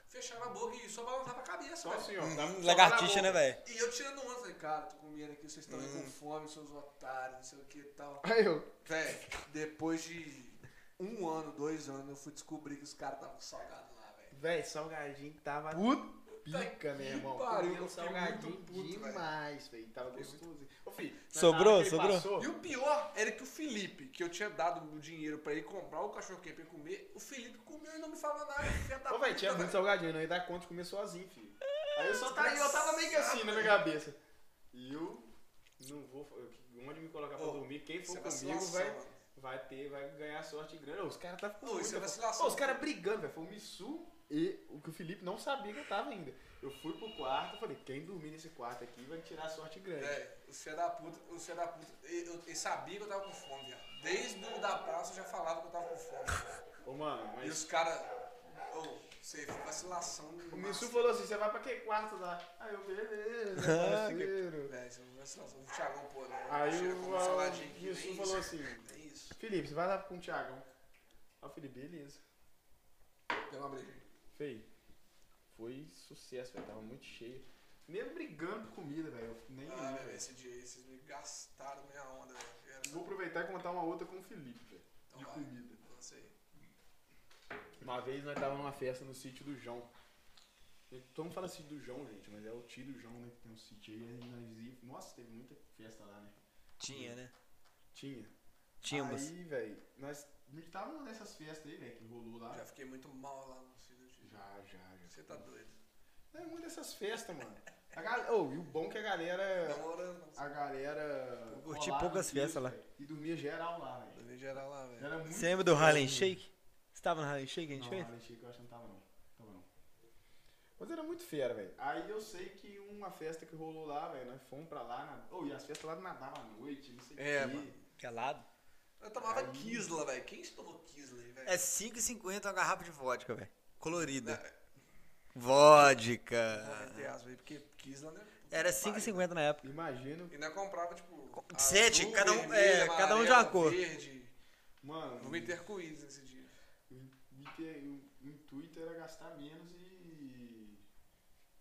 Speaker 2: fecharam a boca e só balançavam a cabeça.
Speaker 3: Só
Speaker 2: velho.
Speaker 3: assim, ó. tava com
Speaker 1: Um Hum, Lagartixa, né,
Speaker 3: salgado na boca.
Speaker 1: velho?
Speaker 2: E eu tirando onda, falei, cara, tô comendo aqui, vocês estão aí
Speaker 3: Hum.
Speaker 2: com fome, seus otários, não sei o que e tal.
Speaker 3: Aí eu,
Speaker 2: Véi, depois de um ano, dois anos, eu fui descobrir que os caras estavam salgados lá, velho.
Speaker 3: véi, salgadinho tava
Speaker 2: Puta
Speaker 3: pica, meu
Speaker 2: que
Speaker 3: irmão.
Speaker 2: pariu,
Speaker 3: Comeu
Speaker 2: eu fiquei
Speaker 3: salgadinho
Speaker 2: muito puto, véi.
Speaker 3: demais, velho. Tava gostoso. Ô, filho, na
Speaker 1: Sobrou?
Speaker 3: hora que ele
Speaker 1: Sobrou?
Speaker 3: passou,
Speaker 2: E o pior era que o Felipe, que eu tinha dado o dinheiro pra ele comprar o cachorro quente pra ele comer, o Felipe comeu e não me falou nada. filha da
Speaker 3: Ô, velho, tinha
Speaker 2: puta,
Speaker 3: muito
Speaker 2: velho.
Speaker 3: salgadinho, eu não ia dar conta de comer sozinho, filho. Aí eu só tava, eu tava meio que assim na minha cabeça. E eu não vou. eu- Onde me colocar pra
Speaker 2: Ô,
Speaker 3: dormir? Quem
Speaker 2: Isso
Speaker 3: for
Speaker 2: é
Speaker 3: comigo
Speaker 2: vacilação,
Speaker 3: vai,
Speaker 2: mano.
Speaker 3: vai ter, vai ganhar sorte grande. Ô, Os caras tá
Speaker 2: Ô, isso é vacilação.
Speaker 3: Ô, Os caras brigando, velho. Foi o Missu e o que o Felipe não sabia que eu tava ainda. Eu fui pro quarto, falei, quem dormir nesse quarto aqui vai tirar sorte grande.
Speaker 2: Velho, É, o filho da puta, o filho da puta, ele, eu- ele sabia que eu tava com fome, viado. Desde o da praça eu já falava que eu tava com fome.
Speaker 3: Ô, mano,
Speaker 2: E
Speaker 3: mas.
Speaker 2: os caras. Ô, sei, foi vacilação.
Speaker 3: O
Speaker 2: massa,
Speaker 3: Missu falou assim: você vai pra que quarto lá? Aí eu, beleza, parceiro.
Speaker 2: Velho, isso é uma vacilação. O Thiagão, pô, né?
Speaker 3: Aí
Speaker 2: Chega
Speaker 3: o,
Speaker 2: com um saladinho
Speaker 3: o
Speaker 2: aqui, nem
Speaker 3: Missu
Speaker 2: isso.
Speaker 3: falou assim.
Speaker 2: Nem isso.
Speaker 3: Felipe, você vai lá com o Thiagão. Aí o Felipe, beleza.
Speaker 2: Deu uma briga.
Speaker 3: Fei, foi sucesso, velho. Tava muito cheio. Mesmo brigando por comida, velho. eu Nem
Speaker 2: Ah,
Speaker 3: ia,
Speaker 2: velho,
Speaker 3: velho.
Speaker 2: esse dia aí, vocês me gastaram minha onda, velho. Era-
Speaker 3: Vou aproveitar e contar uma outra com o Felipe, velho.
Speaker 2: Então
Speaker 3: De
Speaker 2: vai.
Speaker 3: comida.
Speaker 2: Não sei.
Speaker 3: Uma vez nós tava numa festa no sítio do João. E Todo mundo fala sítio do João, gente, mas é o tio do João, né? Que tem um sítio aí. aí nós ia- Nossa, teve muita festa lá, né?
Speaker 1: Tinha, né?
Speaker 3: Tinha.
Speaker 1: Tínhamos.
Speaker 3: Aí, velho, nós tava nessas festas aí, velho, que rolou lá.
Speaker 2: Já fiquei muito mal lá no filho de.
Speaker 3: Já, já, já.
Speaker 2: Você tá doido.
Speaker 3: É uma dessas festas, mano. A gal... oh, e o bom é que a galera.
Speaker 2: Não orando,
Speaker 3: a galera.
Speaker 1: Eu curti
Speaker 3: colava
Speaker 1: poucas
Speaker 3: no piso,
Speaker 1: festas lá.
Speaker 3: velho, E dormia geral lá,
Speaker 2: mas
Speaker 3: velho.
Speaker 2: dormi geral lá, velho.
Speaker 3: Era muito.
Speaker 1: Você lembra do Harlem Shake? Você tava no Harlem Shake que a
Speaker 3: Não,
Speaker 1: gente fez?
Speaker 3: Harlem Shake eu acho que não tava não. Tava não. Mas era muito fera, velho. Aí eu sei que uma festa que rolou lá, velho, nós fomos pra lá. Na... Oh, e as festas lá nadavam à noite, não sei o
Speaker 2: É,
Speaker 3: quê.
Speaker 2: mano.
Speaker 1: Calado.
Speaker 2: Eu tomava
Speaker 3: Aí-
Speaker 2: Kisla, velho. Quem se tomou Kisla aí, velho?
Speaker 4: É 5,50 uma garrafa de vodka, velho. Colorida.
Speaker 2: Não,
Speaker 4: Vodka.
Speaker 2: Entre aspas aí, porque Kisla, né?
Speaker 1: É. Era 5,50 na época.
Speaker 3: Imagino.
Speaker 2: E nós comprava, tipo.
Speaker 4: de sete,
Speaker 2: azul,
Speaker 4: cada um-
Speaker 2: vermelho,
Speaker 4: é, cada um de
Speaker 2: amarelo,
Speaker 4: uma cor.
Speaker 2: Verde.
Speaker 3: Mano,
Speaker 2: Vou meter arco-íris nesse dia.
Speaker 3: o, intuito- o intuito era gastar menos e.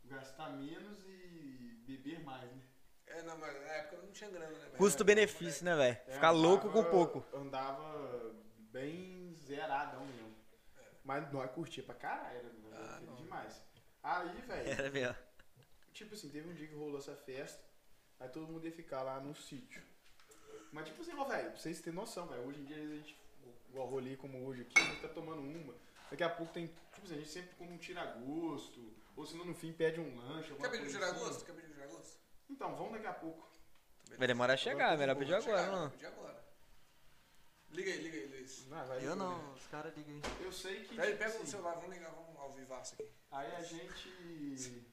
Speaker 3: Gastar menos e beber mais, né?
Speaker 2: É, não, mas na época não tinha grana, né? velho?
Speaker 1: Custo-benefício, né,
Speaker 4: É,
Speaker 1: velho? Ficar louco com
Speaker 3: andava-
Speaker 1: pouco.
Speaker 3: Andava bem zeradão mesmo. Mas nós curtia pra caralho, era
Speaker 2: Ah, não.
Speaker 3: demais. Aí, velho,
Speaker 1: Era mesmo.
Speaker 3: tipo assim, teve um dia que rolou essa festa, aí todo mundo ia ficar lá no sítio. Mas tipo assim, ó, velho, pra vocês terem noção, velho, hoje em dia a gente, igual rolê como hoje aqui, a gente tá tomando uma, daqui a pouco tem, tipo assim, a gente sempre come um tiragosto, ou senão no fim pede um lanche, alguma
Speaker 2: Quer pedir um
Speaker 3: coisa assim.
Speaker 2: giragosto? Quer pedir um giragosto?
Speaker 3: Então, vamos daqui a pouco.
Speaker 1: Vai demorar a chegar, melhor pedir
Speaker 2: Vou
Speaker 1: agora,
Speaker 2: chegar,
Speaker 1: não.
Speaker 2: Pedir agora. Liga aí, liga aí, Luiz.
Speaker 3: Ah, vai,
Speaker 4: Eu não, os caras ligam aí.
Speaker 3: Eu sei que.
Speaker 2: Pega,
Speaker 3: tipo
Speaker 2: pega o
Speaker 3: assim,
Speaker 2: celular, vamos ligar, vamos ao vivaço aqui.
Speaker 3: Aí a gente.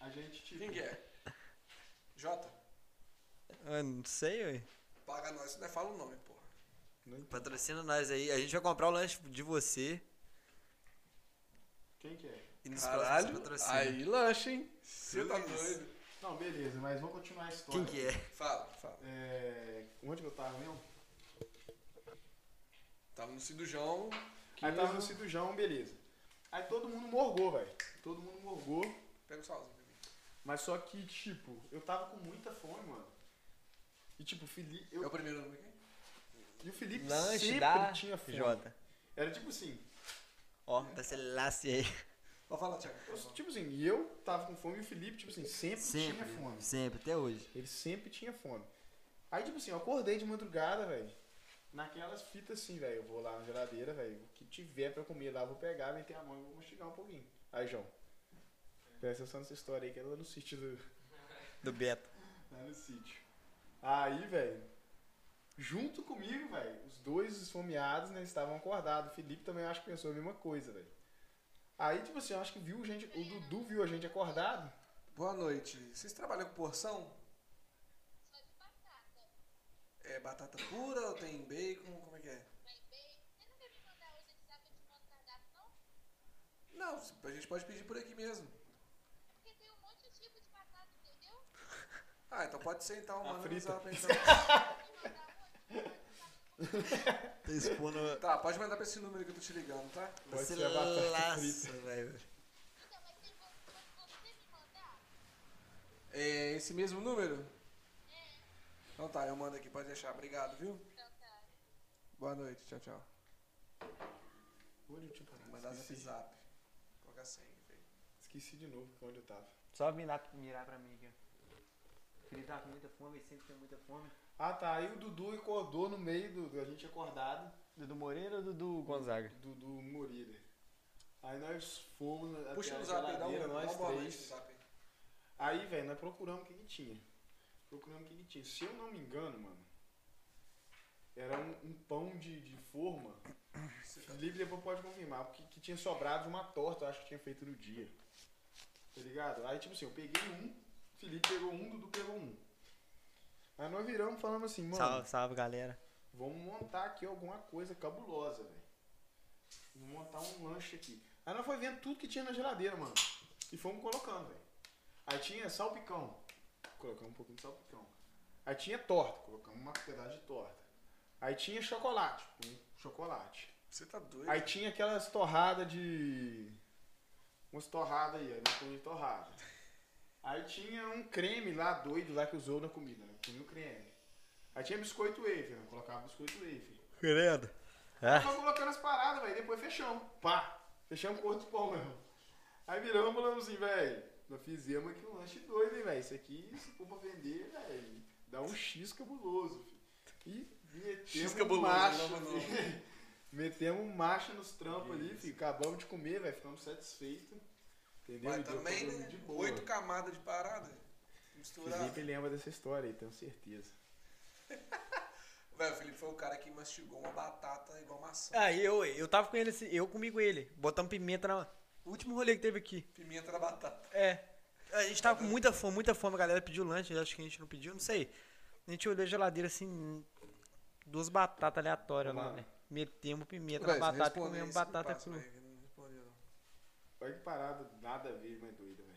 Speaker 3: A gente tipo.
Speaker 2: Quem que é? Jota,
Speaker 1: Eu não sei, ué.
Speaker 2: paga nós, não é fala o nome, porra.
Speaker 4: Patrocina nós aí. A gente vai comprar o lanche de você.
Speaker 3: Quem que é?
Speaker 4: E nos
Speaker 2: Caralho,
Speaker 4: próximos patrocínios.
Speaker 2: aí lancha, hein? Você tá doido.
Speaker 3: Não, beleza, mas vamos continuar a história.
Speaker 4: Quem que é?
Speaker 2: Fala, fala.
Speaker 3: É, onde que eu tava mesmo?
Speaker 2: Tava no cirurgião.
Speaker 3: Aí tava no cirurgião, beleza. Aí todo mundo morgou, velho. Todo mundo morgou.
Speaker 2: Pega o salzinho pra mim.
Speaker 3: Mas só que, tipo, eu tava com muita fome, mano. E tipo, o Felipe.
Speaker 2: É
Speaker 3: eu-
Speaker 2: o primeiro nome aqui?
Speaker 3: e o Felipe
Speaker 1: Lanche
Speaker 3: sempre
Speaker 1: da
Speaker 3: tinha fome.
Speaker 1: Jota.
Speaker 3: Era tipo assim,
Speaker 1: Ó, dá
Speaker 4: tá
Speaker 1: esse laço aí.
Speaker 2: Pode falar, Thiago.
Speaker 3: eu, tipo assim, e eu tava com fome e o Felipe, tipo assim, sempre, tinha fome.
Speaker 4: Sempre, sempre, até hoje.
Speaker 3: Ele sempre tinha fome. Aí, tipo assim, eu acordei de madrugada, velho. Naquelas fitas assim, velho. Eu vou lá na geladeira, velho. O que tiver pra comer lá, eu vou pegar, meter a mão e vou mastigar um pouquinho. Aí, João. Presta atenção nessa história aí, que era lá no sítio do.
Speaker 1: Do Beto.
Speaker 3: Lá Tá no sítio. Aí, velho. Junto comigo, velho. Os dois esfomeados, né? Estavam acordados. O Felipe também eu acho que pensou a mesma coisa, velho. Aí, tipo assim, eu acho que viu gente. O Dudu viu a gente acordado.
Speaker 2: Boa noite. Vocês trabalham com porção? É batata pura ou tem bacon? Como é que é? Não, a gente pode pedir por aqui mesmo. Ah, então pode ser então, manda no
Speaker 3: frita.
Speaker 2: zap então.
Speaker 4: Tô expondo.
Speaker 2: Tá, pode mandar pra esse número que eu tô te ligando, tá?
Speaker 3: Pode
Speaker 4: Esse
Speaker 3: ser a batata
Speaker 4: laço, velho.
Speaker 2: É esse mesmo número? Então tá, eu mando aqui, pode deixar. Obrigado, viu? Boa noite, tchau, tchau.
Speaker 3: Olha, tipo,
Speaker 2: Mandar zap
Speaker 3: esqueci,
Speaker 2: zap. Colocar a senha, velho.
Speaker 3: esqueci de novo onde eu tava.
Speaker 4: Só mirar, mirar pra mim aqui, ó. Ele tá com muita fome, ele sempre tem muita fome.
Speaker 3: Ah tá, aí o Dudu acordou no meio do, do- a gente acordado,
Speaker 1: Dudu Moreira ou Dudu Gonzaga?
Speaker 3: do, do Moreira. Aí nós fomos na
Speaker 2: Puxa
Speaker 3: até
Speaker 2: no
Speaker 3: Tá a
Speaker 2: zap aí, dá um,
Speaker 3: geladeira,
Speaker 2: dá uma
Speaker 3: nós
Speaker 2: boa noite no
Speaker 3: três.
Speaker 2: zap aí.
Speaker 3: Aí, velho, nós procuramos o que que tinha. Procuramos o que que tinha. Se eu não me engano, mano, era um, um pão de, de forma.
Speaker 2: Você tá-
Speaker 3: Felipe depois pode confirmar, porque que tinha sobrado de uma torta, eu acho que tinha feito no dia. Tá ligado? Aí, tipo assim, eu peguei um, Felipe pegou um, Dudu pegou um. Aí nós viramos falando assim, mano.
Speaker 1: Salve, salve, galera.
Speaker 3: Vamos montar aqui alguma coisa cabulosa, velho. Vamos montar um lanche aqui. Aí nós foi vendo tudo que tinha na geladeira, mano. E fomos colocando, velho. Aí tinha salpicão. Colocamos um pouquinho de salpicão. Aí tinha torta. Colocamos uma pedaço de torta. Aí tinha chocolate. Um chocolate.
Speaker 2: Você tá doido?
Speaker 3: Aí tinha aquelas torradas de. Umas torradas aí, aí nós comíamos torrada. Aí tinha um creme lá doido lá que usou na comida. Né? Comi o creme. Aí tinha biscoito wafer, né? colocava biscoito wafer.
Speaker 1: Querendo. Ah,
Speaker 3: Só colocando as paradas, velho. Depois fechamos. Pá! Fechamos com outro pão mesmo. Aí viramos e falamos assim, velho. Nós fizemos aqui um lanche doido, hein, velho. Isso aqui, se for pra vender, velho, dá um X cabuloso, filho. E
Speaker 2: X
Speaker 3: metemos
Speaker 2: cabuloso, né,
Speaker 3: macho.
Speaker 2: não, não.
Speaker 3: filho. Metemos um macho nos trampos ali, filho. Acabamos de comer, velho. Ficamos satisfeitos. Entendeu? E
Speaker 2: Mas
Speaker 3: deu
Speaker 2: também,
Speaker 3: pra dormir
Speaker 2: né?
Speaker 3: de boa.
Speaker 2: Oito camadas de parada. Misturado.
Speaker 3: Felipe lembra dessa história aí, tenho certeza.
Speaker 2: Velho, o Felipe foi o cara que mastigou uma batata igual maçã.
Speaker 1: Ah, eu, eu tava com ele,
Speaker 4: assim,
Speaker 1: esse- eu comigo e ele. Botamos pimenta na. O último rolê que teve aqui.
Speaker 2: Pimenta na batata.
Speaker 1: É. A gente tava com muita fome, muita fome. A galera pediu lanche, acho que a gente não pediu, não sei. A gente olhou a geladeira assim. Duas batatas aleatórias lá,
Speaker 3: Mano.
Speaker 1: né? Metemos pimenta
Speaker 2: Véi,
Speaker 1: na batata e
Speaker 2: responde
Speaker 1: comemos
Speaker 2: isso, me
Speaker 1: batata
Speaker 2: passa, né?
Speaker 1: crua.
Speaker 2: véi, que Não respondeu, não.
Speaker 3: Olha que parada, nada a ver, mas doida, velho.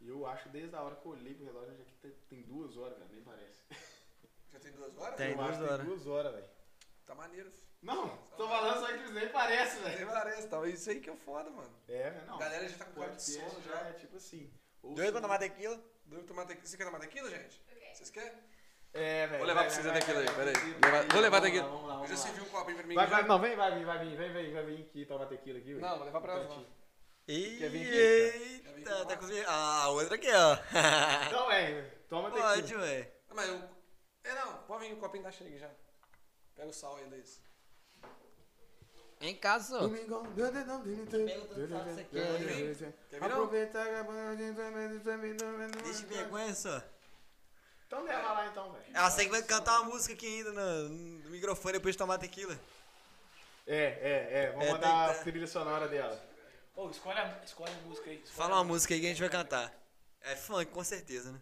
Speaker 3: E eu acho desde a hora que eu olhei pro relógio, já que tem, tem duas horas, velho, nem parece.
Speaker 2: Já tem duas horas?
Speaker 1: Tem.
Speaker 3: eu acho que
Speaker 1: duas horas.
Speaker 3: tem duas horas, velho.
Speaker 2: Tá maneiro. filho.
Speaker 3: Não, tô falando só que nem parece,
Speaker 2: Tem
Speaker 3: velho.
Speaker 2: várias, tá? Isso aí que é foda, mano.
Speaker 3: É, velho, não.
Speaker 2: A galera já tá com cara de
Speaker 3: Podcast
Speaker 2: sono já.
Speaker 3: é tipo assim. ou
Speaker 1: Doido pra
Speaker 3: se-
Speaker 1: tomar tequila?
Speaker 2: Doido tomar tequila. Você quer tomar tequila, gente? Vocês querem?
Speaker 3: É, velho.
Speaker 2: Vou levar
Speaker 3: vai,
Speaker 2: pra vocês
Speaker 3: vai,
Speaker 2: a tequila
Speaker 3: vai,
Speaker 2: aí,
Speaker 3: vai,
Speaker 2: peraí.
Speaker 3: vai,
Speaker 2: Levar-
Speaker 3: vai,
Speaker 2: Vou levar
Speaker 3: vamos
Speaker 2: tequila.
Speaker 3: lá, Vamos lá,
Speaker 2: Eu já
Speaker 3: vamos lá.
Speaker 2: servi um copinho pra mim.
Speaker 3: Vai,
Speaker 2: já.
Speaker 3: vai, não, vem, vai, vir, vai, vir, vai, vir, vem, vem, aqui tomar tequila aqui, velho.
Speaker 2: Não, vou levar pra ela.
Speaker 3: Pertinho. Quer vir aqui,
Speaker 1: Eita,
Speaker 2: Quer vir aqui,
Speaker 1: tá
Speaker 2: Márcio?
Speaker 1: com Ah, a outra aqui, ó.
Speaker 3: Então, velho, toma tequila.
Speaker 1: Pode, ué.
Speaker 2: Ah, Mas eu... É, não. Pode vir, o copinho tá cheio já. Pega o sal aí, Luiz.
Speaker 4: Em casa, ó.
Speaker 3: Domingão. Aproveita
Speaker 4: Deixa vergonha só.
Speaker 3: Então leva lá então, velho.
Speaker 4: Ela sei Ah, que vai cantar uma música aqui ainda no, no microfone depois de tomar tequila.
Speaker 3: É, é, é. Vamos
Speaker 4: É,
Speaker 3: mandar
Speaker 4: tem-
Speaker 3: a trilha sonora dela.
Speaker 11: Ô, escolhe, a, escolhe a música aí. escolhe
Speaker 4: Fala
Speaker 11: a
Speaker 4: uma música aí que a gente vai cantar. É funk, com certeza, né?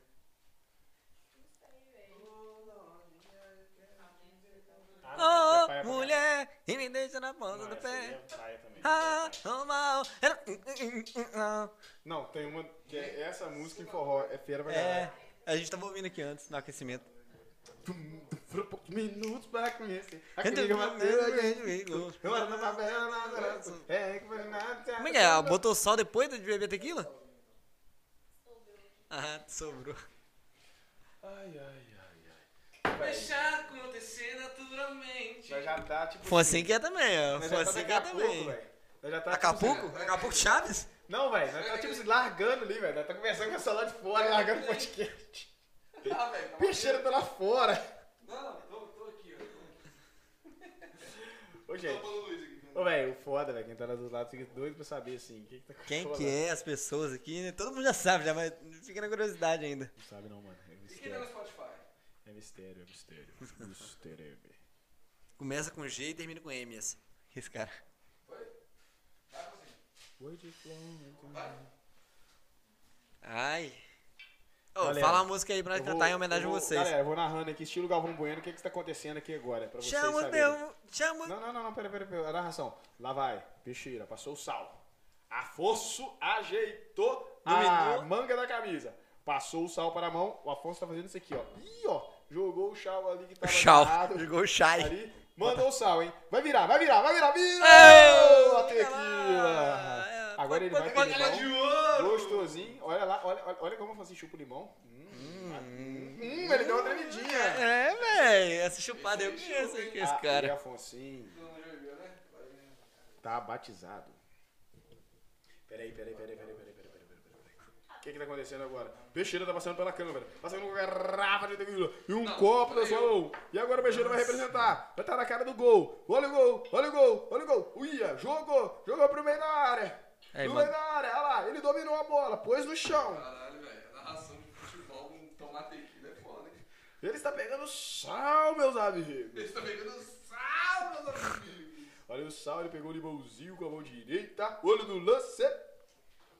Speaker 11: Ah,
Speaker 12: Tá,
Speaker 4: Ah,
Speaker 12: praia pra
Speaker 1: mulher e me deixa na ponta do
Speaker 12: Não, essa aí é
Speaker 1: pé.
Speaker 12: praia também.
Speaker 1: Ah, oh, mal. É,
Speaker 3: Não, tem uma. Que é essa música em forró. É feira pra
Speaker 1: É,
Speaker 3: galera.
Speaker 1: a gente tava ouvindo aqui antes no aquecimento.
Speaker 3: Minutos para conhecer.
Speaker 12: né,
Speaker 3: Eu ando na
Speaker 1: Miguel,
Speaker 3: favela, na graça. É, que foi nada.
Speaker 1: é? botou sol depois de beber tequila? Ah, sobrou.
Speaker 12: Ai, ai, ai, ai.
Speaker 13: Deixar acontecer naturalmente.
Speaker 3: Nós já tá, tipo.
Speaker 1: Fonseca é também, ó.
Speaker 3: Nós já tá
Speaker 1: Fonseca é
Speaker 3: daqui a pouco,
Speaker 1: também.
Speaker 3: velho. Nós já tá. tipo,
Speaker 1: Acapulco? Acapulco Chaves?
Speaker 3: assim, Não, velho. Nós tá, tipo, se largando ali, velho. Nós tá conversando com a sala de fora, largando o podcast.
Speaker 2: Ah, velho. calma aí.
Speaker 3: Peixeira tá lá fora.
Speaker 2: Não, tô, tô aqui, ó.
Speaker 3: Ô,
Speaker 2: Tô
Speaker 3: gente.
Speaker 2: falando Luiz aqui.
Speaker 3: Ô, velho, o foda, velho. Quem tá lá dos lados fica doido pra saber, assim. Quem que tá
Speaker 1: Quem
Speaker 3: rolando.
Speaker 1: que é as pessoas aqui, né? Todo mundo já sabe, já, mas fica na curiosidade ainda.
Speaker 3: Não sabe, não, mano. É
Speaker 2: E quem tá no
Speaker 3: mistério.
Speaker 2: Spotify?
Speaker 3: É mistério, é mistério. Mistério, é, velho.
Speaker 1: Começa com G e termina com M, assim. Esse cara.
Speaker 2: Vai, Rosinha.
Speaker 1: Ai. Ô,
Speaker 3: Galera,
Speaker 1: fala a música aí pra nós
Speaker 3: Eu vou-
Speaker 1: cantar em homenagem
Speaker 3: eu
Speaker 1: a
Speaker 3: vou-
Speaker 1: vocês.
Speaker 3: Galera, eu vou narrando aqui, estilo Galvão Bueno, o que que tá acontecendo aqui agora, pra vocês
Speaker 1: Chama o
Speaker 3: saberem.
Speaker 1: teu. Chama.
Speaker 3: Não, não, não, não, pera, pera, pera, a narração. Lá vai, Peixeira, passou o sal. Afonso ajeitou a
Speaker 1: Dominou.
Speaker 3: manga da camisa. Passou o sal para a mão, o Afonso tá fazendo isso aqui, ó. Ih, ó, jogou o chal ali que tava
Speaker 1: Chau.
Speaker 3: agarrado
Speaker 1: Jogou o Chai.
Speaker 3: tá ali. Mandou o sal, hein? Vai virar, vai virar, vai virar,
Speaker 1: Ei,
Speaker 3: vira! a
Speaker 1: olha lá.
Speaker 3: tequila!
Speaker 1: É,
Speaker 3: Agora ele
Speaker 1: pode-
Speaker 3: vai pro
Speaker 1: pode-
Speaker 3: limão.
Speaker 2: de ouro!
Speaker 3: Gostosinho. Olha lá, olha, olha, olha como eu faço chupa o limão. Hum, hum, hum, ele deu uma tremidinha.
Speaker 1: É, véi. Essa chupada eu conheço aqui, esse
Speaker 3: Ah, E
Speaker 1: cara.
Speaker 3: Afonsinho
Speaker 2: Não, não jogou, né? Vai, né?
Speaker 3: tá batizado. Peraí, peraí, peraí, peraí, peraí, peraí, peraí, peraí, peraí. O que que tá acontecendo agora? Peixeira tá passando pela câmera, passando com garrafa de tequila e um copo da sua mão. E agora o Peixeira vai representar, vai estar na cara do gol. Olha o gol, olha o gol, olha o gol. Uia, jogou, jogou pro meio da área.
Speaker 1: Aí,
Speaker 3: no
Speaker 1: mano.
Speaker 3: meio da área, olha lá, ele dominou a bola, pôs no chão.
Speaker 2: Caralho, velho. A narração de futebol com tomate aqui é foda, hein?
Speaker 3: Ele está pegando sal, meus amigos.
Speaker 2: Eles estão pegando sal, meus amigos.
Speaker 3: Olha o sal, ele pegou o limãozinho com a mão direita. Olho no lance.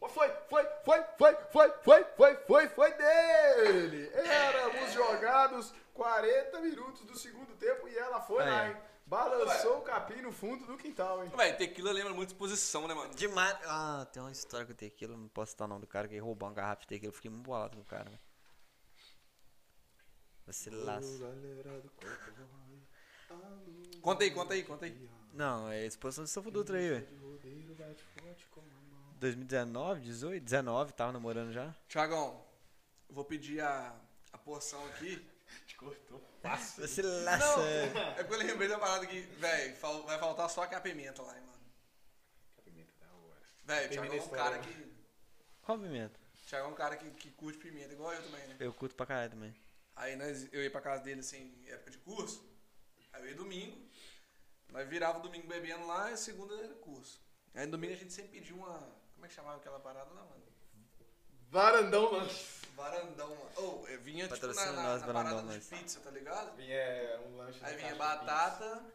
Speaker 3: Ó, Foi, foi, foi, foi, foi, foi, foi, foi, foi dele. Éramos jogados 40 minutos do segundo tempo e ela foi lá,
Speaker 2: É.
Speaker 1: Aí.
Speaker 3: hein? Balançou o capim no fundo do quintal, hein?
Speaker 2: Véi, tequila lembra muito exposição, né, mano?
Speaker 1: Demais. Ah, tem uma história com tequila, não posso citar o nome do cara que roubou uma garrafa de tequila. Eu fiquei muito bolado com o cara, velho. Você laça.
Speaker 2: Conta aí, conta aí, conta aí.
Speaker 1: Não, é a exposição de Sofo Dutra aí, velho. 2019, 18, 19, tava namorando já.
Speaker 2: Tiagão, eu vou pedir a, a porção aqui.
Speaker 1: Você
Speaker 2: Não,
Speaker 1: laça.
Speaker 2: é porque eu lembrei da parada que, véi, fal- vai faltar só aquela pimenta lá, hein, mano.
Speaker 1: tá
Speaker 2: Véi, o Thiagão é um cara
Speaker 1: né?
Speaker 2: que.
Speaker 1: Qual pimenta?
Speaker 2: Thiagão é um cara que, que curte pimenta, igual eu também, né?
Speaker 1: Eu curto pra caralho também.
Speaker 2: Aí nós, eu ia pra casa dele, assim, época de curso. Aí eu ia domingo. Nós virava o domingo bebendo lá e segunda era curso. Aí no domingo a gente sempre pedia uma. Como é que chamava aquela parada lá, mano?
Speaker 3: Varandão lanche.
Speaker 2: Varandão, mano. Ou é, vinha tipo na,
Speaker 1: Patrocina
Speaker 2: na-
Speaker 1: nós,
Speaker 2: na
Speaker 1: Varandão,
Speaker 2: parada
Speaker 1: nós.
Speaker 2: de pizza, tá ligado?
Speaker 3: Vinha um lanche.
Speaker 2: Aí
Speaker 3: na
Speaker 2: vinha
Speaker 3: caixa de
Speaker 2: batata.
Speaker 3: pizza.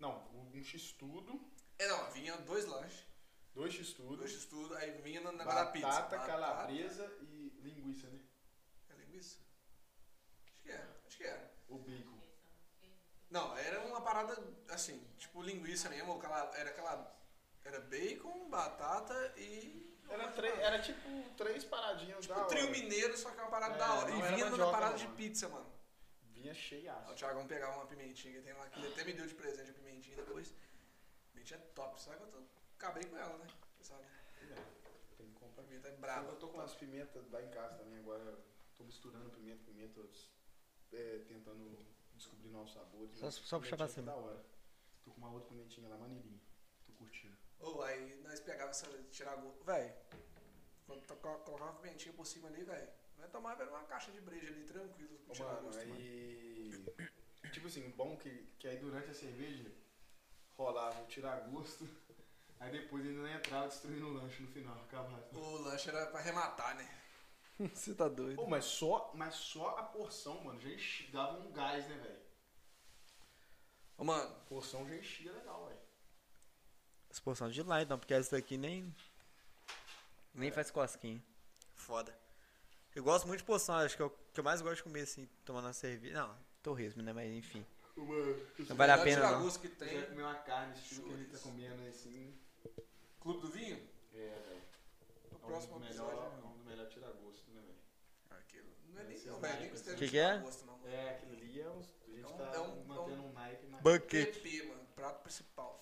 Speaker 3: Não, um x-tudo,
Speaker 2: É, não, vinha dois lanches,
Speaker 3: dois x-tudo,
Speaker 2: dois estudos, aí vinha na, na da
Speaker 3: batata,
Speaker 2: pizza.
Speaker 3: calabresa e linguiça, né?
Speaker 2: É linguiça? Acho que era, acho que era.
Speaker 3: O bacon.
Speaker 2: Não, era uma parada assim, tipo linguiça mesmo, ou cala, era cala, era bacon, batata e.
Speaker 3: Era, três- era tipo três paradinhas da
Speaker 2: O
Speaker 3: hora.
Speaker 2: trio mineiro, só que era uma parada
Speaker 3: É,
Speaker 2: da hora.
Speaker 3: não
Speaker 2: E
Speaker 3: era
Speaker 2: vinha numa
Speaker 3: mandioca,
Speaker 2: parada
Speaker 3: não,
Speaker 2: de
Speaker 3: mano.
Speaker 2: pizza, mano.
Speaker 3: Vinha cheia.
Speaker 2: Aí O Thiagão pegava uma pimentinha que tem lá, que ele até me deu de presente a pimentinha depois. Pimentinha é top, sabe que eu tô- acabei com ela, né? Você Sabe?
Speaker 3: Tem que
Speaker 2: A
Speaker 3: comprar.
Speaker 2: pimenta é braba.
Speaker 3: Eu tô com as pimentas lá em casa também agora. eu Tô misturando pimenta, pimenta, eu des- é, tentando descobrir novos sabores.
Speaker 1: Só-
Speaker 3: mas
Speaker 1: só puxar pra
Speaker 3: pimentinha tá da hora. Tô com uma outra pimentinha lá, maneirinha. Tô curtindo.
Speaker 2: Ou aí nós pegava essa. Tirar gosto. Véi. Quando to- co- colocava a pimentinha por cima ali, véi. Nós tomava uma caixa de breja ali, tranquilo, com
Speaker 3: Ô,
Speaker 2: tirar
Speaker 3: mano,
Speaker 2: gosto, mano.
Speaker 3: aí. Tipo assim, o bom que, que aí durante a cerveja rolava o tirar gosto. Aí depois ainda entrava destruindo o lanche no final, acabava.
Speaker 2: O lanche era pra arrematar, né? Você tá doido.
Speaker 3: Pô, mas só, mas só a porção, mano, já enchi, dava um gás, né, velho?
Speaker 2: Ô, mano,
Speaker 3: Porção já enchia legal, velho.
Speaker 1: As porções de lá, então, porque essa daqui nem. Nem faz cosquinha. É. Foda. Eu gosto muito de porção, acho que é o que eu mais gosto de comer, assim, tomando uma cerveja. Não, torresmo, né? Mas enfim. Não vale a pena, não.
Speaker 2: gosto que
Speaker 3: Você vai
Speaker 2: tem.
Speaker 3: comer uma carne, estilo que a gente tá
Speaker 2: Chores.
Speaker 3: comendo assim.
Speaker 2: Clube do Vinho?
Speaker 3: É, velho.
Speaker 2: O
Speaker 3: É um dos
Speaker 2: próximo episódio.
Speaker 3: melhores- é um dos melhores tiragosto, né, velho?
Speaker 2: Não é nem
Speaker 3: Esses
Speaker 2: não, velho. Nem
Speaker 3: naipes.
Speaker 2: gostaria
Speaker 1: Que
Speaker 2: de
Speaker 1: que é?
Speaker 2: tirar gosto, não. mano.
Speaker 3: É, aquilo ali é uns. A gente
Speaker 2: É um-
Speaker 3: tá
Speaker 2: é um-
Speaker 3: mantendo
Speaker 2: é
Speaker 3: um naipe na.
Speaker 1: Banquete.
Speaker 2: PP, é mano. Prato principal.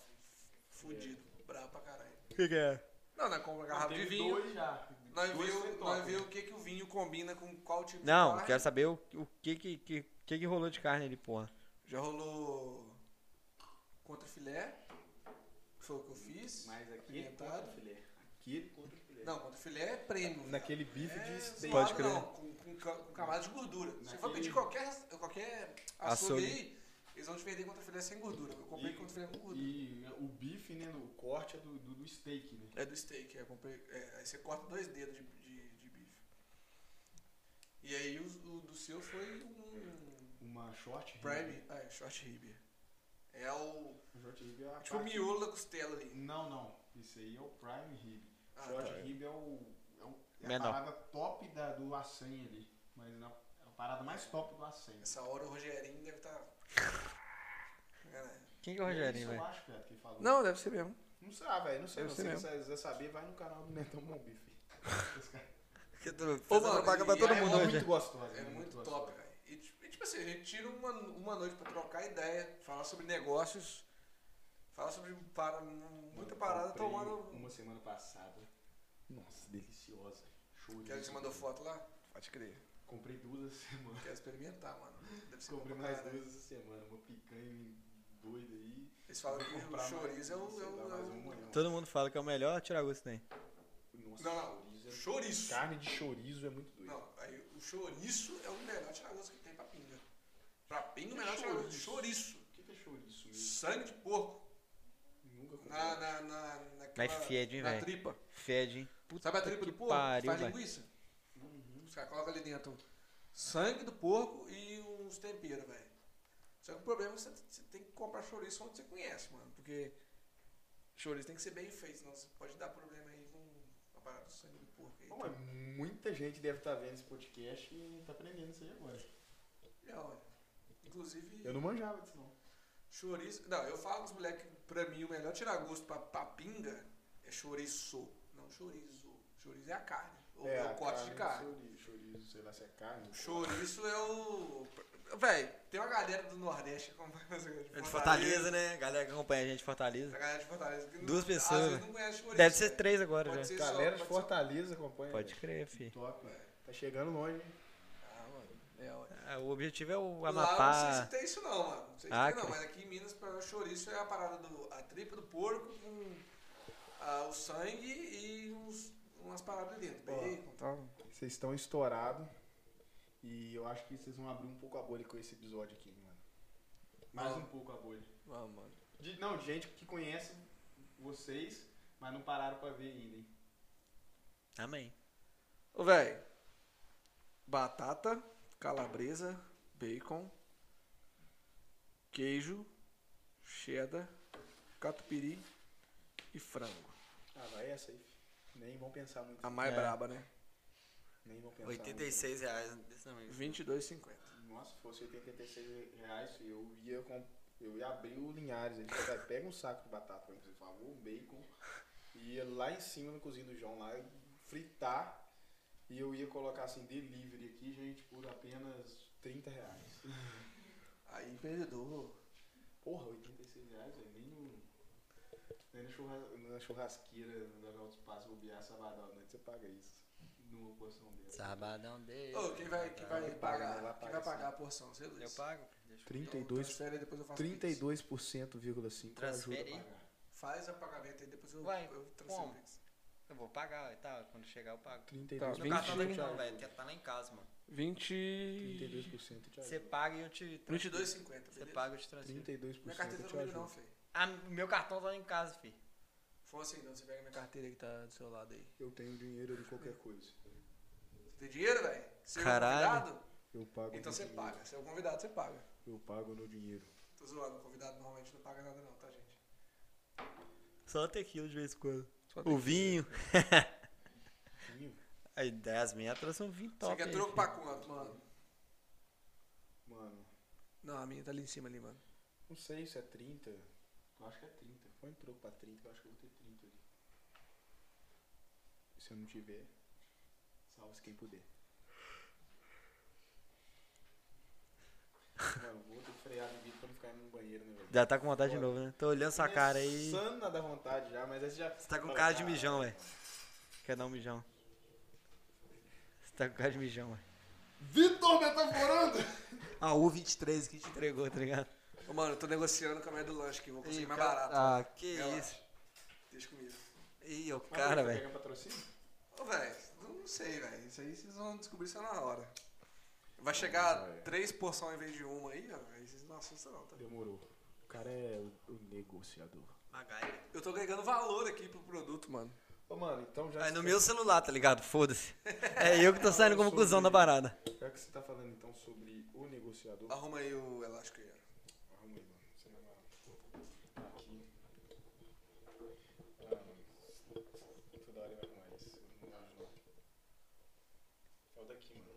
Speaker 2: filho. Fudido. Brabo pra caralho.
Speaker 1: O que, que é?
Speaker 2: Não, nós compramos uma garrafa de
Speaker 3: É. Teve
Speaker 2: vinho.
Speaker 3: dois já.
Speaker 2: Nós
Speaker 3: Dois
Speaker 2: viu,
Speaker 3: foi top,
Speaker 2: nós
Speaker 3: né?
Speaker 2: viu o que, que o vinho combina com qual tipo de
Speaker 1: Não,
Speaker 2: carne.
Speaker 1: quero saber o, o que, que, que, que que rolou de carne ali, porra.
Speaker 2: Já rolou contra filé. que Foi o que eu fiz.
Speaker 3: Mas aqui é
Speaker 2: Pimentado.
Speaker 3: contra o filé. Aqui é contra o filé.
Speaker 2: Não, contra filé é prêmio.
Speaker 10: Naquele bife
Speaker 2: É
Speaker 10: de steak.
Speaker 2: zoado,
Speaker 1: Pode crer.
Speaker 2: Não, com, com, ca- com camada de gordura. Se você for
Speaker 3: Naquele-
Speaker 2: pedir qualquer, qualquer
Speaker 1: Açougue.
Speaker 2: açougue aí, eles vão te vender contra filé sem gordura. Eu comprei
Speaker 3: E-
Speaker 2: contra filé com gordura.
Speaker 3: E o bife, né? O corte é do, do, do steak, né?
Speaker 2: É do steak, é, comprei, é, aí você corta dois dedos de, de, de bife. E aí o, o do seu foi um
Speaker 3: Uma short.
Speaker 2: prime, ah, é, short rib. É o
Speaker 3: Uma short rib é a
Speaker 2: Tipo o
Speaker 3: parte-
Speaker 2: miolo da costela ali.
Speaker 3: Não, não. Isso aí é o prime rib.
Speaker 2: Ah,
Speaker 3: short
Speaker 2: tá.
Speaker 3: rib é o. É, o, é a
Speaker 1: Menor.
Speaker 3: parada top da, do acém ali. Mas não, é a parada mais top do acém.
Speaker 2: Essa hora o Rogerinho deve tá estar.
Speaker 1: Quem que é o Rogerinho,
Speaker 3: Isso eu
Speaker 1: velho?
Speaker 3: acho, cara, que falou.
Speaker 2: Não, deve ser mesmo.
Speaker 3: Não sabe, velho. Não sei.
Speaker 2: Eu
Speaker 3: não.
Speaker 2: sei
Speaker 3: Se
Speaker 2: mesmo.
Speaker 3: você quiser saber, vai no canal do Netão Bom Bife. Esse cara-
Speaker 2: Ô, mano,
Speaker 1: paga pra
Speaker 2: e
Speaker 1: todo
Speaker 2: é
Speaker 1: mundo né?
Speaker 3: é
Speaker 1: hoje.
Speaker 3: muito gostosa.
Speaker 2: É muito
Speaker 3: gostosa.
Speaker 2: top, velho. E, tipo- e tipo assim, a gente tira uma, uma noite pra trocar ideia, falar sobre negócios, falar sobre para, muita parada
Speaker 3: Comprei um
Speaker 2: tomando.
Speaker 3: Uma semana passada. Nossa, deliciosa. Show
Speaker 2: Que ela te mandou foto lá? Pode crer.
Speaker 3: Comprei duas essa semana.
Speaker 2: Quero experimentar, mano. Deve ser bom
Speaker 3: Comprei
Speaker 2: pra
Speaker 3: mais
Speaker 2: caralho.
Speaker 3: duas essa semana. Uma picanha doida aí.
Speaker 2: Eles falam que o
Speaker 3: Comprar mais,
Speaker 2: chorizo é o.
Speaker 3: sei
Speaker 2: É
Speaker 3: lá,
Speaker 2: o, é
Speaker 3: mais um
Speaker 2: o-
Speaker 3: uma, não.
Speaker 1: Todo mundo fala que é o melhor tiragosto que tem.
Speaker 3: Nossa,
Speaker 2: Não, não.
Speaker 3: chorizo é-
Speaker 2: Chouriço.
Speaker 3: Carne de chorizo é muito doida.
Speaker 2: um Não, aí o chouriço é o melhor tiragosto que tem pra pinga. Pra pinga, o melhor
Speaker 3: Que
Speaker 2: tiragosto.
Speaker 3: chouriço?
Speaker 2: Chouriço.
Speaker 3: O que que é chorizo mesmo?
Speaker 2: Sangue de porco.
Speaker 3: Nunca comprei.
Speaker 2: Na, na, na, naquela,
Speaker 1: Mas fede, hein,
Speaker 2: na
Speaker 1: velho?
Speaker 2: tripa.
Speaker 1: Fede, hein?
Speaker 2: Sabe a
Speaker 1: Puta
Speaker 2: tripa
Speaker 1: que
Speaker 2: do porco? que
Speaker 1: pariu,
Speaker 2: faz
Speaker 1: velho.
Speaker 2: linguiça? Uhum. Os caras colocam ali dentro sangue do porco e uns temperos, velho. Só que o problema é que você, você tem que comprar chouriço onde você conhece, mano. Porque chouriço tem que ser bem feito, senão você pode dar problema aí com a parada do sangue do porco. Aí.
Speaker 3: Bom, mas muita gente deve estar vendo esse podcast e tá aprendendo isso aí agora.
Speaker 2: É, olha. Inclusive,
Speaker 3: Eu não manjava disso, não.
Speaker 2: chouriço... Não, eu falo pros moleques que pra mim o melhor tirar gosto pra, pra pinga é chouriço, não chorizo. Chorizo é a carne, ou é, o
Speaker 3: a
Speaker 2: corte de carne.
Speaker 3: Chorizo, chorizo, sei lá se é carne.
Speaker 2: Chouriço é o. Véi, tem uma galera do Nordeste que acompanha essa galera de
Speaker 1: É de
Speaker 2: Fortaleza.
Speaker 1: Fortaleza, né? Galera que acompanha a gente de
Speaker 2: Essa
Speaker 1: Fortaleza.
Speaker 2: galera de Fortaleza. que não-
Speaker 1: Duas pessoas,
Speaker 2: Às vezes
Speaker 1: né?
Speaker 2: não conhece chouriço.
Speaker 1: Deve ser
Speaker 2: né?
Speaker 1: três agora
Speaker 2: Pode
Speaker 1: já.
Speaker 2: ser só,
Speaker 10: Galera de
Speaker 2: pode
Speaker 10: Fortaleza acompanha.
Speaker 1: Pode
Speaker 10: velho.
Speaker 1: crer, fi.
Speaker 3: Top. Tá chegando longe, hein?
Speaker 2: ser- Ah, mano. É, olha.
Speaker 1: Ah, O objetivo é o
Speaker 2: Lá, não sei
Speaker 1: Amapá.
Speaker 2: se tem isso não, mano. Não sei se
Speaker 1: Acre.
Speaker 2: tem não, mas aqui em Minas, pra o chouriço é a parada do. A tripa do porco com ah, o sangue e uns, umas paradas ali dentro. Bacon, tal.
Speaker 3: Vocês estão estourados. E eu acho que vocês vão abrir um pouco a bolha com esse episódio aqui, mano. Mais
Speaker 2: Ah.
Speaker 3: um pouco a bolha.
Speaker 2: Ah, mano.
Speaker 3: De- não, de gente que conhece vocês, mas não pararam pra ver ainda, hein?
Speaker 1: Amém.
Speaker 2: Ô, véi. Batata, calabresa, bacon, queijo, cheddar, catupiry e frango.
Speaker 3: Ah, vai essa aí. fi. Nem vão pensar muito.
Speaker 2: A mais
Speaker 1: É.
Speaker 2: braba, né?
Speaker 3: Nem vão pensar muito.
Speaker 1: 86 reais desse tamanho.
Speaker 2: 22,50.
Speaker 3: Nossa, se fosse 86 reais, filho, eu ia, com- eu ia abrir o Linhares. Ele falou, "Vai, pega um saco de batata pra mim, por favor, um bacon. E ia lá em cima na cozinha do João, lá fritar. E eu ia colocar assim, delivery aqui, gente, por apenas 30 reais.
Speaker 2: Aí, perdedor.
Speaker 3: Porra, 86 reais, velho, nem no... Nem na, churras, na churrasqueira da Alto Espaço, bobear sabadão à noite, você paga isso. Numa porção dessa.
Speaker 1: Sabadão dele.
Speaker 2: Ô, quem vai, quem vai
Speaker 3: Vai pagar,
Speaker 2: pagar? Quem
Speaker 3: vai
Speaker 2: vai
Speaker 3: pagar,
Speaker 2: pagar a porção? Você, Luiz?
Speaker 1: Eu pago.
Speaker 2: Transfere aí, depois eu faço pix.
Speaker 3: 32,5% ajuda
Speaker 1: Transfere
Speaker 3: a
Speaker 1: aí.
Speaker 3: pagar.
Speaker 2: Faz a pagamento aí, depois eu,
Speaker 1: Vai,
Speaker 2: eu transfiro.
Speaker 1: como?
Speaker 2: pix.
Speaker 1: Eu vou pagar e tal. Quando chegar eu pago.
Speaker 3: 32%.
Speaker 1: Meu cartão tá aqui
Speaker 3: te
Speaker 1: não,
Speaker 3: ajuda.
Speaker 1: velho. Tem- Tá lá em casa, mano.
Speaker 2: 20...
Speaker 3: 32% te ajuda.
Speaker 1: Você paga e eu te. transfiro.
Speaker 2: 22,50,
Speaker 1: Você
Speaker 2: beleza?
Speaker 1: paga Tá, e eu te transfiro.
Speaker 3: 32%
Speaker 2: Minha carteira
Speaker 3: te
Speaker 2: não comigo
Speaker 3: ajuda.
Speaker 2: não, feio.
Speaker 1: Ah, meu cartão tá lá em casa, fi.
Speaker 2: Foi assim, então você pega minha carteira aí que tá do seu lado aí.
Speaker 3: Eu tenho dinheiro de qualquer coisa.
Speaker 2: Tem dinheiro, velho? Você é um
Speaker 1: Caralho.
Speaker 2: convidado?
Speaker 3: Eu pago
Speaker 2: Então
Speaker 3: no
Speaker 2: você
Speaker 3: dinheiro.
Speaker 2: paga. Você é um convidado, você paga.
Speaker 3: Eu pago no dinheiro.
Speaker 2: Tô zoando, convidado normalmente não paga nada não, tá, gente?
Speaker 1: Só tequila de vez em quando.
Speaker 2: Só
Speaker 1: O vinho.
Speaker 3: Vinho?
Speaker 1: Aí, das minhas trouxe um vinho top.
Speaker 2: você quer
Speaker 1: aí,
Speaker 2: troco
Speaker 1: fi.
Speaker 2: pra quanto, mano?
Speaker 3: Mano,
Speaker 2: Não, a minha tá ali em cima ali, mano.
Speaker 3: Não sei se é 30. Eu acho que é 30. Foi um troco pra 30, eu acho que eu vou ter 30 ali. Se eu não tiver, salve-se quem puder. Mano, vou ter que frear no vídeo pra não ficar indo no banheiro, né, velho?
Speaker 1: Já tá com vontade de novo, né? Tô olhando essa cara aí.
Speaker 3: Sana da vontade já, mas aí você já.
Speaker 1: Você tá com cara de mijão, velho. Quer dar um mijão. Você tá com cara de mijão, velho.
Speaker 3: Vitor metaforando!
Speaker 1: A U23 que te entregou, tá ligado?
Speaker 2: Ô, mano, eu tô negociando com a minha do lanche aqui, vou conseguir
Speaker 1: Ih,
Speaker 2: mais
Speaker 1: cara-
Speaker 2: barato.
Speaker 1: Ah, que
Speaker 2: Relaxa.
Speaker 1: isso.
Speaker 2: Deixa comigo.
Speaker 1: Ih, o cara, velho.
Speaker 3: Pega patrocínio?
Speaker 2: Ô, velho, não sei, velho. Isso aí vocês vão descobrir só na hora. Vai chegar três porções em vez de uma aí, ó. Aí vocês não assustam, não, tá?
Speaker 3: Demorou.
Speaker 14: O cara é o, o negociador.
Speaker 2: Eu tô agregando valor aqui pro produto, mano.
Speaker 3: Ô, mano, então já.
Speaker 1: Aí no meu celular, tá ligado? Foda-se. É eu que tô saindo como cuzão da parada.
Speaker 3: Já que você tá falando então sobre o negociador.
Speaker 2: Arruma aí o elástico aí, ó.
Speaker 3: Arruma aí, mano. Você vai lá. Aqui. Ah, mano. Toda hora ele vai arrumar isso. Não vai ajudar. É o daqui, mano.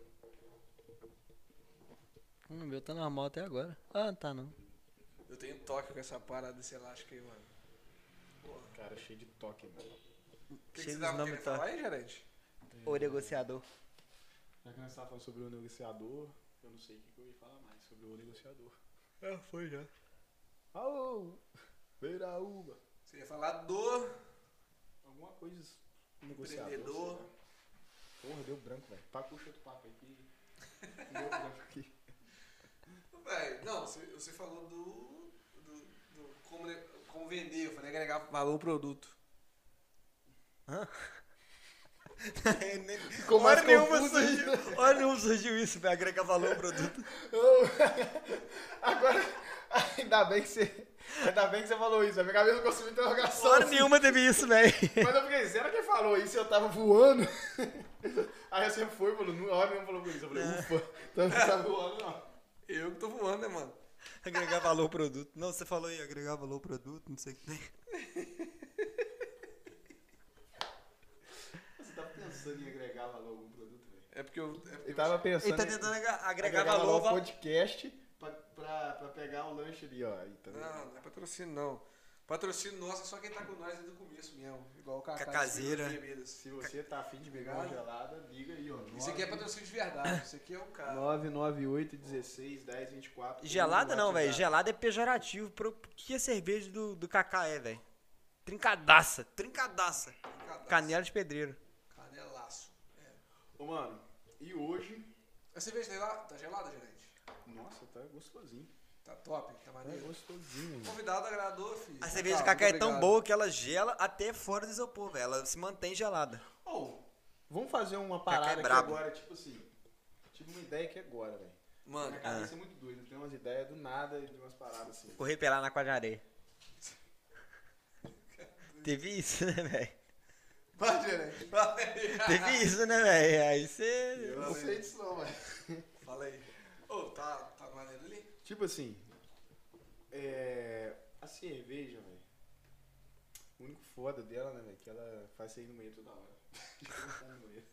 Speaker 1: Hum, meu tá normal até agora. Ah, tá não.
Speaker 2: Eu tenho toque com essa parada desse elástico aí, mano.
Speaker 3: Cara, cheio de toque, mano.
Speaker 2: O que, que
Speaker 1: Cheio
Speaker 2: você
Speaker 1: dos
Speaker 2: tava
Speaker 1: nomes
Speaker 2: querendo
Speaker 1: tá.
Speaker 2: falar aí, gerente?
Speaker 1: O negociador.
Speaker 3: Já que nós tava falando sobre o negociador, eu não sei o que, que eu ia falar mais sobre o negociador.
Speaker 2: É, foi já.
Speaker 3: Aô! Veraúba!
Speaker 2: Você ia falar do...
Speaker 3: Alguma coisa. Negociador.
Speaker 2: Empreendedor.
Speaker 3: sei lá. Porra, deu branco, velho. Pá, puxa outro papo aí que. Deu branco aqui.
Speaker 2: Velho, não, você, você falou do... do, do como, ne- como vender, eu falei agregar valor ao produto.
Speaker 3: Ficou
Speaker 1: Hora nenhuma surgiu, hora nenhuma surgiu isso, velho. Agrega valor ao produto.
Speaker 3: Ô, Agora, ainda bem que você. Ainda bem que você falou isso, né? minha cabeça conseguiu interrogação.
Speaker 1: Hora
Speaker 3: assim.
Speaker 1: nenhuma teve isso, velho.
Speaker 3: Mas eu fiquei, será que ele falou isso e eu tava voando? Aí você foi e falou, não, a hora nenhuma falou isso. Eu falei, ufa, então você tá voando, não.
Speaker 2: Eu que tô voando, né, mano?
Speaker 1: Agregar valor ao produto. Não, você falou aí, agregar valor ao produto, não sei o que tem.
Speaker 3: Você tava pensando em agregar valor a algum produto, velho?
Speaker 2: É porque eu... É porque
Speaker 3: Ele tava pensando.
Speaker 1: Ele tá
Speaker 3: em
Speaker 1: tentando agregar,
Speaker 3: agregar
Speaker 1: valor,
Speaker 3: ao
Speaker 1: valor
Speaker 3: podcast pra, pra, pra pegar o lanche ali, ó. Aí, tá vendo?
Speaker 2: Não, não é patrocínio, não. Patrocínio nosso é só quem tá com nós desde o começo mesmo. Igual o Cacá.
Speaker 1: Cacazeira.
Speaker 2: de bebidas.
Speaker 3: Se você tá afim de pegar uma gelada, liga aí, ó.
Speaker 2: Isso aqui é patrocínio de verdade. Isso aqui é o cara.
Speaker 3: 998 16 10 24.
Speaker 1: Gelada não, velho.
Speaker 3: Gelada.
Speaker 1: Gelada é pejorativo pro que a cerveja do, do Cacá é, velho. Trincadaça, trincadaça.
Speaker 2: Cadastro.
Speaker 1: Canela de pedreiro.
Speaker 2: um Canelaço. É.
Speaker 3: Ô, mano, e hoje.
Speaker 2: A cerveja tá gelada, tá gelada, gerente?
Speaker 3: Nossa, tá gostosinho.
Speaker 2: Tá top, tá
Speaker 14: Tá
Speaker 2: maneiro.
Speaker 14: gostosinho, mano.
Speaker 2: Convidado agradou, filho.
Speaker 1: A
Speaker 2: Então
Speaker 1: cerveja
Speaker 2: tá,
Speaker 1: do Cacá é
Speaker 2: muito
Speaker 1: tão
Speaker 2: obrigado.
Speaker 1: boa que ela gela até fora do isopor, velho. Ela se mantém gelada.
Speaker 3: Ou, vamos fazer uma parada aqui
Speaker 1: brabo.
Speaker 3: agora, tipo assim. Tive uma ideia aqui agora, velho.
Speaker 2: Mano,
Speaker 1: Ah.
Speaker 3: Minha cabeça é muito doida, tem umas ideias do nada e de umas paradas assim.
Speaker 1: Correr pelar na quadrareia. Teve isso, né, velho?
Speaker 3: Vai, gerente.
Speaker 1: Teve isso, né, velho? Aí
Speaker 3: Eu
Speaker 1: você.
Speaker 3: não sei disso não, velho.
Speaker 2: fala aí. Ô, tá, tá maneiro ali?
Speaker 3: Tipo assim, é, a cerveja, velho. O único foda dela, né, velho, que ela faz sair no meio toda hora. No banheiro.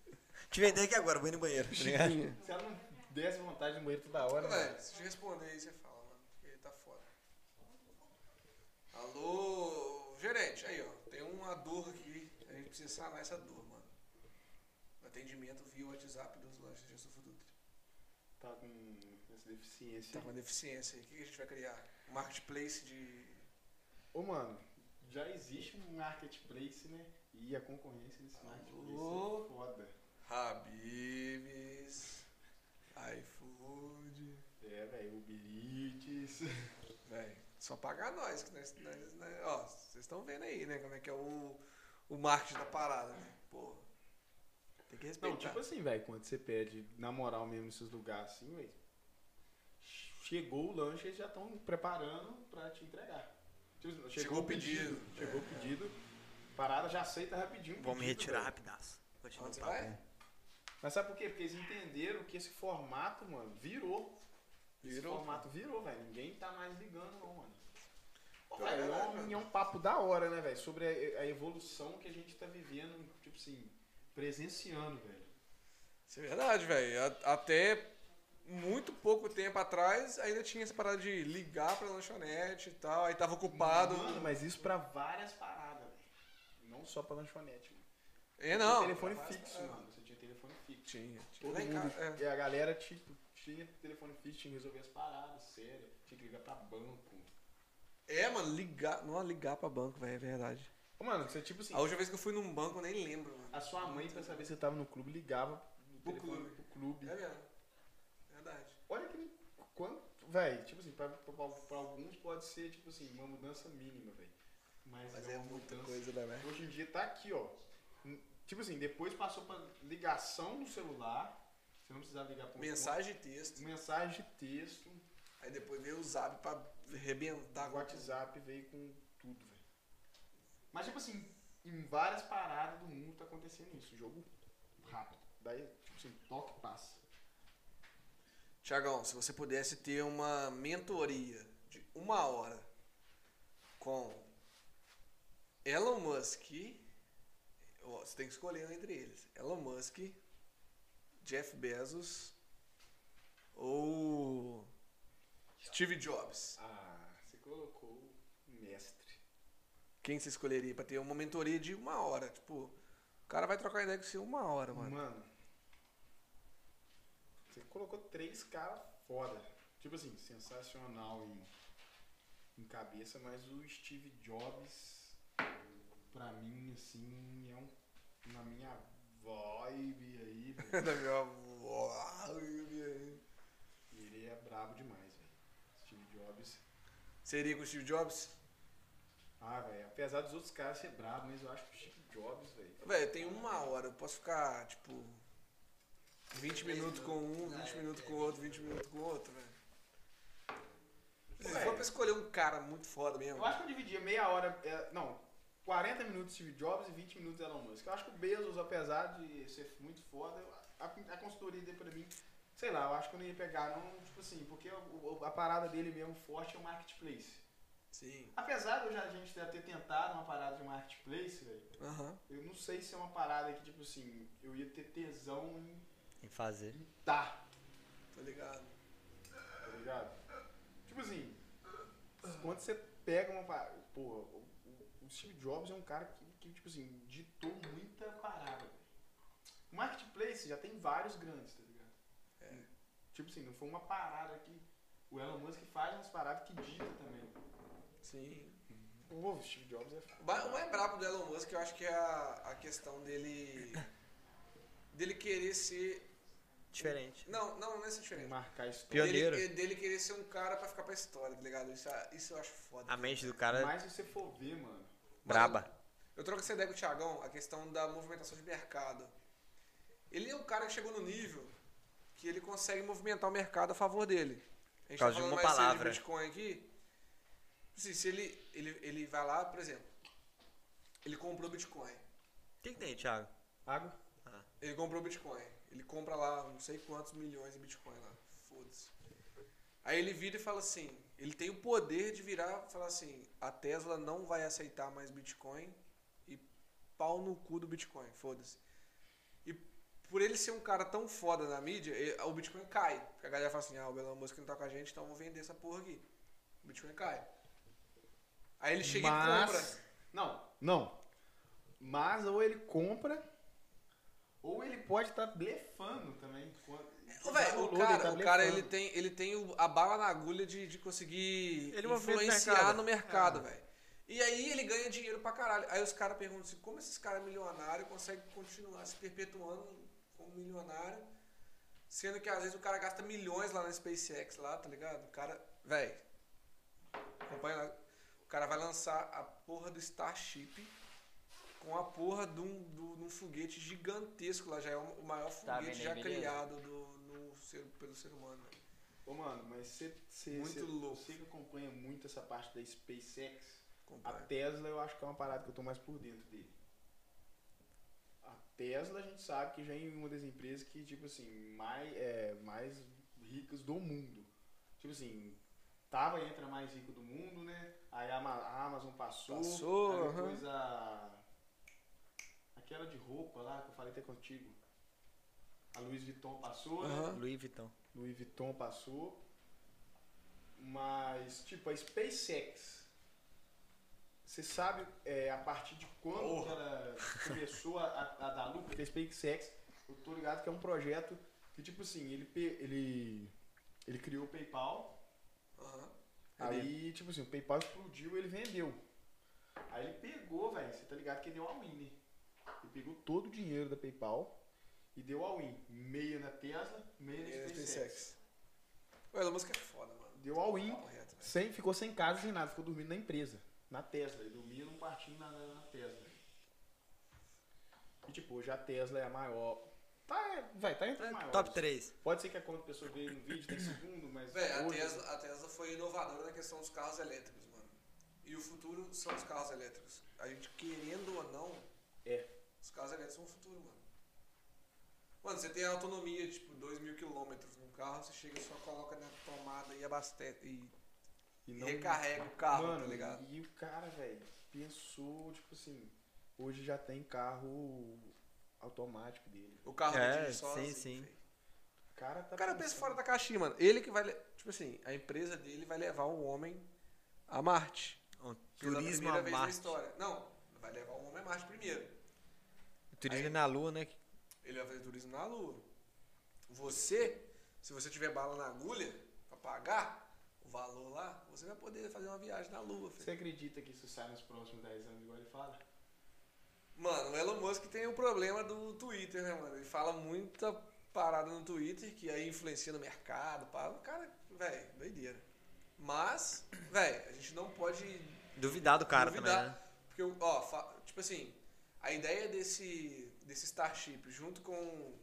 Speaker 1: Te vender aqui agora, vou ir no banheiro. tá ligado?
Speaker 3: Se ela não desse vontade no banheiro toda hora, né, velho.
Speaker 2: Velho, se te responder aí, você fala, mano. Porque tá foda. Alô, gerente, aí ó, tem uma dor aqui. A gente precisa sanar essa dor, mano. Atendimento via WhatsApp dos lanches de Jesus Futuro.
Speaker 3: Tá com essa deficiência.
Speaker 2: Tá com uma deficiência aí. O que que a gente vai criar? Um marketplace de.
Speaker 3: Ô, mano, já existe um marketplace, né? E a concorrência desse marketplace
Speaker 2: Alô?
Speaker 3: é foda.
Speaker 2: Habibs, iFood.
Speaker 3: É, velho, Uber Eats.
Speaker 2: Véi, só pagar nós, que nós, nós- nós- ó, vocês estão vendo aí, né, como é que é o, o marketing da parada, né? Porra. Tem que respeitar.
Speaker 3: Não, tipo assim, velho, quando você pede, na moral mesmo, nesses lugares assim, velho. Chegou o lanche, eles já estão preparando pra te entregar. Tipo, Chegou,
Speaker 2: Chegou o pedido. é.
Speaker 3: Chegou o pedido. Parada já aceita rapidinho. o
Speaker 1: Vou me
Speaker 3: pedido,
Speaker 1: retirar
Speaker 3: velho.
Speaker 1: rapidaço.
Speaker 3: assim,
Speaker 1: Continua
Speaker 2: Onde
Speaker 1: o
Speaker 3: tá
Speaker 2: você
Speaker 1: um papo.
Speaker 2: vai?
Speaker 3: Mas sabe por quê? Porque eles entenderam que esse formato, mano, virou. Esse
Speaker 2: Virou.
Speaker 3: formato virou, velho. Ninguém tá mais ligando, não, mano. Pô,
Speaker 2: Pior é
Speaker 3: velho, é,
Speaker 2: verdade,
Speaker 3: um,
Speaker 2: mano.
Speaker 3: é um papo da hora, né, velho? Sobre a, a evolução que a gente tá vivendo, tipo assim, presenciando, velho.
Speaker 2: Isso é verdade, velho. A- Até muito pouco tempo atrás, ainda tinha essa parada de ligar pra lanchonete e tal, aí tava ocupado.
Speaker 3: Mano, mas isso pra várias paradas, velho. Não só pra lanchonete, mano.
Speaker 2: é, não.
Speaker 3: Você tinha telefone fixo, mano. Você tinha telefone fixo.
Speaker 2: Tinha, tinha.
Speaker 3: Todo
Speaker 2: Lá em
Speaker 3: mundo.
Speaker 2: casa, é.
Speaker 3: E a galera, tipo, tinha telefone fixo, tinha que resolver as paradas, sério. Tinha que ligar pra banco.
Speaker 2: É, mano, ligar. Não, ligar pra banco, velho, é verdade.
Speaker 3: Ô, mano, você, tipo assim,
Speaker 2: A última vez que eu fui num banco, eu nem lembro, mano.
Speaker 3: a sua mãe, pra saber se você tava no clube, ligava no
Speaker 2: Pro
Speaker 3: telefone
Speaker 2: clube.
Speaker 3: pro clube.
Speaker 2: É mesmo. Verdade.
Speaker 3: Olha que. Quanto. Véi, tipo assim, pra, pra, pra alguns pode ser, tipo assim, uma mudança mínima, velho. Mas, é uma mudança.
Speaker 2: né, velho?
Speaker 3: Hoje em dia tá aqui, ó. N- Tipo assim, depois passou pra ligação no celular. Você não precisava ligar pra um-
Speaker 2: Mensagem e texto.
Speaker 3: Mensagem de texto.
Speaker 2: Aí depois veio o zap pra arrebentar.
Speaker 3: O WhatsApp veio com tudo, velho. Mas, tipo assim, em várias paradas do mundo tá acontecendo isso. Jogo rápido. Daí, tipo assim, toque e passa.
Speaker 2: Tiagão, se você pudesse ter uma mentoria de uma hora com Elon Musk, ó, você tem que escolher entre eles. Elon Musk, Jeff Bezos ou Steve Jobs.
Speaker 3: Ah, você colocou o mestre.
Speaker 2: Quem você escolheria pra ter uma mentoria de uma hora? Tipo, o cara vai trocar ideia com você uma hora, mano.
Speaker 3: Mano, você colocou três caras foda. Tipo assim, sensacional em, em cabeça, mas o Steve Jobs, pra mim, assim, é um, na minha vibe aí, velho.
Speaker 2: Da minha avó.
Speaker 3: ele é brabo demais, velho. Steve Jobs.
Speaker 2: Seria com o Steve Jobs?
Speaker 3: Ah, velho, apesar dos outros caras ser brabo, mas eu acho que o Steve Jobs, velho.
Speaker 2: Velho, tem uma hora, eu posso ficar, tipo, 20 minutos com um, 20 minutos com o outro, 20 minutos com o outro, velho. Se
Speaker 3: Ué.
Speaker 2: for pra escolher um cara muito foda mesmo,
Speaker 3: Eu acho que eu dividia meia hora. é, Não, 40 minutos Steve Jobs e 20 minutos Elon Musk. Eu acho que o Bezos, apesar de ser muito foda, eu- a, a consultoria dele pra mim, sei lá, eu acho que eu não ia pegar, não, tipo assim, porque o- o- a parada dele mesmo forte é o marketplace.
Speaker 2: sim.
Speaker 3: Apesar de eu já, a gente já ter tentado uma parada de marketplace, velho,
Speaker 2: Aham.
Speaker 3: eu não sei se é uma parada que, tipo assim, eu ia ter tesão em
Speaker 1: Em fazer.
Speaker 3: tá.
Speaker 2: Tô ligado.
Speaker 3: tá ligado? Tipo assim, quando você pega uma parada. Porra, o, o- o Steve Jobs é um cara que, que, tipo assim, ditou muita parada. velho. O marketplace já tem vários grandes, tá ligado? Tipo assim, não foi uma parada que. O Elon Musk faz umas paradas que dita também.
Speaker 2: Sim.
Speaker 3: Pô, o Steve Jobs é foda.
Speaker 2: Ba- O mais brabo do Elon Musk, eu acho que é a, a questão dele. dele querer ser.
Speaker 1: Diferente.
Speaker 2: Não, não, não é ser diferente.
Speaker 3: Marcar a história.
Speaker 1: Pioneiro.
Speaker 2: Dele, dele querer ser um cara pra ficar pra história, tá ligado? Isso, isso eu acho foda.
Speaker 1: A mente do cara
Speaker 3: Mas se você for ver, mano.
Speaker 1: braba.
Speaker 2: Eu troco essa ideia com o Thiagão, a questão da movimentação de mercado. Ele é um cara que chegou no nível que ele consegue movimentar o mercado a favor dele. A gente tá
Speaker 1: Por causa de uma
Speaker 2: mais cedo
Speaker 1: palavra.
Speaker 2: de Bitcoin aqui. Assim, se ele, ele, ele vai lá, por exemplo, ele comprou Bitcoin.
Speaker 1: O que, que tem, Thiago?
Speaker 3: Água?
Speaker 2: Ele comprou Bitcoin. Ele compra lá não sei quantos milhões de Bitcoin lá. Foda-se. Aí ele vira e fala assim: ele tem o poder de virar e falar assim: a Tesla não vai aceitar mais Bitcoin e pau no cu do Bitcoin. Foda-se. E por ele ser um cara tão foda na mídia, ele- o Bitcoin cai. Porque a galera fala assim: ah, o Elon Musk não tá com a gente, então vou vender essa porra aqui. O Bitcoin cai. Aí ele chega e compra.
Speaker 3: Mas- Não, não. Mas ou ele compra, ou ele pode estar blefando também. Quando-
Speaker 2: Ô, véi,
Speaker 3: Já
Speaker 2: o
Speaker 3: rolou dele
Speaker 2: cara,
Speaker 3: tá
Speaker 2: o cara
Speaker 3: blefando.
Speaker 2: ele tem, ele tem o- a bala na agulha de, de conseguir
Speaker 1: Ele movimenta o
Speaker 2: influenciar
Speaker 1: mercado. É.
Speaker 2: no mercado, velho. E aí ele ganha dinheiro pra caralho. Aí os caras perguntam assim, como esses caras milionários conseguem continuar se perpetuando como milionário, sendo que às vezes o cara gasta milhões lá na SpaceX, lá, tá ligado? O cara, velho, acompanha lá. O cara vai lançar a porra do Starship com a porra de um, do- de um foguete gigantesco lá. Já é o maior
Speaker 4: Tá
Speaker 2: foguete
Speaker 4: vendo
Speaker 2: já
Speaker 4: aí, beleza?
Speaker 2: criado do, no ser- pelo ser humano. né? velho.
Speaker 3: Ô, mano, mas você, você,
Speaker 2: Muito
Speaker 3: você,
Speaker 2: louco.
Speaker 3: você que acompanha muito essa parte da SpaceX, a
Speaker 2: Acompanha.
Speaker 3: Tesla eu acho que é uma parada que eu tô mais por dentro dele. A Tesla a gente sabe que já é uma das empresas que, tipo assim, mais, é, mais ricas do mundo. Tipo assim, tava entre a mais rica do mundo, né? Aí a Ama- a Amazon passou.
Speaker 2: Passou,
Speaker 3: aí depois a. Aquela de roupa lá que eu falei até contigo. A Louis Vuitton passou, né?
Speaker 2: Aham.
Speaker 1: Louis Vuitton.
Speaker 3: Louis Vuitton passou. Mas, tipo, a SpaceX. Você sabe é, a partir de quando que ela começou a, a- a dar lucro? Porque a SpaceX, eu tô ligado que é um projeto que, tipo assim, ele, pe- ele, ele criou o PayPal.
Speaker 2: Aham.
Speaker 3: Aí, tipo assim, o PayPal explodiu ele vendeu. Aí ele pegou, velho, você tá ligado que ele deu a Win, né? Ele pegou todo o dinheiro da PayPal e deu a Win. Meia na Tesla, meia na
Speaker 2: Ele é
Speaker 3: SpaceX.
Speaker 2: SpaceX. O Elon Musk é foda, mano.
Speaker 3: Deu a Win,
Speaker 2: Papo reto, velho.
Speaker 3: sem, ficou sem casa, sem nada, ficou dormindo na empresa, na Tesla. Ele dormia num quartinho na, na- na Tesla. E tipo, hoje a Tesla é a maior. Tá, é, vai, tá entre os maiores.
Speaker 2: assim.
Speaker 4: Top 3.
Speaker 3: Pode ser que a conta da pessoa veio no vídeo, tem segundo, mas.
Speaker 2: Véi, a
Speaker 3: hoje-
Speaker 2: Tesla, a Tesla foi inovadora na questão dos carros elétricos, mano. E o futuro são os carros elétricos. A gente querendo ou não,
Speaker 3: É.
Speaker 2: os carros elétricos são o futuro, mano. Mano, você tem a autonomia, tipo, 2 mil quilômetros no carro, você chega e só coloca na tomada e abastece. E
Speaker 3: E
Speaker 2: recarrega o carro,
Speaker 3: Mano,
Speaker 2: tá ligado?
Speaker 3: E, e o cara, velho, pensou, tipo assim, hoje já tem carro automático dele.
Speaker 2: O carro assim,
Speaker 1: É,
Speaker 2: dirige
Speaker 1: sim,
Speaker 2: sozinho,
Speaker 1: sim.
Speaker 2: véi.
Speaker 3: O cara tá
Speaker 2: O cara pensa fora da caixinha, mano. Ele que vai. le- Tipo assim, a empresa dele vai levar um homem a Marte.
Speaker 1: Um
Speaker 2: Pela
Speaker 1: turismo
Speaker 2: primeira
Speaker 1: a
Speaker 2: vez na
Speaker 1: Marte.
Speaker 2: história. Não, vai levar um homem a Marte primeiro.
Speaker 1: Turismo
Speaker 2: Aí-
Speaker 1: na lua, né?
Speaker 2: Ele vai fazer turismo na Lua. Você, se você tiver bala na agulha pra pagar o valor lá, você vai poder fazer uma viagem na Lua. filho.
Speaker 3: Você acredita que isso sai nos próximos 10 anos, igual ele fala?
Speaker 2: Mano, o Elon Musk tem o problema do Twitter, né, mano? Ele fala muita parada no Twitter que aí influencia no mercado. Pá. O cara, velho, doideira. Mas, velho, a gente não pode
Speaker 1: Duvidar do cara
Speaker 2: Duvidar.
Speaker 1: também, né?
Speaker 2: Porque, eu- ó, fa- tipo assim, a ideia desse, desse Starship junto com,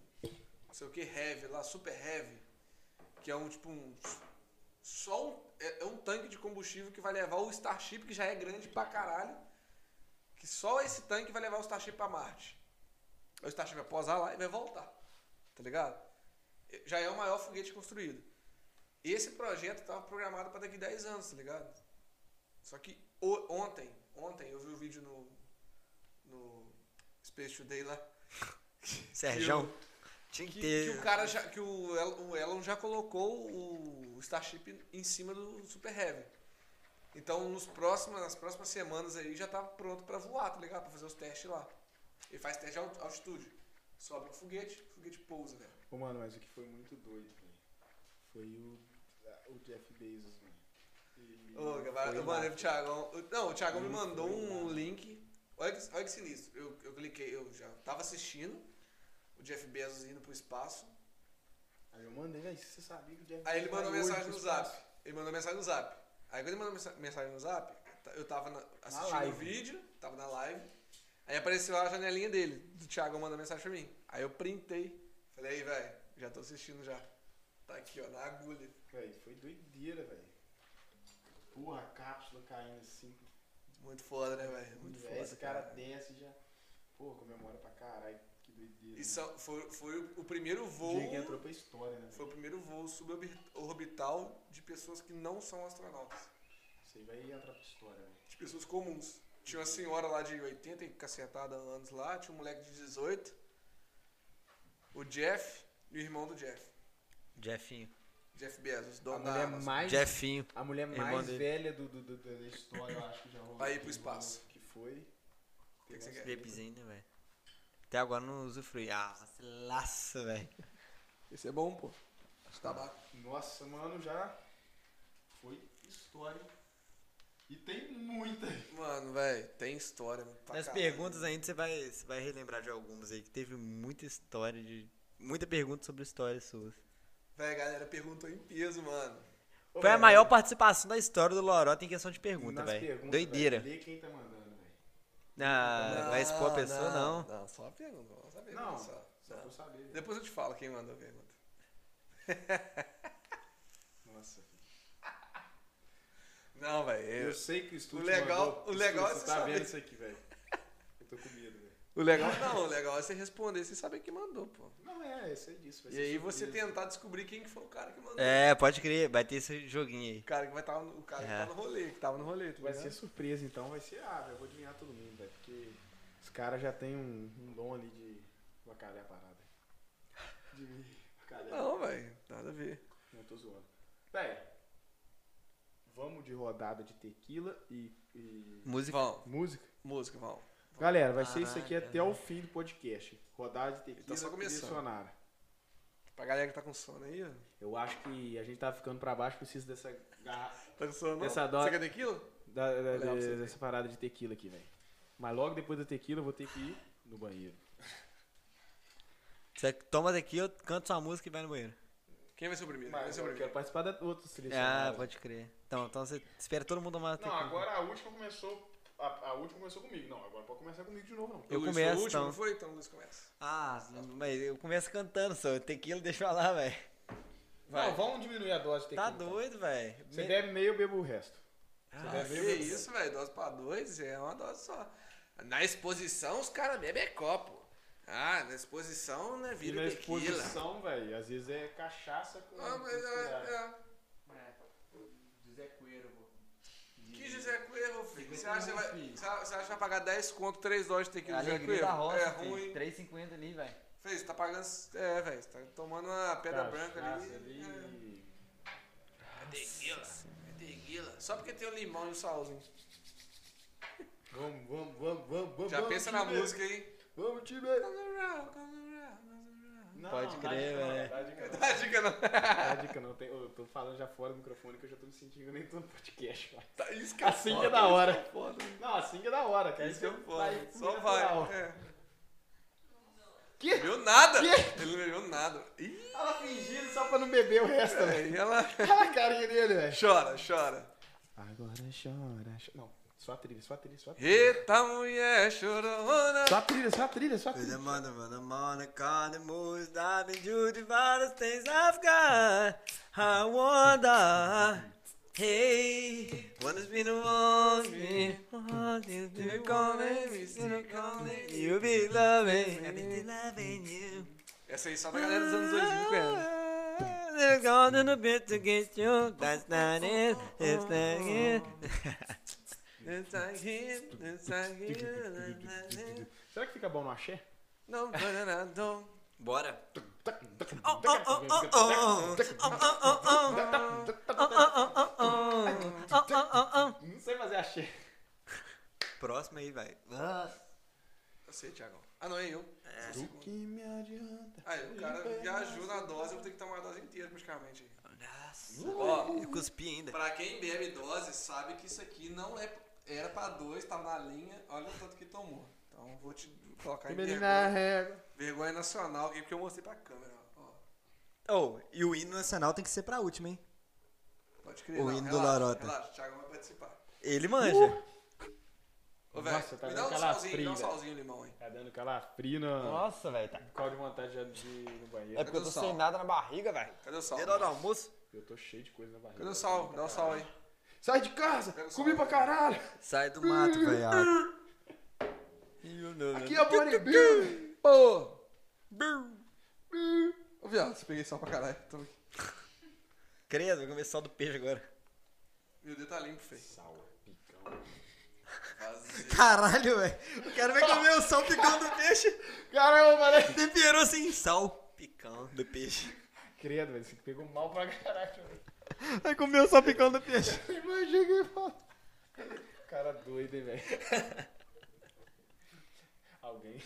Speaker 2: não sei o que, Heavy lá, Super Heavy, que é um, tipo, um, só um, é, é um tanque de combustível que vai levar o Starship, que já é grande pra caralho, que só esse tanque vai levar o Starship pra Marte. Aí O Starship vai posar lá e vai voltar, tá ligado? Já é o maior foguete construído. Esse projeto tava programado pra daqui 10 anos, tá ligado? Só que o- ontem, ontem eu vi o vídeo no, no Space Today lá.
Speaker 1: né? Serjão. Tinha
Speaker 2: Que,
Speaker 1: que
Speaker 2: que
Speaker 1: ter.
Speaker 2: o cara já. Que o El- o Elon já colocou o Starship em cima do Super Heavy. Então nos próximos, nas próximas semanas aí já tá pronto pra voar, tá ligado? Pra fazer os testes lá. Ele faz teste de alt- altitude. Sobe um foguete, o foguete pousa, velho.
Speaker 3: Ô, mano, mas o que foi muito doido, velho, foi o, ah, o Jeff Bezos, velho. Ele
Speaker 2: Ô, Gabriel,
Speaker 3: foi
Speaker 2: eu mandei
Speaker 3: lá.
Speaker 2: pro Thiagão. Não, o Thiagão me
Speaker 3: Ele
Speaker 2: mandou
Speaker 3: foi
Speaker 2: um
Speaker 3: lá.
Speaker 2: link. Olha que, olha que sinistro. Eu, eu cliquei, eu já tava assistindo o Jeff Bezos indo pro espaço.
Speaker 3: Aí eu mandei, velho, você sabia que o Jeff
Speaker 2: Aí ele
Speaker 3: vai
Speaker 2: mandou
Speaker 3: hoje
Speaker 2: mensagem
Speaker 3: pro
Speaker 2: no
Speaker 3: espaço?
Speaker 2: zap. Ele mandou mensagem no zap. Aí quando ele mandou mensa- mensagem no zap, ta- eu tava na- assistindo o
Speaker 3: live.
Speaker 2: vídeo, tava na live. Aí apareceu a janelinha dele, do Thiago mandando mensagem pra mim. Aí eu printei. Falei, aí, velho, já tô assistindo já. Tá aqui, ó, na agulha.
Speaker 3: Véi, foi doideira, velho. Porra, a cápsula caindo assim,
Speaker 2: Muito foda, né, velho? Muito
Speaker 3: Véi,
Speaker 2: foda.
Speaker 3: Esse cara desce e já. Pô, comemora pra caralho. Que doideira.
Speaker 2: E são- foi, foi o primeiro
Speaker 3: O
Speaker 2: voo.
Speaker 3: Diego entrou pra história, né?
Speaker 2: Foi o
Speaker 3: velho?
Speaker 2: primeiro voo suborbital de pessoas que não são astronautas.
Speaker 3: Isso aí vai entrar pra história, velho.
Speaker 2: De pessoas comuns. Tinha uma senhora lá de 80 e cacetada anos lá, tinha um moleque de 18, o Jeff e o irmão do Jeff.
Speaker 1: Jeffinho.
Speaker 2: Jeff Bezos,
Speaker 3: A
Speaker 2: dono da
Speaker 3: mulher
Speaker 2: Amazon.
Speaker 3: mais,
Speaker 1: Jeffinho.
Speaker 3: a mulher
Speaker 1: Irmão
Speaker 3: mais
Speaker 1: dele.
Speaker 3: velha do, do- do- da história, eu acho que já rolou. né,
Speaker 2: Vai ir pro espaço.
Speaker 3: Que foi.
Speaker 2: O que, que você quer?
Speaker 1: Babyzinho, né, velho? Até agora não usufrui. Ah, se laça, velho.
Speaker 2: Esse é bom, pô. De tabaco.
Speaker 3: Nossa, mano, já. Foi história. E tem muita.
Speaker 2: Mano, velho, tem história. pra
Speaker 1: Nas
Speaker 2: caralho.
Speaker 1: perguntas ainda você vai, você vai relembrar de algumas aí, que teve muita história de. Muita pergunta sobre histórias suas.
Speaker 2: Véi, a galera perguntou em peso, mano.
Speaker 3: Ô,
Speaker 1: Foi a
Speaker 3: velho,
Speaker 1: maior participação da história do Lorota em questão de
Speaker 3: nas
Speaker 1: pergunta, velho.
Speaker 3: perguntas,
Speaker 1: Doideira.
Speaker 3: velho, Lê quem tá mandando, velho.
Speaker 1: Ah, vai expor a pessoa, não.
Speaker 2: Não, só a pergunta. Não, só a pergunta,
Speaker 3: Não,
Speaker 2: só.
Speaker 3: só pra eu saber. velho.
Speaker 2: Depois eu te falo quem mandou a pergunta.
Speaker 3: Nossa, filho.
Speaker 2: Não, velho.
Speaker 3: Eu sei que o estúdio
Speaker 2: O legal-
Speaker 3: mandou.
Speaker 2: o legal é
Speaker 3: você
Speaker 2: você
Speaker 3: tá
Speaker 2: saber.
Speaker 3: vendo isso aqui, velho. Eu tô com medo, velho.
Speaker 2: O legal não, o legal é você responder, você saber quem mandou, pô.
Speaker 3: Não é, eu sei disso. vai
Speaker 2: E
Speaker 3: ser
Speaker 2: aí você
Speaker 3: surpresa.
Speaker 2: tentar descobrir quem que foi o cara que mandou.
Speaker 1: É, pode crer, vai ter esse joguinho aí.
Speaker 2: O cara que vai estar o cara que
Speaker 1: É.
Speaker 2: tá no rolê, que tava no rolê, tá tu
Speaker 3: Vai
Speaker 2: vai
Speaker 3: ser surpresa, então vai ser. Ah, velho, eu vou adivinhar todo mundo, velho. Porque os caras já têm um, um dom ali de bacalhau a parada. de mim. Cadê?
Speaker 2: Não, velho. Nada a ver.
Speaker 3: Não tô zoando. Véi, vamos de rodada de tequila e, e
Speaker 2: Música. Vão.
Speaker 3: música.
Speaker 2: Música, vão.
Speaker 3: Galera, vai ser isso aqui
Speaker 4: Caraca,
Speaker 3: até o fim do podcast. Rodada de tequila
Speaker 2: Tá só
Speaker 3: e
Speaker 2: começando.
Speaker 3: dicionário.
Speaker 2: Pra galera que tá com sono aí, ó.
Speaker 3: Eu acho que a gente tá ficando pra baixo, precisa dessa garrafa,
Speaker 2: Tá com sono, não?
Speaker 3: Essa dó-
Speaker 2: Você quer tequila?
Speaker 3: da- da-
Speaker 2: Olhar pra você ver.
Speaker 3: dessa parada de tequila aqui, velho. Mas logo depois da tequila eu vou ter que ir no banheiro.
Speaker 4: Você toma daqui, eu canto sua música e vai no banheiro.
Speaker 2: Quem vai ser o primeiro? Quem vai
Speaker 3: Mas
Speaker 2: ser o
Speaker 3: eu é quero
Speaker 2: primeiro?
Speaker 3: participar da outra seleção.
Speaker 4: Ah, pode crer. Então, então você espera todo mundo tomar
Speaker 3: Não,
Speaker 4: tequila.
Speaker 3: agora a última começou. A, a última começou comigo. Não, agora pode começar comigo de novo, não.
Speaker 4: Eu
Speaker 2: Luiz foi
Speaker 4: começo,
Speaker 2: o último,
Speaker 4: então.
Speaker 2: não foi? Então o Luiz começa.
Speaker 4: Ah, mas eu começo cantando, só. Tequila, deixa eu lá, velho.
Speaker 3: Não, vamos diminuir a dose de
Speaker 4: Tá
Speaker 3: tequila. então.
Speaker 4: doido, velho.
Speaker 3: Você bebe meio, eu bebo o resto.
Speaker 2: Ah, que isso, velho. Dose pra dois é uma dose só. Na exposição, os caras bebem é copo. Ah, na exposição, né?
Speaker 3: E
Speaker 2: Vira
Speaker 3: na
Speaker 2: tequila.
Speaker 3: exposição, velho, às vezes é cachaça com.
Speaker 2: Ah, mas é, é.
Speaker 10: José Coelho, pô.
Speaker 2: Que José Coelho, filho? Você acha, que vai- você acha que vai pagar 10 conto, 3 doses de tequila José
Speaker 4: Alegria da
Speaker 2: Coelho?
Speaker 4: roça,
Speaker 2: É
Speaker 4: filho.
Speaker 2: ruim.
Speaker 4: 3,50 ali, velho.
Speaker 2: Fez, tá pagando. É, velho, você tá tomando uma pedra branca ali. É. É tequila. É tequila. Só porque tem o limão e o salzinho.
Speaker 3: Vamos, vamos, vamos, vamos, vamos.
Speaker 2: Já
Speaker 3: vamos,
Speaker 2: pensa
Speaker 3: time.
Speaker 2: na música aí.
Speaker 3: Vamos, time.
Speaker 2: Come around, come around, come around.
Speaker 3: Não,
Speaker 4: Pode
Speaker 3: dá
Speaker 4: crer,
Speaker 3: dica não,
Speaker 4: velho.
Speaker 3: Dá dica não.
Speaker 2: Dá a dica não.
Speaker 3: Dá dica não. Tem- eu tô falando já fora do microfone que eu já tô me sentindo nem tô no podcast, velho.
Speaker 2: Tá, isso que é
Speaker 3: Assim que
Speaker 2: foda.
Speaker 3: é da hora.
Speaker 2: Foda.
Speaker 3: Não, assim que é da hora. Que aí
Speaker 2: Isso que é
Speaker 3: você
Speaker 2: foda. Só
Speaker 3: primeiro pra aula.
Speaker 2: vai. É.
Speaker 3: Que?
Speaker 2: Não Viu nada. Ele não viu nada. Ih,
Speaker 3: Ela fingindo só pra não beber o resto, velho.
Speaker 2: aí ela
Speaker 3: Olha a carinha dele, velho.
Speaker 2: É. chora, chora.
Speaker 3: Agora chora, chora. Não, só a trilha, só a trilha, só a trilha.
Speaker 2: Eita mulher chorona.
Speaker 3: Só a trilha, só a trilha, só a
Speaker 4: The
Speaker 3: trilha.
Speaker 4: mother of the monocorn moves I've been due to various things I've got. I wonder, hey, what has been wrong me? What is been calling me, still calling you be loving, I've been loving you.
Speaker 2: Essa aí só da galera dos anos 2000
Speaker 3: Ah.
Speaker 2: conhece.
Speaker 4: They're gone in a bit to get you, that's not it, it's not it.
Speaker 3: Será que fica bom no axé?
Speaker 2: Não, não, não, não.
Speaker 4: Bora. Oh,
Speaker 3: Não sei fazer axé.
Speaker 4: Próximo aí, vai.
Speaker 2: Eu sei, Thiago. Ah, não, é eu.
Speaker 3: Do que me adianta?
Speaker 2: Aí o cara viajou na dose, eu vou ter que tomar a dose inteira praticamente.
Speaker 4: Nossa,
Speaker 2: Ó,
Speaker 4: eu cuspi ainda.
Speaker 2: Pra quem bebe dose, sabe que isso aqui não é. Era pra dois, tava na linha, olha o tanto que tomou. Então vou te colocar em
Speaker 3: Menina é.
Speaker 2: vergonha,
Speaker 3: régua.
Speaker 2: vergonha nacional aqui, porque eu mostrei pra câmera. ó.
Speaker 1: Oh, e o hino nacional tem que ser pra última, hein?
Speaker 2: Pode crer,
Speaker 1: O
Speaker 2: não,
Speaker 1: hino do
Speaker 2: relaxa,
Speaker 1: Lorota.
Speaker 2: Relaxa, o Thiago vai participar.
Speaker 1: Ele manja.
Speaker 2: Ô, velho,
Speaker 3: Nossa, tá
Speaker 2: me dá
Speaker 3: dando
Speaker 2: um
Speaker 3: aquela
Speaker 2: salzinho, me dá um
Speaker 3: frida.
Speaker 2: salzinho limão aí.
Speaker 3: Tá dando calafrio na.
Speaker 4: Nossa, velho. Tá...
Speaker 3: Qual de vontade já de ir no
Speaker 4: É
Speaker 3: banheiro?
Speaker 2: um
Speaker 4: porque eu tô sem nada na barriga, velho.
Speaker 2: Cadê o sal?
Speaker 4: Dedo
Speaker 1: um
Speaker 4: do almoço.
Speaker 3: Eu tô cheio de coisa na barriga.
Speaker 2: Cadê o sal? Dá o sal aí.
Speaker 3: É. Sai de casa!
Speaker 2: Pega o sal.
Speaker 3: Comi pra caralho!
Speaker 4: Sai
Speaker 1: Hum.
Speaker 4: do mato, velho.
Speaker 1: né?
Speaker 3: Aqui é o Bonibill!
Speaker 2: Pô! Ô, viado, você peguei sal pra caralho. Toma aqui.
Speaker 4: Credo, vai comer só do peixe agora.
Speaker 2: Meu dedo tá limpo, feio.
Speaker 3: Sal, é picão.
Speaker 2: Vazio.
Speaker 1: Caralho, velho. O cara vai comer o sal picão do peixe.
Speaker 3: Caramba, parece.
Speaker 1: Temperou sem sal. Picão do peixe.
Speaker 3: Credo, velho, você pegou mal pra caralho.
Speaker 1: Vai comer o sal picão do peixe.
Speaker 3: Imagina que foda. Cara doido, hein, velho. Alguém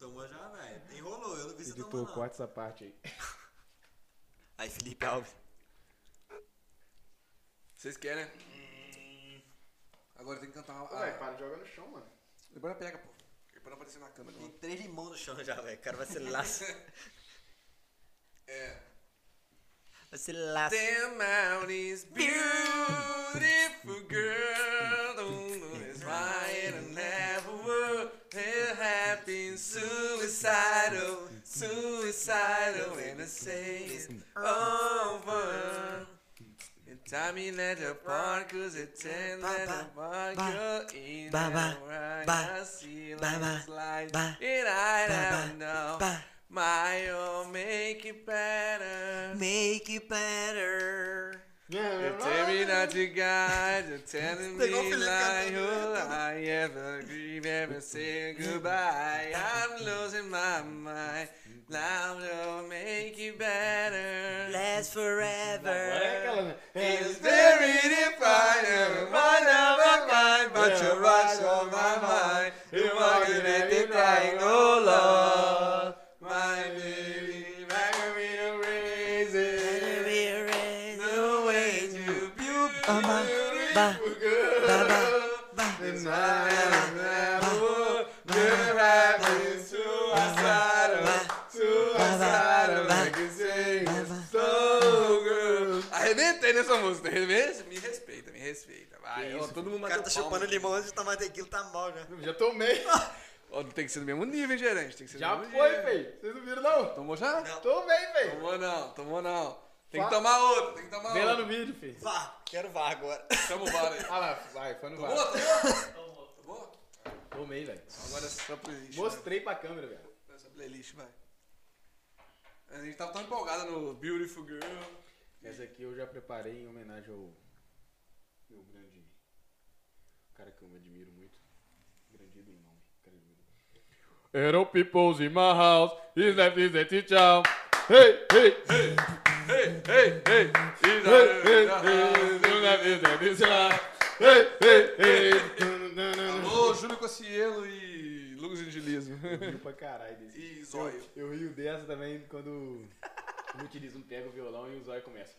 Speaker 1: Tomou já, velho. Enrolou, eu não vi você
Speaker 3: editou,
Speaker 1: tomar, não.
Speaker 3: corta essa parte aí.
Speaker 1: Aí, Felipe Alves.
Speaker 2: Vocês querem? né? Agora tem que cantar uma. Ah,
Speaker 3: para de jogar no chão, mano.
Speaker 2: depois ela pega, pô. É pra não aparecer na câmera. né?
Speaker 1: Tem três limões no chão já, velho. O cara vai ser laço.
Speaker 2: É.
Speaker 4: Vai ser laço.
Speaker 2: Damn mountains, beautiful girl. The moon is right and never will. It happens suicidal, suicidal, and I say it's over. And time in at the park, cause it's in at the park, you're in
Speaker 4: ba- ba-
Speaker 2: and right.
Speaker 4: ba-
Speaker 2: I see
Speaker 4: ba-
Speaker 2: lines
Speaker 4: ba-
Speaker 2: like
Speaker 4: ba-
Speaker 2: it, I don't
Speaker 4: ba-
Speaker 2: know.
Speaker 4: ba-
Speaker 2: My, oh, make it better.
Speaker 4: Make it better.
Speaker 2: You tell me not to guide, you tell me
Speaker 1: Pegou o Felipe
Speaker 2: like
Speaker 1: cantando,
Speaker 2: who
Speaker 1: né,
Speaker 2: I ever dream, ever say goodbye. I'm losing my mind. Love will make it better.
Speaker 4: Last forever.
Speaker 3: Agora é aquela, né?
Speaker 2: It's buried in fire, one of a kind, but you rush on my mind. You want to let it crying, oh Lord. My baby, back me to raise it. No way to you
Speaker 4: Ba,
Speaker 2: beautiful
Speaker 4: ba, ba,
Speaker 2: girl.
Speaker 4: ba,
Speaker 2: It's my animal. You're rapping suicidal, suicidal, like you say. So good. Arrebentei nessa música, arrebentei. Me respeita, me respeita. Vai, ó, todo mundo
Speaker 1: O cara
Speaker 2: bateu
Speaker 1: tá
Speaker 2: palma.
Speaker 1: chupando limão antes de tomar tequila, tá mal já.
Speaker 3: Já tomei.
Speaker 2: Ó, não tem que ser do mesmo nível, hein, gerente? Tem que ser do
Speaker 3: Já
Speaker 2: mesmo
Speaker 3: foi,
Speaker 2: nível.
Speaker 3: velho. Vocês não viram, não?
Speaker 2: Tomou já?
Speaker 3: Tomei, velho.
Speaker 2: Tomou não, tomou não. Tem que
Speaker 3: Fa-
Speaker 2: tomar outro, tem que tomar
Speaker 3: Vem lá
Speaker 2: outro.
Speaker 3: no vídeo, filho.
Speaker 1: Vá, quero vá agora.
Speaker 2: Chama o bar aí.
Speaker 3: Ah lá, vai, foi no
Speaker 2: Tomou?
Speaker 3: VAR.
Speaker 2: Tomou? Tomou?
Speaker 3: Tomei, velho.
Speaker 2: Agora é só playlist. né?
Speaker 3: Mostrei pra câmera, velho.
Speaker 2: Essa playlist, vai. A gente tava tão empolgada no Beautiful Girl.
Speaker 3: Essa aqui eu já preparei em homenagem ao meu grande cara que eu me admiro muito. Grande ídolo não, cara de ídolo. Little people's in my house, he's left his empty town. Hey, hey, hey,
Speaker 2: Ei, ei, ei!
Speaker 3: hey, hey, he's left his empty town. Hey, hey, hey.
Speaker 2: Alô, Júlio Cossielo e Lucas Angelismo.
Speaker 3: Eu rio pra caralho desse.
Speaker 2: E Zóio.
Speaker 3: Eu rio dessa também quando o mutilismo um pega o violão e o zóio começa.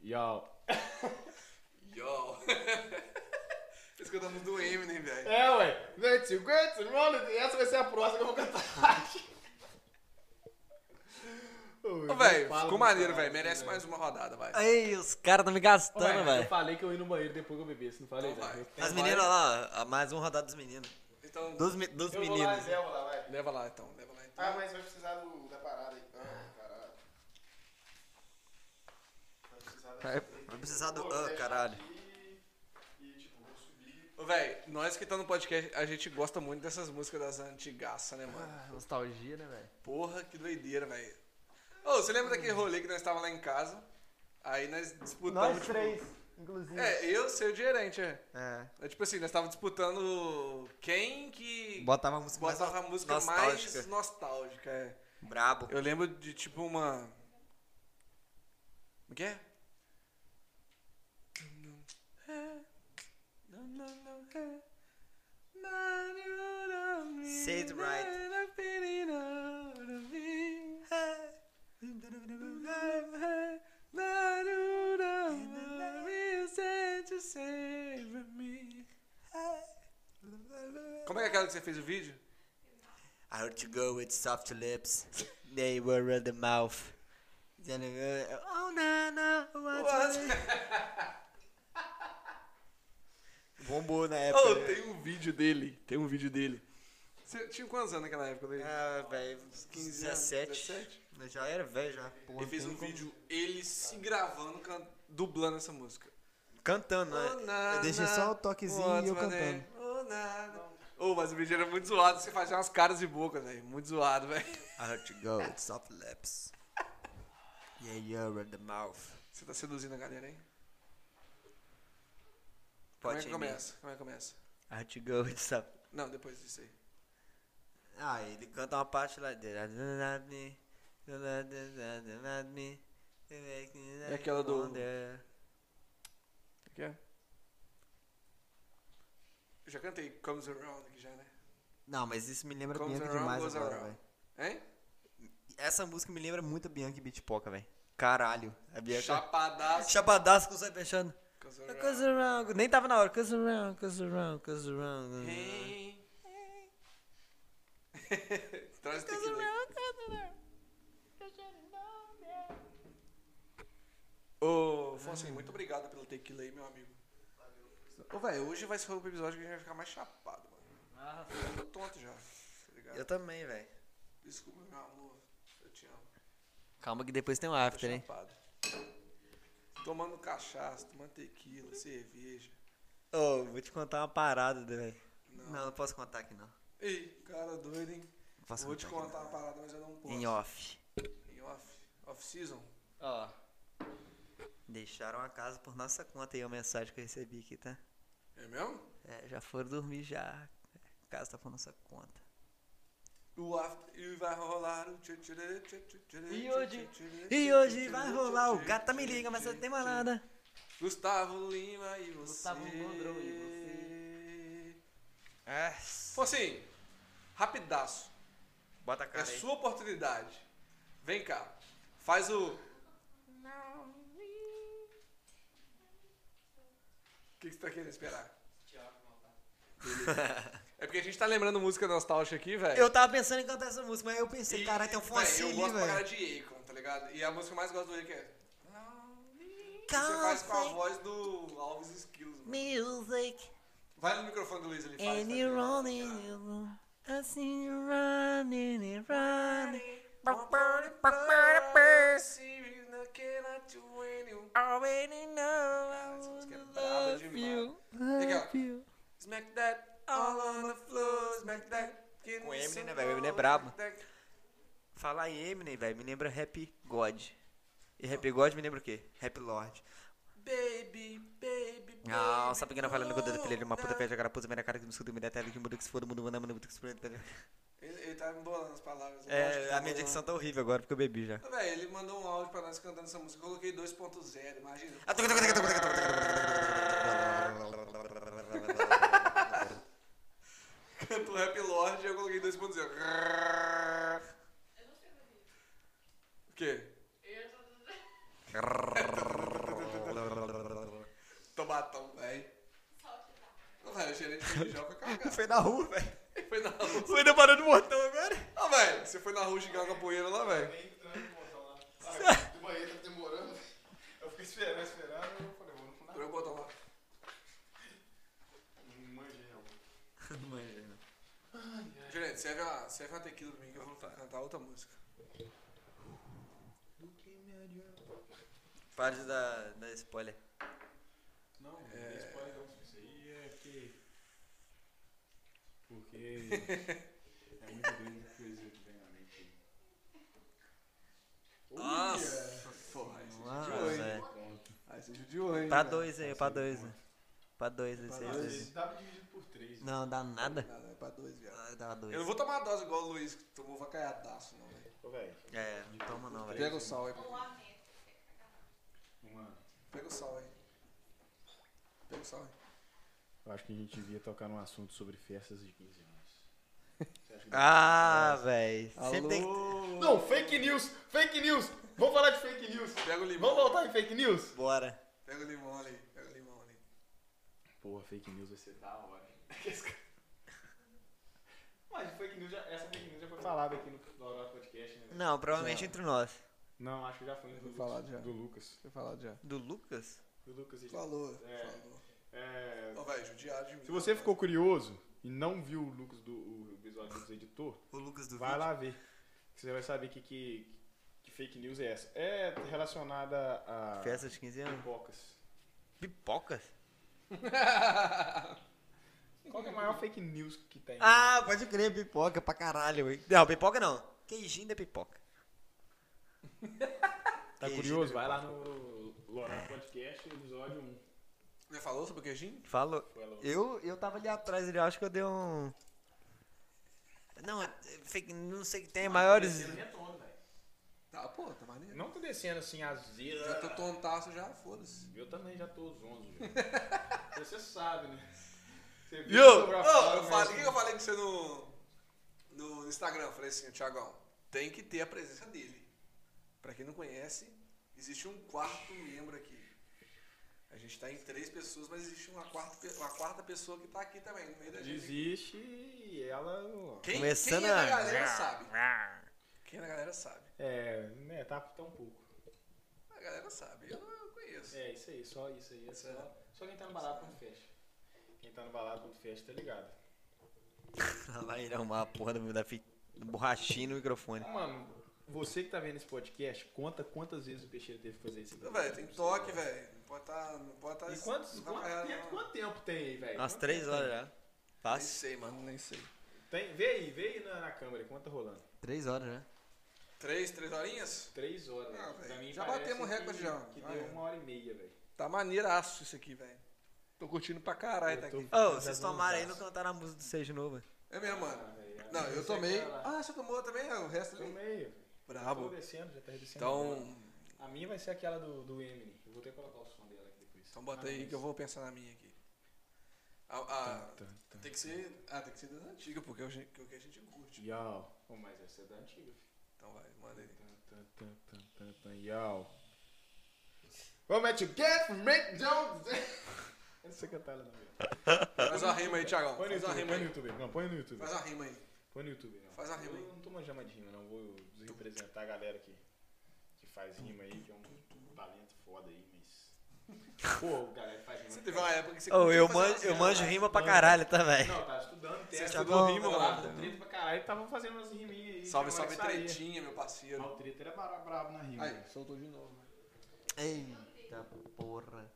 Speaker 3: Yo.
Speaker 2: Yo! Esse que eu tava do Eminem, velho.
Speaker 3: É, ué. Let's go, let's roll it. Essa vai ser a próxima que eu vou cantar. Ô,
Speaker 2: Ô, velho, ficou maneiro, velho. Merece mais uma rodada, vai.
Speaker 4: Ei, os caras tão me gastando,
Speaker 3: né, Eu
Speaker 4: velho.
Speaker 3: falei que eu ia no banheiro depois que eu bebesse, não falei?
Speaker 2: Então
Speaker 3: velho?
Speaker 2: vai.
Speaker 4: As meninas olha lá, ó, mais um rodado dos meninos.
Speaker 2: Então,
Speaker 4: Dos, me- dos
Speaker 3: Eu vou lá,
Speaker 4: meninos.
Speaker 3: Zé, eu vou lá, vai.
Speaker 2: leva lá então, leva lá então.
Speaker 10: Ah, mas vai precisar do, da parada aí. Ah, caralho. Vai precisar
Speaker 3: Tá
Speaker 10: da...
Speaker 4: Vai precisar do. Ah, caralho.
Speaker 10: E, tipo, vou subir.
Speaker 2: Ô, velho, nós que tá no podcast, a gente gosta muito dessas músicas das antigaças, né, mano?
Speaker 4: Nostalgia, né, velho?
Speaker 2: Porra, que doideira, velho. Ô, você lembra daquele rolê que nós estávamos lá em casa? Aí nós disputamos. tipo-
Speaker 4: inclusive.
Speaker 2: É, eu sei o gerente, é.
Speaker 4: É.
Speaker 2: É, Tipo assim, nós estávamos disputando quem que
Speaker 4: Botava a música mais
Speaker 2: botava a música
Speaker 4: nostálgica.
Speaker 2: mais nostálgica. é.
Speaker 4: brabo.
Speaker 2: Eu lembro de tipo uma. Como que é?
Speaker 4: Say it
Speaker 2: right. Como é que é aquela que você fez o vídeo?
Speaker 4: I heard you go with soft lips. They were in the mouth. Then you go, oh, na, na, what's
Speaker 2: What?
Speaker 1: Bombou na época.
Speaker 2: Oh,
Speaker 1: né?
Speaker 2: tem um vídeo dele. Tem um vídeo dele. Você tinha quantos anos naquela época? Daí?
Speaker 1: Ah, velho, uns
Speaker 2: 15 anos,
Speaker 1: 17.
Speaker 2: 17?
Speaker 1: Eu já era velho já. Porra,
Speaker 2: Ele fez
Speaker 1: não
Speaker 2: um
Speaker 1: tem
Speaker 2: vídeo, ele se gravando, can- dublando essa música.
Speaker 1: como- Cantando,
Speaker 2: Oh,
Speaker 1: né? Eu deixei só o toquezinho e eu cantando.
Speaker 2: Ô, mas o vídeo era muito zoado, você fazia umas caras de boca, velho. Muito zoado, velho.
Speaker 1: I heard you go with soft lips. Yeah, you're in the mouth.
Speaker 2: Você tá seduzindo a galera, hein? Como é
Speaker 4: Pode
Speaker 2: que
Speaker 4: ir,
Speaker 2: começa? Como é que começa?
Speaker 1: I heard you go with soft
Speaker 2: Não, depois disso aí.
Speaker 4: Ah, ele canta uma parte lá dele. I don't love me, don't love me, don't love me, you make me like
Speaker 2: É aquela do-
Speaker 4: wonder.
Speaker 2: O que é? Eu já cantei Comes Around aqui já, né?
Speaker 4: Não, mas isso me lembra
Speaker 2: Comes
Speaker 4: Bianca
Speaker 2: around,
Speaker 4: demais
Speaker 2: goes
Speaker 4: agora,
Speaker 2: around.
Speaker 4: velho.
Speaker 2: Hein?
Speaker 4: Essa música me lembra muito a Bianca e Bitpoca, velho. Caralho. A Bianca...
Speaker 2: Chapadaço.
Speaker 4: Chapadaço com o Zé fechando.
Speaker 2: Comes Around.
Speaker 4: Cause around, nem tava na hora. Cause around, cause around, cause around.
Speaker 2: Hey. Traz o tequila aí. Ô, Fonsen, muito obrigado pelo tequila aí, meu amigo. Ô, velho, hoje vai ser o episódio que a gente vai ficar mais chapado, mano. Eu tô tonto já. tá ligado?
Speaker 4: Eu também, velho.
Speaker 2: Desculpa, meu amor. Eu te amo.
Speaker 4: Calma que depois tem um
Speaker 2: Tô
Speaker 4: after, hein?
Speaker 2: chapado. Tomando cachaça, tomando tequila, cerveja.
Speaker 4: Ô, vou te contar uma parada, velho.
Speaker 2: Não.
Speaker 4: Não. não, posso contar aqui, não.
Speaker 2: Ei, cara doido, hein?
Speaker 4: Não posso
Speaker 2: Vou te
Speaker 4: aqui, né?
Speaker 2: contar uma parada, mas eu não
Speaker 4: não.
Speaker 2: posso.
Speaker 4: Em off.
Speaker 2: Em off. Off season?
Speaker 4: Ó.
Speaker 1: Deixaram a casa por nossa conta aí, a mensagem que eu recebi aqui, tá?
Speaker 2: É mesmo?
Speaker 1: É, já foram dormir já. A casa tá por nossa conta.
Speaker 2: O after, e vai rolar o tchê tchê tchê tchê tchê tchê
Speaker 1: E hoje-
Speaker 2: tchê tchê tchê
Speaker 1: E hoje
Speaker 2: tchê
Speaker 1: vai
Speaker 2: tchê
Speaker 1: rolar o
Speaker 2: tchê
Speaker 1: Gata Me
Speaker 2: tchê
Speaker 1: Liga, mas
Speaker 2: tchê
Speaker 1: você não tem mais
Speaker 2: tchê.
Speaker 1: nada.
Speaker 2: Gustavo Lima e você.
Speaker 1: Gustavo Gondron e
Speaker 2: você.
Speaker 1: É,
Speaker 2: Pô, assim, rapidaço.
Speaker 1: Bota a
Speaker 2: É
Speaker 1: cara aí.
Speaker 2: sua oportunidade. Vem cá. Faz o. O que, que você tá querendo esperar? Beleza. É porque a gente tá lembrando música nostálgica aqui, velho.
Speaker 1: Eu tava pensando em cantar essa música, mas eu pensei,
Speaker 2: E,
Speaker 1: cara, tem um
Speaker 2: véi,
Speaker 1: focinho
Speaker 2: é. Eu gosto
Speaker 1: ali,
Speaker 2: pra cara
Speaker 1: velho.
Speaker 2: de Akon, tá ligado? E a música que eu mais gosto do Akon é. Você faz com a
Speaker 1: Calma,
Speaker 2: voz do Alves Skills, mano.
Speaker 1: music,
Speaker 2: Vai no microfone do Luiz, ele faz.
Speaker 1: and
Speaker 2: tá
Speaker 1: you
Speaker 2: ligado?
Speaker 1: running, you run. I see you running and running. Already know I
Speaker 2: Essa música é
Speaker 1: wanna
Speaker 2: braba
Speaker 1: love
Speaker 2: demais.
Speaker 1: you,
Speaker 2: Legal.
Speaker 1: love you.
Speaker 2: Smack that all on the floor, smack that.
Speaker 1: Com o Eminem, né, velho? O Eminem é brabo. Falar em Eminem, velho, me lembra Rap God. E Rap God me lembra o quê? Rap Lord.
Speaker 2: Baby, baby, baby.
Speaker 1: Não, sabe que não falando com Ah, o dedo filho, uma puta
Speaker 2: pé.
Speaker 1: pede a carapuça, minha cara que me escuta, me dá é tela que muda que se for, mundo manda, muda que se for.
Speaker 2: Ele, ele tá embolando as palavras. eu acho que
Speaker 1: É,
Speaker 2: tá
Speaker 1: a minha
Speaker 2: embolando.
Speaker 1: dicção tá horrível agora porque eu bebi já.
Speaker 2: Ah, Véi, ele mandou um áudio pra nós cantando essa música. Eu coloquei 2.0, imagina. Cantou Rap Lord e eu coloquei 2.0. O quê? Tomatão, véi. Ô, Véi, o gerente de joga cagado.
Speaker 1: Foi na rua, velho.
Speaker 2: Ele foi na rua.
Speaker 1: Foi deparando o mortão agora.
Speaker 2: Ó, véi, você foi na rua xingar com a poeira lá, véi.
Speaker 3: Tá Aí entrando no portão lá.
Speaker 2: Tá
Speaker 3: Ah, de manhã tava demorando. Eu fiquei esperando, esperando. Eu falei, vou no final.
Speaker 2: Abriu o botão lá.
Speaker 3: Não manjei, não.
Speaker 2: Gerente, serve uma, serve uma tequila pra mim que eu vou cantar outra música.
Speaker 1: Para de dar, dar spoiler.
Speaker 3: Não,
Speaker 2: É.
Speaker 3: é... spoiler não. Isso aí é porque.
Speaker 15: Porque é muito grande a coisa que vem na mente.
Speaker 2: Nossa, porra. aí você
Speaker 1: Ah,
Speaker 2: judiou, hein?
Speaker 1: velho.
Speaker 2: Aí você judiou, hein?
Speaker 1: Pra
Speaker 2: velho.
Speaker 1: dois aí, pra dois. né? Pra dois, aí,
Speaker 3: Às
Speaker 1: seis
Speaker 3: vezes
Speaker 1: dois.
Speaker 3: dá pra dividir por três.
Speaker 1: Não, dá nada.
Speaker 2: Nada, é pra dois, viado.
Speaker 1: Ah, Dá dois.
Speaker 2: Eu não vou tomar dose igual o Luiz, que tomou vacaiadaço, não, velho.
Speaker 15: Ô, velho,
Speaker 1: É, não toma não, velho.
Speaker 2: Pega o sal aí. pra mim.
Speaker 15: uma...
Speaker 2: Pega o sal aí. Pega o sal aí.
Speaker 15: Eu acho que a gente devia tocar num assunto sobre festas de 15 anos. Você acha que
Speaker 1: Ah, velho. Sempre tem que.
Speaker 2: Alô?
Speaker 3: Não, fake news! Fake news! Vamos falar de fake news!
Speaker 2: Pega o
Speaker 3: Vamos
Speaker 2: limão.
Speaker 3: voltar em fake news?
Speaker 1: Bora.
Speaker 2: Pega o limão ali. Pega o limão ali.
Speaker 15: Porra, fake news vai ser da hora. hein?
Speaker 3: Mas fake news já, essa fake news já foi falada aqui no Laura Podcast, né?
Speaker 1: Não, provavelmente
Speaker 2: Já.
Speaker 1: entre nós.
Speaker 3: Não, acho que já foi né,
Speaker 2: Foi
Speaker 3: do Lucas.
Speaker 2: falado já.
Speaker 3: Do Lucas.
Speaker 2: Foi falado já.
Speaker 1: Do Lucas?
Speaker 3: Do Lucas e
Speaker 2: Falou,
Speaker 3: É.
Speaker 2: falou.
Speaker 3: É,
Speaker 2: Ô, velho, judiado de mim.
Speaker 3: Se você ficou curioso e não viu o Lucas do o episódio do editor,
Speaker 1: O Lucas do
Speaker 3: vai lá ver. Que você vai saber que, que, que fake news é essa. É relacionada a
Speaker 1: Festa de 15 anos?
Speaker 3: pipocas.
Speaker 1: Pipocas?
Speaker 3: Qual que é a maior fake news que tem?
Speaker 1: Ah, pode crer, pipoca pra caralho, hein? Não, pipoca não. Queijinho da pipoca.
Speaker 3: tá curioso? Vai lá no Laura Podcast, episódio 1.
Speaker 2: Já falou sobre o queijinho?
Speaker 1: Falou.
Speaker 3: Foi lá.
Speaker 1: Eu, eu tava ali atrás, ele acho que eu dei um. Não, é- é fake- não sei o que tem, maiores.
Speaker 3: é
Speaker 2: Tá, pô, tá maneiro.
Speaker 3: Não tô descendo assim azedo.
Speaker 2: Já tô tontaço já, foda-se.
Speaker 3: Eu também já tô zonzo, velho. Você sabe, né? Você viu
Speaker 2: Yo!
Speaker 3: sobre a
Speaker 2: Ô,
Speaker 3: fala,
Speaker 2: eu
Speaker 3: né?
Speaker 2: falei, o que que eu falei com você no, no Instagram? Eu falei assim, Thiagão, tem que ter a presença dele. Pra quem não conhece, existe um quarto membro aqui. A gente tá em três pessoas, mas existe uma quarta, pe- uma quarta pessoa que tá aqui também, no meio da gente.
Speaker 3: Existe e ela. ó,
Speaker 2: Quem,
Speaker 1: Começando
Speaker 2: quem é da
Speaker 1: a-
Speaker 2: galera sabe. Quem é da galera sabe.
Speaker 3: É, né? Tá tão pouco.
Speaker 2: A galera sabe, eu, eu conheço.
Speaker 3: É, isso aí, só isso aí. é só,
Speaker 2: Isso
Speaker 3: só quem tá no balado quando fecha. Quem tá no balado quando fecha, tá ligado?
Speaker 1: Vai ele arrumar a porra do, da fi- do borrachinho no microfone.
Speaker 3: Mano, você que tá vendo esse podcast, conta quantas vezes o Peixeira teve que fazer isso.
Speaker 2: Ô, Velho, tem toque, velho. Não pode tá, não pode tá
Speaker 3: E quantos,
Speaker 2: não
Speaker 3: quanto,
Speaker 2: vai apanhar,
Speaker 3: tempo,
Speaker 2: não.
Speaker 3: quanto tempo tem aí, velho?
Speaker 1: Umas
Speaker 3: Quanto
Speaker 1: três
Speaker 3: tempo
Speaker 1: horas já.
Speaker 2: Nem
Speaker 1: Fácil.
Speaker 2: sei, mano, nem sei.
Speaker 3: Tem? Tem- Vê aí, vê aí na, na câmera, quanto tá rolando.
Speaker 1: Três horas, né?
Speaker 2: Três, três horinhas?
Speaker 3: Três horas.
Speaker 2: Ah,
Speaker 3: Pra
Speaker 2: velho,
Speaker 3: mim
Speaker 2: já
Speaker 3: parece
Speaker 2: batemos
Speaker 3: que-
Speaker 2: recorde já.
Speaker 3: Que
Speaker 2: Já
Speaker 3: deu
Speaker 2: é.
Speaker 3: uma hora e meia, velho.
Speaker 2: Tá maneiraço isso aqui, velho. Tô curtindo pra caralho tá
Speaker 10: Eu tô-
Speaker 2: aqui.
Speaker 1: Ô,
Speaker 10: Já
Speaker 1: vocês
Speaker 10: vou
Speaker 1: tomaram aí,
Speaker 10: usar.
Speaker 1: não cantaram a música do Seis de novo.
Speaker 2: É mesmo, mano.
Speaker 3: velho,
Speaker 2: Não,
Speaker 3: aí
Speaker 2: eu
Speaker 3: sei
Speaker 2: tomei.
Speaker 3: que ela-
Speaker 2: Ah, você tomou também? ah, O resto ali?
Speaker 3: Tomei, velho. Tô
Speaker 2: Brabo.
Speaker 3: descendo, já tá descendo.
Speaker 2: Então,
Speaker 3: A minha vai ser aquela do, do Eminem. Eu vou ter que colocar o som dela aqui depois.
Speaker 2: então bota
Speaker 3: Ah,
Speaker 2: aí
Speaker 3: mas-
Speaker 2: que eu vou pensar na minha aqui. Ah, ah,
Speaker 10: Tá, tá.
Speaker 2: tem que ser. Ah, tem que ser das antigas, porque é o gen- que é o que a gente curte.
Speaker 10: Yo.
Speaker 3: Pô, mas essa é da antiga, filho.
Speaker 2: Então vai, manda aí.
Speaker 10: Tá, tá, tá, tá, tá, tá, Yo.
Speaker 3: Como é que get from Rick Jones? Eu não sei cantar ela não, velho.
Speaker 2: Faz uma rima aí, Thiagão.
Speaker 10: Põe no
Speaker 2: é Faz uma
Speaker 10: YouTube,
Speaker 2: rima
Speaker 10: põe no
Speaker 2: aí.
Speaker 10: YouTube. Não, põe no YouTube.
Speaker 2: Faz uma rima aí.
Speaker 10: Põe no YouTube. Não.
Speaker 2: Faz a rima aí.
Speaker 3: Eu não tô manjando mais de rima, não. Vou representar a galera que, que faz rima aí, que é um talento foda aí, mas. Pô, galera que faz rima.
Speaker 2: Você teve uma época que você
Speaker 4: Ô,
Speaker 2: curtiu
Speaker 4: eu
Speaker 2: fazer umas
Speaker 4: manjo, eu
Speaker 2: rimas,
Speaker 4: manjo
Speaker 2: né?
Speaker 4: rima pra caralho, tá, velho?
Speaker 3: assim, Não, tava estudando,
Speaker 2: Você tá
Speaker 3: testa.
Speaker 2: estudou
Speaker 4: bom,
Speaker 2: rima,
Speaker 3: Tava lá, tá
Speaker 2: mano.
Speaker 3: treta pra caralho, tava fazendo umas riminhas aí.
Speaker 2: Salve,
Speaker 3: tinha uma
Speaker 2: salve,
Speaker 3: hora que saía.
Speaker 2: tretinha, meu
Speaker 3: Mas
Speaker 2: parceiro.
Speaker 3: o treta era bra- brabo na rima.
Speaker 2: Aí, soltou de novo. né?
Speaker 4: Eita porra.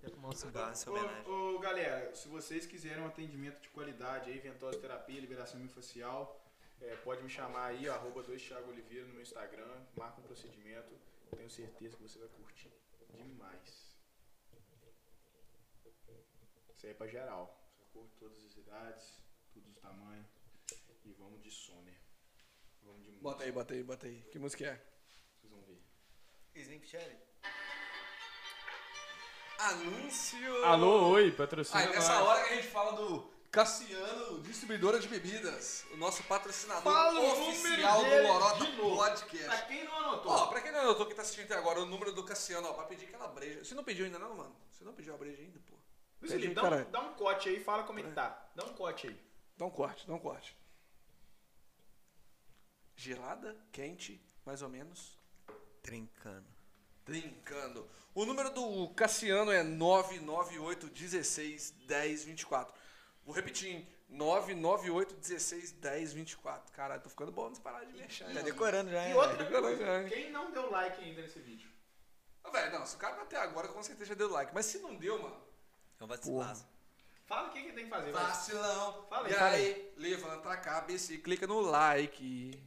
Speaker 4: Eu tomar um cigarro, essa homenagem.
Speaker 3: Ô, ô, galera, se vocês quiserem um atendimento de qualidade aí, ventosa terapia, liberação miofascial, é, pode me chamar aí, ó, arroba 2 Thiago Oliveira no meu Instagram, marca um procedimento, tenho certeza que você vai curtir demais. Isso aí é pra geral, sacou? Todas as idades, todos os tamanhos, e vamos de som, né? Vamos de música.
Speaker 2: Bota aí, bota aí, bota aí. Que música é?
Speaker 3: Vocês vão ver.
Speaker 1: Slim Shelley?
Speaker 2: Anúncio!
Speaker 10: Alô, oi, patrocina
Speaker 2: Aí nessa
Speaker 10: nós.
Speaker 2: hora que a gente fala do Cassiano, distribuidora de bebidas, o nosso patrocinador
Speaker 3: Fala o número
Speaker 2: oficial do
Speaker 3: dele
Speaker 2: Lorota
Speaker 3: de novo. Tá Pra
Speaker 2: Podcast.
Speaker 3: quem não anotou,
Speaker 2: Ó, pra quem não notou que tá assistindo até agora, o número do Cassiano, ó, pra pedir aquela breja. Você não pediu ainda não, mano? Você não pediu a breja ainda, pô?
Speaker 3: Luiz Felipe, dá,
Speaker 2: caralho.
Speaker 3: um, dá um corte aí e fala como é que tá. Dá um corte aí.
Speaker 2: Dá um corte, dá um corte. Gelada, quente, mais ou menos.
Speaker 1: Trincando.
Speaker 2: Trincando. O número do Cassiano é 998 16 10 24. Vou repetir, hein? 998 16 10 24. Caralho, tô ficando bom nessa parada de mexer.
Speaker 1: Tá decorando já,
Speaker 3: E
Speaker 2: É,
Speaker 1: hein?
Speaker 3: outra
Speaker 2: Fica lá,
Speaker 3: coisa,
Speaker 2: hein?
Speaker 3: quem não deu like ainda nesse vídeo?
Speaker 2: Ah, velho, não, se o cara até agora com certeza já deu like. Mas se não deu, mano.
Speaker 1: É um vacilaço.
Speaker 3: Fala o que, que tem que fazer. vai.
Speaker 2: Vacilão.
Speaker 3: Fala
Speaker 2: e
Speaker 3: aí,
Speaker 2: aí,
Speaker 3: fala
Speaker 2: levanta a cabeça e clica no like.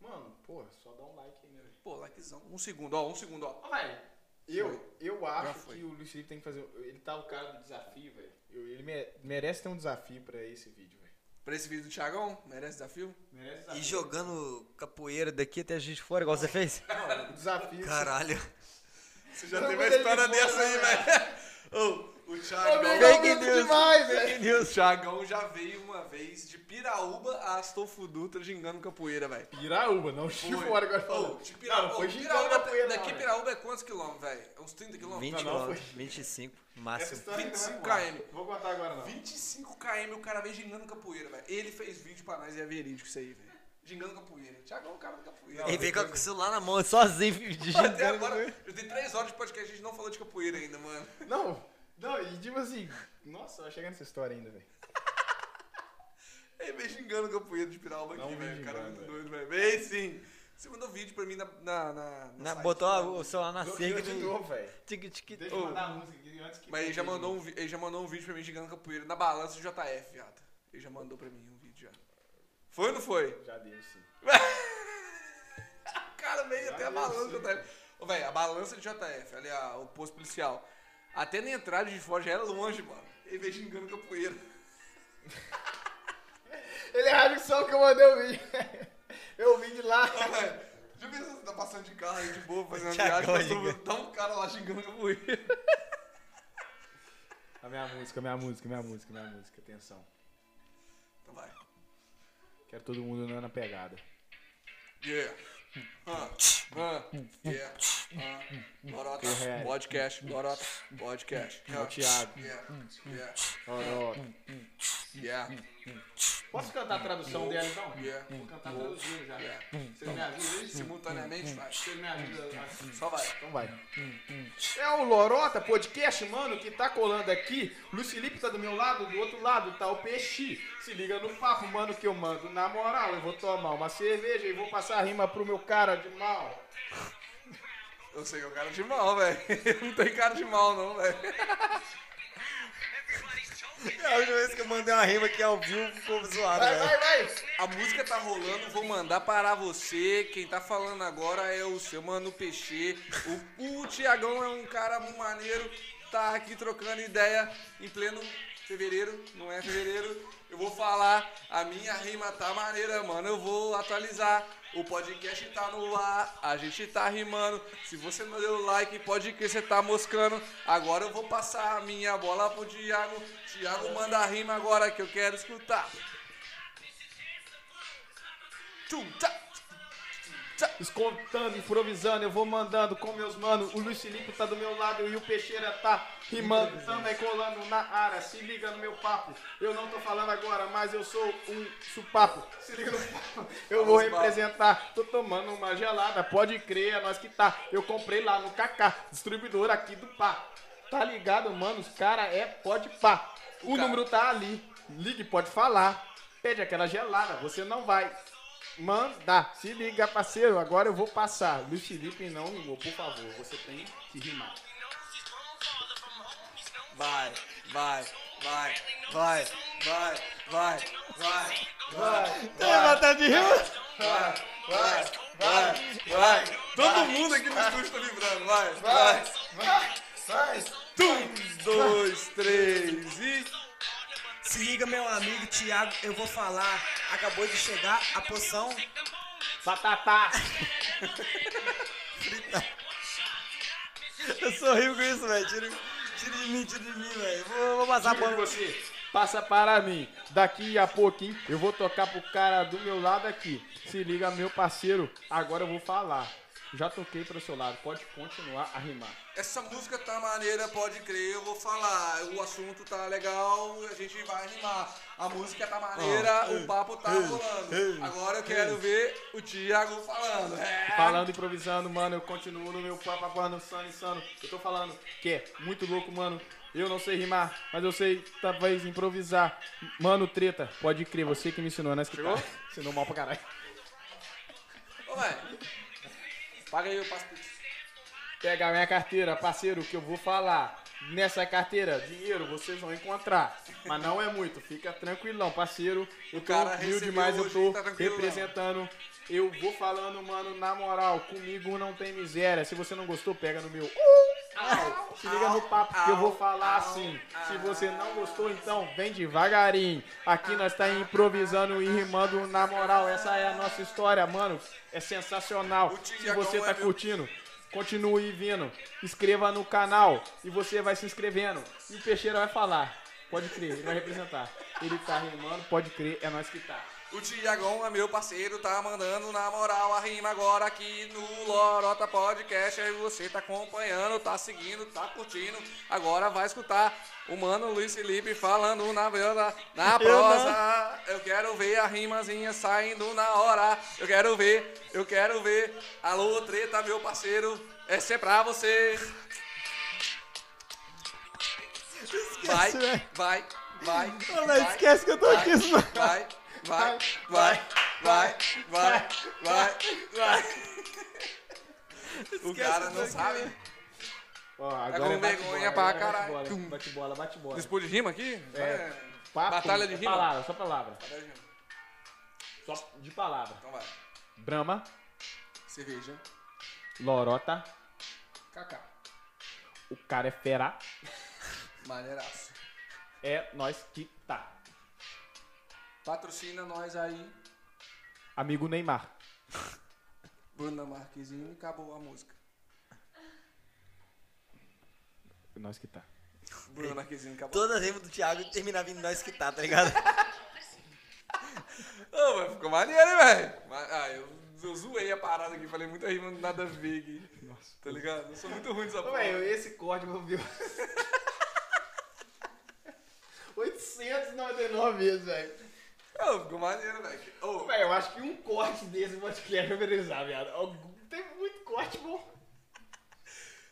Speaker 3: Mano, pô, só dá um like aí, né, velho?
Speaker 2: Pô, likezão. Um segundo, ó, um segundo, ó.
Speaker 3: Ó, velho, eu, eu
Speaker 2: Já
Speaker 3: acho
Speaker 2: foi.
Speaker 3: que o Luiz Felipe tem que fazer. Ele tá o cara do desafio, velho. Eu- Ele mere- merece ter um desafio pra esse vídeo, velho.
Speaker 2: Pra esse vídeo do Thiagão, merece desafio?
Speaker 3: Merece
Speaker 1: E
Speaker 3: desafio.
Speaker 1: jogando capoeira daqui até a gente fora, igual você fez?
Speaker 3: Não, o desafio.
Speaker 1: Caralho.
Speaker 2: Você já
Speaker 3: Não,
Speaker 2: teve
Speaker 3: mas
Speaker 2: uma
Speaker 3: ele
Speaker 2: história
Speaker 3: demora,
Speaker 2: dessa aí,
Speaker 3: né?
Speaker 2: velho. Ô, o Thiagão.
Speaker 1: Fake news.
Speaker 3: é demais, velho.
Speaker 1: Fake news.
Speaker 2: O Thiagão já veio uma vez de Piraúba a Astolfo Dutra gingando capoeira, velho.
Speaker 10: Piraúba, não chifora agora
Speaker 2: Ô,
Speaker 10: falou.
Speaker 2: de Piraúba,
Speaker 3: Não,
Speaker 2: ô,
Speaker 3: foi gingando
Speaker 2: Piraúba
Speaker 3: capoeira,
Speaker 2: daqui
Speaker 3: não,
Speaker 2: Piraúba é quantos quilômetros, velho? É Uns 30 quilômetros?
Speaker 1: 20
Speaker 3: não,
Speaker 1: quilômetros, 25, no
Speaker 3: Essa
Speaker 1: máximo.
Speaker 3: história ainda vai
Speaker 2: 25
Speaker 3: voar.
Speaker 2: km.
Speaker 3: Vou contar agora, não.
Speaker 2: 25 km o cara veio gingando capoeira, velho. Ele fez vídeo pra nós e é verídico isso aí, velho. Gingando capoeira. Thiagão é o cara da capoeira.
Speaker 1: Ele tá veio com o celular na mão, sozinho, Né, digitando.
Speaker 2: Até agora, eu dei 3 horas de podcast e a gente não falou de capoeira ainda, mano.
Speaker 3: Não, não, e tipo assim. Nossa, vai chegar nessa história ainda, velho.
Speaker 2: Ele veio xingando o campoeiro de Piralba
Speaker 3: Não
Speaker 2: aqui,
Speaker 3: vem
Speaker 2: velho. O cara é
Speaker 3: xingando,
Speaker 2: muito doido, velho. Vem sim. Você mandou vídeo pra mim na. na, na, no
Speaker 1: Na,
Speaker 2: site,
Speaker 1: botou
Speaker 2: né?
Speaker 1: a- o celular na cerca
Speaker 3: de
Speaker 1: do...
Speaker 3: novo, velho.
Speaker 1: Tic, tic,
Speaker 3: Deixa eu
Speaker 1: oh.
Speaker 3: mandar É a música aqui antes que.
Speaker 2: Mas ele já, mandou um, vi- ele já mandou um vídeo pra mim xingando capoeira na balança de JF, viado. Ele já mandou pra mim um vídeo já. Foi ou não foi?
Speaker 3: Já deu, sim.
Speaker 2: O cara veio até a balança de JF. Ô, velho, a balança de JF, ali, a, o posto policial. Até na entrada de fora já era longe, mano. Ele veio xingando capoeira.
Speaker 3: Ele é rádio só que eu mandei o vídeo. Eu vim de lá.
Speaker 2: Ô, velho, Já pensou se você tá passando de carro aí de boa, fazendo uma
Speaker 1: Thiagão
Speaker 2: viagem, mas
Speaker 1: xingando.
Speaker 2: tá um cara lá xingando capoeira.
Speaker 10: A minha música, a minha música, a minha música, a minha música. Atenção.
Speaker 2: Então vai.
Speaker 10: Quero todo mundo na- na pegada.
Speaker 2: Yeah. Ah, ah, yeah. Ah, Lorota,
Speaker 10: Correto.
Speaker 2: podcast, Lorota, podcast.
Speaker 10: É o Thiago.
Speaker 2: Yeah, yeah,
Speaker 10: Ó, ó.
Speaker 2: yeah,
Speaker 3: Posso cantar a tradução dela então?
Speaker 2: yeah.
Speaker 3: Vou cantar traduzindo já. Você me ajuda aí?
Speaker 2: Simultaneamente vai.
Speaker 3: Você me ajuda assim.
Speaker 2: Só vai.
Speaker 10: Então vai.
Speaker 3: É o Lorota Podcast, mano, que tá colando aqui. Luiz Felipe tá do meu lado, do outro lado tá o Peixi. Se liga no papo, mano, que eu mando. Na moral, eu vou tomar uma cerveja e vou passar a rima pro meu cara de mal.
Speaker 2: Eu sei que é o cara de mal, velho. Não tem cara de mal, não, velho.
Speaker 1: É A última vez que eu mandei uma rima aqui ao vivo ficou zoado, né?
Speaker 3: Vai,
Speaker 1: velho.
Speaker 3: vai, vai!
Speaker 2: A música tá rolando, vou mandar parar você. Quem tá falando agora é o seu mano Peixe. O, o Tiagão é um cara maneiro, tá aqui trocando ideia em pleno fevereiro, não é fevereiro. Eu vou falar, a minha rima tá maneira, mano. Eu vou atualizar. O podcast tá no ar, a gente tá rimando. Se você não deu like, pode que você tá moscando. Agora eu vou passar a minha bola pro Thiago. Thiago manda a rima agora que eu quero escutar. Tchum, tchá.
Speaker 3: Escontando, improvisando, eu vou mandando com meus manos. O Luiz Felipe tá do meu lado e o Peixeira tá rimando. Tamo aí colando na área, se liga no meu papo. Eu não tô falando agora, mas eu sou um supapo. Se liga no papo, eu vou representar. Tô tomando uma gelada, pode crer, é nós que tá. Eu comprei lá no Kaká, distribuidor aqui do Pá. Tá ligado, mano? Os cara é pode pá. O,
Speaker 2: cara-
Speaker 3: número tá ali, ligue, pode falar. Pede aquela gelada, você não vai. Manda, se liga, parceiro, agora eu vou passar. Luiz Felipe não rimou, por favor, você tem que rimar.
Speaker 2: Vai, vai, vai, vai, vai, vai, vai, vai, vai,
Speaker 1: vontade Tá de rir?
Speaker 2: vai, vai, vai, vai. Todo mundo aqui no estúdio tá vibrando, vai, vai. Um, dois, três e.
Speaker 4: Se liga, meu amigo Thiago, eu vou falar. Acabou de chegar a poção.
Speaker 3: Batatá!
Speaker 1: Eu sorrio com isso, velho. Tira, tira de mim, tira de mim, velho. Eu Vou, eu vou passar a bola.
Speaker 3: você. Passa para mim. Daqui a pouquinho eu vou tocar pro cara do meu lado aqui. Se liga, meu parceiro, agora eu vou falar. Já toquei pro seu lado, pode continuar a rimar.
Speaker 2: Essa música tá maneira, pode crer, eu vou falar. O assunto tá legal, a gente vai rimar. A música tá maneira, o papo tá rolando. Agora eu quero ver o Thiago falando. É.
Speaker 3: Falando, improvisando, mano, eu continuo no meu papapano, insano, insano. Eu tô falando que é muito louco, mano. Eu não sei rimar, mas eu sei talvez improvisar. Mano, treta, pode crer, você que me ensinou, né? Chegou? Ensinou mal pra caralho.
Speaker 2: Ô, velho. Paga aí, eu passo pro
Speaker 3: Pega a minha carteira, parceiro, que eu vou falar. Nessa carteira, dinheiro vocês vão encontrar. Mas não é muito, fica tranquilão, parceiro. Eu tô
Speaker 2: cara
Speaker 3: humilde,
Speaker 2: recebeu
Speaker 3: mas eu
Speaker 2: hoje,
Speaker 3: tô
Speaker 2: tá tranquilão.
Speaker 3: representando. Eu vou falando, mano, na moral, comigo não tem miséria. Se você não gostou, pega no meu. Au, se liga no papo que eu vou falar assim. Se você não gostou, então vem devagarinho. Aqui nós tá improvisando e rimando na moral. Essa é a nossa história, mano. É sensacional.
Speaker 2: O
Speaker 3: Se
Speaker 2: Tiagão
Speaker 3: você
Speaker 2: é
Speaker 3: tá
Speaker 2: meu
Speaker 3: curtindo, continue vindo. Inscreva no canal e você vai se inscrevendo. E o Peixeira vai falar. Pode crer, ele vai representar. Ele tá rimando, pode crer, é nós que tá.
Speaker 2: O Tiagão é meu parceiro, tá mandando na moral a rima agora aqui no Lorota Podcast. Aí você tá acompanhando, tá seguindo, tá curtindo. Agora vai escutar o mano Luiz Felipe falando na vela, na prosa. Eu, quero ver a rimazinha saindo na hora. Eu quero ver, eu quero ver. Alô, treta, meu parceiro, essa é pra você. Vai, vai, vai. vai.
Speaker 3: esquece que eu tô aqui, mano.
Speaker 2: Vai, vai, vai, vai, vai, vai, vai. O cara não sabe.
Speaker 3: Ó, agora
Speaker 2: com
Speaker 3: é bate
Speaker 2: vergonha
Speaker 3: bola,
Speaker 2: pra
Speaker 3: agora é
Speaker 2: caralho.
Speaker 3: Bate bola,
Speaker 2: Tum.
Speaker 3: bate bola, bate bola.
Speaker 2: Disputa de rima aqui?
Speaker 3: É.
Speaker 2: Vai.
Speaker 3: Papo,
Speaker 2: Batalha de
Speaker 3: é
Speaker 2: rima?
Speaker 3: Palavra, só palavra.
Speaker 2: Batalha de rima.
Speaker 3: Só de palavra.
Speaker 2: Então vai.
Speaker 3: Brahma,
Speaker 2: Cerveja.
Speaker 3: Lorota,
Speaker 2: Cacá.
Speaker 3: o cara é fera,
Speaker 2: Maneiraço.
Speaker 3: é nós que tá.
Speaker 2: Patrocina nós aí.
Speaker 3: Amigo Neymar,
Speaker 2: Bruna Marquezine. Acabou a música.
Speaker 3: nós que tá.
Speaker 2: Bruna Marquezine acabou.
Speaker 1: Toda rima do Thiago terminava em nós que tá, tá ligado?
Speaker 2: Ô, mas ficou maneiro, hein, velho? Mas- Ah, eu, eu zoei a parada aqui. Falei muita rima, nada a ver aqui. Nossa. Tá ligado? Eu sou muito ruim dessa porra.
Speaker 3: esse código viu. 899 vezes, velho.
Speaker 2: Ô, ficou maneiro, velho. Ô,
Speaker 3: eu acho que um corte desse podcast vai merecer, viado. Tem muito corte bom.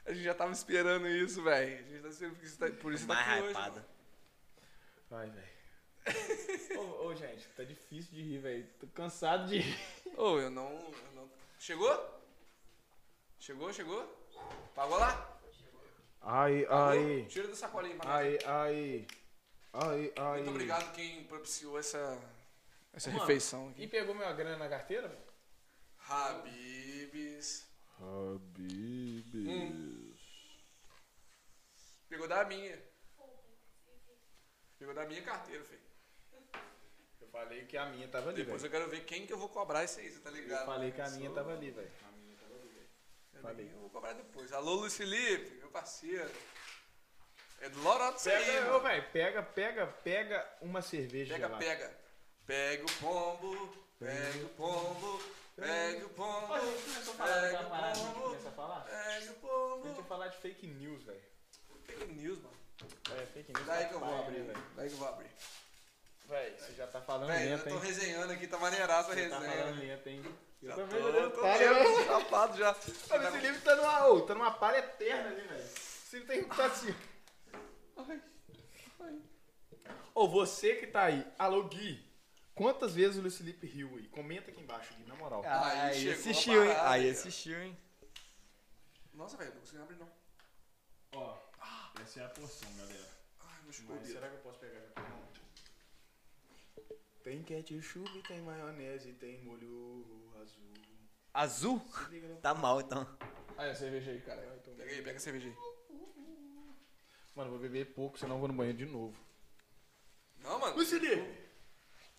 Speaker 2: A gente já tava esperando isso, velho. A gente tá esperando por isso, tá, por isso tá aqui
Speaker 1: Mais
Speaker 2: hoje.
Speaker 1: hypada.
Speaker 2: mano.
Speaker 3: Ai, velho. ô, ô, gente, tá difícil de rir, velho. Tô cansado de rir.
Speaker 2: Ô, eu não, eu não. Chegou? Chegou, chegou? Pagou lá?
Speaker 10: Aí, aí.
Speaker 2: Tira da sacolinha pra nós.
Speaker 10: Aí, aí. Ai, ai.
Speaker 2: Muito obrigado quem propiciou essa, essa
Speaker 3: Mano,
Speaker 2: refeição
Speaker 3: E
Speaker 2: aqui.
Speaker 3: pegou minha grana na carteira, velho?
Speaker 2: Habibs.
Speaker 10: Habibes.
Speaker 3: Hum.
Speaker 2: Pegou da minha. Pegou da minha carteira, filho.
Speaker 3: Eu falei que a minha tava ali,
Speaker 2: Depois
Speaker 3: velho.
Speaker 2: eu quero ver quem que eu vou cobrar isso aí, você tá ligado?
Speaker 3: Eu falei que a minha tá-
Speaker 2: Sou-
Speaker 3: tava ali, velho.
Speaker 2: Eu vou cobrar depois. Alô, Luiz Felipe, meu parceiro. É do Loroto isso aí,
Speaker 3: Pega, ô,
Speaker 2: mano.
Speaker 3: velho, pega, pega, pega uma cerveja
Speaker 2: Pega,
Speaker 3: gelada.
Speaker 2: pega. Pega o pombo, pega o pombo, pega o pombo,
Speaker 3: Olha, a gente começou a falar
Speaker 4: tá
Speaker 2: pega
Speaker 3: daquela parada
Speaker 2: o
Speaker 3: que a gente
Speaker 2: pombo,
Speaker 3: começou a falar.
Speaker 2: pega o
Speaker 3: A gente ia
Speaker 2: pombo.
Speaker 3: falar de fake news, velho.
Speaker 2: Fake news, mano.
Speaker 3: É, fake news.
Speaker 2: Daí que eu vou
Speaker 3: papai,
Speaker 2: abrir,
Speaker 3: né,
Speaker 2: velho. Daí que eu vou abrir.
Speaker 3: Véi, você já tá falando
Speaker 2: Velho, eu
Speaker 3: lento,
Speaker 2: tô
Speaker 3: hein?
Speaker 2: resenhando aqui, tá maneiraça a
Speaker 3: Você tá falando
Speaker 2: resenha.
Speaker 3: lento, hein?
Speaker 2: Já
Speaker 3: Eu
Speaker 2: tô,
Speaker 3: também já devo
Speaker 2: tô
Speaker 3: estar, né, velho?
Speaker 2: mesmo chapado já.
Speaker 3: Mano, esse livro tá numa, ô, tá numa palha eterna ali, velho. Esse livro tem que tá assim. Ô, você que tá aí, alô Gui, quantas vezes o Luiz Felipe riu aí? Comenta aqui embaixo, Gui, na moral.
Speaker 2: Aí
Speaker 1: Aí
Speaker 2: chegou a
Speaker 1: assistiu, hein?
Speaker 2: parada,
Speaker 1: Aí
Speaker 2: cara.
Speaker 1: assistiu, hein?
Speaker 2: Nossa, velho, não consegui abrir não.
Speaker 10: Ó, essa é a porção, galera.
Speaker 2: Ai, meu
Speaker 3: Mas é
Speaker 2: chuveiro.
Speaker 3: será que eu posso pegar já? Tem ketchup, tem maionese, tem molho azul.
Speaker 1: Azul?
Speaker 3: Se liga no...
Speaker 1: Tá mal, então.
Speaker 2: Aí, a cerveja aí, cara. Pega aí, pega a cerveja aí.
Speaker 3: Mano, eu vou beber pouco, senão eu vou no banheiro de novo.
Speaker 2: Não, mano.
Speaker 3: Luiz Felipe,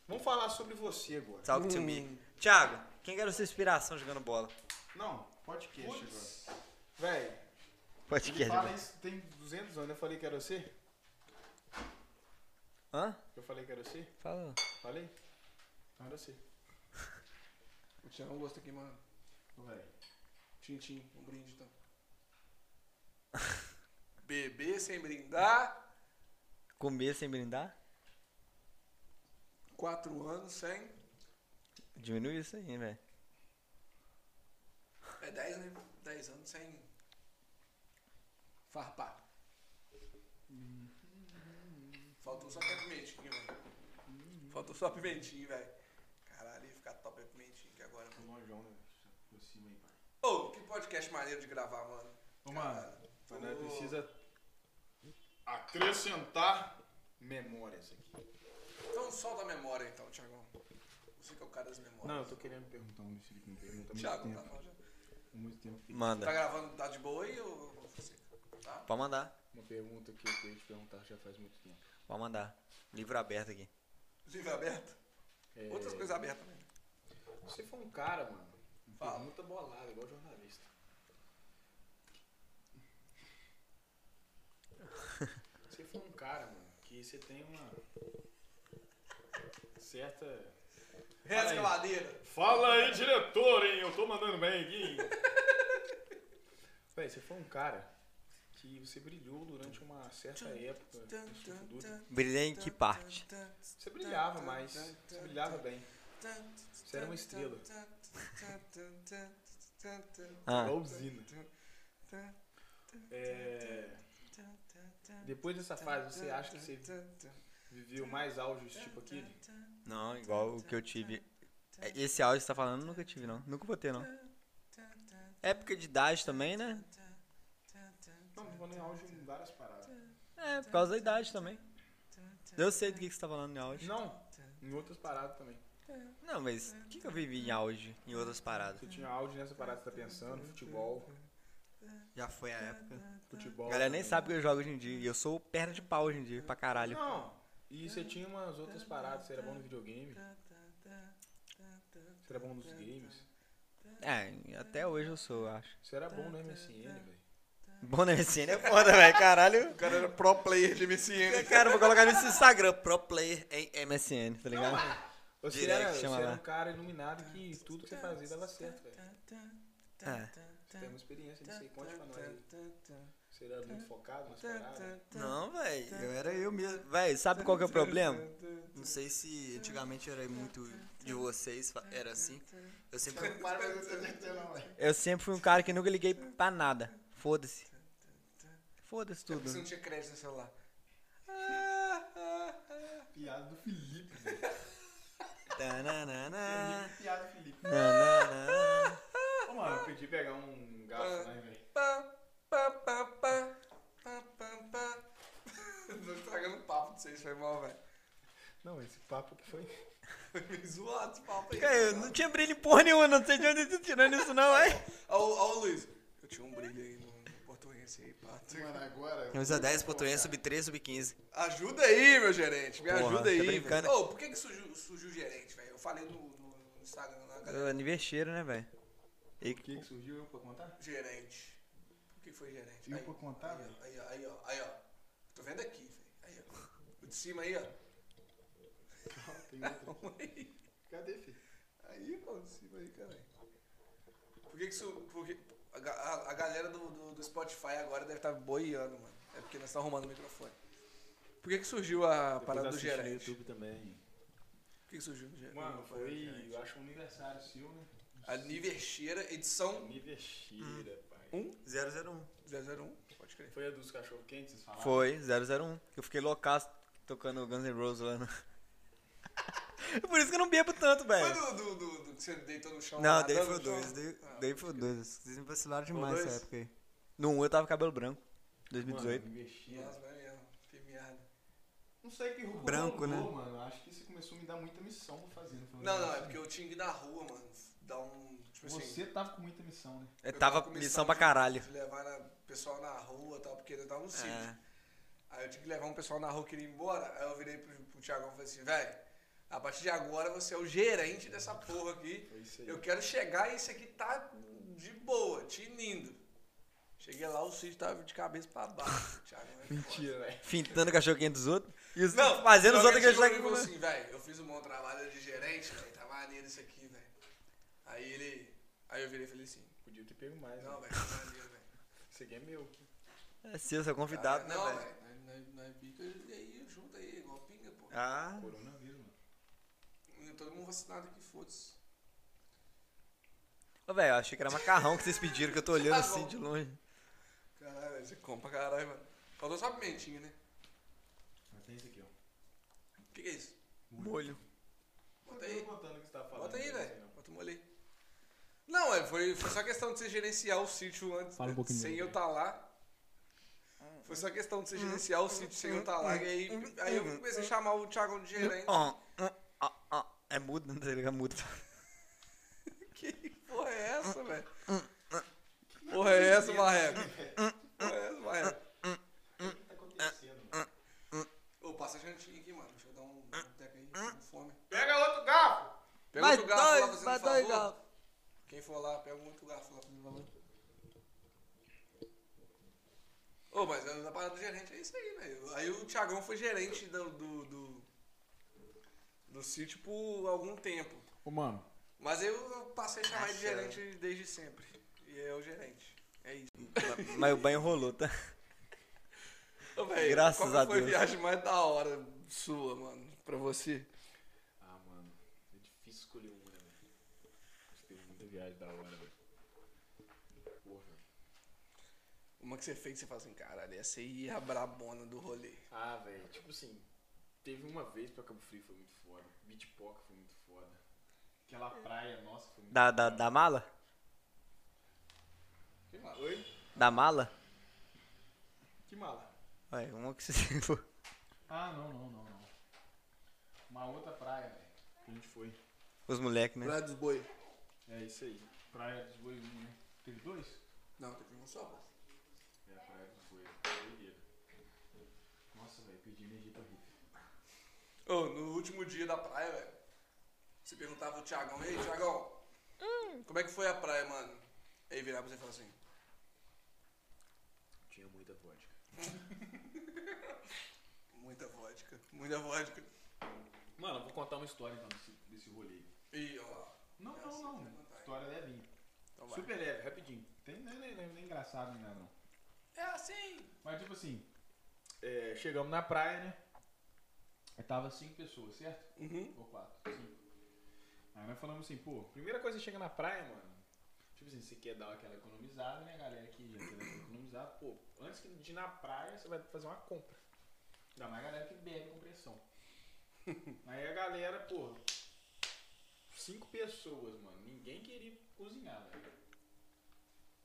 Speaker 3: vamos falar sobre você agora.
Speaker 1: Talk to me. Thiago, quem era sua inspiração jogando bola?
Speaker 3: Não, podcast agora. Véi,
Speaker 1: Pode
Speaker 3: Ele fala isso tem 200 anos. Eu falei que era você?
Speaker 1: Hã?
Speaker 3: Eu falei que era você?
Speaker 1: Fala.
Speaker 3: Falei? Não era você.
Speaker 2: Vou tirar um gosto aqui, mano.
Speaker 3: Véi.
Speaker 2: Tchim, tchim. Um brinde, então. Beber sem brindar.
Speaker 1: Comer sem brindar?
Speaker 2: Quatro anos sem.
Speaker 1: Diminui isso aí, velho.
Speaker 2: É dez, né? Dez anos sem. Farpar. Faltou só que a pimentinha, mano. Faltou só a pimentinha, velho. Caralho, ia ficar top a pimentinha aqui agora.
Speaker 3: Tô longeão, né? Aproxima aí, pai.
Speaker 2: Ô, que podcast maneiro de gravar, mano.
Speaker 3: Ô, mano,
Speaker 2: Caralho.
Speaker 3: mas nós precisa acrescentar memórias aqui.
Speaker 2: Então solta a memória, então, Thiagão. Você que é o cara das memórias.
Speaker 3: Não, eu tô querendo perguntar um Luiz Felipe, me pergunta há muito
Speaker 2: Thiago, tá
Speaker 3: tempo.
Speaker 2: bom já.
Speaker 3: há muito tempo.
Speaker 2: Tá
Speaker 1: Manda.
Speaker 2: gravando, tá de boa aí ou ou você? Tá?
Speaker 1: Pode mandar.
Speaker 3: Uma pergunta que eu queria te perguntar já faz muito tempo.
Speaker 1: Pode mandar. Livro aberto aqui.
Speaker 2: Livro aberto?
Speaker 3: É,
Speaker 2: Outras coisas abertas também.
Speaker 3: Você foi um cara, mano.
Speaker 2: Fala.
Speaker 3: Fala. Pergunta bolada, igual jornalista. Você foi um cara, mano, que você tem uma certa.
Speaker 2: Reza
Speaker 3: aí.
Speaker 2: geladeira.
Speaker 3: Fala aí, diretor, hein? Eu tô mandando bem aqui. Véi, você foi um cara que você brilhou durante uma certa época no seu futuro.
Speaker 1: Brilhei em que parte?
Speaker 3: Você brilhava, mas você brilhava bem. Você era uma estrela.
Speaker 1: Ah,
Speaker 3: Igual usina. É, Depois dessa fase, você acha que você viveu mais auges tipo aquele?
Speaker 1: não, igual o que eu tive. É, Esse áudio que você tá falando, eu nunca tive, não. Nunca vou ter, não. Época de idade também, né?
Speaker 3: Não, não vou nem auge em várias paradas.
Speaker 1: É, por causa da idade também. Eu sei do que que você tá falando em auge.
Speaker 3: Não, em outras paradas também.
Speaker 1: Não, mas o que, que eu vivi em auge, em outras paradas?
Speaker 3: Você tinha auge nessa parada que você tá pensando, futebol,
Speaker 1: Já foi a época.
Speaker 3: futebol.
Speaker 1: A galera nem
Speaker 3: também.
Speaker 1: sabe que eu jogo hoje em dia. E eu sou perna de pau hoje em dia, pra caralho.
Speaker 3: Não, e você tinha umas outras paradas, você era bom no videogame, você era bom nos games,
Speaker 1: É, até hoje eu sou, eu acho.
Speaker 3: você era bom no MSN, velho.
Speaker 1: Bom na MSN é foda, velho. Caralho. É,
Speaker 2: O cara era pro player de MCN.
Speaker 1: Cara, eu vou colocar nesse Instagram, Pro Player em MSN, tá ligado?
Speaker 3: Você,
Speaker 1: Direct,
Speaker 3: era,
Speaker 1: chama
Speaker 3: você era
Speaker 1: lá.
Speaker 3: um cara iluminado que tudo que você fazia dava certo, velho.
Speaker 1: É.
Speaker 3: Você tem uma experiência disso aí, conte pra nós. aí. Você era muito focado nas paradas.
Speaker 1: Não, velho. Eu era eu mesmo. Velho, sabe qual que é o problema? Não sei se antigamente era muito de vocês, fa- era assim. Eu sempre, eu sempre fui um cara que nunca liguei pra nada. Foda-se. Foda-se tudo.
Speaker 2: Você não tinha crédito no celular.
Speaker 3: Piada do Felipe, velho.
Speaker 1: Tananana,
Speaker 3: Piada do Felipe.
Speaker 1: nananana.
Speaker 3: Ô, mano, eu pedi pegar um garfo, né, velho?
Speaker 2: Pá, pá, pá, pá. Pá, pá, pá. Tô estragando o papo do vocês, foi mal, velho.
Speaker 10: Não, esse papo que foi.
Speaker 2: Foi meio zoado esse papo aí.
Speaker 4: Cara, eu não tinha brilho porra nenhuma, não sei de onde você tá tirando isso não, é?
Speaker 2: Ó, o- ó o Luiz. Eu tinha um brilho aí no no portuense aí, pato.
Speaker 3: Mano, agora. eu
Speaker 4: Camisa
Speaker 3: vou
Speaker 4: 10,
Speaker 3: colocar.
Speaker 4: português, sub 13, sub 15.
Speaker 2: Ajuda aí, meu gerente. Me
Speaker 4: Porra,
Speaker 2: ajuda
Speaker 4: tá
Speaker 2: aí.
Speaker 4: brincando.
Speaker 2: velho. Ô, por que, que surgiu, surgiu o gerente, velho? Eu falei no, no Instagram lá, galera.
Speaker 4: Aniversário, né, velho?
Speaker 3: O que, que surgiu eu pra contar?
Speaker 2: Gerente. Por que foi gerente?
Speaker 3: Eu
Speaker 2: Aí,
Speaker 3: pra contar,
Speaker 2: aí,
Speaker 3: velho?
Speaker 2: ó, aí, ó, aí, ó, aí, ó. Tô vendo aqui, velho. Aí, ó. O de cima aí, ó.
Speaker 3: Tem outra.
Speaker 2: Calma aí.
Speaker 3: Cadê, filho?
Speaker 2: Aí, pô, de cima aí, caralho. Por que que isso. Por que, a, ga- a, a galera do, do, do Spotify agora deve estar boiando, mano. É porque nós estamos arrumando o microfone. Por que, que surgiu a
Speaker 10: Depois
Speaker 2: parada do
Speaker 10: assiste no
Speaker 2: gerente?
Speaker 10: YouTube também.
Speaker 2: Por que, que surgiu o gerente?
Speaker 3: Mano, foi.
Speaker 2: Gerente.
Speaker 3: Eu acho um aniversário seu, né?
Speaker 2: A Nivercheira,
Speaker 3: Hum.
Speaker 2: edição
Speaker 3: Aniversário, pai.
Speaker 1: 001.
Speaker 2: 001, pode crer.
Speaker 3: Foi a dos cachorro quentes, vocês falaram?
Speaker 1: Foi, 001. Que eu fiquei loucaço tocando Guns N' Roses lá no... Por isso que eu não bebo tanto,
Speaker 2: Foi
Speaker 1: velho.
Speaker 2: do, do, do, do que você deitou no chão?
Speaker 1: É. Não,
Speaker 2: nadando
Speaker 1: daí foi
Speaker 2: no
Speaker 1: o 2.
Speaker 2: chão?
Speaker 1: Daí,
Speaker 2: Ah,
Speaker 1: daí foi o 2. Vocês me vacilaram demais
Speaker 2: dois?
Speaker 1: essa época aí. No 1 um, eu tava com cabelo branco. 2018.
Speaker 3: Mano, investia.
Speaker 2: Nossa, vai mesmo. Que merda.
Speaker 3: Não sei é que rumo
Speaker 1: Branco, né?
Speaker 3: rolou, mano. Acho que isso começou a me dar muita missão pra fazer. Não, foi um
Speaker 2: Não, não, é
Speaker 3: negócio
Speaker 2: porque eu tinha que ir na rua, mano. Dar um. Tipo
Speaker 3: assim.
Speaker 2: assim.
Speaker 3: Você tava com muita missão, né?
Speaker 1: Eu tava
Speaker 2: eu tava
Speaker 1: com
Speaker 2: com missão
Speaker 1: missão pra caralho.
Speaker 2: de Levar na- pessoal na rua e tal, porque eu tava no sítio.
Speaker 1: É.
Speaker 2: Aí eu tinha que levar um pessoal na rua que ia embora. Aí eu virei pro, pro Thiagão e falei assim, velho, a partir de agora você é o gerente dessa porra aqui.
Speaker 3: Foi isso aí.
Speaker 2: Eu quero chegar e isso aqui tá de boa, tinindo. Cheguei lá, o sítio tava de cabeça pra baixo. Thiago, é foda.
Speaker 3: Mentira, velho.
Speaker 1: Fintando o cachorro quente dos outros. E os
Speaker 2: Não,
Speaker 1: fazendo os
Speaker 2: pior
Speaker 1: outros
Speaker 2: que ele chegou
Speaker 1: acreditar
Speaker 2: pra
Speaker 1: que tá
Speaker 2: mim e falou
Speaker 1: eu
Speaker 2: assim, velho, eu fiz um bom trabalho de gerente, velho, tá maneiro isso aqui, velho. Aí ele. Aí eu virei e falei assim,
Speaker 10: Podia ter pego mais.
Speaker 3: né?
Speaker 2: não, velho, tá maneiro, velho.
Speaker 10: Isso aqui é meu.
Speaker 1: É seu, seu convidado,
Speaker 2: Ah,
Speaker 1: né,
Speaker 2: Não,
Speaker 1: velho?
Speaker 2: velho, nós- nós- nós pica e aí junta aí, igual pinga, pô.
Speaker 1: Ah,
Speaker 3: Coronavírus, mano.
Speaker 2: Todo mundo vacinado aqui, foda-se.
Speaker 1: Ô, velho, eu achei que era macarrão que vocês pediram, que eu
Speaker 2: Tá
Speaker 1: tô olhando assim de longe.
Speaker 2: Caralho, velho, você compra caralho, mano. Faltou só a pimentinha, né?
Speaker 3: Mas tem isso aqui, ó.
Speaker 2: O que, que é isso?
Speaker 1: Molho.
Speaker 2: Bota aí.
Speaker 3: Eu tô contando o que você tava falando.
Speaker 2: Bota aí,
Speaker 3: não sei
Speaker 2: velho.
Speaker 3: não.
Speaker 2: Bota o molho aí. Não, velho, foi, foi só questão de você gerenciar o sítio antes,
Speaker 10: Fala um pouquinho
Speaker 2: sem
Speaker 10: dele,
Speaker 2: eu estar tá lá. Foi só questão de você gerenciar
Speaker 1: Hum.
Speaker 2: o sítio sem eu estar tá lá. E aí, aí eu comecei a chamar o Thiago de gerente.
Speaker 1: Ó, ó, ó, ó. É mudo, não tá ligado? Mudo.
Speaker 2: Que porra é essa, velho? Porra é essa, Marreco? Porra é essa, Marreco?
Speaker 3: O que tá
Speaker 2: Ah.
Speaker 3: acontecendo? mano?
Speaker 2: Ô, passa a jantinha aqui, mano. Deixa eu dar um um teco aí, tô com fome.
Speaker 3: Pega outro garfo!
Speaker 2: Pega outro garfo lá, fazendo um favor.
Speaker 1: garfos.
Speaker 2: Quem for lá, pega um outro garfo lá, fazendo favor. Ô, mas a a parada do gerente é isso aí, velho. Aí o Thiagão foi gerente do, do, do, do sítio por algum tempo.
Speaker 10: Ô, mano,
Speaker 2: Mas eu passei a chamar ele de
Speaker 1: Nossa.
Speaker 2: gerente desde sempre. E é o gerente. É isso.
Speaker 1: Ma- Mas o banho rolou, tá?
Speaker 2: Ô, velho,
Speaker 1: Graças
Speaker 2: qual que
Speaker 1: a
Speaker 2: foi
Speaker 1: Deus.
Speaker 2: a viagem mais da hora sua, mano, pra você?
Speaker 3: Ah, mano. É difícil escolher uma, né, velho?
Speaker 10: acho que teve muita viagem da hora, velho.
Speaker 3: Porra.
Speaker 2: Uma que você fez que você fala assim, caralho, essa aí é a brabona do rolê.
Speaker 3: Ah, velho. Tipo assim, teve uma vez pra Cabo Frio foi muito foda. Beatpoca foi muito foda. Aquela praia nossa foi muito
Speaker 1: Da, da,
Speaker 3: foda.
Speaker 1: da mala?
Speaker 3: Que mala? Oi?
Speaker 1: Da mala?
Speaker 3: Que mala?
Speaker 1: Ué, uma que você for.
Speaker 3: Ah, não, não, não, não. Uma outra praia, velho. Que a gente foi.
Speaker 1: Os moleques, né?
Speaker 2: Praia dos Boi.
Speaker 3: É isso aí. Praia dos Boiú, né? Teve dois?
Speaker 2: Não, teve um só.
Speaker 3: É, Praia dos Boiú. Doideira. Nossa, velho, perdi energia pra rir.
Speaker 2: Ô, no último dia da praia, velho, você perguntava o Thiagão, ei, Thiagão, como é que foi a praia, mano? Aí virava pra você e falava assim,
Speaker 3: Tinha muita vodka.
Speaker 2: muita vodka, muita vodka.
Speaker 3: Mano, eu vou contar uma história então desse, desse rolê.
Speaker 2: E ó,
Speaker 3: Não,
Speaker 2: Essa
Speaker 3: não,
Speaker 2: tem que contar,
Speaker 3: não. é
Speaker 2: hein?
Speaker 3: História levinha.
Speaker 2: então vai.
Speaker 3: Super leve, rapidinho.
Speaker 10: Tem, nem, nem, é nem, nem engraçado nem nada, não.
Speaker 2: É assim.
Speaker 10: Mas tipo assim, é, chegamos na praia, né? Aí tava cinco pessoas, certo?
Speaker 2: Uhum.
Speaker 10: Ou quatro, cinco. Aí nós falamos assim, pô, primeira coisa que chega na praia, mano. Tipo assim, você quer dar aquela economizada, né, galera que já quer dar aquela economizada, pô, antes que de ir na praia, você vai fazer uma compra. Ainda mais a galera que bebe com pressão. Aí a galera, pô, cinco pessoas, mano, ninguém queria cozinhar, velho.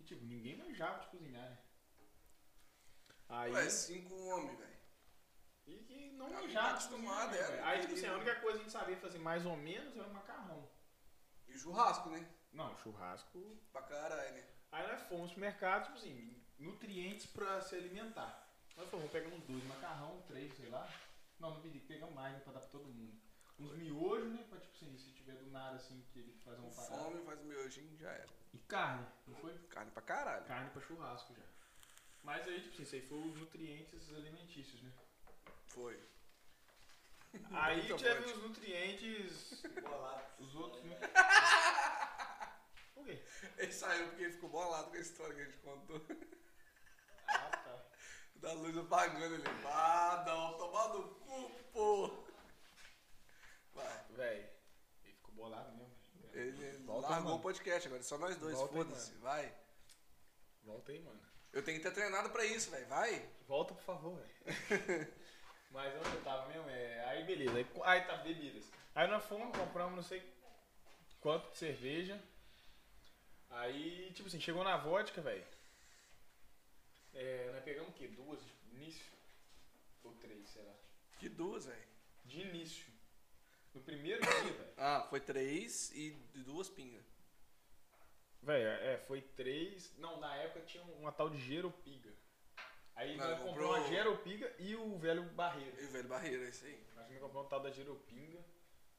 Speaker 10: E tipo, ninguém manjava de cozinhar, né? Aí.
Speaker 2: Ué, cinco homens, velho.
Speaker 3: E que não
Speaker 2: Ela
Speaker 3: já
Speaker 2: tá acostumada,
Speaker 3: cozinhava,
Speaker 10: né?
Speaker 2: é,
Speaker 3: velho.
Speaker 2: ela
Speaker 3: Aí, tipo assim,
Speaker 2: queria.
Speaker 3: a única coisa que a gente sabia fazer mais ou menos
Speaker 10: é
Speaker 3: era o macarrão.
Speaker 2: E churrasco, né?
Speaker 3: Não, churrasco.
Speaker 2: Pra caralho, né?
Speaker 3: Aí nós fomos pro mercado, tipo assim, nutrientes pra se alimentar. Nós fomos, pegamos dois macarrão, um três, sei lá. Não, não pedi, pegamos mais, né, pra dar pra todo mundo. Uns miojos, né, pra tipo assim, se tiver do nada assim, que ele faz
Speaker 2: Com
Speaker 3: uma parada.
Speaker 2: fome, faz o miojinho, já era.
Speaker 3: E carne, não foi?
Speaker 2: Carne pra caralho.
Speaker 3: Carne pra churrasco já. Mas aí, tipo assim, isso aí foi os nutrientes alimentícios, né?
Speaker 2: Foi.
Speaker 3: Aí
Speaker 2: Muito
Speaker 3: teve
Speaker 2: bom.
Speaker 3: os nutrientes. os outros. nu- Por quê?
Speaker 2: Ele saiu porque ele ficou bolado com a história que a gente contou.
Speaker 3: Ah, tá.
Speaker 2: Da luz apagando ele. Ah, não, tomar no cu, pô. Vai.
Speaker 3: Véi, ele ficou bolado mesmo.
Speaker 2: Ele
Speaker 3: Volta,
Speaker 2: largou
Speaker 3: mano.
Speaker 2: o podcast agora, é só nós dois,
Speaker 3: Volta aí,
Speaker 2: foda-se, vai.
Speaker 3: Volta aí, mano.
Speaker 2: Eu tenho que ter treinado pra isso, velho, vai.
Speaker 3: Volta, por favor, velho. Mas onde eu tava mesmo? É... Aí beleza, aí, co- aí tá bebidas. Aí nós fomos, compramos não sei quanto de cerveja. Aí, tipo assim, chegou na vodka, velho. É, nós pegamos o quê? Duas de início? Ou três, sei lá.
Speaker 2: Que duas, velho.
Speaker 3: De início. No primeiro dia, velho.
Speaker 2: Ah, foi três e duas pingas.
Speaker 3: Velho, é, foi três. Não, na época tinha um, uma tal de Geropiga. Aí
Speaker 2: Não,
Speaker 3: nós
Speaker 2: comprou-
Speaker 3: comprou a Geropiga e o velho Barreiro.
Speaker 2: E o velho barreiro, é isso aí.
Speaker 3: Nós também compramos um tal da Giropinga.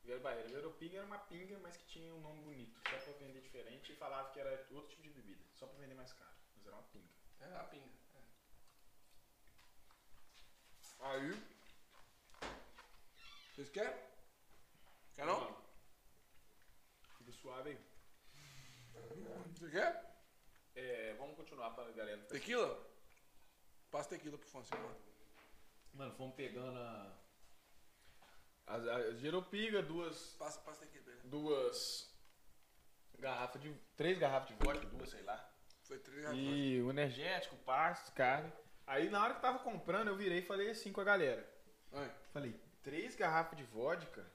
Speaker 3: Velho Barreira. Giropinga era uma pinga, mas que tinha um nome bonito. Só pra vender diferente e falava que era outro tipo de bebida. Só pra vender mais caro. Mas era uma pinga.
Speaker 2: É a pinga.
Speaker 3: Aí?
Speaker 2: Vocês querem? Quer não?
Speaker 3: Fica suave aí.
Speaker 2: Você quer?
Speaker 3: É, vamos continuar pra galera.
Speaker 2: Tequila? Passa tequila pro Fonse, mano.
Speaker 3: Mano, fomos pegando a... As, a Giropinga, duas...
Speaker 2: Passa, passa tequila pra ele.
Speaker 3: Duas... Garrafas de... Três garrafas de vodka, duas, sei lá.
Speaker 2: Foi três e...
Speaker 3: E o energético, pastas, carne. Aí na hora que tava comprando, eu virei e falei assim com a galera. Falei, três garrafas de vodka?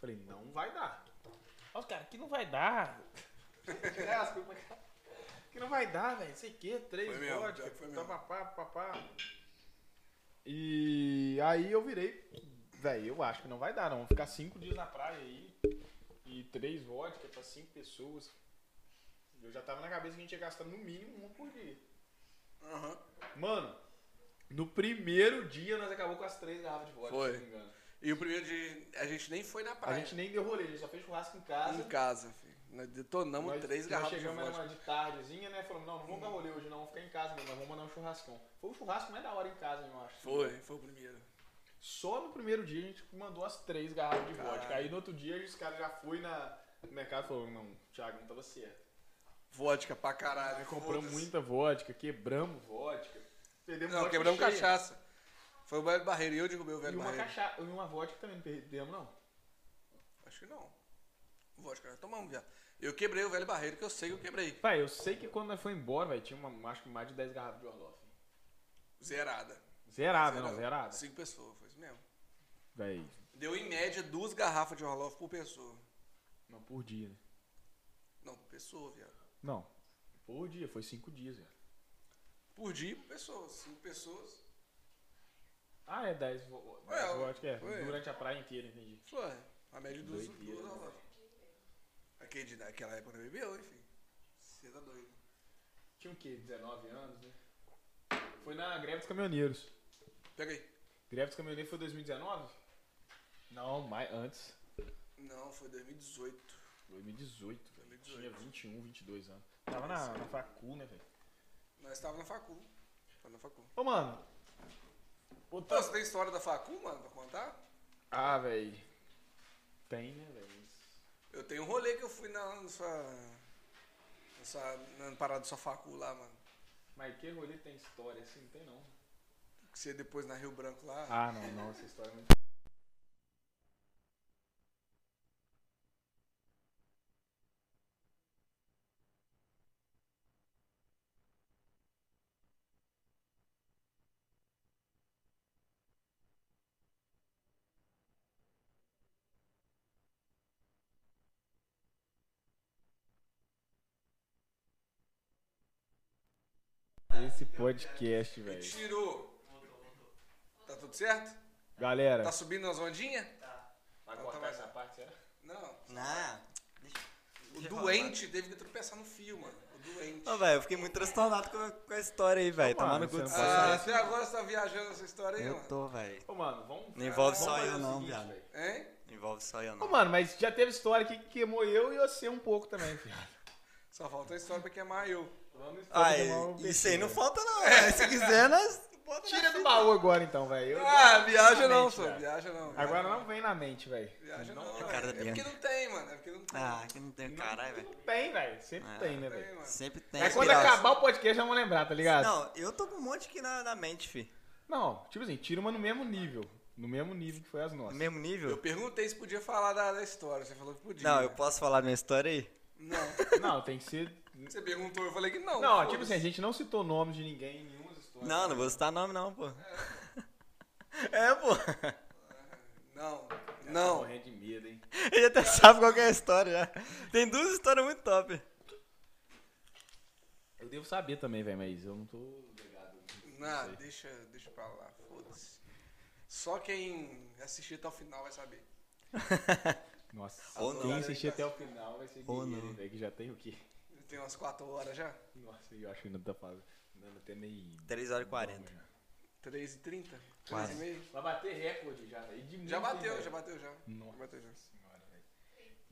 Speaker 3: Falei, não vai dar. Olha os caras, que não vai dar. Desgraça, como é que- que não vai dar, velho. Sei que, três
Speaker 2: Foi mesmo,
Speaker 3: vodka.
Speaker 2: pior que foi mesmo.
Speaker 3: Papapá, papapá. E aí eu virei, velho, eu acho que não vai dar, não. Vou ficar cinco dias na praia aí. E três vodka pra cinco pessoas. Eu já tava na cabeça que a gente ia gastar no mínimo um por dia.
Speaker 2: Aham.
Speaker 3: Mano, no primeiro dia nós acabamos com as três garrafas de vodka,
Speaker 2: Foi.
Speaker 3: se não me engano.
Speaker 2: E o primeiro de. A gente nem foi na
Speaker 3: A
Speaker 2: praia.
Speaker 3: gente nem deu rolê, a gente só fez churrasco em casa.
Speaker 2: Em casa, filho. Nós detonamos
Speaker 3: Nós-
Speaker 2: três
Speaker 3: nós
Speaker 2: garrafas de
Speaker 3: chegamos, era
Speaker 2: vodka.
Speaker 3: uma de tardezinha, né? Falamos, não, não vamos dar rolê hoje, não, vamos ficar em casa mesmo, nós vamos mandar um churrascão. Foi um churrasco mais da hora em casa, eu acho.
Speaker 2: Foi, foi o primeiro.
Speaker 3: Só no primeiro dia a gente mandou as três garrafas de
Speaker 2: Caralho.
Speaker 3: vodka. Aí no outro dia os caras já foi na, no mercado e falou, não, Thiago, não tava certo.
Speaker 2: Vodka pra caralho.
Speaker 3: Nós compramos
Speaker 2: foda-se.
Speaker 3: muita vodka, quebramos vodka. Perdemos
Speaker 2: Não,
Speaker 3: vodka
Speaker 2: quebramos
Speaker 3: cheia.
Speaker 2: cachaça. Foi o velho barreiro e eu derrubei o
Speaker 3: E
Speaker 2: velho
Speaker 3: uma,
Speaker 2: barreiro.
Speaker 3: cachaça, e uma vodka também não perdemos, não.
Speaker 2: Acho que não. Vodka, nós tomamos, viado. Eu quebrei o velho barreiro, que eu sei que eu quebrei.
Speaker 3: Pai, eu sei que quando nós foi embora, velho, tinha uma, acho que mais de 10 garrafas de Orloff.
Speaker 2: Zerada.
Speaker 3: Zerada, não, zerada.
Speaker 2: Cinco pessoas, foi isso mesmo.
Speaker 3: Véi,
Speaker 2: Deu em média duas garrafas de Orloff por pessoa.
Speaker 3: não, por dia, né?
Speaker 2: Não, por pessoa, viado.
Speaker 3: Não. Por dia, foi cinco dias, velho.
Speaker 2: Por dia, por pessoa. Cinco pessoas.
Speaker 3: Ah, é 10
Speaker 2: Ué,
Speaker 3: Eu acho que é.
Speaker 2: ué.
Speaker 3: Durante a praia inteira, entendi.
Speaker 2: Foi. A média de duas,
Speaker 3: Doideira,
Speaker 2: duas
Speaker 3: né,
Speaker 2: Orloff. Aquele de- Aquela época não bebeu, enfim. Você tá doido.
Speaker 3: Tinha o quê? 19 anos, né? Foi na greve dos caminhoneiros.
Speaker 2: Pega aí.
Speaker 3: Greve dos caminhoneiros foi 2019? Não, mais antes.
Speaker 2: Não, foi 2018.
Speaker 3: 2018, velho.
Speaker 2: 2018.
Speaker 3: Tinha 21, 22 anos. Tava na, na facu, né, velho?
Speaker 2: Nós estávamos na facu. Tava na facu.
Speaker 3: Ô, mano. O
Speaker 2: Pô, você tem história da facu, mano, pra contar?
Speaker 3: Ah, velho. Tem, né, velho?
Speaker 2: Eu tenho um rolê que eu fui na, na sua... Na, sua- na parada da sua facu lá, mano.
Speaker 3: Mas que rolê tem história assim? Não tem, não.
Speaker 2: Que você depois na Rio Branco lá...
Speaker 3: Ah, não, não. Essa história é muito... Esse podcast, velho. é.
Speaker 2: Tirou. Tá tudo certo?
Speaker 3: Galera,
Speaker 2: Tá subindo nas ondinhas?
Speaker 3: Tá, vai
Speaker 2: cortar essa
Speaker 3: parte, é? será?
Speaker 2: Não.
Speaker 1: Ah,
Speaker 2: O doente teve que tropeçar no fio, mano. O doente.
Speaker 1: Ô, velho, eu fiquei muito transtornado com a, com a história aí, velho.
Speaker 3: Calma,
Speaker 1: Tomar no
Speaker 3: você
Speaker 1: cu
Speaker 3: não
Speaker 1: do
Speaker 3: pode
Speaker 2: Ah,
Speaker 1: seu.
Speaker 2: até agora você tá viajando essa história aí,
Speaker 1: Eu
Speaker 2: mano.
Speaker 1: tô, velho.
Speaker 3: Ô, mano, vamos...
Speaker 1: Não envolve
Speaker 3: vamos
Speaker 1: só
Speaker 3: é fazer
Speaker 1: eu,
Speaker 3: o
Speaker 1: não,
Speaker 3: seguinte,
Speaker 1: viado.
Speaker 3: velho.
Speaker 2: Hein?
Speaker 1: Não envolve só eu,
Speaker 3: Ô,
Speaker 1: não.
Speaker 3: mano, mas já teve história aqui que queimou eu e você um pouco também, filho.
Speaker 2: Só falta a história pra queimar eu.
Speaker 3: Vamos história
Speaker 1: Ai,
Speaker 3: do mal,
Speaker 1: isso
Speaker 3: bicho,
Speaker 1: aí não
Speaker 3: velho.
Speaker 1: falta, não. velho. Se quiser, nós. bota na
Speaker 3: Tira do
Speaker 1: fita.
Speaker 3: baú agora, então, velho. Eu-
Speaker 2: Ah, viaja não,
Speaker 3: mente,
Speaker 2: só.
Speaker 3: velho.
Speaker 2: Viaja não. né?
Speaker 3: Agora não vem na mente, velho.
Speaker 2: Viaja não.
Speaker 1: a cara
Speaker 2: velho.
Speaker 1: da
Speaker 2: é porque não tem, mano. É porque não tem.
Speaker 1: Ah, que não tem caralho, velho.
Speaker 3: Tem, velho. Sempre
Speaker 1: Ah,
Speaker 3: tem, né,
Speaker 2: Não tem,
Speaker 3: velho?
Speaker 2: mano.
Speaker 1: Sempre tem.
Speaker 3: Mas quando
Speaker 1: inspiração.
Speaker 3: acabar o podcast, já vão lembrar, tá ligado?
Speaker 1: Não, eu tô com um monte aqui na, na mente, fi.
Speaker 3: Não, tipo assim, tira uma no mesmo nível. No mesmo nível que foi as
Speaker 1: No
Speaker 3: nossas.
Speaker 1: mesmo
Speaker 2: Eu
Speaker 1: nível?
Speaker 2: perguntei se podia falar da, da história. Você falou que podia.
Speaker 3: né?
Speaker 1: Não, eu posso falar minha história aí?
Speaker 2: Não.
Speaker 3: Não, tem que ser.
Speaker 2: Você perguntou, eu falei que não.
Speaker 3: Não,
Speaker 2: foda-se.
Speaker 3: tipo assim, a gente não citou nomes de ninguém em nenhuma história.
Speaker 1: Não, não vou citar nome, não, pô. É, pô.
Speaker 2: Não,
Speaker 3: Tô
Speaker 2: não.
Speaker 3: Morrendo de medo, hein?
Speaker 1: Ele até sabe qual que é a história já. Tem duas histórias muito top.
Speaker 3: Eu devo saber também, velho, mas eu não tô ligado.
Speaker 2: Não, deixa, deixa pra lá, foda-se. Só quem assistir até o final vai saber.
Speaker 3: Nossa,
Speaker 1: Ou
Speaker 3: quem
Speaker 1: não.
Speaker 3: assistir até o final vai ser
Speaker 1: Ou
Speaker 3: guerreiro,
Speaker 1: não.
Speaker 3: velho, que já tem o quê?
Speaker 2: Tem umas 4 horas já?
Speaker 3: Nossa, eu acho que não tá fazendo. Não, não tem nem. né?
Speaker 1: 3 horas e 40.
Speaker 2: 3h30?
Speaker 1: Quase.
Speaker 2: 3h30?
Speaker 3: Vai bater recorde já, velho. de
Speaker 2: Já
Speaker 3: muito,
Speaker 2: bateu,
Speaker 3: hein,
Speaker 2: já bateu já.
Speaker 3: velho.
Speaker 2: Já
Speaker 3: Nossa
Speaker 2: bateu já.
Speaker 3: senhora, velho.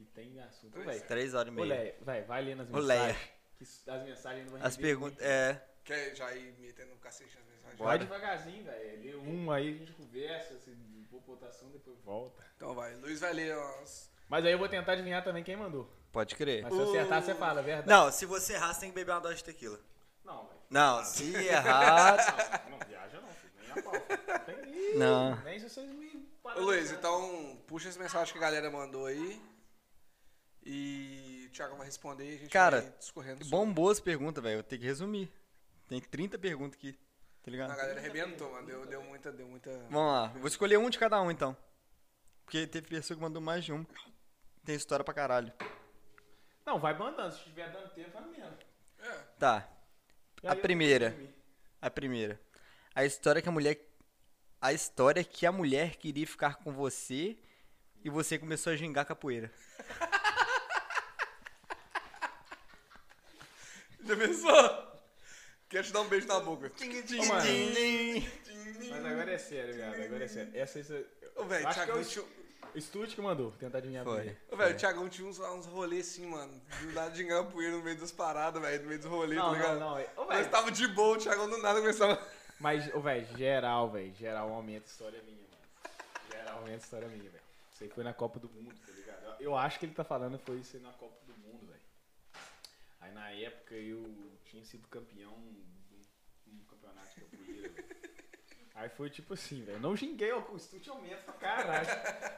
Speaker 3: E tem assunto,
Speaker 2: Pois
Speaker 3: velho.
Speaker 1: 3 horas e
Speaker 3: Ô,
Speaker 1: meia.
Speaker 3: Leia, vai, vai lendo as
Speaker 1: Ô, Leia.
Speaker 3: mensagens. Que s- as mensagens não vai
Speaker 1: As
Speaker 3: render
Speaker 1: perguntas. É.
Speaker 2: Quer já ir metendo um cacete nas mensagens?
Speaker 3: Vai
Speaker 1: Bora.
Speaker 3: devagarzinho, velho. Lê um aí, a gente conversa, se for votação, depois volta.
Speaker 2: Então vai, Luiz vai ler umas.
Speaker 3: Mas aí eu vou tentar adivinhar também quem mandou.
Speaker 1: Pode crer.
Speaker 3: Mas se eu acertar, você fala, é verdade.
Speaker 1: Não, se você errar, você tem que beber uma dose de tequila.
Speaker 3: Não, velho.
Speaker 1: Não, se
Speaker 3: Ah.
Speaker 1: errar.
Speaker 3: Não, não viaja não, filho. Nem a pau. filho. Tem isso.
Speaker 1: Não.
Speaker 3: Nem se vocês me
Speaker 2: Ô
Speaker 3: pararam.
Speaker 2: Luiz, então puxa as mensagens que a galera mandou aí. E o Thiago vai responder e a gente
Speaker 1: Cara,
Speaker 2: vai discorrendo sobre.
Speaker 1: Bombou as perguntas, velho. Eu tenho que resumir. Tem 30 perguntas aqui. Tá
Speaker 2: A
Speaker 1: ligado?
Speaker 2: galera arrebentou, mano. Deu, deu muita, deu muita.
Speaker 1: Vamos lá. Vou escolher um de cada um, então. Porque teve pessoa que mandou mais de um. Tem história pra caralho.
Speaker 3: Não, vai mandando. Se estiver dando tempo, vai mesmo.
Speaker 2: É,
Speaker 1: Tá.
Speaker 3: E
Speaker 1: A
Speaker 3: aí eu
Speaker 1: primeira.
Speaker 3: vou dormir.
Speaker 1: A primeira. A história que a mulher. A história que a mulher queria ficar com você e você começou a gingar capoeira.
Speaker 2: já pensou? Quero te dar um beijo na boca.
Speaker 3: Ô, mano, mas agora é sério, viado. Agora é sério. Essa, essa...
Speaker 2: Ô, velho,
Speaker 3: Acho que é
Speaker 2: Thiagão
Speaker 3: o
Speaker 2: tinha,
Speaker 3: Estúdio que mandou. Tentar adivinhar
Speaker 1: Foi.
Speaker 3: primeiro.
Speaker 2: ô, velho, o Thiagão tinha uns, uns rolês assim, mano. Do nada de engampoeira no meio das paradas, velho. No meio dos rolês,
Speaker 3: Não,
Speaker 2: tá ligado?
Speaker 3: não, não. é- Ô,
Speaker 2: Nós
Speaker 3: velho.
Speaker 2: tava de boa, o Thiagão do nada começava.
Speaker 3: Mas, ô, velho, geral, velho. Geral aumenta a história minha, mano. Geral aumenta a história minha, velho. Isso aí foi na Copa do Mundo, tá ligado? Eu- Eu acho que ele tá falando foi isso aí na Copa do Mundo, velho. Aí na época eu tinha sido campeão de um, um campeonato que eu podia, velho. Aí foi tipo assim, velho. Não xinguei, ó, o estúdio aumenta pra caralho.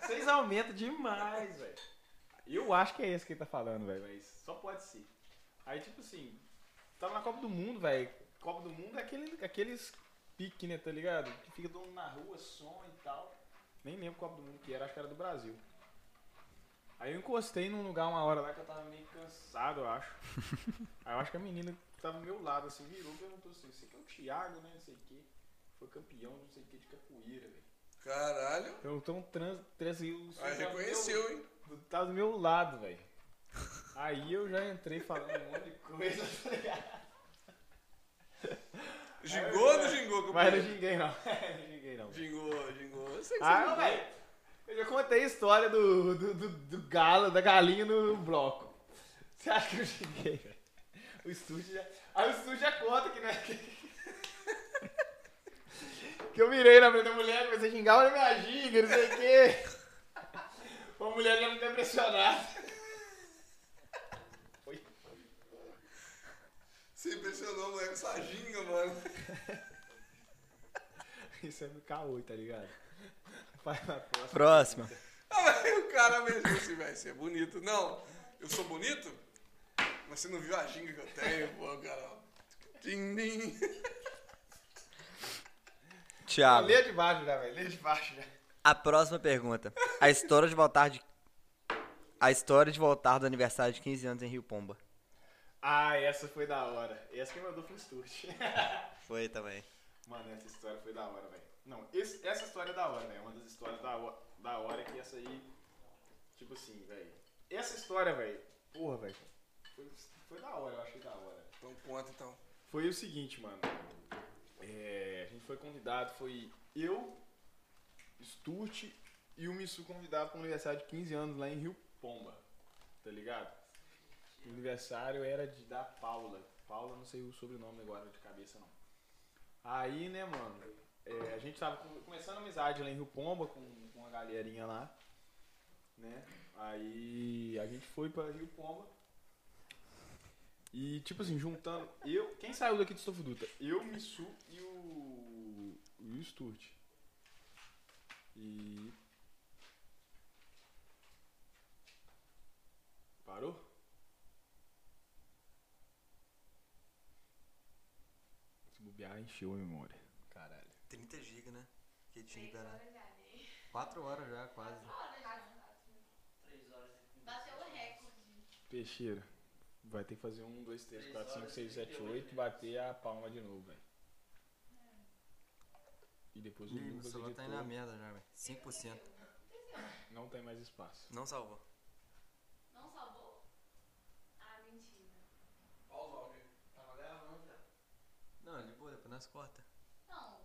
Speaker 3: Vocês aumentam demais, velho. Eu acho que é esse que ele tá falando, velho, mas só pode ser. Aí, tipo assim, tava na Copa do Mundo, velho. Copa do Mundo é aquele, aqueles pique, né, tá ligado? Que fica todo mundo na rua, som e tal. Nem lembro Copa do Mundo que era, acho que era do Brasil. Aí eu encostei num lugar uma hora lá que eu tava meio cansado, eu acho. Aí eu acho que a menina que tava do meu lado, assim, virou e perguntou assim, você que é o Thiago, né, não sei o quê. Foi campeão, não sei o quê, de capoeira, velho.
Speaker 2: Caralho.
Speaker 3: Perguntou um trans, trans e o
Speaker 2: Aí reconheceu, hein?
Speaker 3: do- tá do meu lado, velho. Aí eu já entrei falando um monte de coisa. tá ligado?
Speaker 2: Gingou ou não gingou? que eu
Speaker 3: Mas não
Speaker 2: perdi?
Speaker 3: xinguei não. Não xinguei não.
Speaker 2: Gingou, gingou. Eu sei que você
Speaker 3: Ah,
Speaker 2: não
Speaker 3: velho. Eu já contei a história do, do, do, do galo, da galinha no bloco. Você acha que eu xinguei, velho? O estúdio já. Aí o estúdio já conta que, né? Que eu virei na frente da mulher, comecei a xingar, olha minha giga, não sei o quê. A mulher já me depressionada.
Speaker 2: Você impressionou, moleque, essa ginga, mano.
Speaker 3: Isso é no K8, tá ligado? Vai na próxima.
Speaker 1: Próxima.
Speaker 2: Ah, mas o cara mesmo assim, velho, você é bonito. Não, eu sou bonito? Mas você não viu a ginga que eu tenho, pô, cara. Tim, tim.
Speaker 1: Thiago.
Speaker 3: Lê de baixo já, velho. Lê de baixo já.
Speaker 1: A próxima pergunta. A história de voltar de. A história de voltar do aniversário de 15 anos em Rio Pomba.
Speaker 3: Ah, essa foi da hora. Essa que mandou foi o Stuart.
Speaker 1: Foi também.
Speaker 3: Mano, essa história foi da hora, velho. Não, esse- essa história é da hora, velho. Uma das histórias da, ho- da hora é que essa aí. Tipo assim, velho. Essa história, velho. Porra, velho. Foi, foi da hora, eu achei da hora.
Speaker 2: Então conta, então.
Speaker 3: Foi o seguinte, mano. É, a gente foi convidado, foi eu, Sturt e o Missu convidado para um aniversário de 15 anos lá em Rio Pomba. Tá ligado? O aniversário era de da Paula. Paula, não sei o sobrenome agora de cabeça não. Aí, né, mano, é, a gente tava com- começando amizade lá em Rio Pomba com, com uma galerinha lá. Né? Aí a gente foi pra Rio Pomba. E, tipo assim, juntando. Eu, quem saiu daqui de Estofo Dutra? Eu, Missu e o. E o Sturt. E. Parou? Se bobear, encheu a memória.
Speaker 10: Caralho.
Speaker 4: 30 GB, né? Que tinha
Speaker 16: Três
Speaker 4: liberado.
Speaker 16: horas já, né?
Speaker 4: 4 horas já, quase.
Speaker 16: Quatro horas.
Speaker 11: Três horas e trinta.
Speaker 16: Bateu o recorde.
Speaker 3: Peixeira. Vai ter que fazer um, dois, três,
Speaker 11: Três
Speaker 3: quatro, cinco,
Speaker 11: horas e
Speaker 3: seis, sete,
Speaker 11: 38
Speaker 3: oito, bater a palma de novo, velho. E depois o
Speaker 4: Ih, meu
Speaker 3: Lucas
Speaker 4: celular tá indo na
Speaker 3: editor,
Speaker 4: merda já, velho. 5%.
Speaker 3: não tem mais espaço.
Speaker 4: Não salvou.
Speaker 16: Não salvou? Ah, mentira.
Speaker 11: Pausa o áudio. Tava gravando já.
Speaker 4: Não, de boa, depois nós corta.
Speaker 16: Não.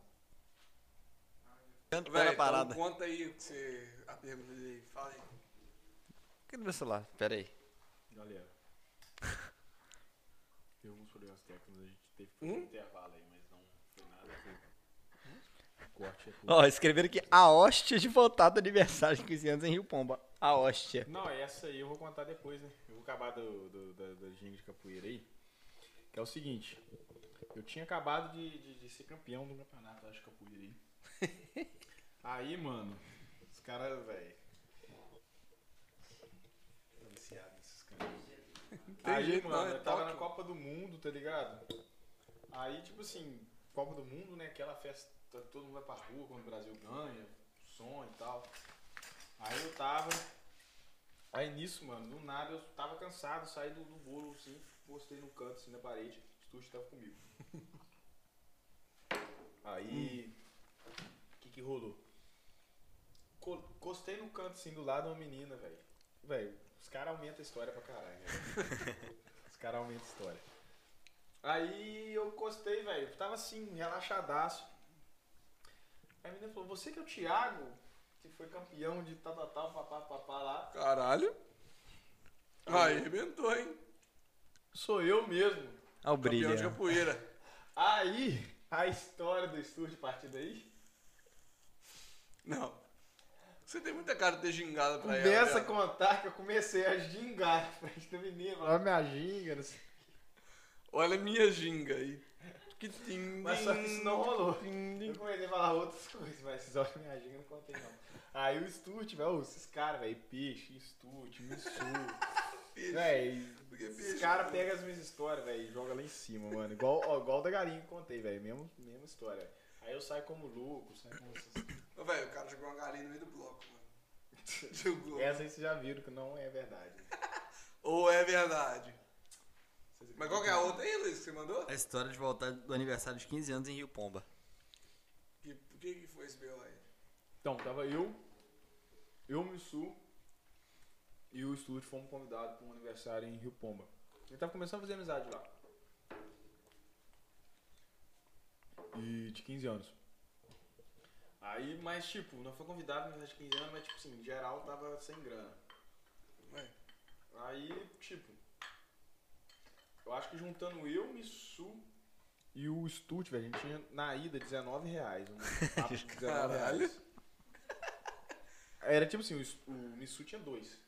Speaker 4: Tanto
Speaker 2: Véi,
Speaker 4: pela
Speaker 2: então
Speaker 4: parada.
Speaker 2: conta aí que você, a pergunta dele. Fala aí.
Speaker 4: Cadê meu celular? Pera aí.
Speaker 3: Galera. Teve alguns problemas técnicos, a gente teve que fazer um intervalo aí, mas não foi nada. foi- Corte é tudo.
Speaker 1: Ó, escreveram aqui a hóstia de voltada do aniversário de 15 anos em Rio Pomba. A hóstia.
Speaker 3: Não, é essa aí eu vou contar depois, né? Eu vou acabar do, do, da, da ginga de capoeira aí. Que é o seguinte. Eu tinha acabado de, de, de ser campeão do campeonato, acho, de capoeira aí. aí, mano. Os caras, velho. Tô viciado nesses caras. Aí,
Speaker 2: jeito,
Speaker 3: mano,
Speaker 2: não, é
Speaker 3: eu tava na
Speaker 2: Tóquio.
Speaker 3: Copa do Mundo, tá ligado? Aí, tipo assim, Copa do Mundo, né? Aquela festa, todo mundo vai pra rua quando o Brasil ganha, som e tal. Aí eu tava. Aí nisso, mano, do nada eu tava cansado, saí do, do bolo assim, postei no canto, assim, na parede, o Stuart tava comigo. Aí. O que que rolou? Co- Encostei no canto, assim, do lado de uma menina, velho. Velho, os caras aumentam a história pra caralho, né? Os caras aumentam a história. Aí eu encostei, velho. Tava assim, relaxadaço. Aí a menina falou, você que é o Thiago, que foi campeão de tal, tal, tal, papá, papá lá.
Speaker 2: Caralho. Aí, arrebentou, hein?
Speaker 3: Sou eu mesmo.
Speaker 1: Ó, o
Speaker 2: Campeão de
Speaker 1: brilho.
Speaker 2: capoeira.
Speaker 3: Aí, a história do estúdio partida aí.
Speaker 2: Não. Você tem muita cara de ter gingado pra ela.
Speaker 3: Começa a
Speaker 2: né?
Speaker 3: contar que eu comecei a gingar na frente da menina. Olha minha ginga, não sei.
Speaker 2: Olha a minha ginga aí. Que tim,
Speaker 3: Mas só que isso não rolou.
Speaker 2: tim, tim.
Speaker 3: Eu comecei a falar outras coisas, mas esses olhos minha ginga eu não contei não. Aí o Sturt, velho, esses caras, velho, peixe, Sturt, Missu. Velho,
Speaker 2: Porque, bicho,
Speaker 3: Os caras pegam as minhas histórias, velho, e joga lá em cima, mano. Igual, ó, igual da galinha que contei, velho. Mesmo- Mesma história. Aí eu saio como louco, saio como. essas-
Speaker 2: Ô, velho, o cara jogou uma galinha no meio do bloco, mano. Jogou.
Speaker 3: Essa aí vocês já viram que não é verdade.
Speaker 2: Ou é verdade?
Speaker 3: Vocês
Speaker 2: Mas qual que é a outra aí, Luiz, que você mandou?
Speaker 4: A história de voltar do aniversário de 15 anos em Rio Pomba.
Speaker 2: Que, o que que foi esse B.O. aí?
Speaker 3: Então, tava eu, eu, Missu e o estúdio fomos convidados para um aniversário em Rio Pomba. Ele tava começando a fazer amizade lá. E de 15 anos. Aí, mas tipo, não foi convidado mas de 15 anos, mas tipo assim, em geral tava sem grana.
Speaker 2: Ué.
Speaker 3: Aí, tipo, eu acho que juntando eu, Missu e o Stut, velho, a gente tinha na ida 19 reais. Um papo de 19
Speaker 2: Caralho.
Speaker 3: reais. Era tipo assim, o, Stu- o Missu tinha dois.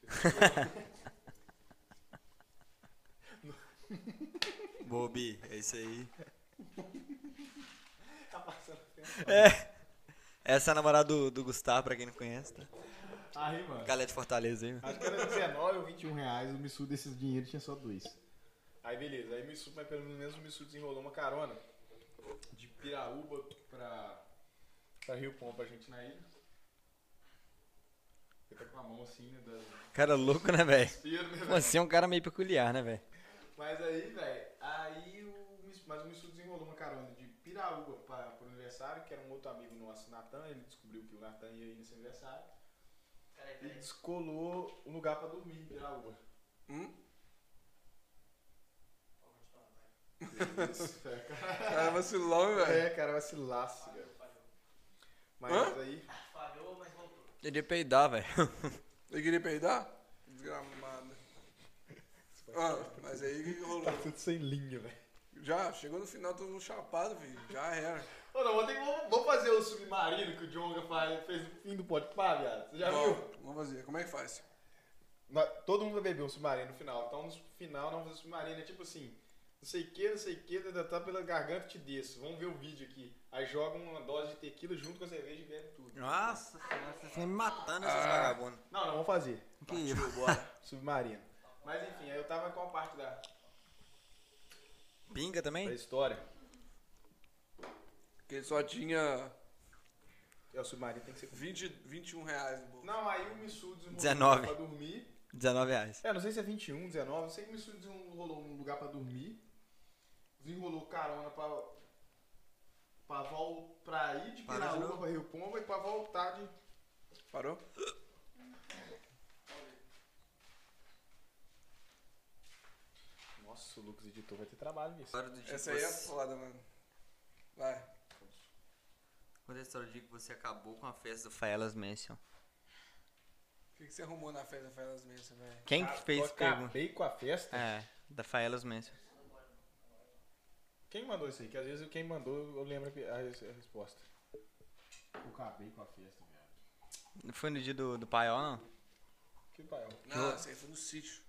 Speaker 4: Bobi, é isso aí.
Speaker 3: tá passando o tempo.
Speaker 4: Essa é a namorada do, do Gustavo, pra quem não conhece, tá?
Speaker 3: Aí, mano.
Speaker 4: Galera de Fortaleza aí, mano.
Speaker 3: Acho que era 19 ou 21 reais, o Missu desses dinheiro tinha só dois. Aí beleza, aí o Missu, mas pelo menos o Missu desenrolou uma carona de Piraúba pra, pra Rio Pompa pra gente na ilha. Ele tá com a mão assim, né? Da...
Speaker 4: Cara louco, né, velho?
Speaker 3: Respiro, né? velho?
Speaker 4: Você é um cara meio peculiar, né, velho?
Speaker 3: Mas aí, velho, aí o Missu, mas o Missu desenrolou uma carona de Piraúba pra, pro universo aniversário, que era um outro amigo nosso, Natan, ele descobriu que o Natan ia ir nesse aniversário
Speaker 11: Peraí,
Speaker 3: e
Speaker 11: peraí.
Speaker 3: descolou um lugar pra dormir em Piraúba.
Speaker 2: Hum?
Speaker 11: Vou continuar, vai.
Speaker 3: Isso, é, cara.
Speaker 2: Cara, vacilão, velho.
Speaker 3: É, cara, vacilaço, velho.
Speaker 11: Falhou, falhou.
Speaker 3: Mas
Speaker 2: Hã?
Speaker 3: aí,
Speaker 11: Falhou, mas voltou.
Speaker 4: Ele ia peidar, velho.
Speaker 2: Ele queria peidar? Desgramado. Ah, mas aí o que que rolou?
Speaker 3: tá tudo sem linha, velho.
Speaker 2: Já, chegou no final, todo mundo chapado, filho. Já era.
Speaker 3: Ô, não, vou, ter que- vou- vou fazer o submarino que o Jonga faz- fez no fim do pote pá, viado. Você já viu?
Speaker 2: Bom, vamos fazer. Como é que faz?
Speaker 3: Na- todo mundo vai beber um submarino no final. Então, no final, não fazer submarino. É tipo assim, não sei o que, não sei o que, ainda tá pela garganta te desço. Vamos ver o vídeo aqui. Aí joga uma dose de tequila junto com a cerveja e bebe tudo.
Speaker 4: Nossa senhora, vocês estão me matando esses
Speaker 2: Ah.
Speaker 4: vagabundos.
Speaker 3: Não, não, vamos fazer.
Speaker 4: Que isso?
Speaker 3: Submarino. Mas enfim, aí eu tava com a parte da,
Speaker 4: Pinga
Speaker 3: da
Speaker 4: também?
Speaker 3: história.
Speaker 2: Porque ele só tinha
Speaker 3: É o submarino tem que ser.
Speaker 2: 20, 21 reais no bolso.
Speaker 3: Não, aí o Missu desenrolou
Speaker 4: 19.
Speaker 3: pra dormir.
Speaker 4: 19 reais.
Speaker 3: É, não sei se é 21, 19, não sei que o Missu desenrolou um lugar pra dormir. Desenrolou carona pra, pra, vol, pra ir de
Speaker 4: Para de
Speaker 3: Piraúba
Speaker 4: novo.
Speaker 3: pra Rio Pomba e pra voltar de
Speaker 2: Parou?
Speaker 3: Nossa, o Lucas editor vai ter trabalho nisso.
Speaker 4: História do dia
Speaker 3: Tipo
Speaker 2: Essa
Speaker 4: que
Speaker 2: aí é
Speaker 3: assim,
Speaker 4: você-
Speaker 2: foda, mano. Vai.
Speaker 4: Quando a história do dia que você acabou com a festa do Faelas Mansion.
Speaker 2: O que, que você arrumou na festa foi das mesas, velho?
Speaker 4: Quem que fez pergunta?
Speaker 3: acabei com a festa.
Speaker 4: É, da Faelas Mansion.
Speaker 3: Quem mandou isso aí? Que às vezes quem mandou eu lembro a, a resposta.
Speaker 10: Eu acabei com a festa, viado.
Speaker 4: Não foi no dia do, do paiol, não?
Speaker 3: Que paiol.
Speaker 2: Não, isso aí foi no sítio.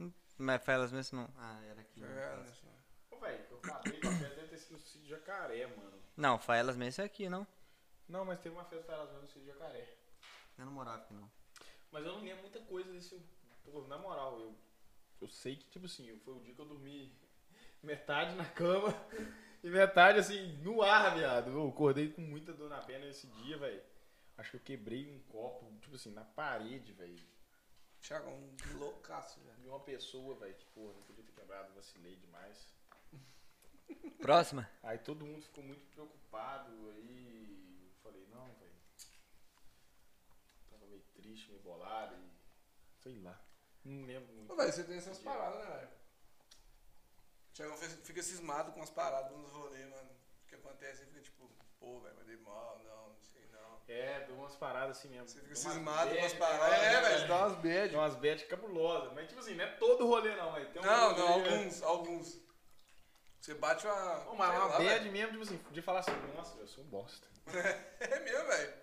Speaker 3: Hum,
Speaker 4: Mas Faelas Mansion não. Ah, era aqui.
Speaker 2: Foi
Speaker 4: né?
Speaker 3: tá.
Speaker 2: real, né, senhor?
Speaker 3: Ô, velho, eu acabei com a festa deve ter sido no sítio de jacaré, mano.
Speaker 4: Não, Faelas Mansion é aqui, não?
Speaker 3: Não, mas teve uma festa para no sítio de jacaré.
Speaker 4: Eu não morava aqui, não.
Speaker 3: Mas eu não lembro muita coisa desse. Pô, na moral, eu. Eu sei que, tipo assim, foi o dia que eu dormi metade na cama e metade, assim, no ar, viado. Eu acordei com muita dor na perna esse dia, velho. Acho que eu quebrei um copo, tipo assim, na parede, velho.
Speaker 2: Thiago, um loucaço, velho.
Speaker 3: De uma pessoa, velho, que, porra, não podia ter quebrado, vacilei demais.
Speaker 4: Próxima?
Speaker 3: Aí todo mundo ficou muito preocupado, aí eu falei, não, velho. Tava meio triste, meio bolado e. Sei lá. Não lembro muito.
Speaker 2: Ô, velho, você tem essas paradas, né, velho? Thiago fe- fica cismado com as paradas nos rolês, mano. O que acontece, ele fica tipo, pô, velho, mandei mal, não, não sei não.
Speaker 3: É, deu umas paradas assim mesmo.
Speaker 2: Você
Speaker 3: Deu
Speaker 2: fica
Speaker 3: umas
Speaker 2: cismado com
Speaker 3: bad,
Speaker 2: as paradas. É, velho, você dá umas
Speaker 3: Deu
Speaker 2: bad.
Speaker 3: umas bad cabulosas. Mas tipo assim, não é todo rolê não, velho. Tem um
Speaker 2: Não,
Speaker 3: rolê-
Speaker 2: não, alguns, alguns. Você bate uma.
Speaker 3: Ô, mas
Speaker 2: sei
Speaker 3: uma
Speaker 2: lá,
Speaker 3: bad
Speaker 2: velho.
Speaker 3: mesmo, tipo assim, de falar assim, nossa, eu sou um bosta.
Speaker 2: É mesmo, velho.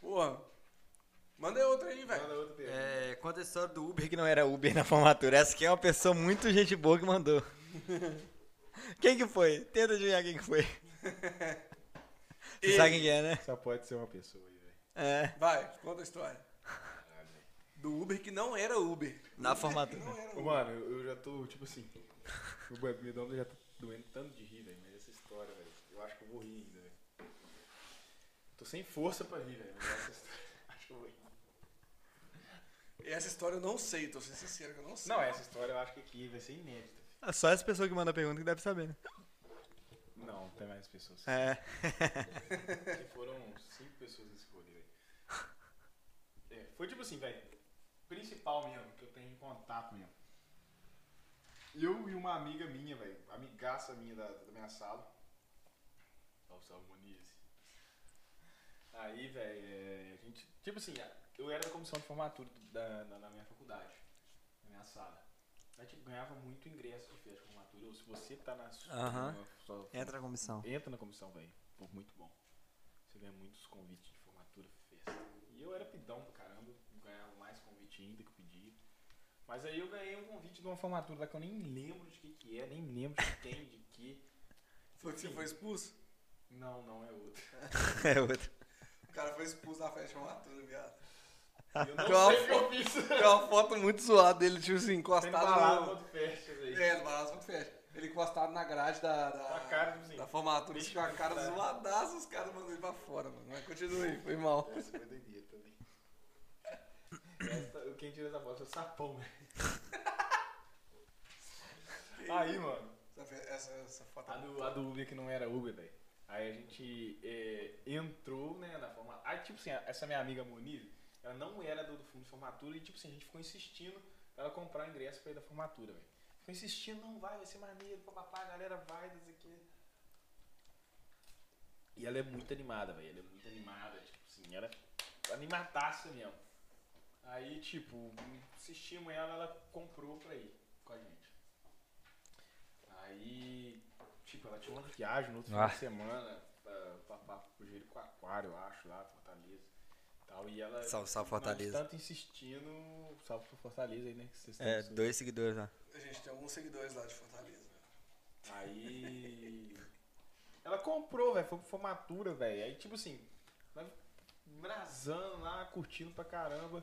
Speaker 2: Porra. Manda outra aí, velho.
Speaker 3: Manda outra pergunta.
Speaker 4: É, conta a história do Uber que não era Uber na formatura. Essa aqui é uma pessoa muito gente boa que mandou. Quem que foi? Tenta adivinhar quem que foi. Você
Speaker 2: Ele.
Speaker 4: sabe quem que é, né?
Speaker 3: Só pode ser uma pessoa aí, velho.
Speaker 4: É,
Speaker 2: Vai, conta a história. Do Uber que não era Uber.
Speaker 4: na formatura.
Speaker 2: Não era
Speaker 3: Ô,
Speaker 2: Uber.
Speaker 3: Mano, eu, eu já tô, tipo assim, o bebidão já tá doendo tanto de rir, velho. Mas essa história, velho, eu acho que eu vou rir ainda, velho. Tô sem força pra rir, velho. mas essa história- Acho que eu vou rir.
Speaker 2: E Essa história eu não sei, tô sendo sincero que eu não sei.
Speaker 3: Não, essa história eu acho que aqui vai ser inédita.
Speaker 4: Só essa pessoa que manda a pergunta que deve saber, né?
Speaker 3: Não, tem mais pessoas.
Speaker 4: É.
Speaker 3: Que foram cinco pessoas nesse rolê, velho. É, foi tipo assim, velho. Principal mesmo, que eu tenho em contato mesmo. Eu e uma amiga minha, velho. Amigaça minha da, da minha sala. Salve, salve, Moniz. Aí, velho, é, a gente. Tipo assim, eu era da comissão de formatura da, da, da minha faculdade. Na minha sala. Aí, tipo, ganhava muito ingresso de festa de formatura. Ou se você tá na sua.
Speaker 4: Aham.
Speaker 3: na sua-
Speaker 1: É
Speaker 4: Entra a comissão.
Speaker 3: Entra na comissão, velho. Pô, muito bom. Você ganha muitos convites de formatura, festa. E eu era pidão pra caramba, ganhava mais convite ainda que eu pedia. Mas aí eu ganhei um convite de uma formatura lá que eu nem lembro de que que é, nem lembro de quem, de que.
Speaker 2: Foi que você foi expulso?
Speaker 3: Não, não é outra.
Speaker 4: É outra.
Speaker 2: O cara foi expulso da festa matura, viado.
Speaker 3: Eu não
Speaker 2: Qual
Speaker 3: sei o que eu fiz.
Speaker 2: Tem uma foto muito zoada dele, tipo assim,
Speaker 3: Tem balada
Speaker 2: encostado
Speaker 3: quanto festas
Speaker 2: no.
Speaker 3: aí.
Speaker 2: É, no Balanço muito fecha. Ele encostado na grade da. Da,
Speaker 3: Com a cara, tipo assim.
Speaker 2: da formatura,
Speaker 3: Deixa
Speaker 2: com a cara
Speaker 3: eu pensar.
Speaker 2: zoadaça, os caras mandam ele pra fora, mano. Mas continua aí, foi mal.
Speaker 3: Essa foi doideira é também. Essa, quem tira essa foto é o sapão, velho. Aí, mano.
Speaker 2: Essa, fe- essa, essa foto.
Speaker 3: A do, a do Uber que não era Uber, velho. Aí a gente é, entrou, né, na formatura. Aí, tipo assim, essa minha amiga Moniz, ela não era do, do fundo de formatura e, tipo assim, a gente ficou insistindo pra ela comprar o ingresso pra ir da formatura, velho. Ficou insistindo, não vai, vai ser maneiro, papapá, a galera vai, não sei o quê. E ela é muito animada, velho. Ela é muito animada, tipo assim, ela é animadaça mesmo. Aí, tipo, insistimos ela, ela comprou pra ir com a gente. Aí, tipo, ela tinha uma viagem no outro
Speaker 1: Ah.
Speaker 3: fim de semana pra, pra, pra Jerico Aquário, eu acho, lá, Fortaleza. e Tal, e ela.
Speaker 1: Salve, salve,
Speaker 3: nós
Speaker 1: Fortaleza.
Speaker 3: Tanto insistindo. Salve pro Fortaleza aí, né? Que vocês
Speaker 1: É,
Speaker 3: estão-
Speaker 1: dois seguidores lá.
Speaker 2: A gente tem alguns seguidores lá de Fortaleza.
Speaker 3: Aí. Ela comprou, velho. Foi pra formatura, velho. Aí, tipo assim, nós brasando lá, curtindo pra caramba.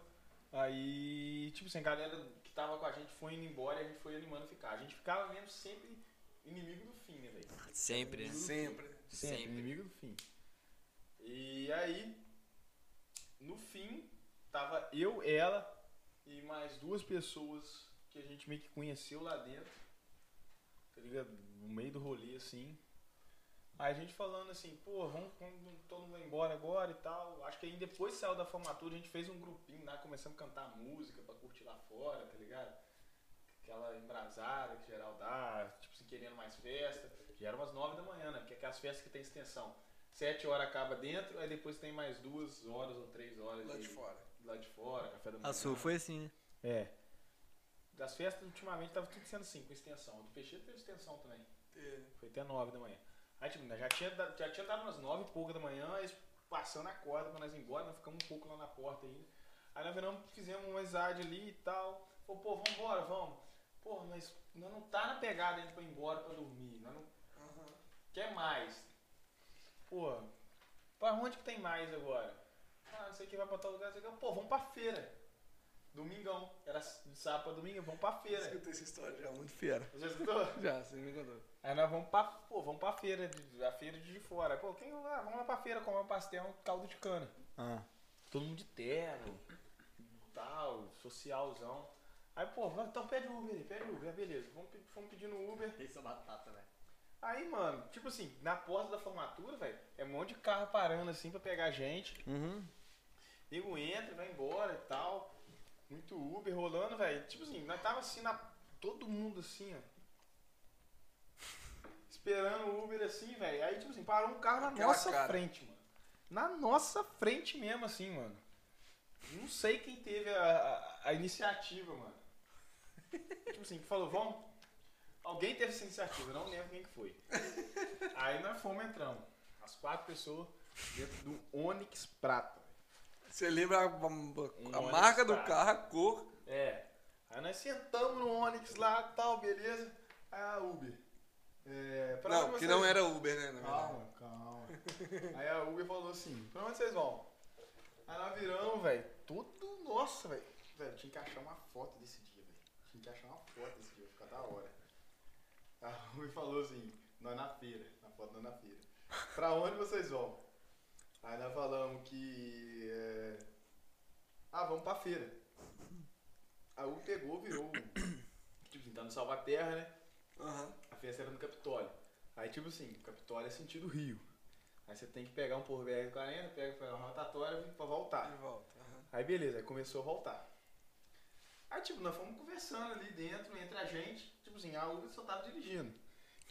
Speaker 3: Aí, tipo assim, a galera que tava com a gente foi indo embora e a gente foi animando a ficar. A gente ficava mesmo sempre inimigo do fim, né, velho?
Speaker 1: Sempre, né?
Speaker 2: Sempre.
Speaker 3: Sempre,
Speaker 1: Sempre.
Speaker 3: inimigo do fim. E aí, no fim, tava eu, ela e mais duas pessoas que a gente meio que conheceu lá dentro. Tá ligado? No meio do rolê, assim. Aí a gente falando assim, pô, vamos, vamos- todo mundo vai embora agora e tal. Acho que aí depois saiu da formatura, a gente fez um grupinho lá, começamos a cantar música pra curtir lá fora, tá ligado? Aquela embrasada que geral dá, tipo assim, querendo mais festa. Já era umas 9 da manhã, né? Porque aquelas festas que tem extensão. 7 horas acaba dentro, aí depois tem mais duas horas ou três horas
Speaker 2: Lá de Ah, fora.
Speaker 3: lá de fora, café da manhã.
Speaker 1: A sua foi assim, né?
Speaker 3: É. Das festas, ultimamente, tava tudo sendo assim, com extensão. Do Peixeiro teve extensão também.
Speaker 2: É.
Speaker 3: Foi até 9 da manhã. Aí, tipo, já tinha, da- já tinha dado umas 9 e pouca da manhã, eles passando a corda pra nós ir embora, nós ficamos um pouco lá na porta ainda. Aí nós viramos, fizemos uma amizade ali e tal. Falou, pô, vambora, vamos. Pô, mas nós não tá na pegada ainda pra ir embora pra dormir. Nós não
Speaker 2: Aham.
Speaker 3: Quer mais? Pô, pra onde que tem mais agora? Ah, não sei o que vai pra tal lugar, não sei o que. Pô, vamos pra feira. Domingão. Era s- sábado pra domingo, vamos pra
Speaker 2: Eu
Speaker 3: feira.
Speaker 2: escutei essa história já, muito fera.
Speaker 3: Você escutou?
Speaker 2: Já, você me contou.
Speaker 3: Aí nós vamos pra, pô, vamos pra feira, de- a feira de fora. Pô, quem, ah, vamos lá pra feira comer um pastel, um caldo de cana.
Speaker 1: Ah.
Speaker 3: Todo mundo de terno, tal, socialzão. Aí, pô, vai- então pede Uber aí, pede Uber, Ah, beleza. Vamos, pe- fomos pedindo Uber.
Speaker 4: Isso é batata, velho.
Speaker 3: Aí, mano, tipo assim, na porta da formatura, velho, é um monte de carro parando assim pra pegar a gente.
Speaker 1: Uhum.
Speaker 3: Nego entra, vai embora e tal. Muito Uber rolando, velho. Tipo assim, nós tava assim, na... todo mundo assim, ó. Esperando o Uber assim, velho. Aí, tipo assim, parou um carro na
Speaker 2: Aquela
Speaker 3: nossa
Speaker 2: cara.
Speaker 3: frente, mano. Na nossa frente mesmo, assim, mano. Não sei quem teve a, a- a iniciativa, mano. Tipo assim, que falou, vamos. Alguém teve essa iniciativa, eu não lembro quem que foi. Aí nós fomos entrando. As quatro pessoas dentro do Onix Prata.
Speaker 2: Você lembra a,
Speaker 3: Um
Speaker 2: a- a
Speaker 3: Olha
Speaker 2: marca do
Speaker 3: só.
Speaker 2: carro, a cor?
Speaker 3: É. Aí nós sentamos no Onix lá, tal, beleza. Aí a Uber. É, pra
Speaker 2: não,
Speaker 3: onde
Speaker 2: que
Speaker 3: vocês-
Speaker 2: não era Uber, né? Na verdade.
Speaker 3: Calma, calma. Aí a Uber falou assim, pra onde vocês vão? Aí nós viramos, velho. Tudo, nossa, velho. Velho, tinha que achar uma foto desse dia, velho. Tinha que achar uma foto desse dia, ficar da hora. A Uber falou assim, nós na feira, na foto nós na feira. Pra onde vocês vão? Aí nós falamos que. é, Ah, vamos pra feira. A Uber pegou, virou. Tipo, assim, tá no Salvaterra, né?
Speaker 2: Aham.
Speaker 3: A festa era no Capitólio. Aí, tipo assim, o Capitólio é sentido Rio. Aí você tem que pegar um por BR-40, pega pega uma rotatória pra voltar.
Speaker 2: De volta. aham.
Speaker 3: Aí, beleza, aí começou a voltar. Aí, tipo, nós fomos conversando ali dentro, entre a gente. Tipo assim, a Uber só tava dirigindo.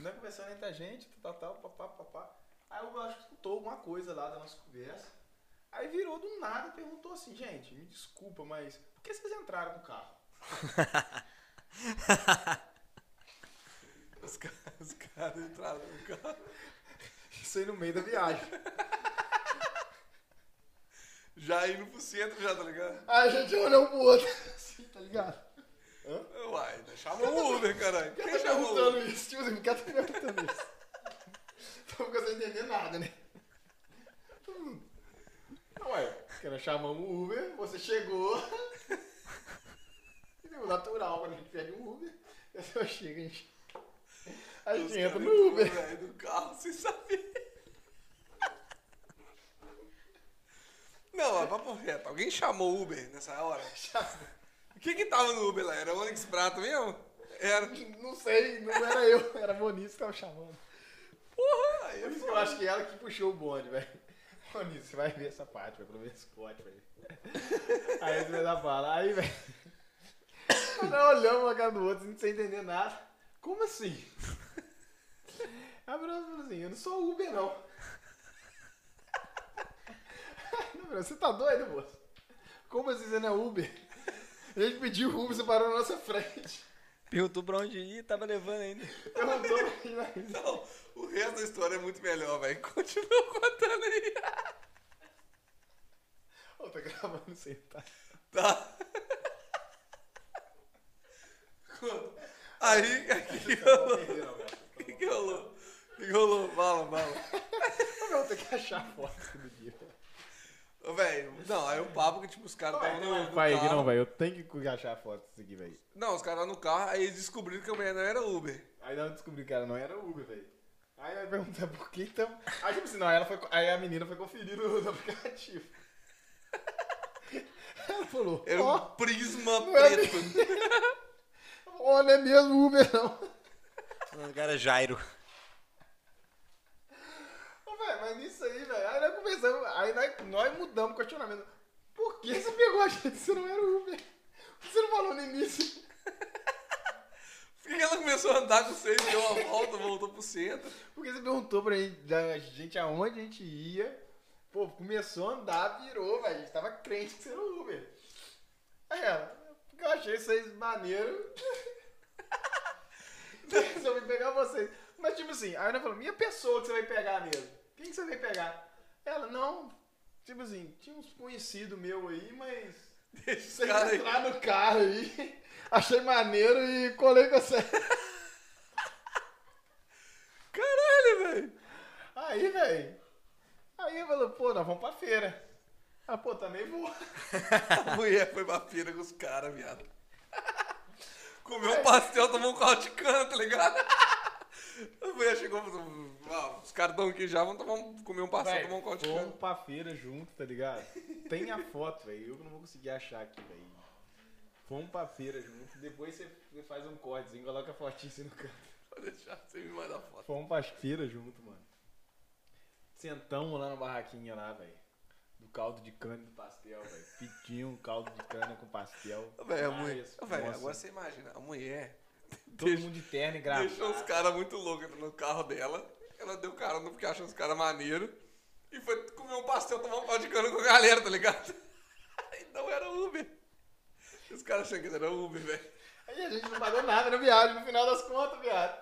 Speaker 3: Nós conversando entre a gente, tal, tal, tal, papá, papá. Aí eu acho que escutou alguma coisa lá da nossa conversa. Aí virou do nada e perguntou assim, gente, me desculpa, mas por que vocês entraram no carro?
Speaker 2: Os, ca- os caras entraram no carro.
Speaker 3: Isso aí no meio da viagem.
Speaker 2: Já indo pro centro, já, tá ligado?
Speaker 3: Aí a gente olhou um pro outro, assim, tá ligado?
Speaker 2: Uai, né? chamou o Uber, caralho.
Speaker 3: Quem tá
Speaker 2: Quem chamou o Uber?
Speaker 3: perguntando isso? Tipo assim, o cara tá perguntando isso. Tô ficando sem entender nada, né? Hum. Não, ué, porque nós chamamos o Uber, você chegou. E deu natural, quando a gente pede um Uber, a pessoa chega, a gente. A
Speaker 2: Os
Speaker 3: gente
Speaker 2: caras
Speaker 3: entra no
Speaker 2: entrou,
Speaker 3: Uber.
Speaker 2: velho, do carro, sem saber. Não, ó, papo reto. Alguém chamou o Uber nessa hora? O que que tava no Uber lá? Era o Onix Prata mesmo? Era.
Speaker 3: Não sei, não era eu, era a Moniz que tava chamando.
Speaker 2: Porra, aí
Speaker 3: Aí eu, eu acho que é ela que puxou o bonde, velho. Ô, Nisso, você vai ver essa parte, vai pra ver esse corte, velho. Aí você vai dar bala. Aí, velho. Nós olhamos uma cara do outro não sem entender nada. Como assim? Aí o Bruno falou assim: Eu não sou Uber, não. Aí, não, Bruno, você tá doido, moço? Como assim você não é Uber? A gente pediu Uber, você parou na nossa frente.
Speaker 1: Perguntou pra onde ir tava levando ainda.
Speaker 3: Perguntou pra nós.
Speaker 2: Não, o resto da história é muito melhor, velho. Continua contando aí.
Speaker 3: Ô, tá gravando isso aí, tá?
Speaker 2: Tá. Aí, aí, o que rolou? O que que rolou? O que que rolou? Fala, fala.
Speaker 3: Não, tem que achar a foto do dia.
Speaker 2: Ô, velho, não, aí o papo que, tipo, os caras estavam no, no
Speaker 3: Vai,
Speaker 2: carro.
Speaker 3: não, velho. Eu tenho que achar a foto disso aqui, velho.
Speaker 2: Não, os caras lá no carro, aí eles descobriram que a mulher não era Uber.
Speaker 3: Aí nós descobri que ela não era Uber, velho. Aí nós perguntamos por que então. Aí tipo assim, não, ela foi. Aí a menina foi conferir o aplicativo. Ela falou,
Speaker 2: Era um
Speaker 3: ó,
Speaker 2: prisma
Speaker 3: não era
Speaker 2: preto.
Speaker 3: ó, não é mesmo Uber, não.
Speaker 1: O cara é Jairo.
Speaker 3: Ô, velho, mas nisso aí, velho. Aí nós conversamos, aí nós, nós mudamos o questionamento. Por que você pegou a gente se não era Uber? Por que você não falou no início?
Speaker 2: Por que que ela começou a andar com vocês, deu uma volta, voltou pro centro?
Speaker 3: Porque você perguntou pra gente, da gente aonde a gente ia. Pô, começou a andar, virou, velho. A gente tava crente que você era o Uber. Aí ela, porque eu achei vocês maneiro. Resolvi pegar vocês. Mas tipo assim, aí ela falou, minha pessoa que você vai pegar mesmo. Quem que você vai pegar? Ela, não. Tipo assim, tinha uns conhecidos meu aí, mas. Deixa
Speaker 2: cara aí.
Speaker 3: entrar no carro aí. Achei maneiro e colei com você.
Speaker 2: Caralho, velho.
Speaker 3: Aí, velho. Aí eu falou, pô, nós vamos pra feira. Ah, pô, também vou.
Speaker 2: A mulher foi pra feira com os caras, viado. Comeu um pastel, tomou um caldo de cana, tá ligado? A mulher chegou e falou, "Ah, os caras estão aqui já, vamos tomar um- comer um pastel,
Speaker 3: Véi,
Speaker 2: tomar um caldo de cana.
Speaker 3: Fomos pra feira junto, tá ligado? Tem a foto, velho. Eu não vou conseguir achar aqui, velho. Fomos pra feira junto. Depois você você faz um cortezinho, coloca a fotinha assim no canto.
Speaker 2: Vou deixar você me mandar foto.
Speaker 3: Fomos pra feira junto, mano. Sentamos lá na barraquinha lá, velho. Do caldo de cana e do pastel, velho. Pedimos um caldo de cana com pastel.
Speaker 2: Véi, a mulher-
Speaker 3: Várias,
Speaker 2: véi,
Speaker 3: Ah, nossa,
Speaker 2: agora você imagina, a mulher
Speaker 3: Todo mundo de terno e gravata.
Speaker 2: deixou os caras muito loucos no carro dela. Ela deu carona porque achou os caras maneiro. E foi comer um pastel, tomar um pau de cana com a galera, tá ligado? E não era Uber. Os caras achando que era Uber, velho.
Speaker 3: Aí a gente não pagou nada na viagem, no final das contas, viado.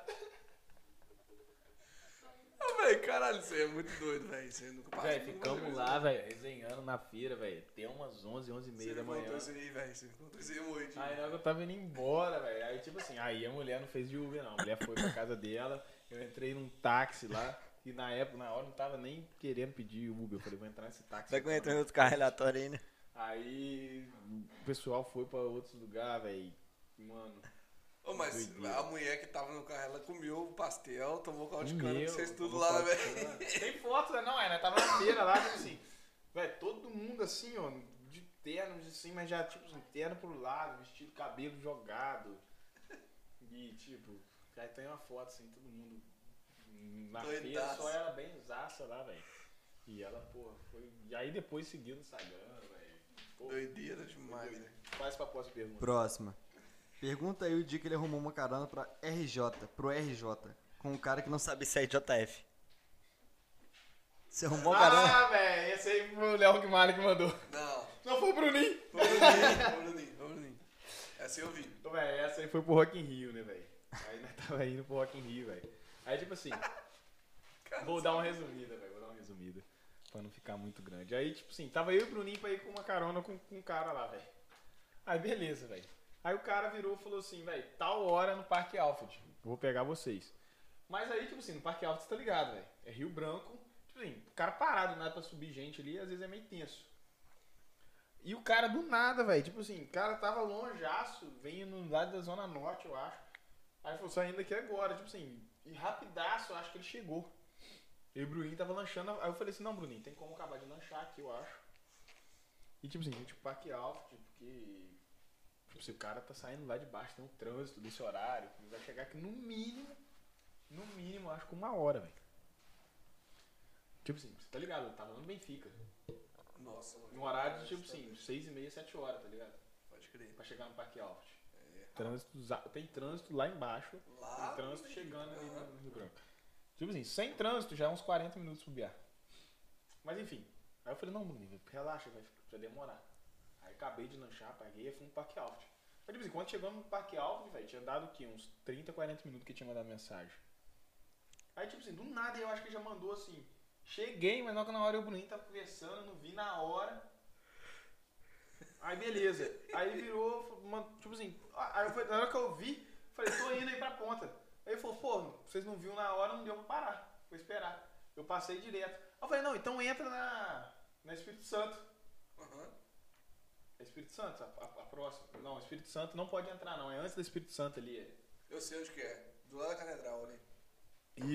Speaker 2: Ah, velho, caralho, você é muito doido, velho. Você nunca passou.
Speaker 3: Véi, ficamos lá, velho, resenhando na feira, velho. Até umas 11, 11 e
Speaker 2: Você
Speaker 3: meia da
Speaker 2: me
Speaker 3: manhã.
Speaker 2: contou isso aí, velho. Você me contou isso aí hoje.
Speaker 3: Aí na hora que eu tava indo embora, velho. Aí tipo assim, aí a mulher não fez de Uber, não. A mulher foi pra casa dela, eu entrei num táxi lá. E na época, na hora, eu não tava nem querendo pedir Uber. Eu falei, vou entrar nesse táxi.
Speaker 1: Será que eu entro em outro carro relatório aí, né?
Speaker 3: Aí o pessoal foi pra outros lugares, velho. Mano,
Speaker 2: Ô, mas
Speaker 3: Doideira.
Speaker 2: a mulher que tava no carro, ela comeu o pastel, tomou o caldo de cana
Speaker 3: Um Meu,
Speaker 2: com vocês tudo
Speaker 3: tomou
Speaker 2: lá,
Speaker 3: caldo de
Speaker 2: velho.
Speaker 3: cana. Tem foto, né? Não, é, né? Tava na feira lá, tipo assim. Velho, todo mundo assim, ó, de terno, assim, mas já, tipo, assim, terno pro lado, vestido, cabelo jogado. E, tipo, aí tem uma foto, assim, todo mundo na feira,
Speaker 2: Doidaço.
Speaker 3: só ela bem zaça lá, velho. E ela, pô, foi. E aí depois seguiu no Instagram, velho. Pô,
Speaker 2: Doideira demais, né?
Speaker 3: doido.
Speaker 2: velho.
Speaker 3: Faz pra próxima pergunta.
Speaker 4: Próxima. Pergunta aí o dia que ele arrumou uma carona pra RJ, pro RJ, com um cara que não sabe se é JF. Você arrumou uma carona?
Speaker 3: Ah, velho, esse aí foi o Léo Guimarães que mandou.
Speaker 2: Não,
Speaker 3: Não foi o Bruninho.
Speaker 2: ô, Bruninho, ô, Bruninho, ô, Bruninho. Essa eu vi.
Speaker 3: Ô, véi, Então, essa aí foi pro Rock in Rio, né, velho? Aí nós tava indo pro Rock in Rio, velho. Aí, tipo assim, vou dar uma resumida, velho, vou dar uma resumida. Pra não ficar muito grande. Aí, tipo assim, tava eu e o Bruninho pra ir com uma carona com, com um cara lá, velho. Aí, beleza, velho. Aí o cara virou e falou assim, velho, tal hora no Parque Alfred, eu vou pegar vocês. Mas aí, tipo assim, no Parque Alfred, você tá ligado, velho? É Rio Branco. Tipo assim, o cara parado do nada pra subir gente ali, às vezes é meio tenso. E o cara do nada, velho. Tipo assim, o cara tava longeaço, veio no lado da Zona Norte, eu acho. Aí falou, saindo daqui agora, tipo assim, e rapidaço, eu acho que ele chegou. E o Bruninho tava lanchando, aí eu falei assim, não, Bruninho, tem como acabar de lanchar aqui, eu acho. E tipo assim, gente, o parque alto, tipo, que. Tipo assim, o cara tá saindo lá de baixo, tem um trânsito desse horário. Ele vai chegar aqui no mínimo, no mínimo, eu acho que uma hora, velho. Tipo assim, você tá ligado? Eu tava no Benfica.
Speaker 2: Nossa, mano.
Speaker 3: No horário de, tipo assim, 6 e meia, 7 horas, tá ligado?
Speaker 2: Pode crer.
Speaker 3: Pra chegar no Parque Alves.
Speaker 2: É.
Speaker 3: Trânsito, za- tem trânsito lá embaixo.
Speaker 2: Lá.
Speaker 3: tem trânsito
Speaker 2: tem-
Speaker 3: chegando ali
Speaker 2: Aham.
Speaker 3: no no Rio Branco. Tipo assim, sem trânsito já é uns 40 minutos pro Biar. Mas enfim. Aí eu falei, não, Bruninho, relaxa, vai, vai demorar. Aí acabei de lanchar, paguei e fui no Parque Alves. Mas tipo assim, quando chegamos no Parque Alves, velho, tinha dado o quê? Uns 30, 40 minutos que tinha mandado mensagem. Aí tipo assim, do nada eu acho que já mandou assim. Cheguei, mas logo na hora eu e o Bruninho tava conversando, não vi na hora. Aí beleza. Aí virou, falou, mano, tipo assim, aí eu falei, na hora que eu vi, falei, tô indo aí pra ponta. Aí ele falou, pô, vocês não viram na hora, não deu pra parar. Vou esperar. Eu passei direto. Aí eu falei, não, então entra na, na Espírito Santo.
Speaker 2: Aham.
Speaker 3: É Espírito Santo, a, a- a próxima. Não, Espírito Santo não pode entrar, não. É antes da Espírito Santo ali. é.
Speaker 2: Eu sei onde que é. Do lado da catedral ali.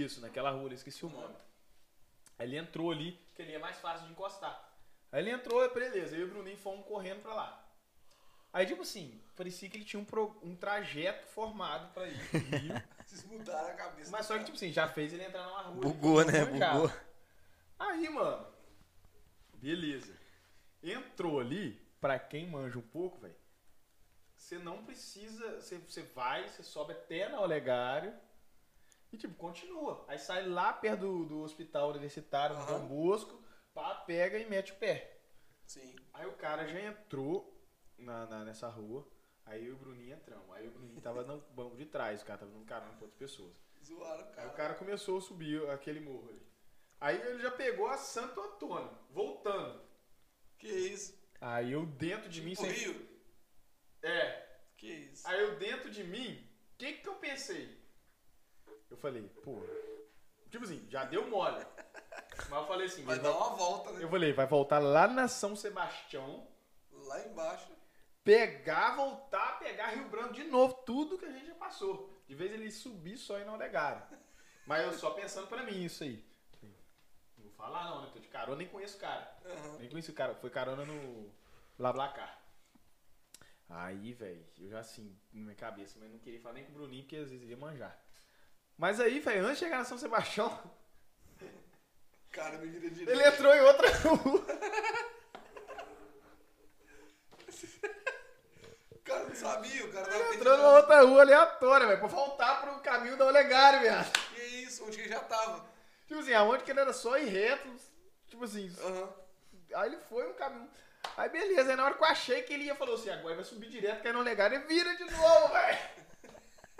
Speaker 3: Isso, naquela rua, ali, esqueci o
Speaker 2: Uhum.
Speaker 3: nome. Aí ele entrou ali, que ali é mais fácil de encostar. Aí ele entrou, beleza, eu e o Bruninho fomos correndo pra lá. Aí, tipo assim, parecia que ele tinha um, pro- um trajeto formado pra ir. pro Rio.
Speaker 2: Vocês mudaram a cabeça.
Speaker 3: mas
Speaker 2: do
Speaker 3: só que,
Speaker 2: cara.
Speaker 3: tipo assim, já fez ele entrar numa rua.
Speaker 17: Bugou,
Speaker 3: ele
Speaker 17: né?
Speaker 3: foi já.
Speaker 17: Bugou.
Speaker 3: Aí, mano. Beleza. Entrou ali, pra quem manja um pouco, velho. Você não precisa. Você, você vai, você sobe até na Olegário. E, tipo, continua. Aí sai lá perto do, do hospital universitário, do
Speaker 2: Aham.
Speaker 3: Dom Bosco. Pá, pega e mete o pé.
Speaker 2: Sim.
Speaker 3: Aí o cara já entrou na, na- nessa rua. Aí eu e o Bruninho entramos. Aí o Bruninho tava no banco de trás, o cara tava dando carona pra outras pessoas.
Speaker 2: Zoaram o
Speaker 3: Aí
Speaker 2: cara.
Speaker 3: o cara começou a subir aquele morro ali. Aí ele já pegou a Santo Antônio, voltando.
Speaker 2: Que isso?
Speaker 3: Aí eu dentro de mim.
Speaker 2: Pro
Speaker 3: sem-
Speaker 2: Rio?
Speaker 3: É.
Speaker 2: Que isso?
Speaker 3: Aí eu dentro de mim, o que que eu pensei? Eu falei, pô. Tipo assim, já deu mole. Mas eu falei assim,
Speaker 2: Vai
Speaker 3: ele
Speaker 2: dar
Speaker 3: vai-
Speaker 2: uma volta, né?
Speaker 3: eu falei, vai voltar lá na São Sebastião.
Speaker 2: Lá embaixo.
Speaker 3: pegar, voltar, pegar Rio Branco de novo, tudo que a gente já passou. De vez ele subir só e não negar. Mas eu só pensando pra mim isso aí. Não vou falar não, né? Tô de carona, nem conheço o cara.
Speaker 2: Aham.
Speaker 3: Nem conheci o cara, foi carona no BlaBlaCar. Aí, velho, eu já assim, na minha cabeça, mas não queria falar nem com o Bruninho, porque às vezes ele ia manjar. Mas aí, velho, antes de chegar na São Sebastião,
Speaker 2: Cara, me vira direito.
Speaker 3: ele entrou em outra rua.
Speaker 2: O cara não sabia, o cara tava
Speaker 3: Ele
Speaker 2: pedindo.
Speaker 3: entrou em outra rua aleatória, velho, pra voltar pro caminho da Olegário, viado.
Speaker 2: Que é isso? Onde que ele já tava?
Speaker 3: Tipo assim, aonde que ele era só ir reto, tipo assim,
Speaker 2: Aham.
Speaker 3: aí ele foi um caminho. Aí beleza, aí na hora que eu achei que ele ia, falou assim, agora ele vai subir direto, que aí não legal, ele vira de novo, velho.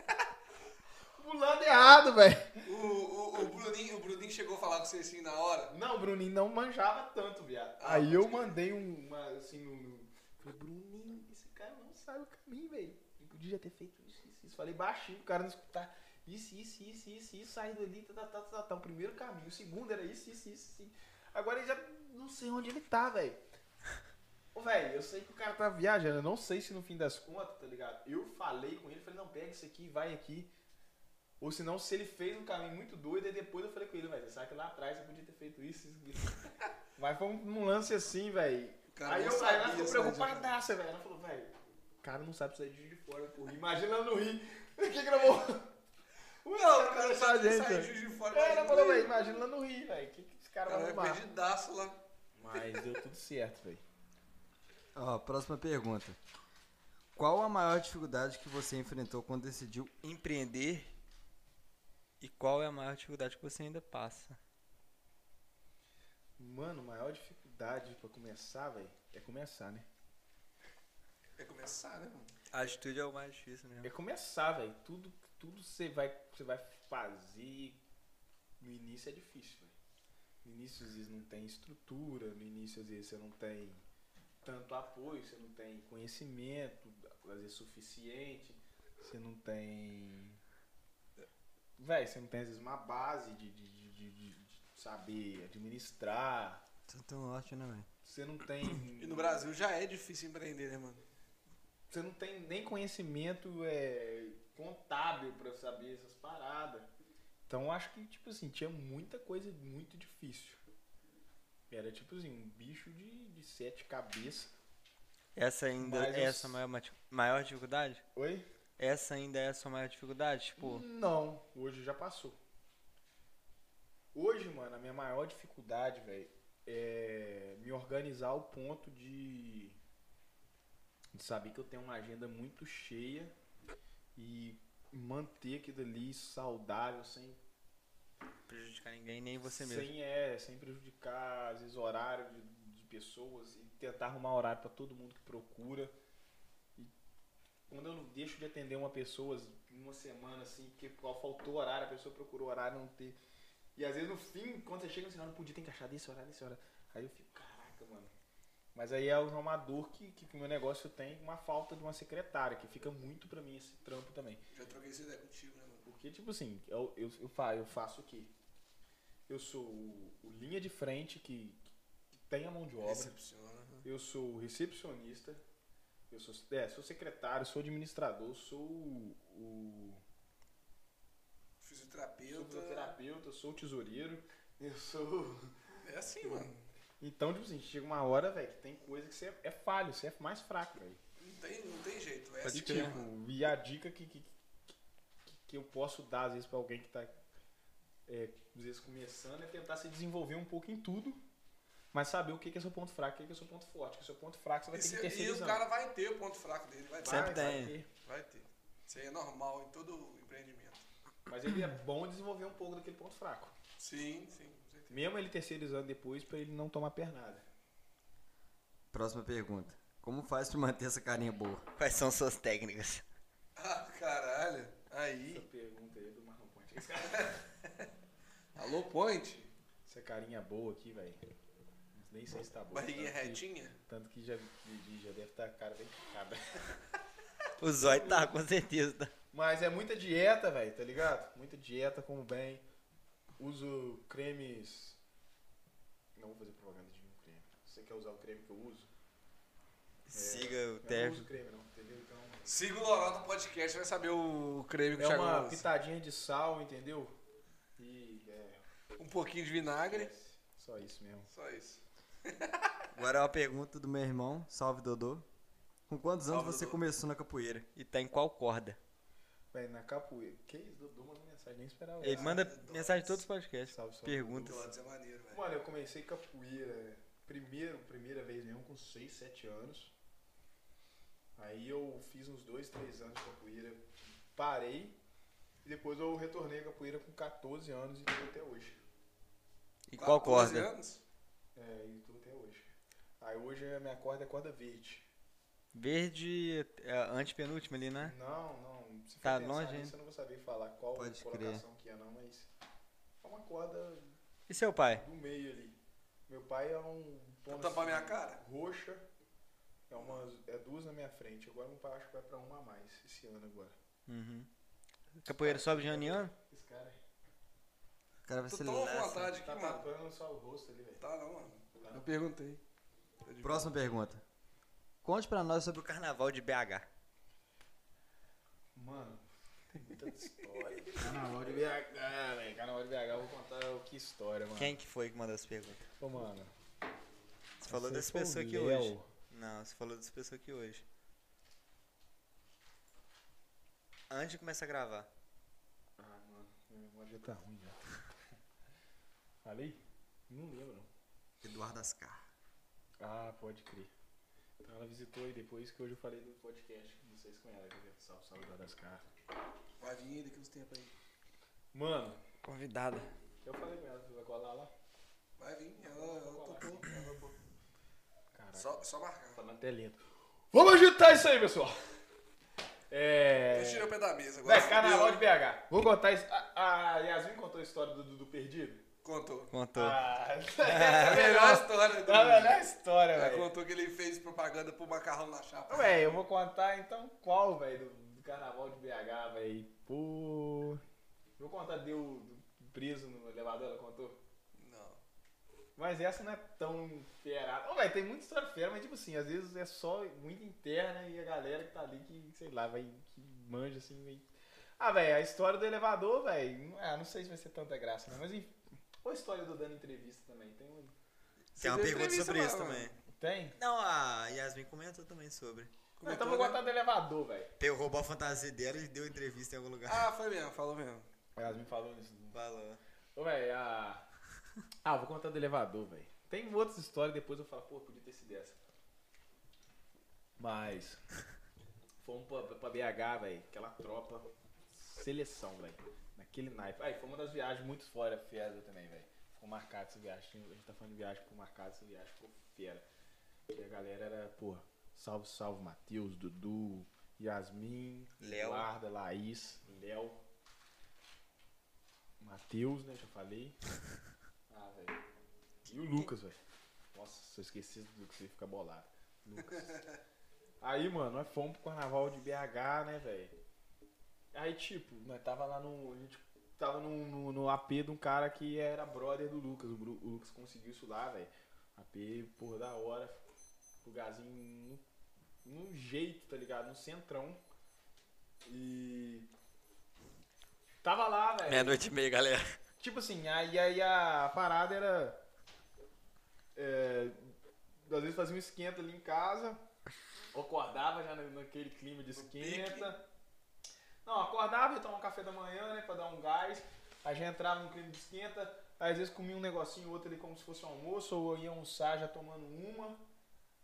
Speaker 3: Pulando errado, velho.
Speaker 2: O, o, o, Bruninho, o Bruninho chegou a falar com você assim na hora.
Speaker 3: Não, o Bruninho não manjava tanto, viado.
Speaker 2: Ah,
Speaker 3: aí eu
Speaker 2: pode crer.
Speaker 3: mandei um, uma, assim, no... no- Falei, Bruninho, esse cara não sabe o caminho, velho. Ele podia ter feito isso, isso, isso. Falei baixinho, pro cara não escutar. Isso, isso, isso, isso, isso, saindo ali, tá, tá, tá, tá, tá. O primeiro caminho, o segundo era isso, isso, isso, isso. Agora ele já não sei onde ele tá, velho. Ô, velho, eu sei que o cara tá viajando, eu não sei se no fim das contas, tá ligado? Eu falei com ele, falei, não, pega isso aqui, vai aqui. Ou senão, se ele fez um caminho muito doido, aí depois eu falei com ele, velho, você sabe que lá atrás você podia ter feito isso, isso, isso. Mas foi um, um lance assim, velho.
Speaker 2: O cara
Speaker 3: Aí
Speaker 2: não
Speaker 3: eu, aí ela ficou
Speaker 2: sabe tipo, onde
Speaker 3: preocupadaça, velho. Ela falou, velho, o cara não sabe sair de Juiz de fora, porra. Imagina ela no Rio. O que que eu
Speaker 2: eu
Speaker 3: vou... Ué,
Speaker 2: tava. Não, o cara
Speaker 3: sabe
Speaker 2: saiu
Speaker 3: sair de
Speaker 2: saiu de fora.
Speaker 3: É, ela
Speaker 2: mas-
Speaker 3: falou, velho, imagina ela no Rio, velho. O que que esse
Speaker 2: O
Speaker 3: cara vai
Speaker 2: cara
Speaker 3: arrumar?
Speaker 2: é perdidaço lá.
Speaker 3: Mas deu tudo certo, velho.
Speaker 1: Ó, próxima pergunta. Qual a maior dificuldade que você enfrentou quando decidiu empreender? E qual é a maior dificuldade que você ainda passa?
Speaker 3: Mano, a maior dificuldade pra começar, velho, é começar, né?
Speaker 2: É começar, né, mano?
Speaker 1: A atitude é o mais difícil mesmo.
Speaker 3: É começar, velho. Tudo tudo você vai você vai fazer no início é difícil, velho. No início às vezes não tem estrutura, no início às vezes você não tem tanto apoio, você não tem conhecimento às vezes suficiente, você não tem velho, você não tem às vezes uma base de, de, de- de- de- de saber administrar,
Speaker 1: Tanto norte, né, velho?
Speaker 3: você não tem
Speaker 2: E no Brasil já é difícil empreender, né, mano?
Speaker 3: você não tem nem conhecimento é, contábil pra saber essas paradas. Então eu acho que, tipo assim, tinha muita coisa muito difícil. Era tipo assim, um bicho de, de sete cabeças.
Speaker 1: Essa ainda
Speaker 3: Mas
Speaker 1: é
Speaker 3: eu-
Speaker 1: a sua maior, mati- maior dificuldade?
Speaker 3: Oi?
Speaker 1: tipo, Essa ainda é a sua maior dificuldade? Tipo,
Speaker 3: Não, hoje já passou. Hoje, mano, a minha maior dificuldade, velho, é me organizar ao ponto de, de saber que eu tenho uma agenda muito cheia e manter aquilo ali saudável, sem,
Speaker 1: Prejudicar ninguém, nem você mesmo.
Speaker 3: sem, é, sem prejudicar, às vezes, horário de, de pessoas e tentar arrumar horário pra todo mundo que procura. E quando eu não deixo de atender uma pessoa assim, em uma semana, assim, porque qual faltou horário, a pessoa procurou horário, não ter. E às vezes no fim, quando você chega no final, não podia ter encaixado esse horário, esse horário. Aí eu fico, caraca, mano. Mas aí é uma dor que, que, que o meu negócio tem, uma falta de uma secretária, que fica muito pra mim esse trampo também.
Speaker 2: Já troquei essa ideia contigo, né, mano?
Speaker 3: Porque, tipo assim, eu, eu, eu, fa- eu faço o quê? Eu sou o, o linha de frente que, que tem a mão de obra.
Speaker 2: Recepciona.
Speaker 3: Eu sou recepcionista. Eu sou, é, sou secretário, sou administrador, sou o, o sou
Speaker 2: Fisioterapeuta.
Speaker 3: fisioterapeuta, sou o tesoureiro. Eu sou.
Speaker 2: É assim, mano.
Speaker 3: Então, tipo assim, chega uma hora, velho, que tem coisa que você é, é falho, você é mais fraco, velho.
Speaker 2: Não tem, não tem jeito. É
Speaker 3: E,
Speaker 2: assim
Speaker 3: tipo,
Speaker 2: mesmo.
Speaker 3: e a dica que, que, que- que eu posso dar, às vezes, pra alguém que tá, é, às vezes, começando, é tentar se desenvolver um pouco em tudo, mas saber o que que é seu ponto fraco, o que que é seu ponto forte. O que é seu ponto fraco, você vai
Speaker 2: E,
Speaker 3: ter que
Speaker 2: se- e o
Speaker 3: terceirizar.
Speaker 2: cara vai ter o ponto fraco dele, vai ter.
Speaker 1: Sempre
Speaker 3: Vai, vai
Speaker 1: tem.
Speaker 3: ter.
Speaker 2: Vai ter. Isso aí é normal em todo empreendimento.
Speaker 3: Mas ele é bom desenvolver um pouco daquele ponto fraco.
Speaker 2: Sim, sim, com certeza.
Speaker 3: Mesmo ele terceirizando depois pra ele não tomar pernada.
Speaker 18: Próxima pergunta. Como faz pra manter essa carinha boa?
Speaker 1: Quais são suas técnicas?
Speaker 2: Ah, caralho.
Speaker 3: Essa
Speaker 2: Aí.
Speaker 3: pergunta aí é do Marrom Ponte.
Speaker 2: Alô, Point?
Speaker 3: Essa carinha boa aqui, velho. Nem sei se tá boa.
Speaker 2: Barriguinha
Speaker 3: tanto que-
Speaker 2: retinha?
Speaker 3: Tanto que já, já deve estar a cara bem picada.
Speaker 1: O zóio tá, com certeza. tá.
Speaker 3: Mas é muita dieta, velho, tá ligado? Muita dieta, como bem. Uso cremes. Não vou fazer propaganda de nenhum creme. Você quer usar o creme que eu uso?
Speaker 18: É,
Speaker 1: Siga
Speaker 18: então,
Speaker 1: o
Speaker 3: Eu não
Speaker 1: Tev.
Speaker 3: uso creme, não, entendeu? Então.
Speaker 2: Siga o Loró do podcast, vai saber o creme que
Speaker 3: É
Speaker 2: o Thiago
Speaker 3: uma
Speaker 2: usa.
Speaker 3: pitadinha de sal, entendeu? E. É.
Speaker 2: Um pouquinho de vinagre.
Speaker 3: esquece. Só isso mesmo.
Speaker 2: Só isso.
Speaker 18: Agora é uma pergunta do meu irmão, salve Dodô. Com quantos anos
Speaker 2: Salve,
Speaker 18: você
Speaker 2: Dodô.
Speaker 18: começou na capoeira?
Speaker 1: E tá em qual corda?
Speaker 3: Véi, na capoeira. Que isso? Dudu manda mensagem, nem esperava.
Speaker 1: Ele
Speaker 3: Ah,
Speaker 1: manda
Speaker 2: Dodô.
Speaker 1: mensagem de todos os podcasts.
Speaker 3: Salve, salve.
Speaker 1: Perguntas.
Speaker 2: Pilates é maneiro, velho.
Speaker 3: Mano, eu comecei capoeira primeiro, primeira vez mesmo, com 6, 7 anos. Aí eu fiz uns 2, 3 anos de capoeira, parei. E depois eu retornei à capoeira com 14 anos e tô até hoje.
Speaker 1: E qual
Speaker 2: 14
Speaker 1: corda?
Speaker 2: anos?
Speaker 3: É, e tô até hoje. Aí hoje a minha corda é corda verde.
Speaker 1: Verde, é, antepenúltima ali, né?
Speaker 3: Não, não. Se for
Speaker 1: Tá
Speaker 3: pensar
Speaker 1: longe,
Speaker 3: nisso, eu não vou saber falar qual
Speaker 18: Pode
Speaker 3: colocação que é não, mas... É uma corda
Speaker 1: E seu pai?
Speaker 3: do meio ali. Meu pai é um.
Speaker 2: Vou tampar minha cara?
Speaker 3: Roxa. É, uma, é duas na minha frente. Agora meu pai acho que vai pra uma a mais esse ano agora.
Speaker 1: Uhum. Capoeira sobe de ano em ano?
Speaker 3: Esse cara
Speaker 18: O cara vai
Speaker 2: Tô
Speaker 18: ser né?
Speaker 2: tão à
Speaker 18: laço.
Speaker 2: vontade aqui,
Speaker 3: tá
Speaker 2: mano.
Speaker 3: tapando só o rosto ali, velho.
Speaker 2: Tá, não, mano.
Speaker 3: Tá.
Speaker 2: Eu perguntei. Tá de
Speaker 18: Próxima pergunta. Conte pra nós sobre o carnaval de BH.
Speaker 3: Mano, tem muita história. Carnaval de BH, velho. Carnaval de BH, eu vou contar o que história, mano.
Speaker 1: Quem que foi que mandou essa pergunta?
Speaker 3: Ô, mano.
Speaker 1: Você falou
Speaker 3: essa
Speaker 1: dessa
Speaker 3: foi o
Speaker 1: pessoa aqui
Speaker 3: Léo.
Speaker 1: hoje. Não, você falou dessa pessoa aqui hoje. Antes de começar a gravar.
Speaker 3: Ah, mano, minha memória já tá ruim já. Falei? Não lembro, não.
Speaker 18: Eduardo Ascar.
Speaker 3: Ah, pode crer. Então ela visitou e depois que hoje eu falei do podcast de vocês com ela, que eu né? salve, salve lá das caras.
Speaker 2: boa. Vai vir daqui uns tempos aí.
Speaker 3: Mano,
Speaker 1: Convidada.
Speaker 3: eu falei com ela, você vai colar lá?
Speaker 2: Vai vir. Ela, ela topou. Ela topou.
Speaker 3: Caraca,
Speaker 2: Só, só marcar.
Speaker 3: falando até lento. Vamos agitar isso aí, pessoal! É.
Speaker 2: Eu tirei o pé da mesa agora.
Speaker 3: Vai, carnaval de BH. Vou contar isso. A, a Yasmin contou a história do Dudu perdido?
Speaker 2: Contou.
Speaker 1: Contou.
Speaker 3: Ah,
Speaker 2: É a melhor É, história do
Speaker 3: É a melhor história,
Speaker 2: Ela
Speaker 3: velho.
Speaker 2: contou que ele fez propaganda pro macarrão na chapa.
Speaker 3: Ué, eu vou contar então qual, velho, do, do carnaval de BH, velho. Pô. Vou contar, deu preso no elevador, ela contou.
Speaker 2: Não.
Speaker 3: então Mas essa não é tão ferada. Ô, velho, tem muita história fera, mas tipo assim, às vezes é só muito interna e a galera que tá ali que, sei lá, vai, que manja assim, meio. Ah, velho, a história do elevador, velho. Ah, não sei se vai ser tanta graça, né? Mas enfim. Ou a história do dando entrevista também. Tem um.
Speaker 1: Tem uma
Speaker 2: deu
Speaker 1: pergunta
Speaker 2: entrevista
Speaker 1: sobre
Speaker 2: lá,
Speaker 1: isso
Speaker 2: mano.
Speaker 1: também.
Speaker 3: Tem?
Speaker 1: Não, a Yasmin comentou também sobre.
Speaker 3: Não,
Speaker 2: Comentou,
Speaker 3: então vou
Speaker 2: né?
Speaker 3: contar do elevador, velho.
Speaker 1: Pegou roubou a fantasia dela e deu entrevista em algum lugar.
Speaker 2: Ah, foi mesmo, falou mesmo.
Speaker 3: Elas me falou nisso.
Speaker 1: Falou.
Speaker 3: Ô, véi, a. Ah, vou contar do elevador, velho. Tem outras histórias, depois eu falo, pô, podia ter sido essa. Mas. Fomos pra, pra BH, velho. Aquela tropa. Seleção, velho. Naquele naipe. Aí, foi uma das viagens muito fora, fera também, velho. Ficou marcado essa viagem. A gente tá falando de viagem, ficou marcado essa viagem, ficou fera. E a galera era, pô, salve, salve, Matheus, Dudu, Yasmin,
Speaker 1: Léo.
Speaker 3: Eduarda, Laís, Léo. Matheus, né? Já falei. Ah, velho. E o Lucas, velho. Nossa, se eu esquecesse do Lucas, eu ia ficar bolado. Lucas. Aí, mano, nós fomos pro carnaval de BH, né, velho? Aí, tipo, nós tava lá no. A gente tava no, no, no AP de um cara que era brother do Lucas. O, Bru- o Lucas conseguiu isso lá, velho. AP, porra, da hora. Lugarzinho no, no jeito, tá ligado? No centrão. E. Tava lá,
Speaker 2: É,
Speaker 3: velho.
Speaker 19: Meia-noite e meia, galera.
Speaker 3: Tipo assim, aí, aí a parada era. é, às vezes fazia um esquenta ali em casa. eu Acordava já na- naquele clima de esquenta. Não, acordava, ia tomar um café da manhã, né? Pra dar um gás. Aí já entrava no clima de esquenta. Aí às vezes comia um negocinho ou outro ali como se fosse um almoço, ou ia almoçar já tomando uma.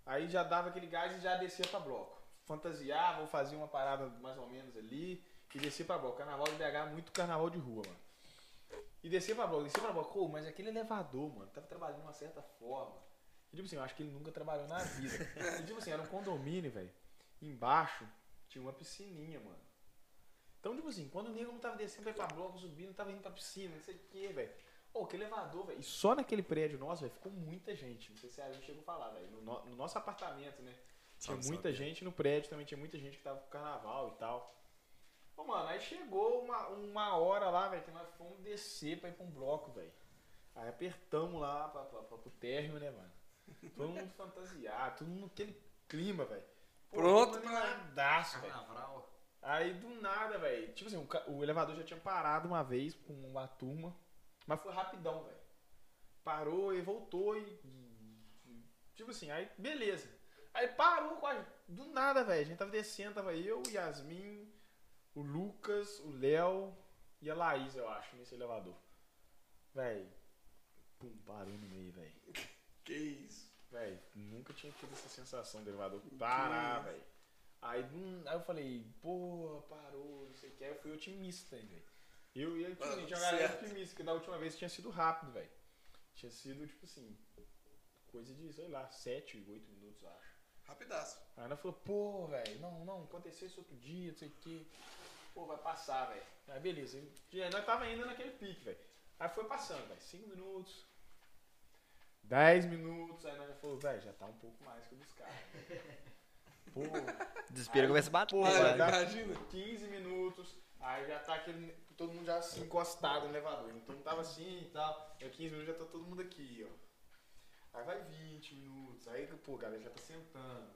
Speaker 3: Aí já dava aquele gás e já descia pra bloco. Fantasiava ou fazia uma parada mais ou menos ali e descia pra bloco. Carnaval de BH, é muito carnaval de rua, mano. E descia pra bloco, descia pra bloco. Ô, mas aquele elevador, mano, tava trabalhando de uma certa forma. E tipo assim, eu acho que ele nunca trabalhou na vida. e tipo assim, era um condomínio, velho. Embaixo tinha uma piscininha, mano. Então, tipo assim, quando o nego não tava descendo pra ir pra bloco, subindo, tava indo pra piscina, não sei o que, velho. Ô, que elevador, velho. E só naquele prédio nosso, velho, ficou muita gente. Não sei se a gente chegou a falar, velho. No, no- no nosso apartamento, né? Tinha
Speaker 19: Salve,
Speaker 3: muita gente no prédio também, tinha muita gente que tava com carnaval e tal. Ô, mano, aí chegou uma, uma hora lá, velho, que nós fomos descer pra ir pra um bloco, velho. Aí apertamos lá pra, pra, pra, pro térreo, né, mano? Todo mundo fantasiado, todo mundo naquele clima, velho. Pô,
Speaker 2: Pronto
Speaker 3: todo mundo
Speaker 2: pra-
Speaker 3: animadaço, velho.
Speaker 4: Carnaval.
Speaker 3: Aí do nada, velho. Tipo assim, o, ca- o elevador já tinha parado uma vez com uma turma. Mas foi rapidão, velho. Parou e voltou e. e- e- Tipo assim, aí beleza. Aí parou quase. Do nada, velho. A gente tava descendo, tava eu, Yasmin, o Lucas, o Léo e a Laís, eu acho, nesse elevador. Velho. Pum, parou no meio, velho.
Speaker 2: Que isso?
Speaker 3: Véi, nunca tinha tido essa sensação do elevador parar, velho. Aí, hum, aí eu falei, porra, parou, não sei o que. Aí eu fui otimista, hein, velho. Eu e tipo,
Speaker 2: Ah,
Speaker 3: assim, tinha uma galera
Speaker 2: certo.
Speaker 3: otimista, porque da última vez tinha sido rápido, velho. Tinha sido, tipo assim, coisa de, sei lá, 7, 8 minutos, eu acho.
Speaker 2: Rapidaço.
Speaker 3: Aí ela falou, pô, velho, não, não, aconteceu isso outro dia, não sei o quê. Pô, vai passar, velho. Aí beleza. E aí nós tava ainda naquele pique, velho. Aí foi passando, velho. 5 minutos. 10 minutos. Aí nós já falou, velho, já tá um pouco mais que o dos caras. Pô,
Speaker 19: Desespero começa a bater.
Speaker 1: É.
Speaker 3: Porra,
Speaker 2: Ah,
Speaker 3: dá-
Speaker 2: imagina.
Speaker 3: 15 minutos. Aí já tá aquele. Todo mundo já assim, encostado no elevador. Então tava assim e tal. Aí 15 minutos já tá todo mundo aqui, ó. Aí vai 20 minutos. Aí, pô, a galera já tá sentando.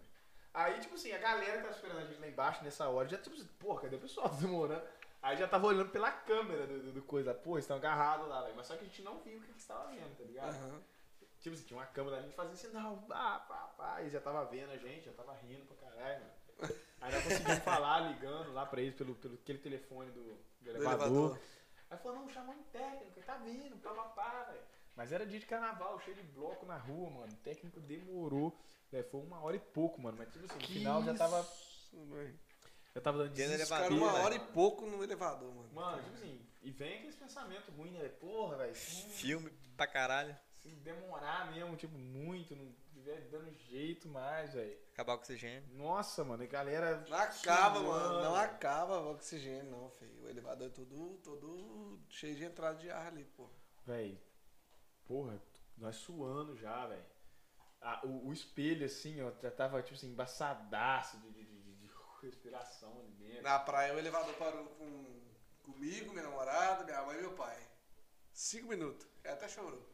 Speaker 3: Aí, tipo assim, a galera que tá esperando a gente lá embaixo nessa hora já, tipo assim, porra, cadê o pessoal demorando? Aí já tava olhando pela câmera do, do, do coisa. Pô, eles estão agarrados lá, velho. Mas só que a gente não viu o que eles estavam vendo, tá ligado?
Speaker 2: Aham.
Speaker 3: Tipo assim, tinha uma câmera, a gente fazia sinal, pá, pá, pá, e já tava vendo a gente, já tava rindo pra caralho, mano. Aí nós conseguimos falar, ligando lá pra eles pelo, pelo aquele telefone do, do elevador.
Speaker 2: elevador.
Speaker 3: Aí falou, não, chamamos um técnico, ele tá vindo, pá, pá, pá, velho. Mas era dia de carnaval, cheio de bloco na rua, mano. O técnico demorou, velho, foi uma hora e pouco, mano. Mas tipo assim, no final já tava, já tava dando
Speaker 1: Dentro do
Speaker 3: desespero. né?
Speaker 2: Ficaram uma hora e pouco no elevador, mano.
Speaker 3: Mano, tipo assim, e vem aqueles pensamentos ruins, né, velho? Porra, velho. hum,
Speaker 1: Filme pra caralho.
Speaker 3: se demorar mesmo, tipo, muito, não tiver dando jeito mais, velho.
Speaker 1: Acabar com o oxigênio.
Speaker 3: Nossa, mano, a galera.
Speaker 2: Não acaba,
Speaker 3: suando,
Speaker 2: mano. Não
Speaker 3: velho.
Speaker 2: acaba o oxigênio, não, filho. O elevador é todo, todo cheio de entrada de ar ali, pô.
Speaker 3: Véi, porra, nós suando já, véi. Ah, o, o espelho, assim, ó, já tava, tipo assim, embaçadaço de, de, de- de- de respiração ali dentro.
Speaker 2: Na praia, o elevador parou com, comigo, minha namorada, minha mãe e meu pai. Cinco minutos. Ela até chorou.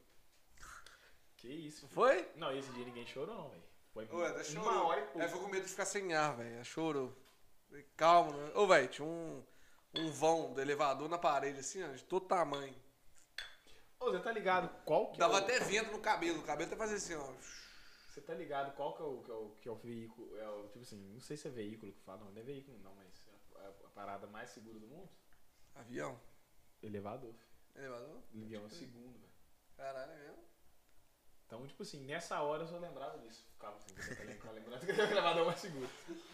Speaker 3: Que isso, filho.
Speaker 2: Foi?
Speaker 3: Não, esse dia ninguém chorou, não, véi. Foi
Speaker 2: Ô, ela chorou.
Speaker 3: uma hora e pouco.
Speaker 2: Ela ficou É, com medo de ficar sem ar, velho. Ela chorou. Falei, Calma, né? Ô, velho, tinha um, um vão do elevador na parede, assim, ó, de todo tamanho.
Speaker 3: Ô, você tá ligado qual que
Speaker 2: Dava
Speaker 3: é o...
Speaker 2: até vento no cabelo. O cabelo até fazia assim, ó.
Speaker 3: Você tá ligado qual que é o, que é o, que é o veículo... É o, tipo assim, não sei se é veículo que fala, não, não é veículo não, mas é a, a- a parada mais segura do mundo?
Speaker 2: Avião.
Speaker 3: Elevador. filho.
Speaker 2: Ele vazou?
Speaker 3: Liguei um segundo, velho.
Speaker 2: Caralho, é mesmo?
Speaker 3: Então, tipo assim, nessa hora eu só lembrava disso. Ficava assim, pra lembrar que eu tinha gravado mais seguro.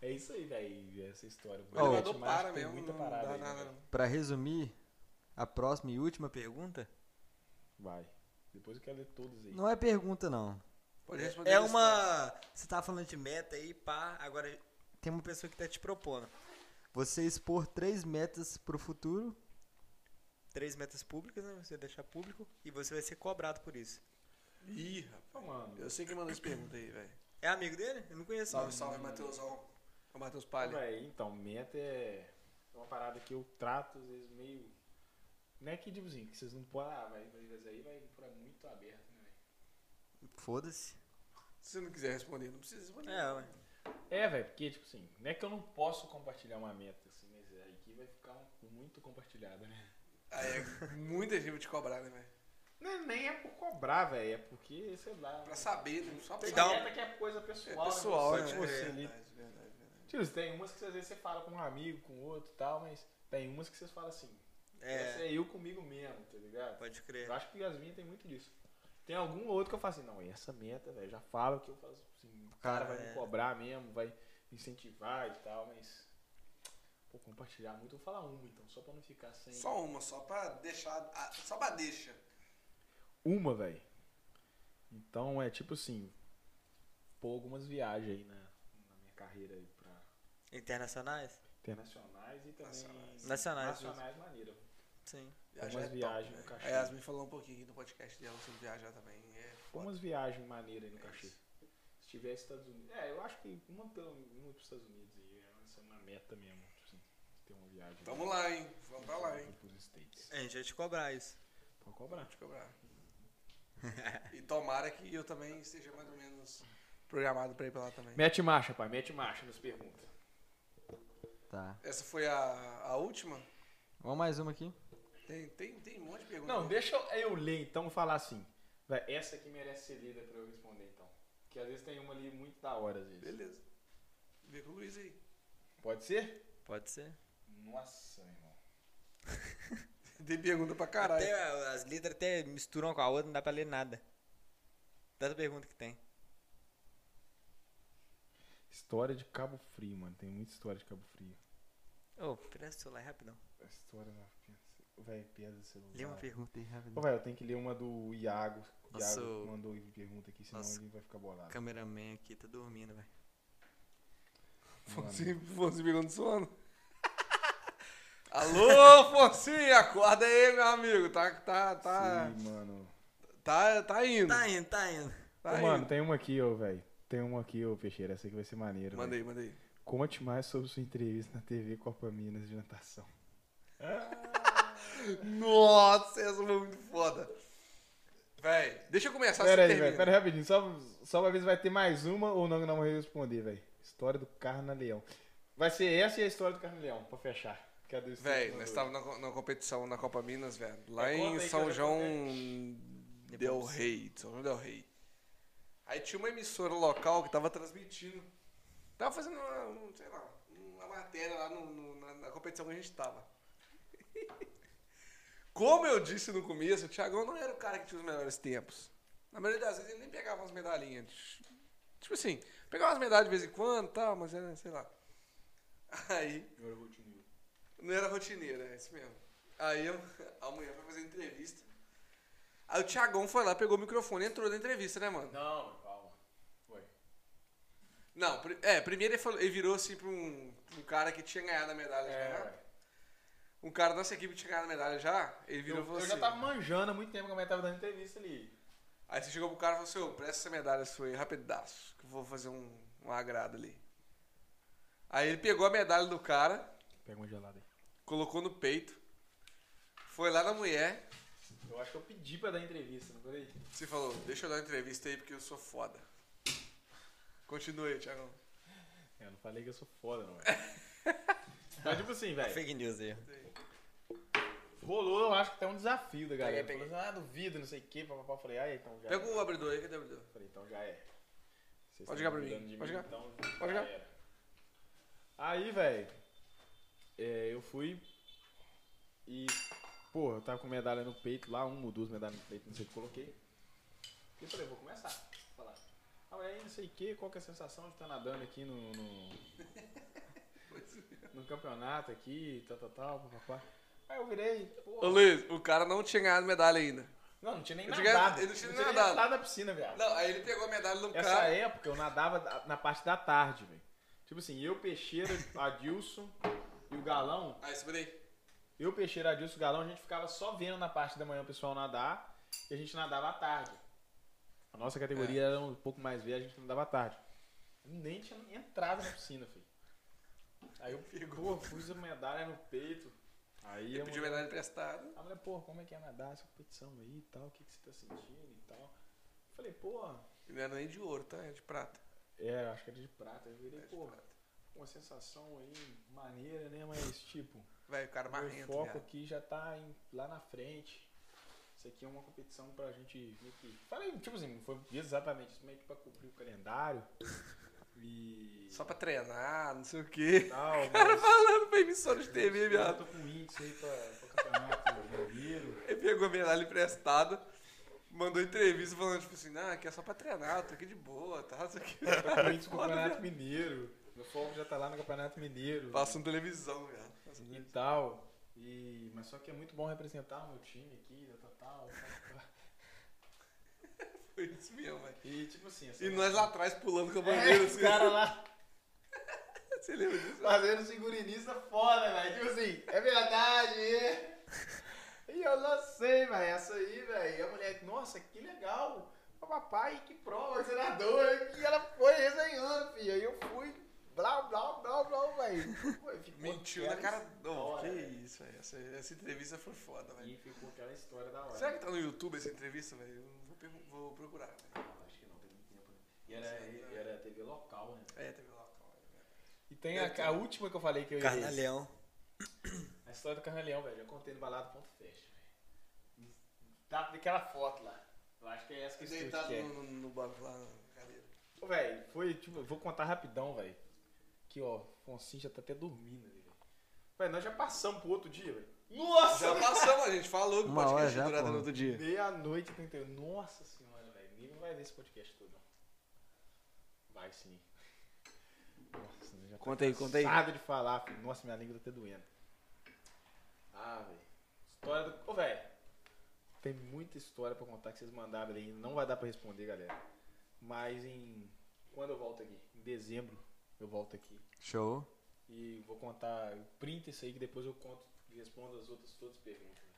Speaker 3: É isso aí, velho, essa história.
Speaker 2: O elevador
Speaker 3: Matemática
Speaker 2: para
Speaker 3: tem
Speaker 2: mesmo.
Speaker 3: Muita
Speaker 2: não
Speaker 3: parada
Speaker 2: dá
Speaker 3: aí, né,
Speaker 2: nada,
Speaker 3: velho?
Speaker 2: não.
Speaker 20: Pra resumir, a próxima e última pergunta
Speaker 3: Vai. Depois eu quero ler todos aí.
Speaker 20: não é pergunta, não.
Speaker 2: Pode responder
Speaker 1: É
Speaker 2: isso, cara.
Speaker 1: uma. Você tá falando de meta aí, pá. Agora tem uma pessoa que tá te propondo.
Speaker 20: Você expor três metas pro futuro.
Speaker 1: Três metas públicas, né? Você deixar público e você vai ser cobrado por isso.
Speaker 2: Ih, rapaz.
Speaker 3: Então, mano.
Speaker 2: Eu sei quem mandou essa pergunta aí, velho.
Speaker 1: É amigo dele? Eu não conheço.
Speaker 2: Salve, salve, Matheusão. É o Matheus Palha.
Speaker 3: Véi, então, meta é é uma parada que eu trato, às vezes, meio. Não é que, tipo assim, que vocês não podem. Ah, vai, mas aí vai pra muito aberto, né, velho?
Speaker 20: Foda-se.
Speaker 2: Se você não quiser responder, não precisa responder.
Speaker 1: É, ué.
Speaker 3: É, velho, porque, tipo assim, não é que eu não posso compartilhar uma meta, assim, mas aí que vai ficar um- muito compartilhada, né?
Speaker 2: Aí é muita gente vai te cobrar, né, velho?
Speaker 3: Não, nem é por cobrar, velho, é porque, sei lá.
Speaker 2: Pra saber, né? Só pra
Speaker 3: Tem
Speaker 1: Dá um-
Speaker 3: meta que é coisa
Speaker 2: É
Speaker 3: pessoal. né?
Speaker 2: pessoal,
Speaker 3: Só
Speaker 2: né?
Speaker 3: de você ali.
Speaker 2: Verdade, verdade, verdade.
Speaker 3: Tipo, tem umas que às vezes você fala com um amigo, com outro e tal, mas tem umas que vocês falam assim. Essa
Speaker 1: É,
Speaker 3: é eu comigo mesmo, tá ligado?
Speaker 1: pode
Speaker 3: Eu
Speaker 1: crer.
Speaker 3: acho que as minhas tem muito disso. Tem algum outro que eu falo assim, não, essa meta, velho, já falo que eu faço assim, o
Speaker 1: Cara,
Speaker 3: cara vai
Speaker 1: é.
Speaker 3: me cobrar mesmo, vai me incentivar e tal, mas. Pô, compartilhar muito, eu vou falar uma então, só pra não ficar sem.
Speaker 2: Só uma, só pra deixar. ah, Só pra deixa.
Speaker 3: Uma, velho. Então é tipo assim, pôr algumas viagens aí na, na minha carreira aí pra
Speaker 1: Internacionais?
Speaker 3: internacionais e também.
Speaker 2: Nacionais.
Speaker 1: Nacionais,
Speaker 3: Nacionais maneira.
Speaker 1: Sim.
Speaker 2: Viajar
Speaker 3: Algumas
Speaker 2: é top,
Speaker 3: viagens no
Speaker 2: velho.
Speaker 3: cachê.
Speaker 2: A Yasmin falou um pouquinho no podcast dela sobre viajar também. É foda.
Speaker 3: Umas viagens maneiras aí no
Speaker 2: É
Speaker 3: cachê.
Speaker 2: isso.
Speaker 3: Se tiver Estados Unidos. É, eu acho que uma, pelo, uma pros Estados Unidos aí. Essa é uma meta mesmo. Tipo assim, ter uma viagem.
Speaker 2: Tamo lá, hein? Vamos pra lá, hein?
Speaker 3: Pros States.
Speaker 1: É, A gente vai te cobrar isso.
Speaker 3: Pra cobrar.
Speaker 2: Te cobrar. e tomara que eu também esteja mais ou menos programado pra ir pra lá também.
Speaker 3: Mete marcha, pai. Mete marcha, nos pergunta.
Speaker 20: Tá.
Speaker 2: Essa foi a, a última?
Speaker 20: Vamos mais uma aqui.
Speaker 2: Tem, tem, tem um monte de perguntas.
Speaker 3: Não, deixa eu eu ler então e falar assim. Vai, essa aqui merece ser lida pra eu responder então. Que às vezes tem uma ali muito da hora, às vezes.
Speaker 2: Beleza. Vê com o Luiz aí.
Speaker 3: Pode ser?
Speaker 20: Pode ser.
Speaker 3: Nossa, irmão.
Speaker 2: Tem pergunta pra caralho.
Speaker 1: Até, ah, as letras até misturam com a outra, não dá pra ler nada. Tanta pergunta que tem.
Speaker 3: História de Cabo Frio, mano. Tem muita história de Cabo Frio.
Speaker 1: Ô, presta o celular rapidão.
Speaker 3: A história da. Vai, piada do celular.
Speaker 20: Lê uma pergunta aí
Speaker 3: Ô,
Speaker 20: rapidinho.
Speaker 3: velho, eu tenho que ler uma do Iago. O
Speaker 20: Nosso-
Speaker 3: Iago mandou pergunta aqui, senão
Speaker 20: nosso
Speaker 3: ele vai ficar
Speaker 20: O
Speaker 3: bolado.
Speaker 20: cameraman aqui tá dormindo, velho.
Speaker 2: Fonsi, Fonsi pegando sono. Alô, Fonsi, acorda aí, meu amigo. Tá, tá, tá,
Speaker 3: Sim, mano.
Speaker 2: tá, tá indo.
Speaker 1: Tá indo, tá indo.
Speaker 2: tá
Speaker 3: Ô, mano,
Speaker 2: indo.
Speaker 3: tem uma aqui, ô, velho. Tem uma aqui, ô, Peixeira. Essa aqui vai ser maneira.
Speaker 2: Manda
Speaker 3: velho.
Speaker 2: aí, manda aí.
Speaker 3: Conte mais sobre sua entrevista na TV Copa Minas de natação.
Speaker 2: Nossa, essa foi muito foda. Véi, deixa eu começar, você
Speaker 3: Pera aí,
Speaker 2: termina.
Speaker 3: velho. Pera aí, rapidinho. Só, só pra ver se vai ter mais uma ou não que não vai responder, velho. História do Carnaleão. Vai ser essa e a história do Carnaleão, pra fechar. Que é a do
Speaker 2: Véi, nós
Speaker 3: Estado do-
Speaker 2: estávamos na, co- na competição na Copa Minas, velho. Lá
Speaker 3: É,
Speaker 2: em
Speaker 3: conta aí que eu
Speaker 2: São
Speaker 3: já
Speaker 2: João
Speaker 20: Depois.
Speaker 2: Del Rey. São João Del Rey. Aí tinha uma emissora local que tava transmitindo. Tava fazendo uma, um, sei lá, uma matéria lá no- no- na, na competição que a gente tava. Como eu disse no começo, o Thiagão não era o cara que tinha os melhores tempos. Na maioria das vezes ele nem pegava umas medalhinhas. Tipo assim, pegava umas medalhas de vez em quando e tal, mas era, sei lá. Aí. Não era rotineiro, é isso mesmo. Aí eu, a mulher foi fazer entrevista. Aí o Thiagão foi lá, pegou o microfone e entrou na entrevista, né, mano?
Speaker 3: Não, calma. Foi.
Speaker 2: Não, pri- é, primeiro ele, falou- ele virou assim pra um, pra um cara que tinha ganhado a medalha
Speaker 3: É,
Speaker 2: já.
Speaker 3: velho.
Speaker 2: Um cara da nossa equipe tinha ganhado a medalha já. Ele virou e
Speaker 3: Eu,
Speaker 2: falou
Speaker 3: eu
Speaker 2: assim.
Speaker 3: já tava manjando há muito tempo como eu tava dando entrevista ali.
Speaker 2: Aí você chegou pro cara e falou assim, ô, presta essa medalha sua aí, rapidaço, que eu vou fazer um, um agrado ali. Aí ele pegou a medalha do cara,
Speaker 3: Pega uma gelada aí.
Speaker 2: colocou no peito, foi lá na mulher,
Speaker 3: Eu acho que eu pedi pra dar entrevista, não foi?
Speaker 2: Você falou, deixa eu dar uma entrevista aí porque eu sou foda. Continue aí, Thiagão.
Speaker 3: É, Eu não falei que eu sou foda, não, velho. Mas tipo assim, velho,
Speaker 1: Fake news aí.
Speaker 3: rolou, eu acho que até um desafio da galera.
Speaker 2: Peguei, peguei.
Speaker 3: Falou assim, ah, duvido, não sei o que, papapá. Eu Falei, ah, então já
Speaker 2: Pega
Speaker 3: é.
Speaker 2: o abridor aí, cadê o abridor?
Speaker 3: Falei, então já é.
Speaker 2: Pode
Speaker 3: Vocês tão
Speaker 2: jogar pra mim,
Speaker 3: duvidando de
Speaker 2: pode jogar.
Speaker 3: então
Speaker 2: Pode
Speaker 3: já
Speaker 2: jogar.
Speaker 3: era. Aí, velho, é, eu fui e Pô, eu tava com medalha no peito lá, uma ou duas medalhas no peito, não sei o que coloquei. E eu falei, vou começar a falar. Ah, mas aí não sei o que, qual que é a sensação de estar nadando aqui no. no, no campeonato aqui, tal, tal, tal, papapá. Aí eu virei,
Speaker 2: Ô
Speaker 3: pô.
Speaker 2: Luiz, o cara não tinha ganhado medalha ainda.
Speaker 3: Não, não tinha nem
Speaker 2: Eu
Speaker 3: nadado.
Speaker 2: digo, ele não tinha nem nadado.
Speaker 3: na piscina, viado.
Speaker 2: Não, aí ele pegou a medalha do
Speaker 3: Essa
Speaker 2: cara.
Speaker 3: época eu nadava da- na parte da tarde, velho. Tipo assim, eu, Peixeira, Adilson e o Galão.
Speaker 2: Aí, segura aí.
Speaker 3: Eu, Peixeira, Adilson e o Galão, a gente ficava só vendo na parte da manhã o pessoal nadar e a gente nadava à tarde. A nossa categoria
Speaker 2: É.
Speaker 3: era um pouco mais velha, a gente nadava à tarde. Eu nem tinha entrado na piscina, filho. Aí eu pegou, pus a medalha no peito. Aí
Speaker 2: Ele
Speaker 3: eu
Speaker 2: pediu medalha emprestada.
Speaker 3: a mulher, pô, como é que é nadar essa competição aí e tal? O que, que você tá sentindo e tal? Eu falei, pô,
Speaker 2: E não era nem de ouro, tá? Era de prata.
Speaker 3: é, eu acho que era de prata. Eu virei,
Speaker 2: Era É de
Speaker 3: pô,
Speaker 2: prata.
Speaker 3: uma sensação aí maneira, né? Mas, tipo,
Speaker 2: Vai, o cara
Speaker 3: meu
Speaker 2: É marrento,
Speaker 3: foco
Speaker 2: viado.
Speaker 3: aqui já tá em- lá na frente. Isso aqui é uma competição pra gente meio que. Falei, tipo assim, não foi exatamente isso, meio que pra cumprir o calendário. E.
Speaker 2: Só pra treinar, não sei o quê.
Speaker 3: tal,
Speaker 2: Cara
Speaker 3: mas-
Speaker 2: falando pra emissora de TV,
Speaker 3: Eu
Speaker 2: é viado.
Speaker 3: tô com um índice aí pra, pra campeonato mineiro.
Speaker 2: Ele pegou a medalha emprestada, mandou entrevista falando, tipo assim, ah, aqui é só pra treinar, eu tô aqui de boa, tá? Não sei o quê.
Speaker 3: Tô com um índice pro campeonato mineiro. Meu foco já tá lá no campeonato mineiro.
Speaker 2: Passando um televisão, viado. Passando
Speaker 3: e
Speaker 2: televisão.
Speaker 3: tal. E, mas só que é muito bom representar o meu time aqui, tal, tal, tal. tal.
Speaker 2: Foi isso mesmo, velho.
Speaker 3: E tipo assim, assim
Speaker 2: E é nós lá atrás pulando com a
Speaker 3: é,
Speaker 2: bandeira,
Speaker 3: os
Speaker 2: assim.
Speaker 3: caras lá
Speaker 2: Você lembra disso?
Speaker 3: fazendo figurinista foda, velho. Tipo assim, é verdade. é. E eu não sei, velho. Essa aí, velho. E a mulher, nossa, que legal. Ô, Papai, que prova, que você nadou. E ela foi resenhando, filho. Aí eu fui, blá, blá, blá, blá, velho. Pô, ficou
Speaker 2: Mentiu na
Speaker 3: aquela
Speaker 2: cara. Não, que
Speaker 3: história, velho.
Speaker 2: isso, velho. Essa, essa entrevista foi foda, velho.
Speaker 3: E ficou aquela história da hora.
Speaker 2: Será que tá no YouTube essa entrevista, velho? Eu vou, pergu- vou procurar, velho.
Speaker 3: Acho que não, tem muito tempo. né? E era, e era TV local, né?
Speaker 2: É, teve lá, calma aí, velho.
Speaker 3: E tem a, a última que eu falei que eu errei.
Speaker 4: Carnaleão.
Speaker 3: A história do Carnaleão, velho. Eu contei no balado.fest, velho. Dá daquela foto lá. Eu acho que é essa que eu
Speaker 2: Tá Deitado
Speaker 3: que é.
Speaker 2: no, no, no banco lá na cadeira.
Speaker 3: Ô, velho, foi, tipo, eu vou contar rapidão, velho. Que, ó, o Foncinho já tá até dormindo ali, velho. Velho, nós já passamos pro outro dia, velho. Nossa!
Speaker 2: Já passamos, a gente falou do
Speaker 1: Uma hora
Speaker 2: Um podcast
Speaker 1: já,
Speaker 2: durada
Speaker 1: pô.
Speaker 2: no outro dia.
Speaker 3: Meia-noite e 31. Nossa senhora, velho. Ninguém vai ver esse podcast todo, não. Vai sim. Nossa, já tá
Speaker 1: Conta aí, conta aí.
Speaker 3: cansado de falar, filho. Nossa, minha língua tá até doendo. Ah, velho. História do. Ô, velho. Tem muita história pra contar que vocês mandaram aí. Não vai dar pra responder, galera. Mas em. Quando eu volto aqui? Em dezembro eu volto aqui.
Speaker 1: Show.
Speaker 3: E vou contar. Eu printo isso aí que depois eu conto e respondo as outras todas as perguntas. né?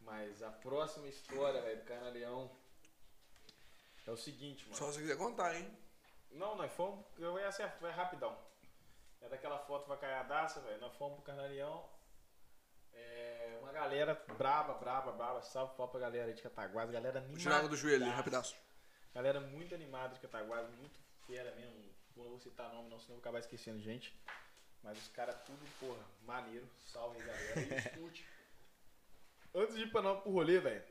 Speaker 3: Mas a próxima história, velho, do Carnaleão. É o seguinte, mano.
Speaker 2: Só se quiser contar, hein?
Speaker 3: Não, nós fomos. Eu ia ser é rapidão. É daquela foto vacaiadaça, velho. Nós fomos pro Carnarião. É, uma galera braba, braba, braba. Salve pau pra galera aí de Cataguás.
Speaker 2: Vou
Speaker 3: Galera animada.
Speaker 2: tirar água do joelho, ali, rapidaço.
Speaker 3: Galera muito animada de Cataguás, muito fera mesmo. Pô, Não vou citar nome não, senão eu vou acabar esquecendo, gente. Mas os caras tudo, porra, maneiro. Salve aí, galera. E escute. Antes de ir pra não, pro rolê, velho,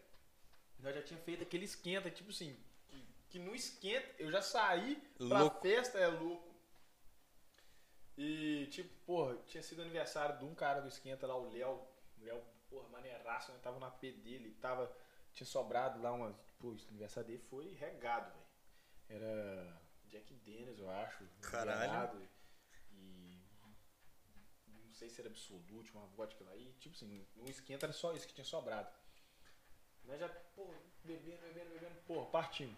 Speaker 3: nós já tinha feito aquele esquenta, tipo assim, que, que no esquenta, eu já saí pra
Speaker 4: Louco.
Speaker 3: festa, é louco. E, tipo, porra, tinha sido aniversário de um cara do esquenta lá, o Léo. O Léo, porra, maneiraço, né? Tava na P dele, tava tinha sobrado lá uma. Pô, o aniversário dele foi regado, velho. Era Jack Dennis, eu acho.
Speaker 4: Caralho.
Speaker 3: embriagado, E. Não sei se era absoluto, uma vodka lá. E, tipo assim, no esquenta era só isso que tinha sobrado. Nós já, pô, bebendo, bebendo, bebendo. Pô, partimos.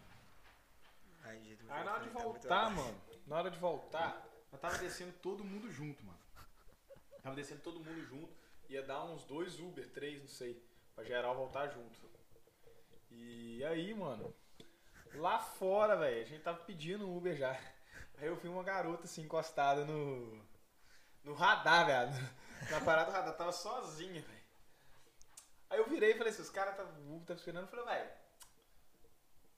Speaker 4: Ai, gente, meu
Speaker 3: Aí na hora de
Speaker 4: microfone tá muito
Speaker 3: voltar,
Speaker 4: alto.
Speaker 3: mano, na hora de voltar, eu tava descendo todo mundo junto, mano. Tava descendo todo mundo junto. Ia dar uns dois Uber, três, não sei. Pra geral voltar junto. E aí, mano, lá fora, velho, a gente tava pedindo um Uber já. Aí eu vi uma garota assim encostada no. no radar, velho. Na parada do radar, tava sozinha, velho. Aí eu virei e falei assim, os caras tava, o Uber tava esperando, eu falei, velho,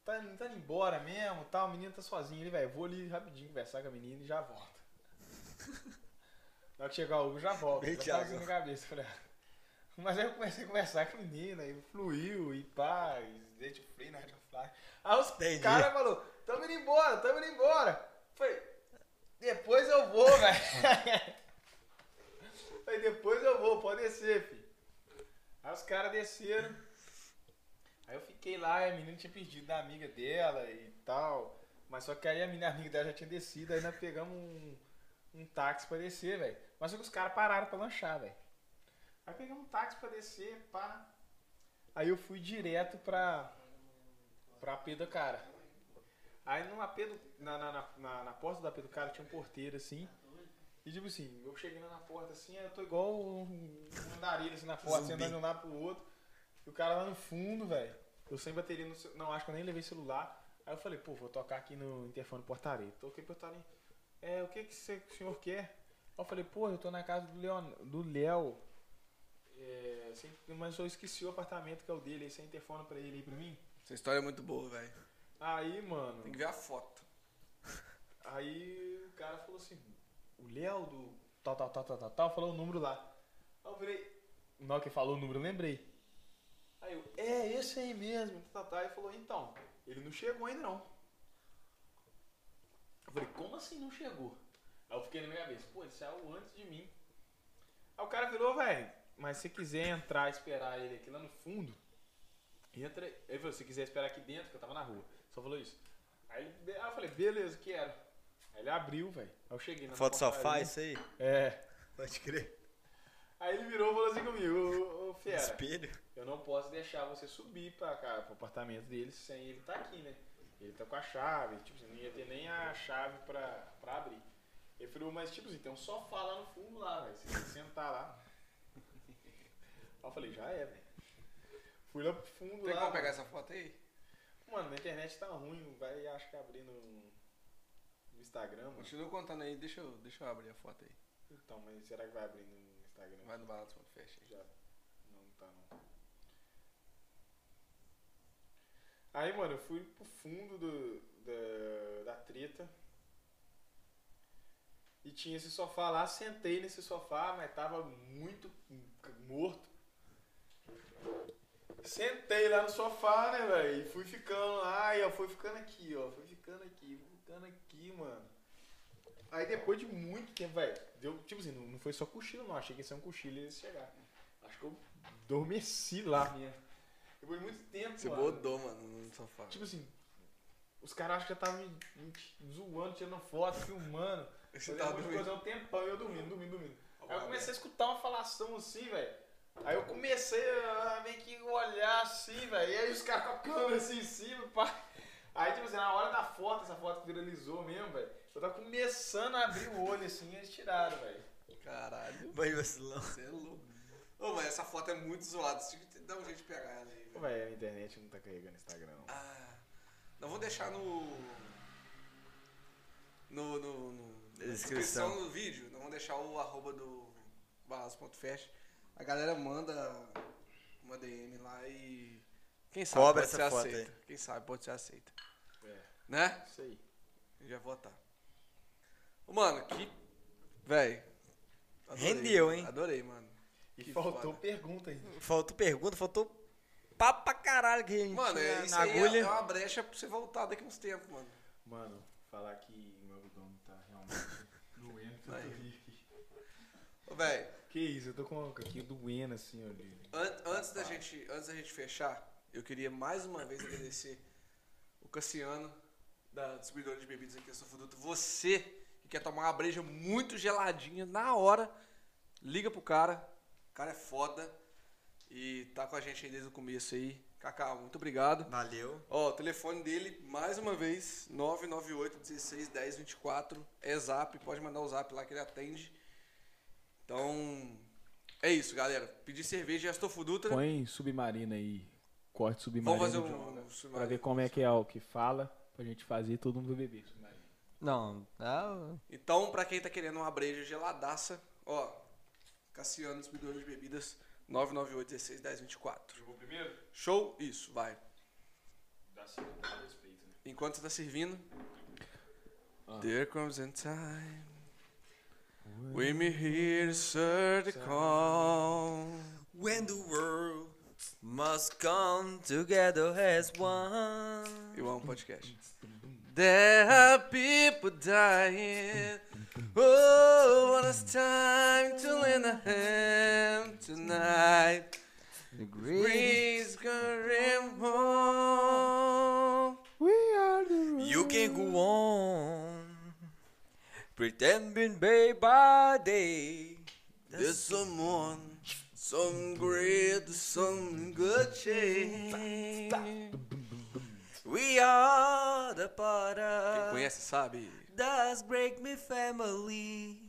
Speaker 3: tá, tá indo embora mesmo, tal, a menina tá sozinha ali, velho. Vou ali rapidinho conversar com a menina e já volto. Na hora que chegar o Hugo, já volto.
Speaker 4: Bem,
Speaker 3: Já tava
Speaker 4: Thiago.
Speaker 3: assim na cabeça, falei, ah. Mas aí eu comecei a conversar com a menina, e fluiu, e pá, e dente free, night of fly. Aí os
Speaker 4: Entendi.
Speaker 3: caras falaram, tamo indo embora, tamo indo embora. Falei, depois eu vou, velho. Aí depois eu vou, pode descer, filho. Aí os caras desceram. Aí eu fiquei lá, e a menina tinha perdido da amiga dela e tal. Mas só que aí a minha amiga dela já tinha descido, aí nós pegamos um, um táxi pra descer, velho. Mas só que os caras pararam pra lanchar, velho. Aí pegamos um táxi pra descer, pá. Aí eu fui direto pra. pra AP do cara. Aí no AP do, na, na, na- na, na porta do AP do cara tinha um porteiro assim. E tipo assim, eu cheguei lá na porta assim, aí eu tô igual um um andarilho assim na porta, assim, andando de um lado pro outro. E o cara lá no fundo, velho. Eu sem bateria no ce- Não, acho que eu nem levei celular. Aí eu falei, pô, vou tocar aqui no interfone portaria. Toquei portaria. É, o que, que cê- o senhor quer? Aí eu falei, pô, eu tô na casa do Leon, do Léo. É, sem- mas eu esqueci o apartamento que é o dele, aí você interfona pra ele aí pra mim?
Speaker 2: Essa história é muito boa, velho.
Speaker 3: Aí, mano.
Speaker 2: Tem que ver a foto.
Speaker 3: Aí o cara falou assim, o Léo do tal, tal, tal, tal, tal, tal, falou o número lá. Aí eu virei, na hora que ele falou o número, eu lembrei. Aí eu, é esse aí mesmo, tal, tal, tal. Ele falou, então, ele não chegou ainda não. Eu falei, como assim não chegou? Aí eu fiquei na minha cabeça, pô, ele saiu antes de mim. Aí o cara virou, velho, mas se quiser entrar e esperar ele aqui lá no fundo, entra. aí." Ele falou, se quiser esperar aqui dentro, que eu tava na rua. Só falou isso. Aí, ele- aí eu falei, beleza, o que era? Aí ele abriu, velho. Aí eu cheguei na
Speaker 21: Foto do sofá,
Speaker 3: portaria.
Speaker 21: isso aí?
Speaker 3: É.
Speaker 21: Pode crer.
Speaker 3: Aí ele virou e falou assim comigo, ô, ô, ô
Speaker 2: É.
Speaker 3: Fiera,
Speaker 21: Espelho.
Speaker 3: eu não posso deixar você subir pra, cá, pro apartamento dele sem ele tá aqui, né? Ele tá com a chave, tipo, você não ia ter nem a chave pra, pra abrir. Ele falou, mas tipo assim, tem um sofá lá no fundo lá, velho. Você tem que sentar lá. Aí eu falei, já é, velho. Fui lá pro fundo
Speaker 2: Tem
Speaker 3: lá.
Speaker 2: como
Speaker 3: mano.
Speaker 2: pegar essa foto aí?
Speaker 3: Mano, minha internet tá ruim, vai acho que abrir no, no Instagram, mano.
Speaker 2: Continua contando aí, deixa eu, deixa eu abrir a foto aí.
Speaker 3: Então, mas será que vai abrir no Instagram?
Speaker 2: Vai no balanço, mano, fecha aí.
Speaker 3: Já. Não tá não. Aí, mano, eu fui pro fundo do, da, da treta. E tinha esse sofá lá, sentei nesse sofá, mas tava muito morto. Sentei lá no sofá, né, velho? E fui ficando lá, e ó, fui ficando aqui, ó. Fui ficando aqui, fui ficando aqui, mano. Aí depois de muito tempo, velho, deu, tipo assim, não, não foi só cochilo, não. Achei que ia ser um cochilo e ia chegar. Acho que eu adormeci lá, minha. Depois de muito tempo,
Speaker 2: Você
Speaker 3: mano.
Speaker 2: bodou, mano, no sofá.
Speaker 3: Tipo assim, os caras acham que eu tava me, me zoando, tirando foto, filmando.
Speaker 2: Você
Speaker 3: Fazendo
Speaker 2: tá
Speaker 3: um monte de
Speaker 2: doido.
Speaker 3: coisa há um tempão e eu dormindo, dormindo, dormindo. Aí eu comecei a escutar uma falação assim, velho. Aí eu comecei a meio que olhar assim, velho. E aí os caras com a câmera assim em cima, pá. Aí, tipo assim, na hora da foto, essa foto que viralizou mesmo, velho. Eu tava começando a abrir o olho assim e eles tiraram, velho.
Speaker 2: Caralho,
Speaker 21: Banho vacilão.
Speaker 2: você é louco. Ô, mas essa foto é muito zoada. Você tem que dar um jeito de pegar ela aí, velho.
Speaker 3: Velho, a internet não tá carregando o Instagram, não.
Speaker 2: Ah, não vou deixar no. No. no, no- na
Speaker 21: Descrição.
Speaker 2: do vídeo. Não vou deixar o arroba do barras.fest. A galera manda uma DM lá e. Quem sabe
Speaker 21: Cobra
Speaker 2: pode
Speaker 21: essa
Speaker 2: ser
Speaker 21: foto
Speaker 2: aceita. Quem sabe pode ser aceita.
Speaker 3: É.
Speaker 2: Né?
Speaker 3: Isso aí.
Speaker 2: Já votar. Ô, Mano, que. Véi. adorei.
Speaker 21: Rendeu, hein?
Speaker 2: Adorei, mano.
Speaker 3: E
Speaker 2: Que
Speaker 3: faltou
Speaker 2: foda.
Speaker 3: pergunta ainda.
Speaker 21: Faltou pergunta, faltou papo pra caralho que a gente
Speaker 2: Mano,
Speaker 21: tinha
Speaker 2: é isso
Speaker 21: na
Speaker 2: aí é-
Speaker 21: agulha.
Speaker 2: é uma brecha pra você voltar daqui uns tempos, mano.
Speaker 3: Mano, falar que meu abdômen tá realmente doendo, que eu tô
Speaker 2: Aí.
Speaker 3: aqui.
Speaker 2: Ô, Véi.
Speaker 3: Que isso, eu tô com aqui doendo assim, ó. de-
Speaker 2: An- antes, da gente, antes da gente fechar, eu queria mais uma vez agradecer o Cassiano, da distribuidora de bebidas aqui da Sofoduto. Você que quer tomar uma breja muito geladinha na hora, liga pro cara. O cara é foda. E tá com a gente aí desde o começo aí. Cacá, muito obrigado.
Speaker 21: Valeu.
Speaker 2: Ó, o telefone dele, mais uma vez, 998 16 10 24. É zap, pode mandar o zap lá que ele atende. Então, é isso, galera. Pedir cerveja e Astofudutra.
Speaker 3: Põe submarina aí. Corte
Speaker 2: né? Vamos
Speaker 3: submarina.
Speaker 2: fazer
Speaker 3: de-
Speaker 2: um.
Speaker 3: Pra ver como é que é o que fala. Pra gente fazer e todo mundo beber. submarina.
Speaker 1: Não, ah,
Speaker 2: Então, pra quem tá querendo uma breja geladaça, ó, Cassiano, distribuidor de bebidas, 998 16 10 24.
Speaker 22: Jogou primeiro?
Speaker 2: Show? Isso, vai.
Speaker 22: Dá sim, dá respeito, né?
Speaker 2: Enquanto você tá servindo. There comes a time. We may hear the call.
Speaker 1: When the world must come together as one.
Speaker 2: Eu amo podcast. There are people dying. Oh, what it's time to lend a hand tonight. The breeze going home.
Speaker 23: You can go on pretending day by day.
Speaker 2: There's someone, some great, some good change.
Speaker 23: We are the para
Speaker 2: Conhece, sabe?
Speaker 23: das Break Me Family.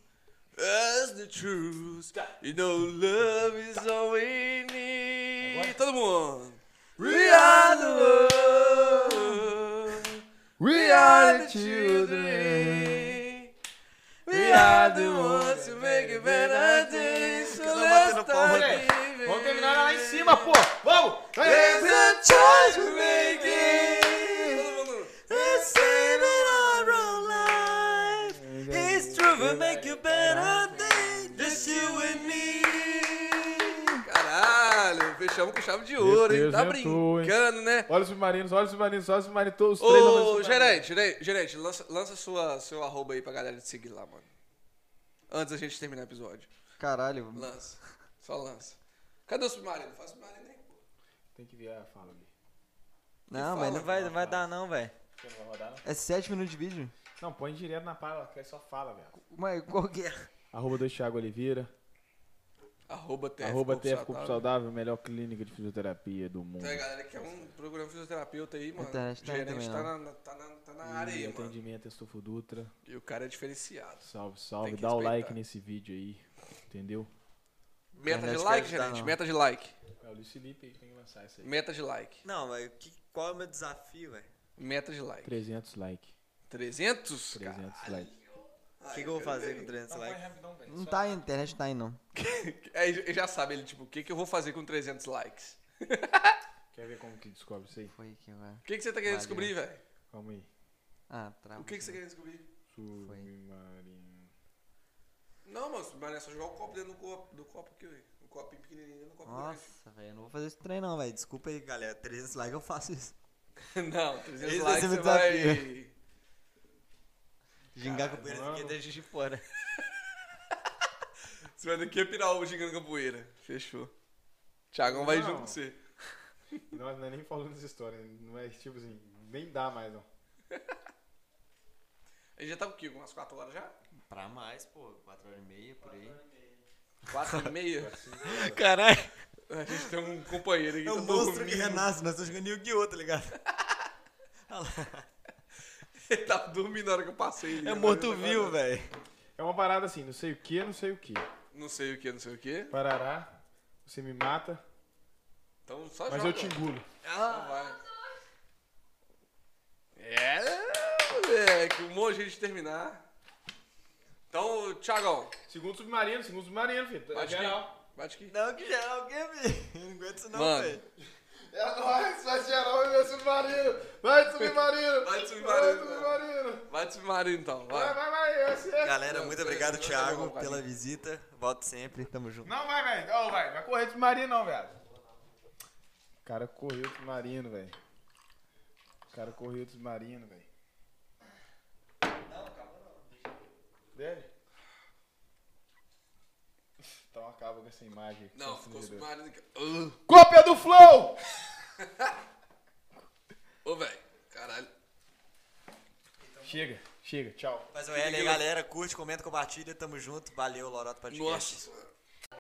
Speaker 2: As the truth, you know love is all we need. Todo mundo. We are the world. We are the children. We are the ones who make a better day. So let's start
Speaker 1: né?
Speaker 2: living.
Speaker 3: Vamos terminar lá em cima, pô! Vamos!
Speaker 2: There's a choice we're making. Let's save it our own life. It's true, we'll make you better day. Just you and me. Caralho, fechamos com chave de ouro, hein? Tá
Speaker 3: Representou, hein?
Speaker 2: brincando, né?
Speaker 3: Olha os submarinos, olha os submarinos, olha os submarinos, todos os três. olha
Speaker 2: Ô,
Speaker 3: os submarinos.
Speaker 2: gerente, gerente, gerente, lança, lança sua, seu arroba aí pra galera te seguir lá, mano. Antes da gente terminar o episódio.
Speaker 1: Caralho.
Speaker 2: Lança. Só lança. Cadê o submarino? Faz o submarino aí, pô.
Speaker 3: Tem que virar, fala ali.
Speaker 1: Não,
Speaker 2: fala,
Speaker 1: mas não vai,
Speaker 3: fala,
Speaker 1: não vai
Speaker 3: fala.
Speaker 1: dar não, velho.
Speaker 3: Você não vai rodar, não?
Speaker 1: É 7 minutos de vídeo?
Speaker 3: Não, põe direto na pala, que aí só fala, velho.
Speaker 1: Mas qual que é?
Speaker 3: Arroba do Thiago Oliveira.
Speaker 2: Arroba TF.
Speaker 3: arroba
Speaker 2: Corpo
Speaker 3: TF Corpo
Speaker 2: Saudável.
Speaker 3: Saudável, melhor clínica de fisioterapia do mundo.
Speaker 2: Então, aí, galera que é um programa fisioterapeuta aí, mano.
Speaker 1: Internet tá Hum, aí
Speaker 2: gerente
Speaker 1: também,
Speaker 2: tá
Speaker 1: não.
Speaker 2: na, tá, na, tá na área
Speaker 3: E
Speaker 2: aí, mano.
Speaker 3: atendimento é Estofo Dutra.
Speaker 2: E o cara é diferenciado.
Speaker 3: Salve,
Speaker 2: Tem
Speaker 3: salve.
Speaker 2: que
Speaker 3: Dá o like
Speaker 2: respeitar.
Speaker 3: nesse vídeo aí. Entendeu?
Speaker 2: Meta de
Speaker 1: Internet
Speaker 2: like,
Speaker 1: quer ajudar,
Speaker 2: gerente.
Speaker 1: não.
Speaker 2: Meta de like.
Speaker 3: É o Luiz Felipe aí que tem que lançar isso aí.
Speaker 2: Meta de like.
Speaker 23: Não, mas que, qual é o meu desafio, velho?
Speaker 2: Meta de like.
Speaker 3: 300 like.
Speaker 2: 300? 300.
Speaker 3: 300 like.
Speaker 23: O que, que eu vou fazer com 300 likes?
Speaker 1: Não tá aí, a internet não tá aí não.
Speaker 2: Aí ele É, já sabe, ele, tipo, o que, que eu vou fazer com 300 likes?
Speaker 3: Quer ver como que descobre isso aí?
Speaker 1: Foi aqui agora.
Speaker 2: O que, que você tá
Speaker 1: Valeu.
Speaker 2: querendo descobrir, velho?
Speaker 3: Calma aí.
Speaker 1: Ah, trava.
Speaker 2: O que, que você quer descobrir?
Speaker 3: Submarino.
Speaker 2: Não, mano, submarino é só jogar o copo dentro do copo, do copo aqui, velho. Um copinho pequenininho no copo grande.
Speaker 1: Nossa, velho, eu não vou fazer esse trem não, velho. Desculpa aí, galera. 300 likes eu faço isso.
Speaker 2: Não, 300
Speaker 1: Esse tá vai
Speaker 2: likes
Speaker 1: ser
Speaker 2: você
Speaker 1: meu
Speaker 2: vai...
Speaker 1: Gingar com o poeira
Speaker 3: mano.
Speaker 1: aqui deixa de fora.
Speaker 2: Você vai daqui a pirar o gigante com a poeira. Fechou. Thiagão vai
Speaker 3: Não.
Speaker 2: junto com você.
Speaker 3: Nós não é nem falando essa história. Não é tipo assim, nem dá mais não.
Speaker 2: A gente já tá com o quê? Com umas 4 horas já?
Speaker 1: Pra mais, pô. 4 horas e meia, por aí.
Speaker 2: 4 e meia?
Speaker 1: Caralho.
Speaker 2: A gente tem um companheiro aqui
Speaker 1: É um
Speaker 2: tá dormindo.
Speaker 1: monstro que renasce. Nós estamos jogando Yu-Gi-Oh, tá ligado?
Speaker 2: Ele tava dormindo na hora que eu passei. ele. tá
Speaker 1: É morto-vivo, velho.
Speaker 3: É uma parada assim, não sei o que, não sei o que.
Speaker 2: Não sei o que, não sei o que.
Speaker 3: Parará, você me mata,
Speaker 2: Então só
Speaker 3: mas
Speaker 2: joga.
Speaker 3: eu te engulo.
Speaker 2: Só vai. É, moleque. Um monte de gente terminar. Então, Thiagão,
Speaker 3: Segundo submarino, segundo submarino, filho. É
Speaker 2: bate
Speaker 3: Geral.
Speaker 2: aqui. Bate aqui.
Speaker 1: Não, que geral, o que, velho? Eu Não aguento isso não,
Speaker 2: Mano.
Speaker 1: velho.
Speaker 3: É nóis, vai geral, vai ver submarino. Vai submarino.
Speaker 2: Vai, submarino.
Speaker 3: Vai submarino.
Speaker 2: Vai de submarino então, vai.
Speaker 3: Vai, vai, vai. Esse é.
Speaker 1: Galera, muito obrigado,
Speaker 2: Não,
Speaker 1: Thiago,
Speaker 2: não, não,
Speaker 1: pela
Speaker 2: não.
Speaker 1: visita. Volto sempre, tá tamo junto.
Speaker 3: Não vai, velho. Não vai, vai correr de submarino não, velho. O cara correu de submarino, velho. O cara correu de submarino, velho. Não, acabou não. Dele? Então acaba com essa imagem.
Speaker 2: Não, ficou submarino
Speaker 3: submarino.
Speaker 2: aqui. Ah.
Speaker 3: Cópia do Flow!
Speaker 2: Ô, velho. Caralho.
Speaker 3: Chega, chega, tchau.
Speaker 1: Faz um L aí, galera. Curte, comenta, compartilha. Tamo junto. Valeu, Loroto Podcast.
Speaker 2: Nossa.